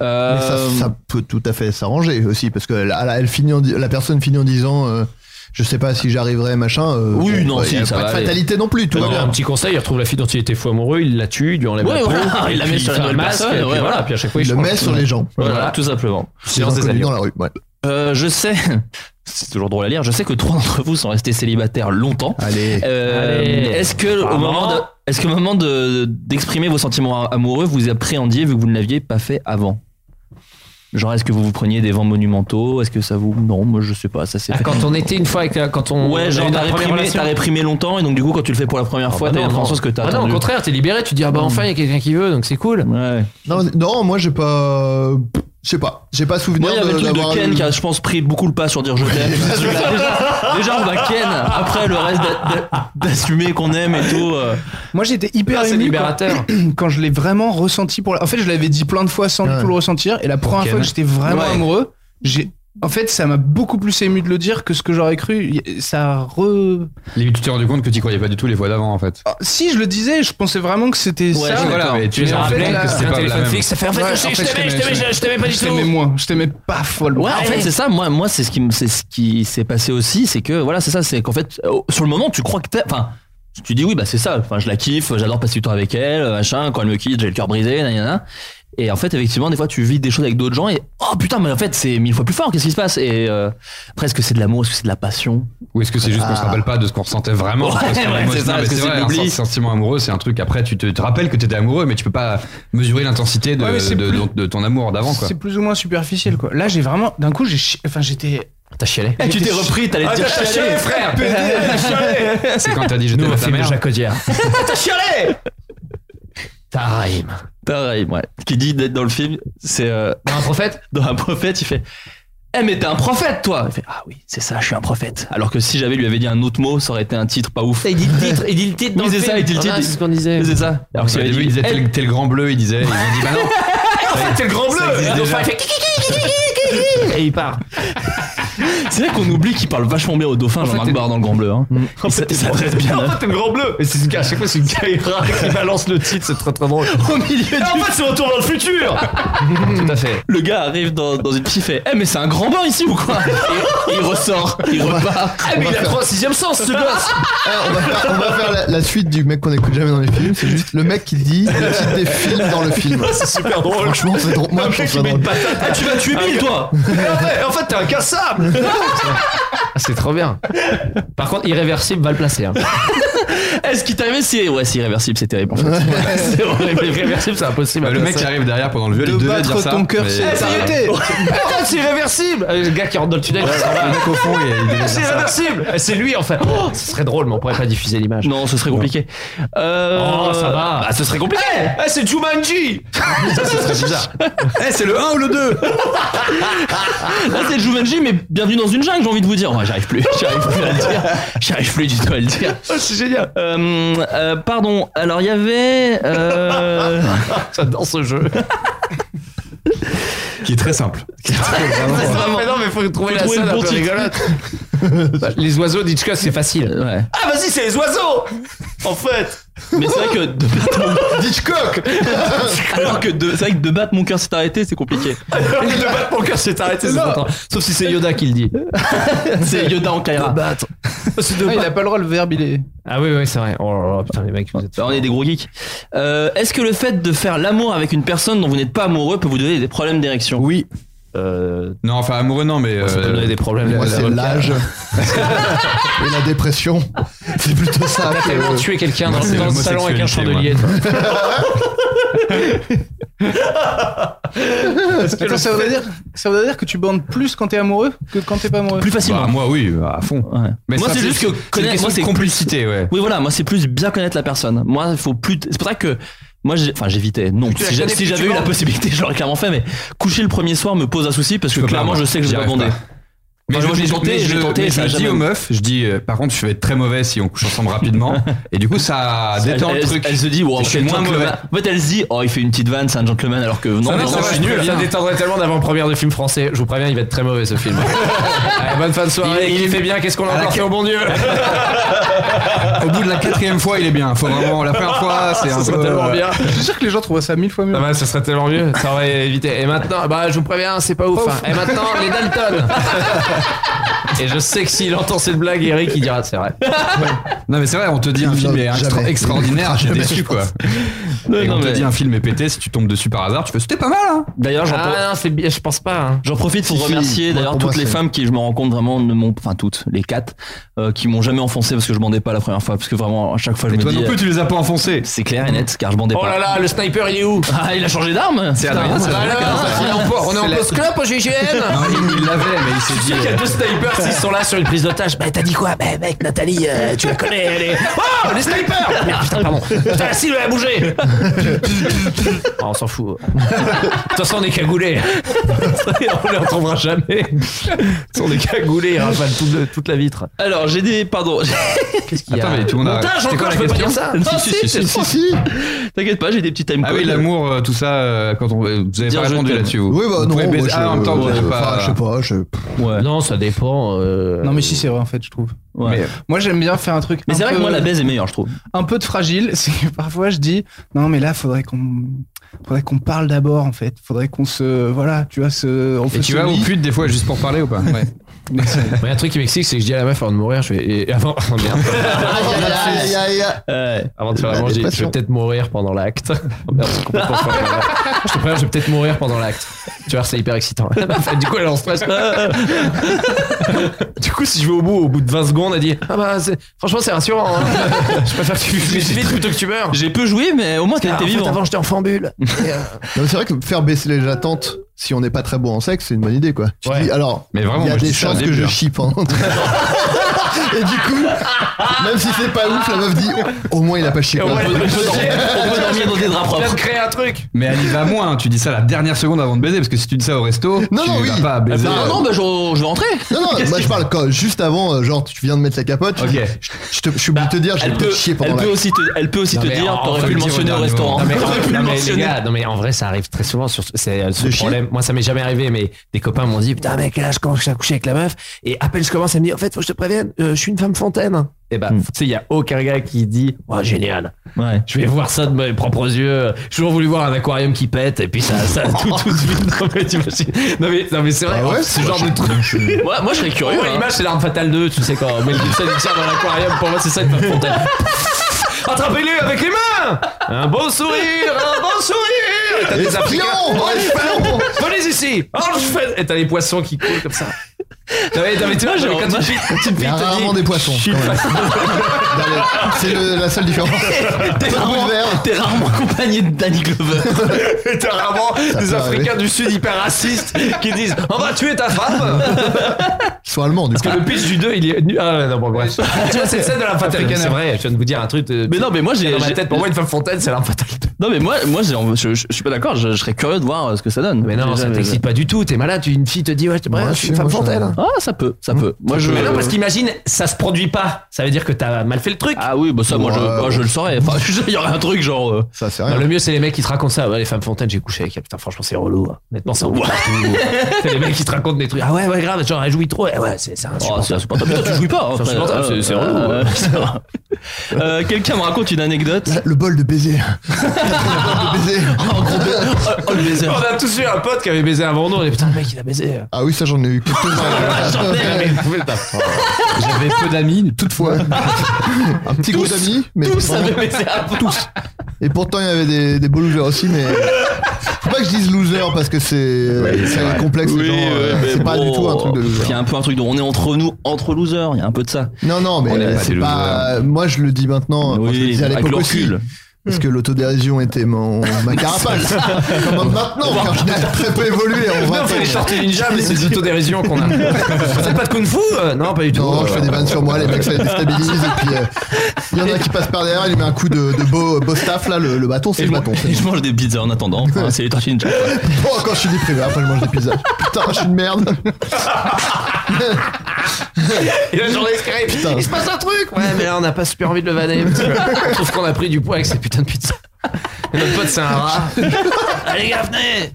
G: Euh,
H: Mais ça, ça peut tout à fait s'arranger aussi, parce que la, la- elle finit en di- la personne finit en disant euh, Je sais pas si j'arriverai, machin. euh,
G: Oui,
H: bon,
G: non,
H: ouais,
G: si,
H: y a
G: ça
H: pas
G: va
H: de
G: aller.
H: fatalité non plus, tout va
B: Non,
H: bien.
B: un petit conseil, il retrouve la fille dont il était fou amoureux, il la tue, il lui enlève
G: Ouais,
B: la peau,
G: voilà, il la
B: puis
G: met sur
B: fait
G: la
B: le
G: bonne
B: masque,
G: personne,
B: et puis
G: ouais,
B: voilà,
G: voilà.
B: puis à chaque fois
H: Il
B: il
H: le
B: change.
H: met sur les gens.
G: voilà, tout simplement.
H: Les
B: Silence des
H: inconnus
B: agneaux.
H: dans la rue, ouais.
G: Euh, je sais, c'est toujours drôle à lire. Je sais que trois d'entre vous sont restés célibataires longtemps.
H: Allez.
G: Euh,
B: Allez.
G: Est-ce que au
B: Apparemment.
G: moment de- est-ce qu'au moment de- d'exprimer vos sentiments amoureux, vous appréhendiez vu que vous ne l'aviez pas fait avant Genre, est-ce que vous vous preniez des vents monumentaux Est-ce que ça vous Non, moi je sais pas. Ça c'est
B: Ah, quand on était une fois avec la- quand on on a
G: Ouais, genre
B: eu
G: t'as
B: notre Mmh. première
G: réprimé,
B: relation.
G: t'as réprimé longtemps et donc du coup quand tu le fais pour la première
B: Ah,
G: fois,
B: bah
G: t'as
B: non,
G: une conscience
B: non.
G: que t'as
B: Ah non, au
G: attendu. Mmh.
B: contraire, t'es libéré, tu dis ah bah enfin il y a quelqu'un qui veut donc c'est cool.
G: Hmm. Ouais.
H: Non, non, moi j'ai pas. Je sais pas. J'ai pas souvenir
G: Moi, il y avait
H: de-
G: le truc
H: d'avoir
G: de Ken
H: eu-
G: qui a, je pense, pris beaucoup le pas sur dire je t'aime. déjà, déjà, on va Ken. Après, le reste d'a- d'a- d'assumer qu'on aime et tout. euh.
J: Moi j'étais hyper
B: Ah, c'est
J: ému
B: libérateur.
J: quand, quand je l'ai vraiment ressenti. Pour la- En fait, je l'avais dit plein de fois sans du
H: Ouais.
J: tout le ressentir. Et la première
B: Ken.
J: fois que j'étais vraiment
G: Ouais.
J: amoureux, j'ai. En fait, ça m'a beaucoup plus ému de le dire que ce que j'aurais cru. Ça re.
K: Limite, tu t'es rendu compte que tu croyais pas du tout les fois d'avant en fait.
J: Ah, si je le disais, je pensais vraiment que c'était
G: Ouais,
J: ça.
G: je-
K: Voilà, mais tu
J: Mais
K: les as
J: en fait,
K: rappelés
J: là,
K: que c'était
B: un
K: pas la
B: téléphone
K: même.
B: fixe, ça fait en fait,
J: Ouais,
B: je
J: en
B: sais, je
J: fait, je
B: t'aimais, je
J: t'aimais,
B: t'aimais, je t'aimais pas du
J: Je t'aimais
B: tout.
J: moins. Je t'aimais pas follement.
G: Ouais, en fait, c'est ça. Moi, moi, c'est ce qui, me- c'est ce qui s'est passé aussi, c'est que voilà, c'est ça, c'est qu'en fait, euh, sur le moment, tu crois que t'es, enfin, tu dis oui, bah c'est ça. Enfin, je la kiffe, j'adore passer du temps avec elle, euh, machin. Quand elle me quitte, j'ai le cœur brisé, nanana. Et en fait, effectivement, des fois, tu vis des choses avec d'autres gens et oh putain, mais en fait, c'est mille fois plus fort. Qu'est-ce qui se passe Et euh, après, est-ce que c'est de l'amour Est-ce que c'est de la passion Ah.
K: Ou est-ce que c'est juste qu'on se rappelle pas de ce qu'on ressentait vraiment
G: Ouais,
K: parce que
G: ouais,
K: moi,
G: c'est
K: je-
G: ça,
K: non, mais
G: parce que
K: c'est
G: c'est
K: vrai,
G: de
K: un
G: l'oubli.
K: sen- sentiment amoureux, c'est un truc. Après, tu te, te rappelles que t'étais amoureux, mais tu peux pas mesurer l'intensité de,
J: Ouais, mais c'est
K: de-
J: plus-
K: de- de ton amour d'avant quoi.
J: C'est plus ou moins superficiel quoi. Là, j'ai vraiment. D'un coup, j'ai. chi- Enfin, j'étais. Ah,
B: T'as chialé.
G: Eh, Tu t'es repris, t'allais te dire chialer.
B: frère.
K: C'est quand t'as dit j'étais
B: Nouveau
K: pas ta
B: film de
K: mère.
B: Jacques Audiard.
G: T'as chialé
B: Tarahim.
G: Tarahim, ouais. Qui dit d'être dans le film, c'est. euh, dans un prophète Dans un prophète, il fait. Eh mais t'es un prophète toi Il fait Ah oui c'est ça je suis un prophète Alors que si j'avais lui avait dit un autre mot ça aurait été un titre pas ouf Il dit le titre
B: il dit le titre
G: dans le film.
K: il dit
G: Ah, c'est ce qu'on
B: disait
G: C'est ça
K: Alors que
G: Au
K: s'il avait
G: début, il
K: dit,
G: disait,
K: eh,
G: t'es le-
K: t'es le grand bleu ils disaient ils ont dit bah non
G: En fait t'es le grand bleu
K: existe
G: Et donc,
K: déjà.
G: il fait et il part. C'est vrai qu'on oublie qu'il parle vachement bien au dauphin, Jean-Marc Barr dans le Grand Bleu. Hein. Il s- il s'adresse bien. hein.
I: En fait, t'es le grand bleu. Et c'est ce gars, à chaque fois, c'est une caïra qui balance le titre, c'est très très drôle.
G: Au milieu
I: Et en fait, c'est retour dans le futur.
G: Tout à fait. Le gars arrive dans, dans une petite fait Eh, mais c'est un grand bain ici ou quoi Et Il ressort, il repart.
I: Ah, mais il a trois sixième sens, ce gosse.
H: Ah, on, va faire, on va faire la, la suite du mec qu'on n'écoute jamais dans les films. C'est juste le mec qui dit le titre des films dans le film.
I: C'est super drôle.
H: Franchement, c'est drôle. Moi,
I: Le
H: je
I: mec, il
H: trouve ça
I: met une
H: drôle.
I: patate.
G: Ah, tu vas tuer Bill, toi
I: Mais en fait- En fait, t'es incassable.
B: Ah, C'est trop bien. Par contre, irréversible va le placer. hein.
G: Est-ce Eh, ce qui t'est arrivé C'est ouais, c'est irréversible, c'est terrible en fait. c'est horrible.
B: Irréversible, c'est impossible. à
K: le mec
B: placer.
K: qui arrive derrière pendant le viol il devait dire ça mais-
B: Eh, ça y était. En fait, c'est irréversible. Euh, Le gars qui rentre dans le tunnel, il s'en va.
K: le mec au fond il- il devait dire
B: C'est
K: ça.
B: irréversible. Eh, C'est lui en fait. Oh, ce serait drôle, mais on pourrait pas diffuser l'image.
G: Non, ce serait compliqué. Euh...
B: Oh, ça va.
G: Bah, ce serait compliqué.
I: Eh, c'est Jumanji.
G: ça, ce serait bizarre.
K: Eh, c'est le 1 ou le 2
G: Là, c'est Jumanji, mais bienvenue dans une jungle, j'ai envie de vous dire. Ouais, j'arrive plus, j'arrive plus à le dire. J'arrive plus du tout à le dire.
I: C'est génial.
G: Euh, euh, pardon, alors il y avait. euh,
B: J'adore ce jeu.
K: qui est très simple
G: c'est vraiment-
I: Mais non, mais faut trouver la
G: trouver le
I: scène un
G: bon
I: peu
G: titre.
I: rigolote.
B: Bah, Les oiseaux d'Hitchcock, c'est facile.
G: Ouais.
I: Ah, vas-y, c'est les oiseaux. En fait.
G: Mais c'est vrai que de battre mon... Alors que de... c'est vrai que de battre mon cœur s'est arrêté, c'est compliqué.
I: De battre mon cœur s'est arrêté. c'est important.
B: Sauf si c'est Yoda qui le dit.
G: C'est Yoda en Kaira.
B: Battre.
I: C'est de
J: Ah, il a pas le droit, le verbe, il est.
B: Ah oui, oui, c'est vrai. Oh là là, putain, les mecs, vous êtes.
G: Bah, on est des gros geeks. Euh, Est-ce que le fait de faire l'amour avec une personne dont vous n'êtes pas amoureux peut vous donner des problèmes d'érection
K: oui
G: Euh,
K: non enfin amoureux non mais
B: Ça peut
K: euh,
B: donner des problèmes.
H: Moi, c'est l'âge et la dépression. C'est plutôt ça.
B: T'as tellement
H: que-
B: tué quelqu'un
K: moi,
B: dans,
K: c'est
B: dans le salon avec un chandelier.
K: l'homosexualité,
J: Attends, ça, voudrait dire, ça voudrait dire que tu bandes plus quand t'es amoureux que quand t'es pas amoureux.
G: Plus facilement.
K: bah, moi oui à fond
G: Ouais. moi,
K: ça,
G: c'est juste que
K: une
G: connaître.
K: question
G: Moi,
K: de
G: c'est
K: complicité ouais
G: Oui, voilà, moi c'est plus bien connaître la personne. Moi, il faut plus. C'est pour ça que. Moi, j'ai- enfin, j'évitais. Non,
I: la
G: si j'a-
I: connais
G: si
I: plus,
G: j'avais
I: tu
G: eu la
I: bandes.
G: possibilité, je l'aurais clairement fait, mais coucher le premier soir me pose un souci parce que
K: peux pas,
G: clairement,
K: moi.
G: je sais que je
K: J'y
G: vais
K: arrive
G: bander.
K: pas. Mais
G: Enfin,
K: je,
G: moi, j'ai
K: mais je-
G: tenté,
K: mais
G: je l'ai
K: je-
G: tenté,
K: mais
G: ça a
K: je dis
G: jamais-
K: aux meufs, je dis euh, par contre je vais être très mauvais si on couche ensemble rapidement et du coup ça
G: Elle,
K: détend le
G: elle-
K: truc.
G: elle se dit, wow,
K: Je
G: je
K: suis
G: suis
K: moins
G: gentleman. En fait, elle se dit, oh, il fait une petite vanne, c'est un gentleman, alors que non,
B: Non,
G: mais
B: non,
G: non,
B: ça, va,
G: je suis
B: je
G: nul.
B: Ça détendrait tellement d'avant-première de film français. Je vous préviens, il va être très mauvais ce film. Allez, bonne fin de soirée. Il, fait bien. Qu'est-ce qu'on a encore fait au bon Dieu
K: Au bout de la quatrième fois il est bien, faut vraiment la première fois c'est un
B: Ça
K: peu.
B: serait tellement bien.
J: Je suis sûr que les gens trouvent ça mille fois mieux.
B: Ah bah, ça serait tellement mieux. Ça aurait évité. Et maintenant, bah, je vous préviens, c'est pas ouf. hein. Et maintenant, les Dalton. Et je sais que s'il entend cette blague, Eric, il dira c'est vrai.
K: Non mais c'est vrai, on te dit un
H: Non,
K: film est extra-
H: jamais.
K: extraordinaire, j'ai
H: Jamais,
K: déçu
H: je
K: quoi. Et
G: Non,
K: on te
G: mais-
K: dit un film est pété, si tu tombes dessus par hasard, tu fais c'était pas mal hein.
G: D'ailleurs, j'en pro-
B: Ah non, c'est bien, je pense pas. hein.
G: J'en profite pour
H: Si, si,
G: remercier
H: moi,
G: d'ailleurs
H: pour moi,
G: toutes les
H: c'est-
G: femmes qui, je me rends compte vraiment, ne m'ont, enfin toutes, les quatre, euh, qui m'ont jamais enfoncé parce que je bandais pas la première fois, parce que vraiment à chaque fois je
K: Et
G: me
K: toi
G: dis,
K: non plus
G: euh,
K: tu les as pas enfoncés.
G: c'est clair et net, car je bandais
B: Oh
G: pas.
B: là là, le sniper, il est où
G: Ah, il a changé d'arme.
K: C'est
G: Putain.
K: Adrien, c'est
B: Ah
K: Adrien.
B: là là, on est en po- on est en post-clope au GGN
K: Non, il il l'avait mais il s'est dit. euh,
B: Il y a deux snipers ils sont là sur une prise d'otage. Bah t'as dit quoi Bah mec Nathalie, euh, tu la connais, elle est. Oh les snipers
G: Ah,
B: Merde, Putain pardon. Putain la cible elle a bougé
G: Ah,
B: Oh, On s'en fout. De toute façon on est cagoulés. on les retrouvera jamais. On est cagoulés, ils rafalent tout le- toute la vitre.
G: Alors j'ai des, pardon,
B: Qu'est-ce qu'il y a
K: Attends mais tout le monde a.
B: Montage
K: c'était
B: encore,
K: quoi
B: je
K: la
B: peux pas
K: question
B: dire ça. Ah,
G: Non,
K: Si,
G: si,
K: si,
G: c'est
K: si, si,
G: bon.
K: si.
G: t'inquiète pas, j'ai des petits time
K: Ah oui,
G: codes.
K: l'amour, euh, tout ça, euh, quand on, vous avez
G: Dire
K: pas
G: je
K: répondu
G: t'aime.
K: là-dessus. vous.
H: Oui, bah
K: Vous
H: non.
K: pouvez
H: moi,
K: baiser-
H: je-
K: ah, en même temps, vous
H: ouais,
K: avez
H: enfin,
K: pas.
H: Je sais pas. je-
G: Ouais.
B: Non, ça dépend. euh,
J: Non, mais si, c'est vrai, en fait, je trouve.
G: Ouais. Mais,
J: Moi, j'aime bien faire un truc. un
G: c'est vrai que
J: peu-
G: moi la baise est meilleure, je trouve.
J: un peu de fragile, c'est que parfois je dis non mais là faudrait qu'on faudrait qu'on parle d'abord en fait, faudrait qu'on se voilà tu vois se on
K: Et
J: fait
K: tu
J: ce
K: vas au
J: lit.
K: pute des fois juste pour parler ou pas ouais.
B: Mais un truc qui m'excite, c'est que je dis à la meuf avant de mourir, je vais. Et avant. oh, merde.
H: Aïe, aïe, aïe, aïe.
G: Ouais.
B: Avant de faire
H: La
B: l'amour, je dis, je vais
H: dépression.
B: peut-être mourir pendant l'acte. Oh merde, c'est complètement faux. Je te préviens, je vais peut-être mourir pendant l'acte. Tu vois, c'est hyper excitant. du coup, elle est en stress. du coup, coup, si je vais au bout, au bout de 20 secondes, elle dit Ah bah, c'est- franchement, c'est rassurant. hein. je préfère que tu fumes vite plutôt que tu meurs.
G: J'ai peu joué, mais au moins
B: Ah, en fait, Avant, j'étais en fambule.
H: Non, mais c'est vrai que faire baisser les attentes si on n'est pas très bon en sexe, c'est une bonne idée quoi. Tu te dis, alors,
K: Mais
H: il
K: vraiment,
H: y a
K: moi, je
H: des
K: dis ça au
H: chances que
K: début,
H: je
K: hein.
H: chie pendant. Et du coup, même si c'est pas ouf, la meuf dit au moins il a pas chié. quoi.
G: dans des draps propres.
B: créer un truc.
K: Mais elle y va moins, hein. tu dis ça la dernière seconde avant de baiser, parce que si tu dis ça au resto,
H: Non,
K: tu
H: non, oui.
K: vas pas baiser. euh,
G: Ah non, bah je, je vais rentrer.
H: Non, non, moi je parle quand, juste avant, euh, genre tu viens de mettre la capote, tu
K: Ok.
H: dis, je, je te- je suis obligé de te dire, j'ai
G: Bah, Elle
H: peut
G: peut,
H: chier pendant
G: elle
H: la
G: peut aussi te, elle peut aussi
B: Non,
G: te
B: mais
G: dire,
B: en-
G: t'aurais
B: faut
G: pu
B: le
G: le
B: dire
G: mentionner au
B: dernier
G: restaurant.
B: moment. Non, mais,
G: T'aurais pu
B: non,
G: le
B: mais les
G: mentionner.
B: gars, non, mais en vrai, ça arrive très souvent. Sur, c'est euh, ce
H: De chier
B: problème. Moi, ça m'est jamais arrivé, mais des copains m'ont dit Putain, mec, là, je commence à coucher avec la meuf. Et à peine je commence, elle me dit En fait, faut que je te prévienne, euh, je suis une femme fontaine. Et
G: Hmm.
B: bah, tu sais, il y a aucun gars qui dit Oh, génial. Je vais voir ça de mes propres yeux. J'ai toujours voulu voir un aquarium qui pète, et puis ça, ça tout, tout de suite. Non, mais, t'imagines non, mais, non, mais c'est vrai, ce genre de truc.
G: Moi, moi, je serais curieux.
B: Ouais,
G: hein.
B: l'image, c'est l'arme fatale 2, tu sais quand Mel Gibson il tire dans l'aquarium, pour moi, c'est ça une femme fontaine. Attrapez-le avec les mains Un beau sourire Un beau sourire Et t'as des Africains
H: Espion
B: Venez ici Oh, je fais- Et t'as les poissons qui coulent comme ça. Non mais, non, mais tu vois,
G: Moi,
B: genre,
G: j'ai-
B: quand une fille, quand
H: Il
B: une
H: y
B: fille
H: a
B: te
H: rarement
B: dit...
H: des poissons. quand même. Dans les- C'est le- la seule différence. Pas de
G: T'es
H: bout de
G: rarement,
H: verre.
G: t'es rarement accompagné de Danny Glover.
B: Et t'as rarement des
H: peut arriver.
B: Africains du Sud hyper racistes qui disent « On va tuer ta femme !»
H: Ils sont allemands du coup.
B: Parce que le pitch du 2, il est... nu- Ah non, bon, bref. tu vois, c'est le scène de l'arme fatale.
G: Africaine.
B: Ah, C'est vrai, je viens de vous dire un truc... de-
G: Mais non, mais moi, j'ai-
B: Dans ma
G: j'ai-
B: tête, pour moi, une femme fontaine, c'est l'arme fatale 2.
G: Non, mais moi, moi, j'ai- je, je- je suis pas d'accord. Je, je serais curieux de voir euh, ce que ça donne.
B: Mais non, ça
G: Déjà,
B: t'excite pas du tout. T'es malade, une fille te dit ouais, je te
H: Ouais,
B: prends, je
H: si,
B: suis hein. Mmh. une femme
H: moi, ça-
B: fontaine.
G: Ah, ça peut, ça peut. Moi, je.
B: Mais non, parce qu'imagine, ça se produit pas. Ça veut dire que t'as mal fait le truc.
G: Ah oui, bah ça, moi, je,
H: Ouais.
G: moi, je le saurais. Enfin, il y aurait un truc genre. euh,
H: Ça c'est
B: Non,
H: rien.
B: le mieux, c'est les mecs qui te racontent ça. Ouais, les femmes fontaines, j'ai couché avec. elle. Putain, franchement, c'est relou. hein. Honnêtement, ça roule partout. C'est les mecs qui te racontent des trucs. Ah ouais, ouais, grave. Genre, elle jouit trop. Eh ouais, c'est c'est
G: Oh,
B: insupportable.
G: c'est insupportable. Putain, tu jouis pas. hein,
B: C'est
G: après.
B: insupportable, c'est- c'est relou,
G: euh, c'est vrai. Euh, Quelqu'un me raconte une anecdote.
H: Le bol de baiser. le bol de baiser.
G: Oh, oh, le baiser.
B: On a tous eu un pote qui avait baisé avant nous. On est putain, le mec, il a baisé. Ah,
H: Ah oui, ça j'en ai eu Ah, quelques-uns.
K: J'avais peu d'amis, toutefois.
H: Un petit groupe d'amis, mais
G: Tous
H: vraiment-
G: avaient baisé avant.
H: tous. Et pourtant, il y avait des, des beaux losers aussi, mais faut pas que je dise loser parce que c'est c'est complexe. les gens, euh,
G: mais
H: c'est pas
G: bon,
H: du tout un truc de loser.
G: Il y a un peu un truc de on est entre nous, entre losers. Il y a un peu de ça.
H: Non, non, mais euh,
K: On est pas
H: c'est
K: des
H: pas. Moi, je le dis maintenant. enfin, je le
G: Oui,
H: disais à
G: avec
H: l'époque
G: le
H: aussi.
G: recul.
H: Parce que l'autodérision était mon, ma carapace. Comment maintenant, car je n'ai très peu évolué en
B: Non,
H: 20
B: on
H: ans.
B: fait des sorties ninja, mais c'est des autodérisions qu'on a. C'est pas de kung fu euh, Non, pas du tout.
H: Non, je fais des vannes sur moi, les mecs ça les déstabilise. Et puis, euh, il y en a un qui passe par derrière, il lui met un coup de, de beau, beau staff là, le, le bâton, c'est
G: Et
H: le
G: je,
H: bâton.
G: mange- et je mange des pizzas en attendant. Enfin, c'est les tortines. ninja, quoi.
H: Oh, quand je suis déprimé, après je mange des pizzas. Putain, je suis une merde.
B: Et la journée se crée.
H: Putain.
B: Il se passe un truc. Ouais, mais là, on n'a pas super envie de le vanner. Je trouve qu'on a pris du poids avec ces putains de pizza. Et notre pote, c'est un rat. Allez, gars, venez.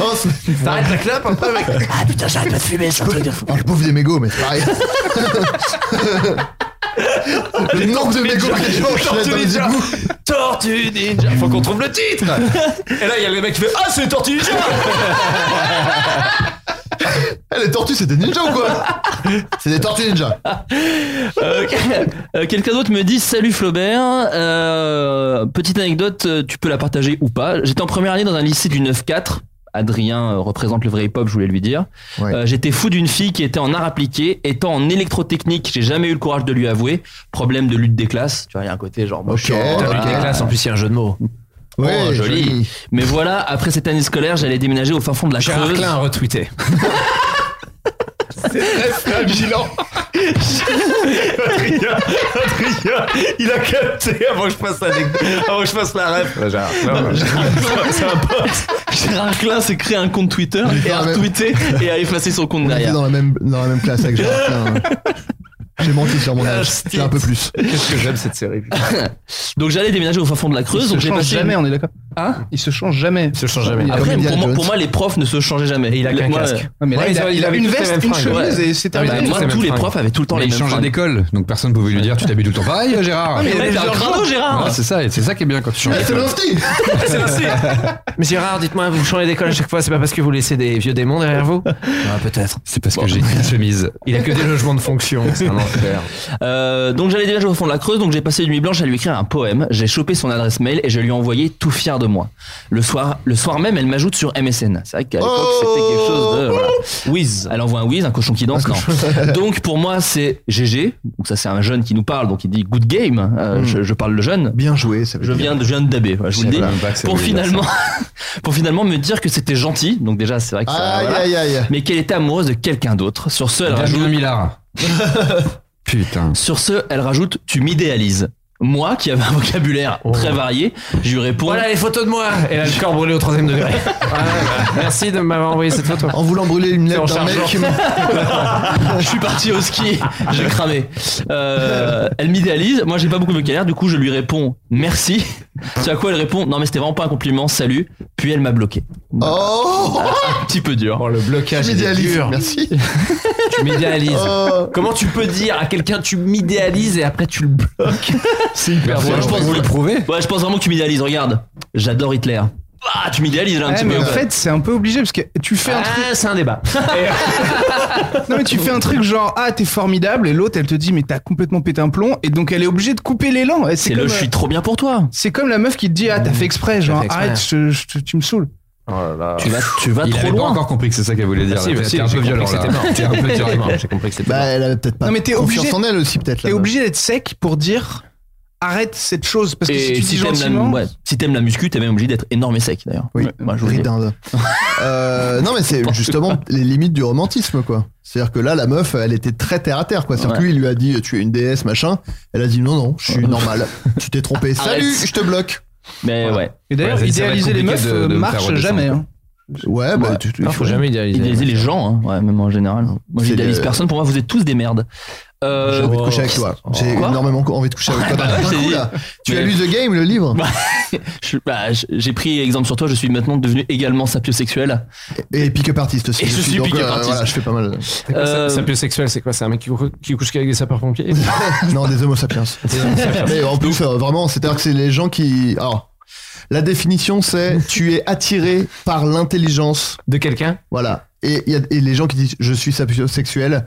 H: Oh, c'est-
B: T'arrêtes la clope un peu, mec. Ah putain, j'arrête pas de fumer, c'est un truc de fou.
H: Alors, Ah, je bouffe des mégots, mais c'est pareil. le nombre de mégots que je mange, je laisse dans les
B: Tortue Ninja.
H: égouts.
B: Tortue Ninja. Faut qu'on trouve le titre. Et là, il y a le mec qui fait Ah, c'est Tortue Ninja.
H: Eh, les tortues, c'est des ninjas ou quoi C'est des tortues ninjas.
G: Euh, euh, Quelqu'un d'autre me dit Salut Flaubert. Euh, petite anecdote, euh, tu peux la partager ou pas. J'étais en première année dans un lycée du 9-4. Adrien euh, représente le vrai hip-hop, je voulais lui dire.
H: Ouais.
G: Euh, J'étais fou d'une fille qui était en art appliqué, étant en électrotechnique. J'ai jamais eu le courage de lui avouer. Problème de lutte des classes. Tu vois, il y a un côté genre. moi,
H: Ok.
G: je suis en-
H: T'as
G: Ah.
B: en plus, il y a un jeu de mots. Oh,
H: Ouais,
G: joli. Mais voilà, après cette année scolaire, j'allais déménager au fin fond de la
B: Gérard
G: Creuse.
B: Klein a retweeté.
I: Adrien, Adrien, il a capté avant que je fasse la, avant que je fasse la ref.
G: C'est un pote. Gérard Klein s'est créé un compte Twitter et a
H: Ah, mais-
G: retweeté et a effacé son compte
H: On était
G: derrière.
H: dans la même, dans la même classe avec Gérard Klein. J'ai menti sur mon âge. J'ai un peu plus.
B: Qu'est-ce que j'aime cette série.
G: Donc j'allais déménager au fin fond de la Creuse.
J: Il
G: Donc
J: se
G: j'ai
J: change
G: passé
J: jamais, on est d'accord
G: Hein
J: Il se change jamais. Il se change
B: jamais.
H: Comme
G: Après,
H: Indiana
G: pour moi,
H: Jones.
G: pour moi, les profs ne se changeaient jamais.
B: Et il a
G: Le-
B: qu'un
G: moi,
B: casque.
J: Ah, mais là,
B: Ouais,
J: il, a,
B: ils
J: il a
B: avaient
J: une
B: tous les
J: veste,
B: mêmes
J: une
B: fringues,
J: chemise
B: ouais.
J: et c'est
B: Ah, mais
G: euh,
J: terminé.
B: tous
G: moi,
B: les mêmes
G: tous les
B: fringues.
G: profs avaient tout le temps
K: Mais
G: les
K: il
G: mêmes
K: changeait
G: fringues.
K: d'école, donc personne pouvait lui dire tu t'habilles tout le temps pareil, euh, Gérard.
G: Mais mec, t'es un crado, Gérard.
K: Ouais, c'est ça, et c'est ça qui est bien quand tu changes
H: Eh, c'est
K: d'école.
H: Lovski
B: C'est Mais Gérard, dites-moi, vous changez d'école à chaque fois, c'est pas parce que vous laissez des vieux démons derrière vous Ah, peut-être.
K: C'est parce que j'ai une chemise.
B: Il a que des logements de fonction, c'est un enfer.
G: Euh, donc j'allais déménager au fond de la Creuse. Donc j'ai passé une nuit blanche à lui écrire un poème. J'ai chopé son adresse mail et je lui ai envoyé tout fier de de moi. Le soir, le soir même, elle m'ajoute sur MSN. C'est vrai qu'à l'époque, c'était quelque chose de. Voilà. Whiz. Elle envoie un whiz, un cochon qui danse, non. Donc pour moi, c'est GG. Donc ça, c'est un jeune qui nous parle, donc il dit good game. Euh,
H: Mm.
G: je, je parle le jeune.
H: Bien joué, ça veut
G: Je
H: dire.
G: viens de, je viens de daber, voilà, je vous le
H: Je
G: dis.
H: savais même pas que ça
G: Pour
H: voulait dire ça.
G: finalement, pour finalement me dire que c'était gentil. Donc déjà, c'est vrai que ça,
H: Aïe, aïe, aïe.
G: Mais qu'elle était amoureuse de quelqu'un d'autre. Sur ce, elle
K: Damien
G: rajoute.
K: Millard. Putain.
G: Sur ce, elle rajoute Tu m'idéalises. Moi, qui avais un vocabulaire très varié, je lui réponds
B: Oh. Voilà les photos de moi Et là, le corps brûlé au troisième degré. Ouais, bah, merci de m'avoir envoyé cette photo.
H: En voulant brûler une
B: C'est en
H: lettre d'un mec.
B: chargeant.
G: je suis parti au ski, j'ai cramé. Euh, elle m'idéalise, moi j'ai pas beaucoup de vocabulaire, du coup je lui réponds merci. C'est à quoi elle répond non mais c'était vraiment pas un compliment, salut. Puis elle m'a bloqué.
H: Oh
G: Un petit peu dur.
B: Oh, le blocage
H: Je m'idéalise, merci.
B: Tu m'idéalises.
H: Oh.
B: Comment tu peux dire à quelqu'un tu m'idéalises et après tu le bloques C'est hyper
G: Ouais, Ah, je pense, Ouais, je pense vraiment que tu m'idéalises, regarde. J'adore Hitler. Ah, tu m'idéalises là un
J: Ouais,
G: petit
J: mais
G: peu.
J: en fait, c'est un peu obligé parce que tu fais un truc.
B: c'est un débat.
J: Non, mais tu fais un truc genre ah t'es formidable et l'autre elle te dit mais t'as complètement pété un plomb et donc elle est obligée de couper l'élan. Et
G: c'est le
J: comme,
G: je suis
J: euh,
G: trop bien pour toi. Mmh.
J: C'est comme la meuf qui te dit ah t'as fait exprès genre
G: fait exprès.
J: arrête je- je- tu- tu me saoules.
G: Tu vas, tu vas
K: Il
G: trop
K: avait pas
G: loin.
K: encore compris que c'est ça qu'elle voulait dire.
B: Ah, si,
K: T'es-
B: bah, si,
K: T'es un
B: j'ai
K: peu
B: compris
K: violent
B: que
K: là.
B: c'était mort.
K: T'es un peu dur avec moi.
B: J'ai compris que c'était
H: Bah, elle avait peut-être pas
J: Non, mais t'es
H: confiance
J: obligé-
H: en elle aussi, peut-être. la
J: T'es
H: meuf.
J: obligé d'être sec pour dire arrête cette chose parce que si
G: Et
J: tu dis
G: si t'aimes la,
J: gentiment
G: ouais, si t'aimes la muscu, t'es même obligé d'être énorme et sec d'ailleurs.
H: Oui,
G: Moi, je vous le dis.
H: ridinde. Euh, non, mais c'est justement les limites du romantisme, quoi. C'est-à-dire que là, la meuf, elle était très terre à terre, quoi. C'est-à-dire que lui, il lui a dit, tu es une déesse, machin. Elle a dit, non, non, je suis normale. tu t'es trompé. Salut,
G: Arrête.
H: je te bloque.
G: Mais ouais.
J: et d'ailleurs
K: Ouais, ça va être
J: idéaliser les meufs
K: compliqué de- de me
J: euh,
K: faire
J: marche
K: redescendre.
J: jamais. hein.
H: Ouais, bah, Ah, tu, tu-
B: Non, faut jamais idéaliser.
G: Ah, Idéaliser les gens, hein. ouais, même en général. Moi,
H: C'est
G: j'idéalise
H: le-
G: personne. Pour moi, vous êtes tous des merdes.
H: j'ai
G: Euh,
H: envie de coucher
B: Oh,
H: avec toi. J'ai
G: Quoi
H: énormément envie de coucher avec toi.
G: bah,
H: D'un
G: c'est-
H: coup, là, tu
G: mais-
H: as lu The Game, le livre
G: je- bah, je- j'ai pris exemple sur toi. Je suis maintenant devenu également sapiosexuel.
H: et pick-up artist aussi.
G: Et je suis
H: donc,
G: pick-up
H: euh,
G: artist.
H: voilà, je fais pas mal.
G: Euh,
B: Sapiosexuel, c'est quoi C'est un mec qui, cou- qui couche qu'avec des sapeurs-pompiers
H: non, des homo sapiens. Mais en plus, euh, vraiment, c'est-à-dire que c'est les gens qui. Alors, la définition, c'est tu es attiré par l'intelligence.
B: De quelqu'un
H: Voilà. Et il y a et les gens qui disent je suis sapiosexuel,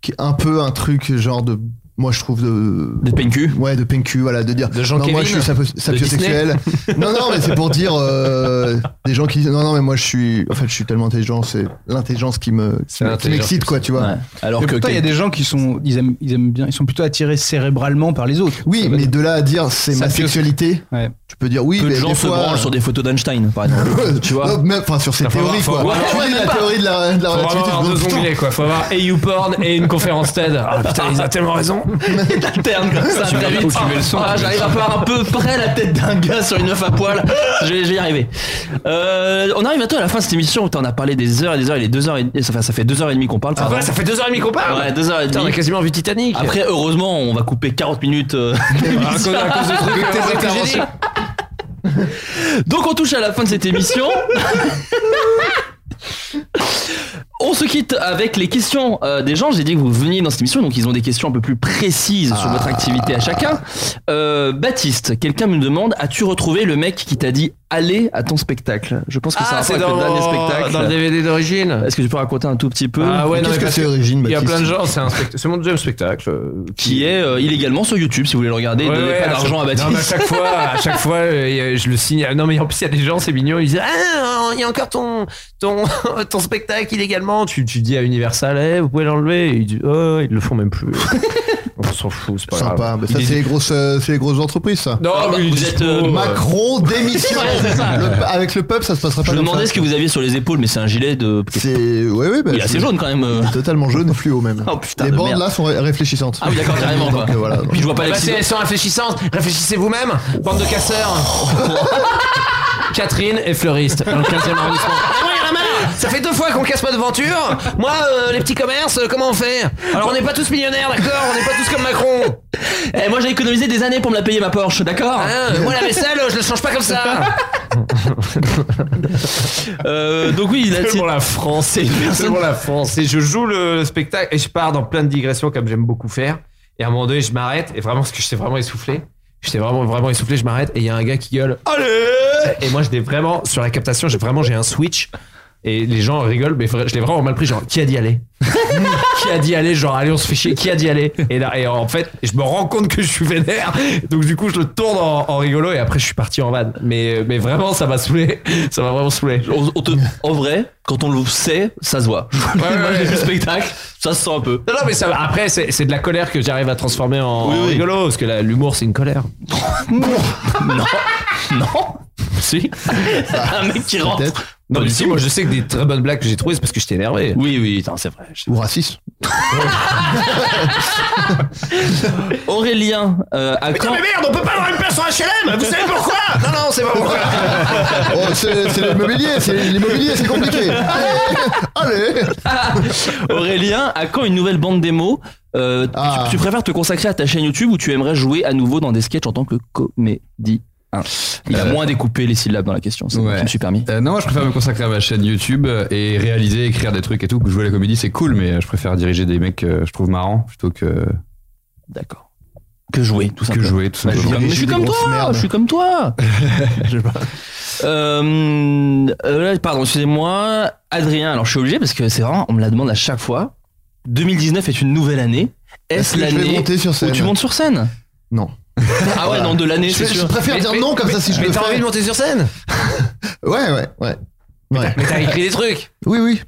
H: qui est un peu un truc genre de. Moi, je trouve de.
G: De PNQ.
H: Ouais, de PNQ, voilà, de dire.
B: De Jean
H: non, moi, je
B: Kévin
H: suis sapo- sapiosexuel. non, non, mais c'est pour dire euh, des gens qui disent non, non, mais moi, je suis. En fait, je suis tellement intelligent, c'est l'intelligence qui me. qui me- qui
B: l'intelligence
H: m'excite,
B: qui
H: quoi, tu vois.
G: ouais. Alors
J: Mais
G: que
J: pourtant, il y a des gens qui sont ils aiment ils aiment bien ils sont plutôt attirés cérébralement par les autres.
H: Oui,
J: Ça va
H: mais
J: dire.
H: de là à dire c'est ma
J: Sapio-
H: sexualité,
J: Ouais.
H: tu peux dire oui,
G: peu de
H: mais
G: gens
H: des
G: se
H: fois,
G: branlent sur des photos d'Einstein, par
H: euh,
G: exemple. tu vois.
H: non, même- Enfin, sur ces
B: Faut avoir-
H: théories,
B: faut
H: quoi.
B: avoir-
H: tu
G: Ouais,
H: dis
G: même
H: la
G: pas.
H: théorie de la, de la
B: Faut
H: relativité,
B: avoir
H: je me
B: deux
H: dis,
B: onglets, quoi. Faut avoir et YouPorn et une conférence TED. Ah putain, ils ont tellement raison.
G: Et la terne comme ça,
K: Tu
G: très
K: mets-
G: vite.
K: tu mets le son,
G: Ah,
K: tu mets
G: J'arrive à voir un peu près la tête d'un gars sur une meuf à poil. Je vais, je vais y arriver. Euh, on arrive à toi à la fin de cette émission où t'en as parlé des heures et des heures et des deux heures et et ça fait, ça fait deux heures et demie qu'on parle.
B: Ah
G: pardon.
B: ouais, ça fait deux heures et demie qu'on parle.
G: Ouais, deux heures et
B: Putain, on a
G: demie.
B: quasiment vu Titanic.
G: Après, heureusement, on va couper 40 minutes. euh,
B: à cause, à cause des trucs
G: De tes
B: que j'ai
G: interventions.
B: dit.
G: Donc on touche à la fin de cette émission. On se quitte avec les questions euh, des gens. J'ai dit que vous veniez dans cette émission, donc ils ont des questions un peu plus précises sur
H: Ah.
G: votre activité à chacun. Euh, Baptiste, quelqu'un me demande as-tu retrouvé le mec qui t'a dit allez à ton spectacle Je pense que
B: Ah,
G: c'est
B: c'est
G: un
B: dans,
G: rapport avec le dernier spectacle.
B: dans le DVD d'origine.
G: Est-ce que tu peux raconter un tout petit peu
B: Ah ouais, non, mais
H: Qu'est-ce que
B: parce
H: c'est origine,
B: Il y a
H: Baptiste
B: plein de gens, c'est un spect- c'est mon deuxième spectacle. euh,
G: Qui est euh, illégalement sur YouTube si vous voulez le regarder.
B: Ouais,
G: donnez
B: ouais,
G: pas d'argent à
B: chaque-
G: Baptiste.
B: Non, mais à chaque fois, à chaque fois, euh, il y a- je le signale. Non, mais en plus, il y a des gens, c'est mignon, ils disent Ah, il y a encore ton, ton, ton spectacle illégalement. Tu, tu dis à Universal, Eh, vous pouvez l'enlever. Et Ils disent Oh, ils le font même plus. On s'en fout, c'est pas
H: Sympa,
B: grave.
H: mais ça,
B: Il
H: c'est
B: est-
H: les, grosses, euh, c'est les grosses entreprises, ça.
B: Non,
G: Ah, bah,
B: mais
G: vous
B: ils-
G: êtes, euh,
B: oh,
H: Macron, démission
G: Ouais, c'est ça.
H: Le- Avec le peuple, ça se passera pas
G: Je me
H: comme
G: demandais
H: ça.
G: ce que vous aviez sur les épaules, mais c'est un gilet de.
H: C'est. Ouais, ouais, bah,
G: Il est assez
H: c'est-
G: jaune quand même. euh.
H: il est Totalement jaune et fluo, même.
G: Oh, putain
H: les
G: de
H: bandes
G: merde.
H: là sont ré- réfléchissantes.
G: Ah oui, d'accord, carrément. Quoi.
H: Donc, euh, voilà.
G: Puis je vois pas
B: Bah,
G: l'accident.
B: c'est- sont réfléchissantes. Réfléchissez vous-même, bande de casseurs. Catherine est fleuriste dans le 15e arrondissement. Ah ouais, y en a marre Ça fait deux fois qu'on casse pas de venture. Moi, euh, les petits commerces, euh, comment on fait Alors, on n'est pas tous millionnaires, d'accord On n'est pas tous comme Macron.
G: Eh, moi j'ai économisé des années pour me la payer ma Porsche, d'accord
I: Ah,
B: Hein, euh, moi, la vaisselle, euh, je ne change pas comme ça.
G: Euh, Donc oui, là, c'est
B: pour la France.
G: c'est une personne-
B: C'est pour la France. Et je joue le, le spectacle et je pars dans plein de digressions comme j'aime beaucoup faire. Et à un moment donné, je m'arrête et vraiment, parce que j'étais vraiment essoufflé. J'étais vraiment, vraiment essoufflé, je m'arrête et il y a un gars qui gueule Allez Et moi, je l'ai vraiment, sur la captation, j'ai vraiment, j'ai un switch. Et les gens rigolent, mais vra- je l'ai vraiment mal pris. Genre, qui a dit aller qui a dit aller genre allez on se fait chier qui a dit aller et, là, et en fait je me rends compte que je suis vénère donc du coup je le tourne en, en rigolo et après je suis parti en van mais, mais vraiment ça m'a saoulé ça m'a vraiment saoulé
G: On- on te- en vrai, quand on le sait, ça se voit. Moi, j'ai vu le spectacle, ça se sent un peu.
B: non, non mais ça, va. après c'est c'est de la colère que j'arrive à transformer en,
G: Oui,
B: en
G: oui.
B: rigolo parce que la- l'humour c'est une colère
G: non, non. Si. un mec qui rentre.
B: non mais si moi je sais que des très bonnes blagues que j'ai trouvées c'est parce que j'étais énervé
G: oui oui attends, c'est vrai
H: Ou raciste.
G: Aurélien, euh, à quand
I: merde, on peut pas avoir une place en HLM Vous savez pourquoi Non, non, c'est pas pourquoi.
H: Oh, c'est c'est l'immobilier, c'est l'immobilier, c'est compliqué. Ah, Allez.
G: Aurélien, à quand une nouvelle bande démo Euh, tu-
H: Ah.
G: tu, préfères te consacrer à ta chaîne YouTube ou tu aimerais jouer à nouveau dans des sketchs en tant que comédien Il a
K: Euh,
G: moins découpé les syllabes dans la question. C'est moi qui me suis permis.
K: Euh, non, je préfère me consacrer à ma chaîne YouTube euh, et réaliser, écrire des trucs et tout. Jouer à la comédie, c'est cool, mais euh, je préfère diriger des mecs que je trouve marrants plutôt que.
G: D'accord. Que jouer, tout simplement.
K: Que jouer, tout
G: Bah, je suis
K: simplement.
G: comme- mais je suis comme toi, je suis comme toi. Je sais pas. Euh, euh, là, pardon, excusez-moi, Adrien. Alors je suis obligé parce que c'est vraiment, on me la demande à chaque fois. 2019 est une nouvelle année.
H: Est-ce
G: Est-ce
H: que je vais
G: l'année
H: monter sur
G: où
H: scène
G: tu montes sur scène
H: Non.
G: Ah ouais, non, de l'année,
H: Je-
G: c'est
H: je
G: sûr.
H: préfère dire non, comme ça, si je
B: mais
H: le
B: t'as
H: fais-
B: envie de monter sur scène
H: Ouais, ouais, ouais. Ouais.
B: mais t'as écrit des trucs
H: Oui, oui.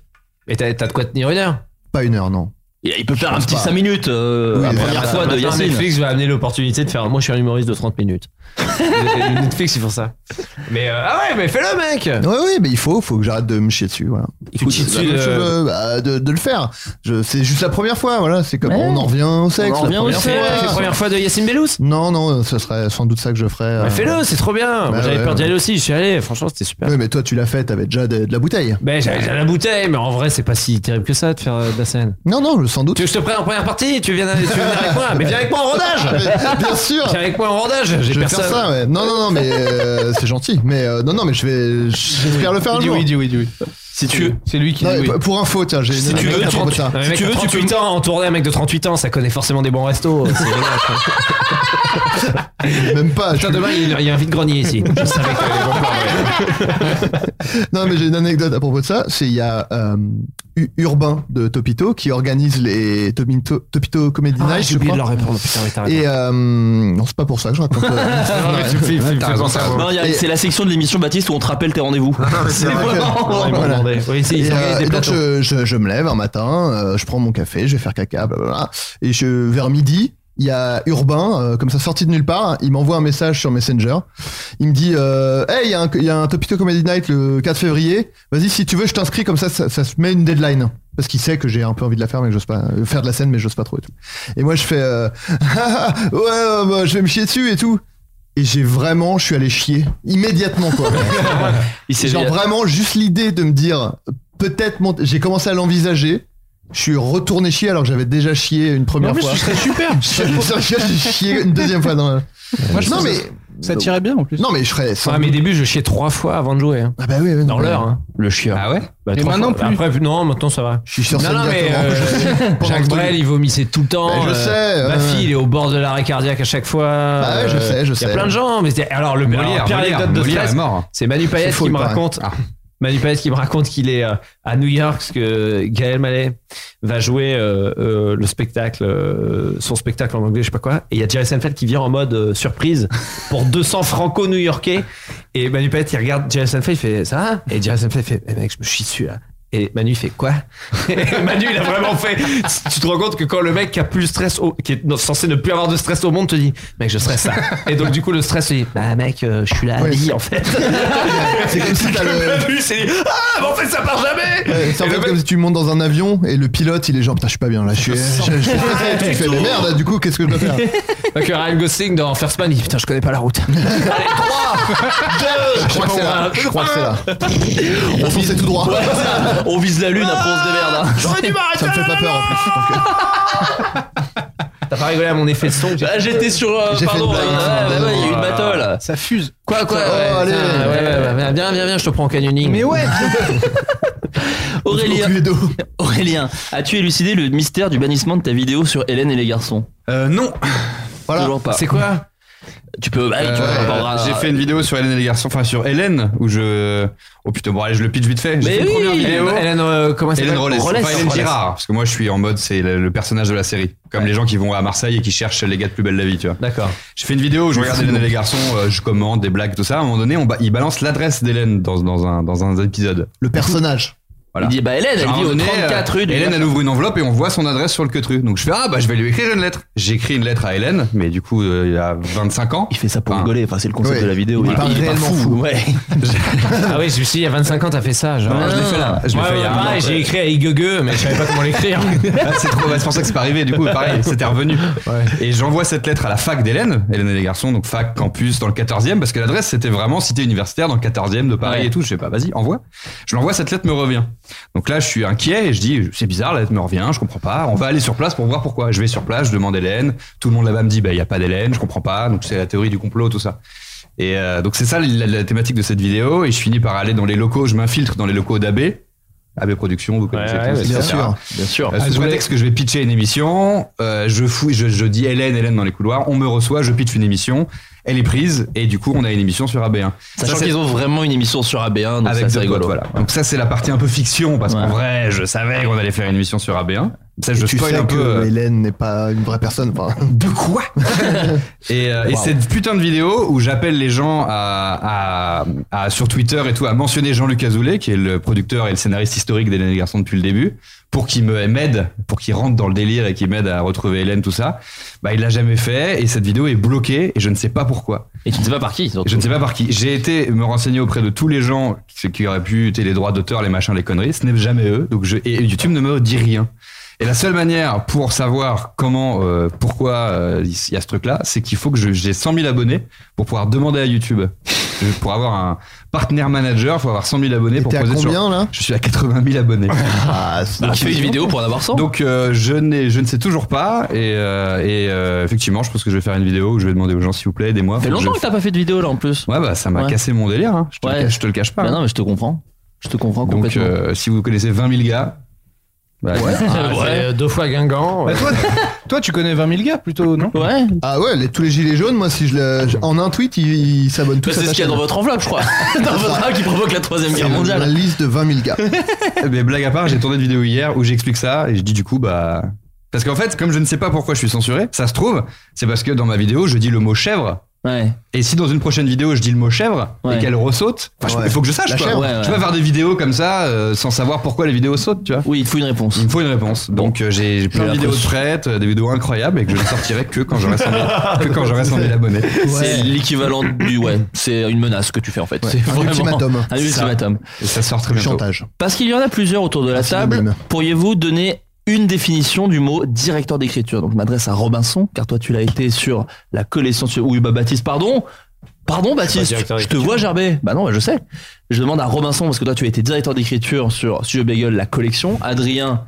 B: mais t'as t'as de quoi tenir une heure
H: Pas une heure, non.
G: Il il peut faire un
H: pense
G: petit
H: pas.
G: 5 minutes, euh,
H: Oui,
G: la
H: mais
G: première
H: attends,
G: fois de
B: Maintenant,
G: Yacine.
B: Netflix va amener l'opportunité de faire. Moi, je suis un humoriste de 30 minutes. Les- les Netflix, ils font ça. Mais euh, ah ouais, mais fais-le, mec
H: Ouais, ouais, mais il faut, faut que j'arrête de me chier dessus, voilà.
B: Tu te chies
H: C'est la
B: dessus,
H: même
B: euh,
H: chose, euh, bah, de, de le faire. Je, c'est juste la première fois, voilà. C'est comme
G: Ouais.
H: on en revient au sexe.
G: On en
H: la
G: revient au
H: première
G: sexe.
H: fois.
B: C'est la première fois de Yacine Bellous.
H: Non, non, ce serait sans doute ça que je ferais. euh,
B: Bah, fais-le, c'est trop bien. Moi,
H: Bah
B: J'avais
H: ouais,
B: peur d'y
H: ouais.
B: aller aussi. Je suis allé. Franchement, c'était super.
H: Ouais, mais toi, tu l'as fait, t'avais déjà de, de la bouteille.
B: Ben, j'avais déjà la bouteille, mais en vrai, c'est pas si terrible que ça de faire euh, de la scène.
H: Non, non, sans doute.
B: Tu veux que je te prenne en première partie Tu viens, tu viens avec moi Mais viens avec moi en rodage
H: Bien sûr.
B: Viens avec moi en rodage J'ai
H: Je vais
B: personne.
H: faire ça, ouais. Non, non, non, mais euh, c'est gentil. Mais euh, non, non, mais je vais. J'espère le faire un
J: Il dit
H: jour.
J: oui, il dit oui, il dit oui.
G: Si tu veux,
J: C'est lui qui dit
H: Non,
J: oui.
H: mais Pour info, tiens, j'ai
G: Si
H: une
G: tu
H: anecdote
G: veux,
H: à
G: tu-
H: propos de ça.
B: Un
G: Si
B: mec
G: tu
B: de
G: veux, tu
B: 38 ans en tournée, un mec de 38 ans, ça connaît forcément des bons restos. C'est génial, quoi.
H: Même pas. je
B: Putain,
H: suis-
B: demain, il y a- il y a un vide-grenier ici. Je savais que t'allais voir.
H: Ah Non, mais j'ai une anecdote à propos de ça. C'est il y a euh, U- Urbain de Topito qui organise les Topito, Topito Comedy
B: Ah,
H: Night.
B: J'ai
H: je
B: oublié de leur
H: crois.
B: répondre. Putain, mais t'as raison.
H: Et euh, non, c'est pas pour ça que je raconte. euh,
B: Non, mais tu me fais- tu me fais
K: T'as raison,
B: penser à
K: t'as
B: moi.
G: Non, il y a-
H: Et-
G: C'est la section de l'émission Baptiste où on te rappelle tes rendez-vous.
H: c'est vrai que-
B: Oh, ils m'ont
H: Voilà.
B: demandé. Oui, si, ils
H: Et, euh,
B: organisent des
H: et donc
B: plateaux.
H: je, je- je me lève un matin, euh, je prends mon café, je vais faire caca, blablabla. Et je, vers midi, il y a Urbain, euh, comme ça sorti de nulle part, il m'envoie un message sur Messenger. Il me dit euh, Hey, il y, a un- il y a un Topito Comedy Night le 4 février. Vas-y, si tu veux, je t'inscris, comme ça, ça, ça se met une deadline. Parce qu'il sait que j'ai un peu envie de la faire, mais que j'ose pas euh, faire de la scène, mais j'ose pas trop et tout. Et moi, je fais euh, Ah, ah, ouais, ouais, bah, je vais me chier dessus et tout. Et j'ai vraiment, je suis allé chier immédiatement quoi.
G: Il s'est
H: Genre
G: dit-
H: vraiment juste l'idée de me dire peut-être mon... j'ai commencé à l'envisager. Je suis retourné chier alors que j'avais déjà chié une première
J: En plus,
H: fois.
J: ce serait super.
H: C'est pour ça que j'ai chié une deuxième fois dans la-
J: Moi, je
H: non
J: trouve
H: mais
J: Ça tirait bien en plus.
H: non mais je serais sans-
B: Ah, mes débuts, je chiais trois fois avant de jouer. hein.
H: Ah bah oui, oui,
B: Dans
H: mais-
B: l'heure, hein. le chieur.
K: Ah ouais
B: Bah,
J: Mais
B: trois
J: maintenant
B: fois.
J: plus.
B: Après, non, maintenant ça va.
H: bah, Je suis sur
B: Non,
H: scène
B: non, mais
H: directement.
B: euh,
H: Pendant
B: Jacques
H: le truc.
B: Brel, il vomissait tout le temps.
H: Bah, je
B: euh,
H: sais,
B: Ma
H: ouais. Bah
B: fille, il est au bord de l'arrêt cardiaque à chaque fois. euh,
H: ouais, je sais, je
B: Il y
H: sais.
B: a plein de gens. Mais c'est- alors, le alors,
K: Molière,
B: pire
K: Molière,
B: anecdote de
K: Molière
B: stress,
K: est mort.
B: c'est Manu Payet
H: faux,
B: qui
H: il
B: me
H: paraît.
B: raconte.
K: Ah.
B: Manu Payet qui me raconte qu'il est euh, à New York parce que Gaël Mallet va jouer euh, euh, le spectacle, euh, son spectacle en anglais, je sais pas quoi. Et il y a Jerry Seinfeld qui vient en mode euh, surprise pour 200 franco-new-yorkais. Et Manu Payet il regarde Jerry Seinfeld, il fait ça va Et Jerry Seinfeld fait Eh mec, je me suis dessus là. Et Manu il fait quoi Et Manu il a vraiment fait. Tu te rends compte que quand le mec qui a plus le stress, au- qui est censé ne plus avoir de stress au monde, te dit mec je stresse ça. Et donc du coup le stress il dit bah mec euh, je suis là à
H: Ouais.
B: vie en fait.
H: C'est comme si t'as le-
B: Manu il s'est dit ah mais en fait ça part jamais.
H: Ouais, c'est en
B: Et
H: fait
B: le mec-
H: comme si tu montes dans un avion et le pilote il est genre putain je suis pas bien là je suis je, je- je- je- tu fais mais merde du coup qu'est-ce que je dois faire
B: Donc Ryan Gosling dans First Man il dit putain je connais pas la route. Allez 3 2
H: je crois que c'est là je crois que c'est là on fonçait tout droit
G: On vise la lune, après on se démerde. hein.
H: Ah, j'aurais dû m'arrêter ça me fait pas peur en plus Donc,
B: T'as pas rigolé à mon effet de son. que j'ai-
G: Ah, J'étais sur. euh,
H: J'ai fait
G: pardon,
H: une blague,
G: euh,
H: ça,
G: ouais,
H: pardon.
G: ouais, il y a eu une battle.
J: Ça fuse.
B: Quoi quoi
H: Oh,
B: ouais,
H: allez.
B: putain, ouais, ouais, ouais, Viens viens viens je te prends en canyoning.
J: Mais ouais,
H: euh,
G: Aurélien,
H: Cluedo.
G: Aurélien, as-tu élucidé le mystère du bannissement de ta vidéo sur Hélène et les garçons
K: Euh, non.
H: voilà
G: Toujours pas.
B: C'est quoi
G: Tu peux. bah, tu peux
K: Euh,
G: avoir un-
K: J'ai fait une vidéo sur Hélène et les garçons, enfin sur Hélène, où je. Oh putain, bon allez, je le pitch vite fait. J'ai
B: Mais
K: fait une
B: oui,
K: première vidéo.
B: Hélène- Hélène, euh, comment elle
K: Hélène
B: s'appelle
K: Rollès.
B: Rollès.
K: Enfin, Hélène
B: Rollès.
K: Girard. Parce que moi, je suis en mode, c'est le, le personnage de la série. Comme les gens qui vont à Marseille et qui cherchent les gars de plus belle la vie, tu vois.
B: D'accord.
K: J'ai fait une vidéo où je regarde Hélène et les garçons, euh, je commande des blagues, tout ça. À un moment donné, on ba- ils balancent l'adresse d'Hélène dans, dans, un, dans un épisode.
H: Le personnage.
K: Voilà.
G: Il dit, bah, Hélène, elle
K: À un
G: vit
K: moment
G: au
K: donné,
G: 34
K: euh,
G: rue du
K: Hélène,
G: machin.
K: elle ouvre une enveloppe et on voit son adresse sur le queutru. Donc je fais, ah bah je vais lui écrire une lettre. J'écris une lettre à Hélène, mais du coup, euh, il y a 25 ans. Il
G: fait ça pour rigoler, enfin c'est le
K: concept
G: de la vidéo. Il est- il est pas fou. Ouais.
B: ah oui, je me suis dit, il y a 25 ans, t'as fait ça. Genre.
K: Non, je l'ai fait là. Je l'ai
B: Ouais,
K: fait il y a
B: ouais,
K: un an,
B: pareil,
K: ouais.
B: j'ai écrit à Igege, mais je savais pas comment l'écrire.
K: Ah, c'est trop, bah, c'est pour ça que c'est pas arrivé. Du coup, pareil, c'était revenu. Et j'envoie cette lettre à la fac d'Hélène, Hélène et les garçons, donc fac, campus, dans le 14e, parce que l'adresse c'était vraiment cité universitaire dans le 14e de Paris et tout. Je sais pas, vas-y, envoie. Je l'envoie, cette lettre me revient. Donc là, je suis inquiet et je dis, c'est bizarre, la lettre me revient, je comprends pas. On va aller sur place pour voir pourquoi. Je vais sur place, je demande Hélène. Tout le monde là-bas me dit, bah, il y a pas d'Hélène, je comprends pas. Donc c'est la théorie du complot, tout ça. Et euh, donc c'est ça la, la thématique de cette vidéo. Et je finis par aller dans les locaux, je m'infiltre dans les locaux d'AB. AB Productions, vous connaissez
H: ouais,
K: tous,
H: bien
K: etc.
H: sûr. Ah,
G: Bien sûr.
K: Euh, sous prétexte que je vais pitcher une émission, euh, je fouille, je, je dis Hélène, Hélène dans les couloirs, on me reçoit, je pitch une émission, elle est prise, et du coup on a une émission sur AB1.
G: Sachant
K: Ça, c'est-
G: qu'ils ont vraiment une émission sur AB1, donc
K: avec
G: ça, c'est
K: deux
G: rigolo.
K: potes, voilà. Donc ça c'est la partie un peu fiction, parce qu'en vrai je savais qu'on allait faire une émission sur AB1. Ça je
H: tu
K: spoil
H: sais
K: un
H: que
K: peu. euh,
H: Hélène n'est pas une vraie personne.
K: De quoi Et, euh, et
H: Wow.
K: cette putain de vidéo où j'appelle les gens à, à- à- sur Twitter et tout à mentionner Jean-Luc Azoulay, qui est le producteur et le scénariste historique d'Hélène et les garçons depuis le début, pour qu'il me m'aide, pour qu'il rentre dans le délire et qu'il m'aide à retrouver Hélène, tout ça. Bah, il l'a jamais fait et cette vidéo est bloquée et je ne sais pas pourquoi.
G: Et tu ne sais pas par qui. surtout.
K: Je ne sais pas par qui. J'ai été me renseigner auprès de tous les gens qui, qui auraient pu être les droits d'auteur, les machins, les conneries. Ce n'est jamais eux. Donc je, et YouTube ne me dit rien. Et la seule manière pour savoir comment, euh, pourquoi euh, il y a ce truc-là, c'est qu'il faut que je- j'ai 100 000 abonnés pour pouvoir demander à YouTube. Je- pour avoir un partenaire manager, il faut avoir 100 000 abonnés pour
H: t'es à
K: poser sur-
H: combien, là
K: Je suis à 80 000 abonnés.
H: Ah, c'est-
G: tu fais Bah, une vidéo pour en avoir 100.
K: Donc euh, je, n'ai- je ne sais toujours pas. Et, euh, et, euh, effectivement, je pense que je vais faire une vidéo où je vais demander aux gens, s'il vous plaît, aidez-moi.
G: Ça fait
K: Faut que je
G: longtemps que t'as pas fait de vidéo là en plus.
K: Ouais, bah ça m'a
G: Ouais.
K: cassé mon délire, hein. je, te le
G: Ouais.
K: cache- je te le cache pas.
G: Bah
K: hein.
G: non, mais je te comprends. Je te comprends
K: Donc
G: complètement.
K: euh, si vous connaissez 20 000 gars, bah,
B: Ah, c'est, euh, deux fois Guingamp.
J: Bah, toi, toi, tu connais 20 000 gars plutôt, non
G: Ouais.
H: Ah ouais, les- tous les gilets jaunes, moi, si je le- je- en un tweet, ils ils s'abonnent tous
G: Bah,
H: à
G: c'est ce
H: ta
G: qu'il y a
H: chaîne.
G: dans votre enveloppe, je crois. dans votre enveloppe qui provoque la troisième guerre
H: C'est
G: mondiale.
H: une liste de 20 000 gars.
K: mais blague à part, j'ai tourné une vidéo hier où j'explique ça et je dis du coup bah parce qu'en fait comme je ne sais pas pourquoi je suis censuré, ça se trouve c'est parce que dans ma vidéo je dis le mot chèvre.
G: Ouais.
K: Et si dans une prochaine vidéo je dis le mot chèvre
G: Ouais.
K: et qu'elle ressaute, enfin, je-
H: Ouais.
K: il faut que je sache
H: La
K: quoi.
H: chèvre.
G: Ouais, ouais.
K: Je peux pas faire des vidéos comme ça euh, sans savoir pourquoi les vidéos sautent, tu vois.
G: Oui, il te faut une réponse.
K: Il me faut une réponse. Donc euh, j'ai plein
G: J'ai
K: de vidéos de
G: l'impression-
K: prêtes, euh, des vidéos incroyables et que je ne sortirai que quand j'aurai 100 000 que quand j'aurai 100 000 abonnés.
G: C'est l'équivalent du ouais, c'est une menace que tu fais en fait. C'est
H: Un
G: vraiment
H: ultimatum.
G: Un
H: C'est ça.
G: ultimatum.
K: Et ça sort très
H: Le
K: bientôt.
H: chantage.
G: Parce qu'il y en a plusieurs autour de la table.
H: synonyme.
G: Pourriez-vous donner une définition du mot directeur d'écriture Donc je m'adresse à Robinson, car toi tu l'as été sur la collection sur oui, bah Baptiste, pardon. Pardon Baptiste,
F: directeur
G: je te vois gerber. Bah non, bah, je sais. Je demande à Robinson parce que toi tu as été directeur d'écriture sur Studio Bagel la collection. Adrien,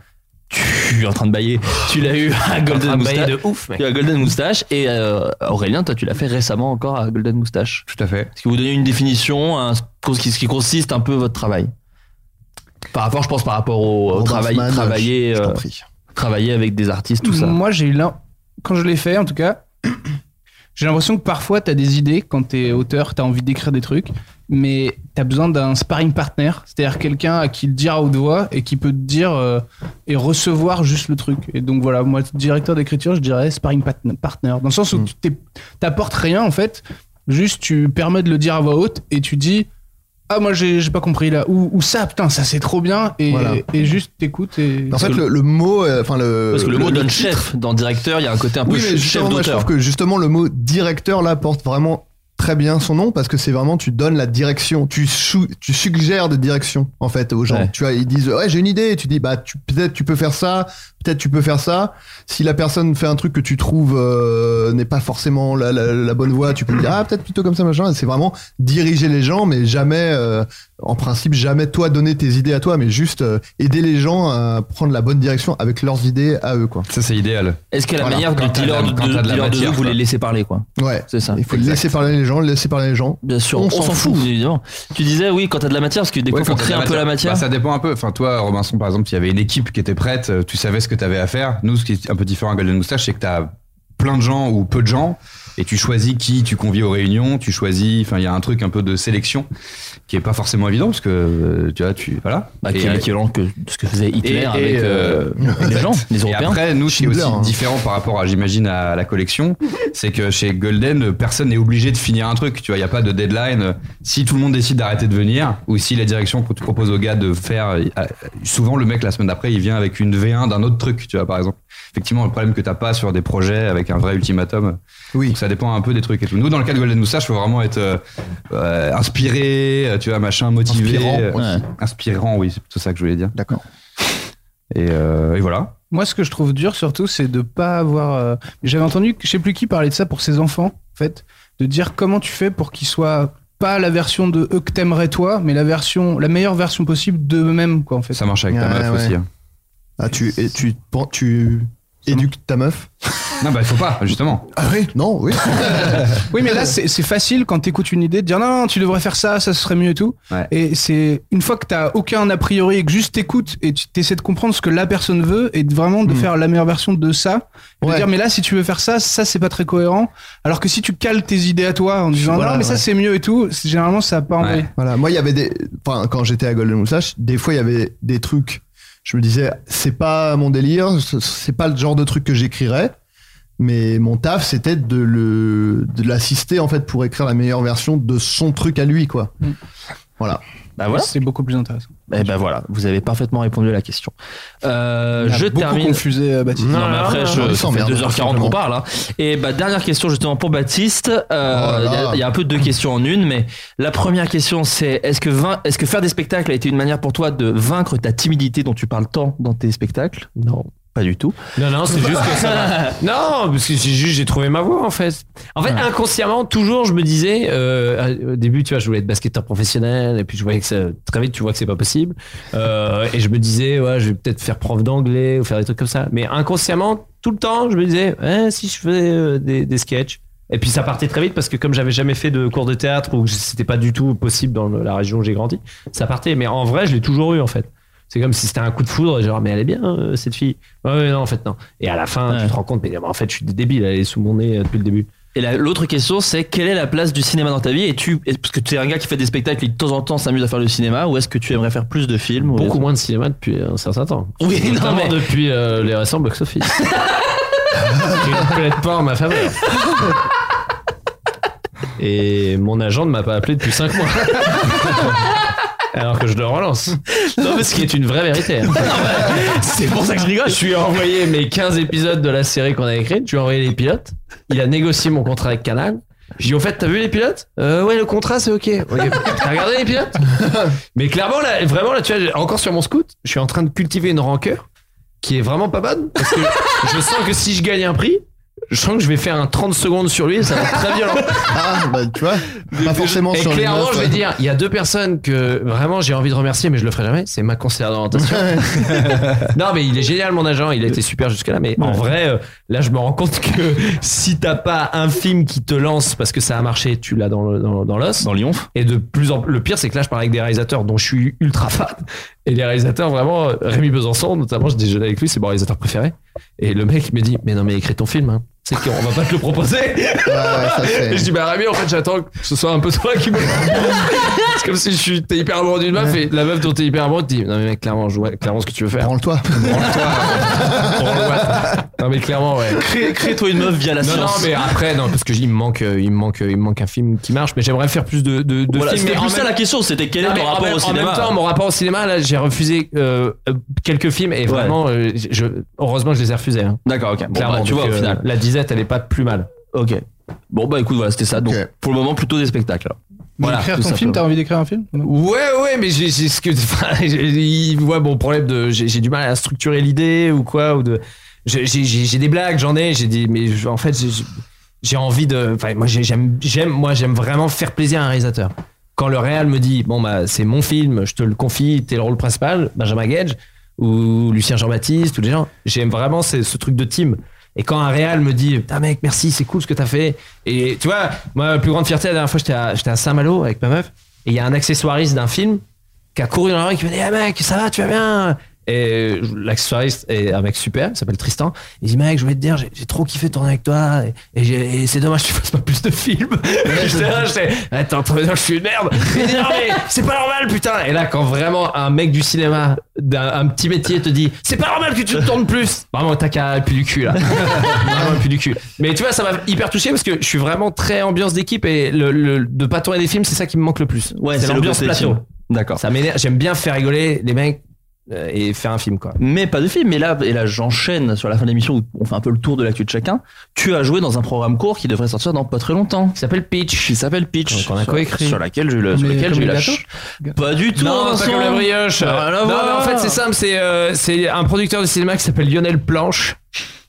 G: tu es en train de bailler. Tu l'as eu à Golden
B: Ah, bah, il est
G: Moustache.
B: de ouf, mec.
G: Tu as Golden Moustache et euh, Aurélien, toi tu l'as fait récemment encore à Golden Moustache.
K: Tout à fait.
G: Est-ce que vous donnez une définition, un- ce qui- ce qui consiste un peu votre travail Par rapport, je pense, par rapport au, au
H: Robin
G: travail,
H: Hoffman,
G: travailler,
H: je- je t'en
G: euh,
H: prie.
G: travailler avec des artistes, tout ça.
J: Moi, j'ai eu l'im- quand je l'ai fait, en tout cas, j'ai l'impression que parfois, t'as des idées quand t'es auteur, t'as envie d'écrire des trucs, mais t'as besoin d'un sparring partner, c'est-à-dire quelqu'un à qui le dire à haute voix et qui peut te dire euh, et recevoir juste le truc. Et donc voilà, moi, directeur d'écriture, je dirais sparring pat- partner, dans le sens où
H: Hmm.
J: tu t'es- t'apportes rien en fait, juste tu permets de le dire à voix haute et tu dis. Ah moi j'ai j'ai pas compris là ou, ou ça putain ça c'est trop bien et,
H: Voilà.
J: et juste t'écoutes et
H: En fait, le, le mot, euh, enfin le.
G: Parce que le, mot donne
H: titre-
G: chef. Dans directeur, il y a un côté un peu
H: Oui, mais
G: ch- chef
H: justement, moi, je
G: d'auteur.
H: trouve que justement le mot directeur là porte vraiment très bien son nom parce que c'est vraiment tu donnes la direction, tu, sou- tu suggères des directions en fait aux gens.
G: Ouais.
H: Tu vois, ils disent ouais j'ai une idée, et tu dis bah tu- peut-être tu peux faire ça, peut-être tu peux faire ça. Si la personne fait un truc que tu trouves euh, n'est pas forcément la, la- la bonne voie, tu peux dire ah peut-être plutôt comme ça machin. C'est vraiment diriger les gens, mais jamais euh, en principe jamais toi donner tes idées à toi, mais juste euh, aider les gens à prendre la bonne direction avec leurs idées à eux quoi.
K: Ça c'est idéal.
G: Est-ce qu'à la
K: Voilà.
G: manière
K: Quand
G: du
K: t'as de
G: dealer
K: la-
G: de,
K: quand
G: de,
K: t'as de la
G: dealer de jeu,
K: matière,
G: vous
K: quoi.
G: les laissez parler, quoi.
H: Ouais.
G: C'est ça.
H: Il faut laisser parler les gens, laisser parler les gens.
G: Bien sûr, on,
H: On
G: s'en
H: s'en
G: fout, évidemment. Tu disais, oui, quand t'as de la matière, parce que des
K: Ouais,
G: fois, faut
K: quand t'as de
G: créer un peu la matière.
K: Bah, ça dépend un peu. Enfin, toi, Robinson, par exemple, il y avait une équipe qui était prête, euh, tu savais ce que tu avais à faire. Nous, ce qui est un peu différent à Golden Moustache, c'est que tu as plein de gens ou peu de gens et tu choisis qui tu convies aux réunions, tu choisis, enfin il y a un truc un peu de sélection qui est pas forcément évident parce que euh, tu vois, tu voilà, euh,
G: Bah, qui est l'équivalent que ce que faisait Hitler
K: et- et,
G: avec euh,
K: euh,
G: les gens, les Européens.
K: Et après, nous, ce qui est aussi
G: Schindler, hein.
K: différent par rapport à, j'imagine, à la collection, c'est que chez Golden, personne n'est obligé de finir un truc. Tu vois, il n'y a pas de deadline. Si tout le monde décide d'arrêter de venir, ou si la direction que tu proposes au gars de faire, euh, souvent le mec la semaine d'après, il vient avec une V1 d'un autre truc, tu vois, par exemple. Effectivement, le problème que t'as pas sur des projets avec un vrai ultimatum.
H: Oui.
K: ça dépend un peu des trucs et tout. Nous, dans le cas de Golden Moustache, faut vraiment être euh, euh, inspiré, euh, tu vois, machin, motivé.
H: Inspirant
K: euh,
H: aussi.
K: Inspirant, oui, c'est plutôt ça que je voulais dire.
H: D'accord.
K: Et, euh, et voilà.
J: Moi, ce que je trouve dur surtout, c'est de pas avoir. euh, J'avais entendu, je sais plus qui parlait de ça pour ses enfants, en fait, de dire comment tu fais pour qu'ils soient pas la version de eux que t'aimerais toi, mais la version, la meilleure version possible d'eux-mêmes, quoi, en fait.
K: Ça marche avec ta
H: Ouais,
K: meuf
H: ouais.
K: aussi. hein.
H: Ah, tu, et tu, pen- tu éduques ta meuf
K: Non, bah, il faut pas, justement.
H: Ah oui Non, oui.
J: Oui, mais là, c'est c'est facile quand t'écoutes une idée de dire non, non, tu devrais faire ça, ça serait mieux et tout.
K: Ouais.
J: Et c'est une fois que t'as aucun a priori et que juste t'écoutes et tu essaies de comprendre ce que la personne veut et de vraiment de
H: Hmm.
J: faire la meilleure version de ça. Et de dire, mais là, si tu veux faire ça, ça c'est pas très cohérent. Alors que si tu cales tes idées à toi en disant
H: Voilà,
J: non, mais ça
H: ouais.
J: c'est mieux et tout, c'est- généralement ça a pas envie.
H: Voilà, moi il y avait des enfin quand j'étais à Golden Moustache, des fois il y avait des trucs je me disais c'est pas mon délire, c- c'est pas le genre de truc que j'écrirais. Mais mon taf, c'était de le de l'assister en fait pour écrire la meilleure version de son truc à lui quoi. Voilà.
G: Bah voilà.
J: Mm. C'est beaucoup plus intéressant.
G: Eh ben voilà, vous avez parfaitement répondu à la question. Euh,
J: On a
G: je
J: beaucoup
G: termine.
J: confusé, euh, Baptiste.
G: Non,
J: Non,
G: mais après,
J: non,
G: je,
J: non, il
G: ça fait
J: s'emmerde,
G: 2h40 qu'on
J: simplement.
G: parle. hein. Et bah, dernière question justement pour Baptiste. Euh,
J: Oh là
G: Il y a-
J: là.
G: il y, a un peu deux questions en une, mais la première question c'est est-ce que, vain- est-ce que faire des spectacles a été une manière pour toi de vaincre ta timidité dont tu parles tant dans tes spectacles Non, pas du tout.
B: Non, non, c'est juste que ça m'a- Non, parce que c'est juste, j'ai trouvé ma voie, en fait. En fait,
G: Ouais.
B: inconsciemment, toujours, je me disais, euh, au début, tu vois, je voulais être basketteur professionnel, et puis je voyais que ça, très vite, tu vois que c'est pas possible. Euh, et je me disais, ouais, je vais peut-être faire prof d'anglais, ou faire des trucs comme ça. Mais inconsciemment, tout le temps, je me disais, Eh, si je faisais euh, des, des sketchs. Et puis ça partait très vite parce que comme j'avais jamais fait de cours de théâtre ou que c'était pas du tout possible dans le- la région où j'ai grandi, ça partait. Mais en vrai, je l'ai toujours eu en fait. C'est comme si c'était un coup de foudre, genre, mais elle est bien, euh, cette fille. Ouais, ouais, non, en fait, non. Et à la fin, tu te rends compte, mais en fait, je suis débile, elle est sous mon nez euh, depuis le début.
G: Et la- l'autre question, c'est quelle est la place du cinéma dans ta vie Et tu, est-ce- parce que tu es un gars qui fait des spectacles et de temps en temps s'amuse à faire du cinéma, ou est-ce que tu aimerais faire plus de films ou-
B: Beaucoup moins de cinéma depuis euh, un certain temps.
G: Oui, non,
B: Notamment
G: mais-
B: depuis euh, les récents box-office. qui ne plaident pas en ma faveur. Et mon agent ne m'a pas appelé depuis 5 mois. Alors que je le relance. Non, mais ce qui est une vraie vérité. hein.
G: C'est pour ça que je rigole.
B: Je lui ai envoyé mes 15 épisodes de la série qu'on a écrite. Je lui ai envoyé les pilotes. Il a négocié mon contrat avec Canal. J'ai dit, au fait, t'as vu les pilotes Euh, Ouais, le contrat, c'est OK. Ok. T'as regardé les pilotes Mais clairement, là, vraiment, là, tu vois, encore sur mon scout, je suis en train de cultiver une rancœur qui est vraiment pas bonne. Parce que je sens que si je gagne un prix, je sens que je vais faire un 30 secondes sur lui et ça va être très violent.
H: Ah bah tu vois, pas forcément
B: Et
H: sur une
B: clairement,
H: meuf,
B: je vais
H: ouais.
B: dire, il y a deux personnes que vraiment j'ai envie de remercier, mais je le ferai jamais. C'est ma conseillère d'orientation. non, mais il est génial, mon agent. Il a été super jusque là. Mais en vrai, euh, là, je me rends compte que si t'as pas un film qui te lance parce que ça a marché, tu l'as dans le- dans dans l'os.
G: Dans Lyon.
B: Et de plus en plus, le pire, c'est que là, je parle avec des réalisateurs dont je suis ultra fan. Et les réalisateurs, vraiment, euh, Rémi Besançon, notamment, je déjeunais avec lui, c'est mon réalisateur préféré. Et le mec, il me dit, mais non, mais écris ton film, hein. C'est qu'on va pas te le proposer.
H: c'est-
B: Et je dis, bah Rémi, en fait, j'attends que ce soit un peu toi qui me le propose. C'est comme si je suis, t'es hyper amoureux d'une meuf et la meuf dont t'es hyper amoureux te dit, non, mais mec, clairement, je vois clairement ce que tu veux faire.
H: Branle-toi.
B: Branle-toi. Non, mais clairement, ouais.
G: Crée- Crée-toi une meuf via la
B: non,
G: science.
B: Non, mais après, non, parce que il me manque, euh, il me manque, euh, il me manque un film qui marche, mais j'aimerais faire plus de, de, de
G: Voilà,
B: films.
G: c'était
B: mais en
G: plus ça
B: même-
G: la question, c'était quel est
B: Non,
G: ton
B: mais en
G: rapport
B: même-
G: au cinéma
B: En même temps, mon rapport au cinéma, là, j'ai refusé euh, euh, quelques films et vraiment, euh, je, heureusement que je les ai refusés. hein.
G: D'accord, ok. Bon,
B: Clairement,
G: bah, tu
B: donc,
G: vois, au
B: euh,
G: final.
B: La disette, elle est pas plus mal.
G: Ok. Bon, bah écoute, voilà, c'était ça. Donc, pour le moment, plutôt des spectacles. alors.
J: Mais
G: Voilà,
J: écrire
G: tout
J: ton film, t'as
G: simplement.
J: envie d'écrire un film
B: Ouais, ouais, mais j'ai j'ai ce que. enfin, j'ai- il voit mon problème de. J'ai j'ai du mal à structurer l'idée ou quoi, ou de. j'ai- J'ai j'ai des blagues, j'en ai, j'ai des. Mais je- en fait, j'ai- j'ai envie de. Enfin, moi, j'ai- j'aime, j'aime, moi, j'aime vraiment faire plaisir à un réalisateur. Quand le réal me dit, bon, bah, c'est mon film, je te le confie, t'es le rôle principal, Benjamin Gage, ou Lucien Jean-Baptiste, tous les gens, j'aime vraiment ce, ce truc de team. Et quand un réal me dit, putain mec, merci, c'est cool ce que t'as fait. Et tu vois, moi, la plus grande fierté, la dernière fois, j'étais à, j'étais à Saint-Malo avec ma meuf, et il y a un accessoiriste d'un film qui a couru dans la rue qui m'a dit, ah mec, ça va, tu vas bien Et l'accessoiriste est un mec super, il s'appelle Tristan. Il dit Mec, je voulais te dire, j'ai j'ai trop kiffé tourner avec toi. Et, et j'ai- et c'est dommage que tu fasses pas plus de films. J'étais là, j'étais, Attends, entrepreneur, je suis une merde. Il dit, Non, mais c'est pas normal, putain. Et là, quand vraiment un mec du cinéma, d'un un petit métier, te dit C'est pas normal que tu te tournes plus. Vraiment, t'as qu'à plus du cul, là. vraiment, plus du cul. Mais tu vois, ça m'a hyper touché parce que je suis vraiment très ambiance d'équipe et le, le- de pas tourner des films, c'est ça qui me manque le plus.
G: Ouais,
B: c'est
G: c'est le
B: l'ambiance
G: côté
B: plateau.
G: film. D'accord.
B: Ça m'énerve. J'aime bien faire rigoler les mecs euh, et faire un film, quoi.
G: Mais pas de film. Mais là, et là, j'enchaîne sur la fin de l'émission où on fait un peu le tour de l'actu de chacun. Tu as joué dans un programme court qui devrait sortir dans pas très longtemps. Qui s'appelle Pitch. Qui s'appelle Pitch.
B: Qu'on a
G: Sur-
B: coécrit.
G: Sur laquelle j'ai eu la- sur
B: Mais
G: lequel
B: comme
G: j'ai eu
B: le
G: la
B: gâteau
G: ch- Pas du tout.
B: Non, Bah, pas
G: Vincent.
B: comme la brioche.
G: Ah, voilà,
B: non, mais
G: voilà.
B: en fait, c'est simple. C'est euh, c'est un producteur de cinéma qui s'appelle Lionel Planche,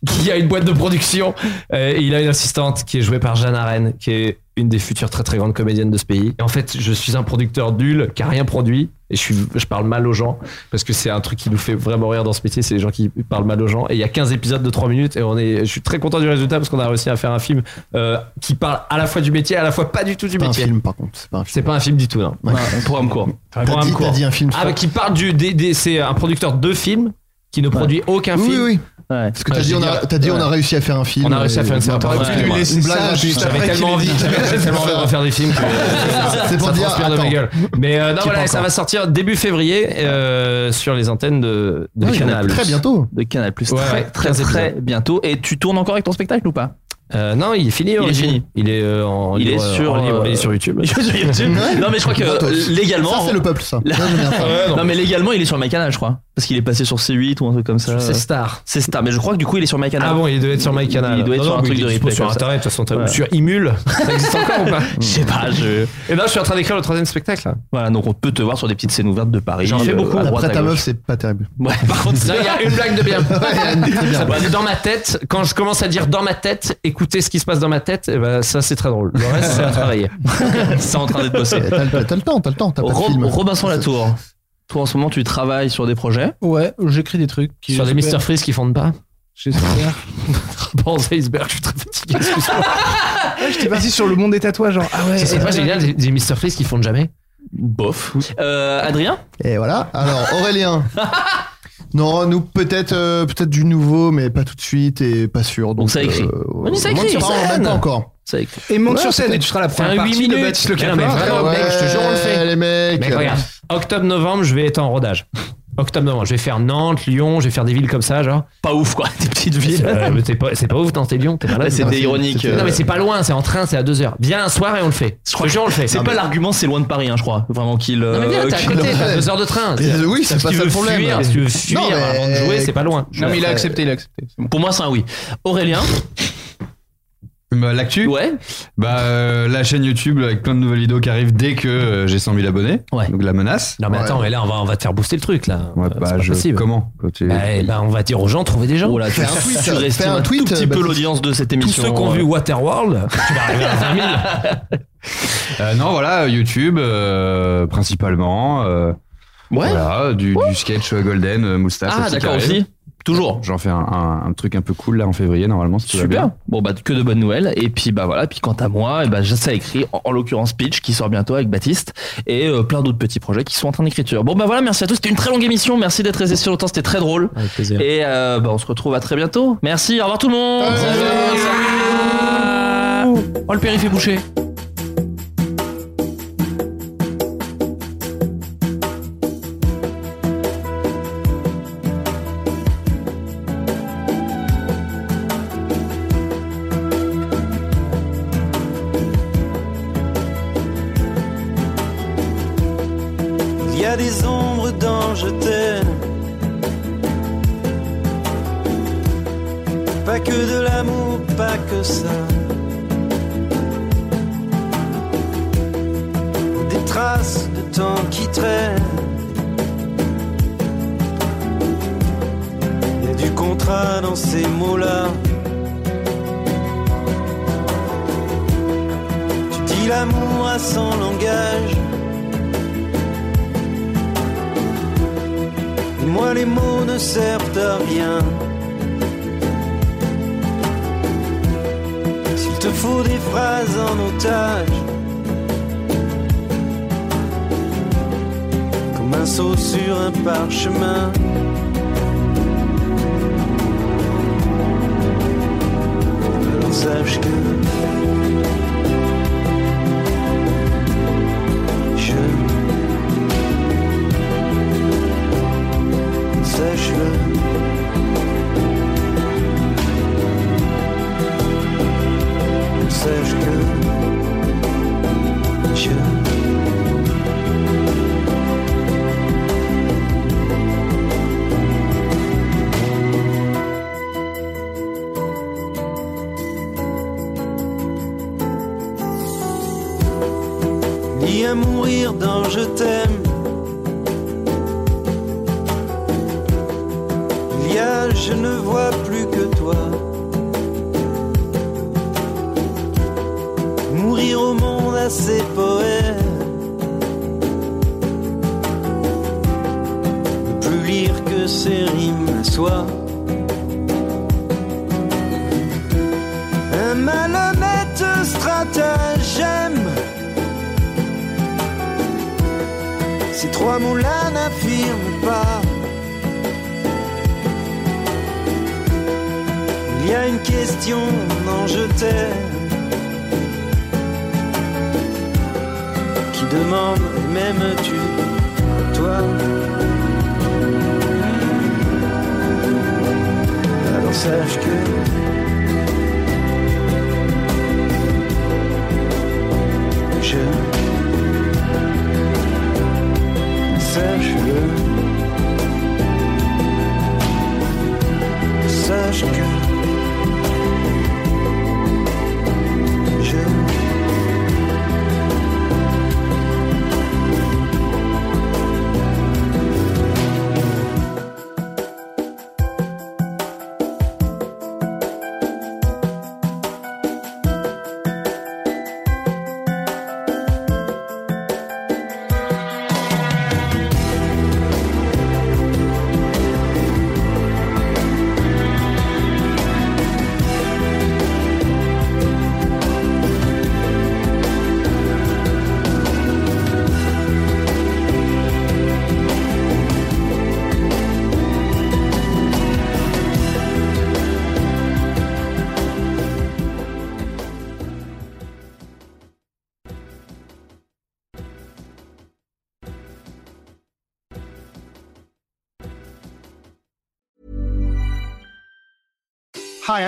B: qui a une boîte de production. euh, et il a une assistante qui est jouée par Jeanne Arène, qui est une des futures très très grandes comédiennes de ce pays. Et en fait, je suis un producteur nul qui a rien produit. Et je, suis, je parle mal aux gens parce que c'est un truc qui nous fait vraiment rire dans ce métier, c'est les gens qui parlent mal aux gens. Et il y a 15 épisodes de 3 minutes et on est, je suis très content du résultat parce qu'on a réussi à faire un film euh, qui parle à la fois du métier, à la fois pas du tout du
H: pas un
B: métier.
H: film, par contre. C'est pas un film.
B: C'est pas un film du tout, non.
H: Ouais.
B: Non, Un programme court.
H: T'as dit- t'as dit un film
B: Ah,
H: fort.
B: mais qui parle du. des- des- c'est un producteur de films qui ne produit aucun
H: Oui, oui,
B: film.
H: oui.
G: Parce
H: que t'as dit, on a, t'as dit, on a réussi à faire un film. euh,
B: On a réussi à faire une série.
H: T'aurais pu
B: Ouais.
H: lui
B: Ouais.
H: laisser hein.
B: Une
H: ça
B: blague,
H: juste
B: J'avais
H: après
B: tellement
H: qu'il
B: envie,
H: ait dit.
B: j'avais j'avais tellement envie de refaire des films que
H: C'est pour
B: ça
H: dire,
B: transpire de ma
H: attends.
B: gueule. Mais euh, non,
H: Qui est
B: voilà,
H: pas
B: ça
H: encore.
B: va sortir début février euh, sur les antennes de, de
G: Oui,
B: Canal.
H: Ah Très bientôt.
G: De Canal Plus.
B: Ouais,
G: très,
B: ouais,
G: très,
B: 15
G: très
B: épisodes.
G: bientôt. Et tu tournes encore avec ton spectacle ou pas
B: Euh, non, il est fini.
G: Il est
B: Origine.
G: fini.
B: Il est euh, en
G: Il est
B: libre, euh,
G: sur,
B: en libre,
G: euh,
B: il est sur YouTube.
G: Sur YouTube.
H: Ouais.
G: Non, mais je crois que
H: Gratos.
G: euh, légalement.
H: Ça, c'est le peuple, ça.
G: La-
H: Ça, j'aime bien ça.
B: Ouais, non.
G: non. mais légalement il est sur MyCanal je crois parce qu'il est passé sur C8 ou un truc comme ça.
B: C'est Star.
G: C'est Star mais je crois que du coup il est sur MyCanal.
B: Ah bon, il devait être sur MyCanal.
G: Il doit être
B: Non,
G: sur
B: non,
G: un
B: mais
G: truc
B: il est
G: de
B: dispo
G: replay
B: sur
G: comme ça.
B: Internet, de toute façon, t'as-
G: Ouais.
B: sur Imul. Ça existe encore ou pas
G: Je sais pas je.
B: Et non, je suis en train d'écrire le troisième spectacle. là.
G: Voilà donc on peut te voir sur des petites scènes ouvertes de Paris.
B: J'en fais
G: euh,
B: beaucoup.
G: à droite,
H: Après
G: à
H: ta
G: gauche.
H: meuf, c'est pas terrible.
G: Ouais par contre
B: Non, il y a une blague de bien.
H: bien.
B: Ouais, Dans ma tête, quand je commence à dire dans ma tête, écoutez ce qui se passe dans ma tête, eh ben, ça c'est très drôle. Le reste, c'est à travailler.
G: c'est en train d'être bossé.
H: T'as le t'as le temps, t'as le temps, t'as pas de
G: Rob-
H: film.
G: Robinson Latour. Toi en ce moment tu travailles sur des projets.
J: Ouais, j'écris des trucs. Qui
B: Sur des Mr.
J: j'espère-
B: Freeze qui fondent pas.
J: J'espère.
B: Bon, iceberg, je suis très fatigué.
J: J'étais parti sur le monde des tatouages, genre, ah ouais.
B: C'est pas génial, des, des Mr. Freeze qui fondent jamais.
G: Bof. Euh, Adrien
H: Et voilà. Alors, Aurélien. Non, nous peut-être euh, peut-être du nouveau, mais pas tout de suite et pas sûr. Donc,
G: ça écrit.
H: euh,
G: Mais ça écrit,
H: monte sur
G: ça
H: scène,
G: donne.
H: pas encore.
G: Ça écrit.
J: Et monte
H: Ouais,
J: sur scène
H: peut-être.
J: et tu seras la
B: Faire
J: première
B: un huit
J: partie de
B: minutes.
J: Baptiste Le
B: Mais non, mais
J: Capin.
B: vraiment, mec, je te jure, on le fait.
H: Ouais, Les mecs.
B: Mec, regarde,
J: euh,
B: octobre-novembre, je vais être en rodage. Octobre-novembre, je vais faire Nantes, Lyon, je vais faire des villes comme ça, genre.
G: Pas ouf quoi des petites villes.
B: Euh, mais t'es pas- C'est pas ouf, Nantes et Lyon, t'es pas là.
G: Ouais, C'était ironique.
B: Non, mais
G: euh,
B: c'est pas loin, c'est en train, c'est à 2h. Viens un soir et on le fait. Je te jure, on le fait.
G: C'est pas l'argument, c'est loin de Paris, hein, je crois. Vraiment qu'il.
B: Non, mais viens,
G: euh,
B: t'es à
G: qu'il-
B: côté, t'as 2 heures de train.
H: Et, euh, oui, c'est
B: Si
H: pas
B: tu
H: ça
B: veux
H: le problème.
B: fuir, si tu veux fuir
H: Non, mais-
B: avant de jouer, c'est pas loin.
J: Non, mais il a accepté, il a accepté. C'est bon.
G: Pour moi, c'est un oui. Aurélien,
K: Bah, L'actu
G: ouais.
K: Bah, euh, la chaîne YouTube avec plein de nouvelles vidéos qui arrivent dès que euh, j'ai 100 000 abonnés.
G: Ouais.
K: Donc la menace.
B: Non mais attends, mais là on va, on va te faire booster le truc là.
K: Ouais,
B: Euh,
K: bah,
B: c'est pas
K: je-
B: possible.
K: Comment Quand tu-
B: Bah, eh ben, on va dire aux gens, trouvez des gens.
G: Oh là, tu
H: Fais un tweet, fais
G: surestimes
H: un
G: un,
H: tweet,
G: tout
B: euh,
G: petit peu
H: Baptiste.
G: l'audience de cette
B: bah, Tous
G: émission. euh.
B: ceux qui ont vu Waterworld, tu vas arriver à 20 000.
K: Euh, non, voilà, YouTube euh, principalement. euh,
G: Ouais.
K: Voilà, du, du sketch euh, Golden, euh, moustache.
G: Ah,
K: aussi,
G: d'accord
K: qui arrive.
G: aussi. Toujours.
K: J'en fais un, un- un truc un peu cool là en février normalement. Si tout va
G: Super.
K: bien.
G: Bon bah que de bonnes nouvelles. Et puis bah voilà. Puis quant à moi, et bah j'ai ça écrit. En, en l'occurrence Pitch qui sort bientôt avec Baptiste et euh, plein d'autres petits projets qui sont en train d'écriture. Bon bah voilà. Merci à tous. C'était une très longue émission. Merci d'être resté sur longtemps. C'était très drôle.
B: Avec plaisir.
G: Et euh, bah on se retrouve à très bientôt. Merci. Au revoir tout le monde. Oh le périph' est bouché.
L: Il y a des ombres dans Je t'aime. Pas que de l'amour, pas que ça. Des traces de temps qui traînent. Il y a du contrat dans ces mots-là. Tu dis l'amour à son langage. Et moi les mots ne servent à rien. S'il te faut des phrases en otage, comme un saut sur un parchemin. sache que je sache-le. Sache que je ni à mourir dans Je t'aime, il y a Je ne vois plus que toi. Mourir au monde à ses poèmes, Ne plus lire que ses rimes à soi. Un malhonnête stratagème. Ces trois moulins n'affirment pas. Il y a une question, non je t'aime, qui demande m'aimes-tu, toi Alors sache que je sache-le, sache que Je
M: Hi,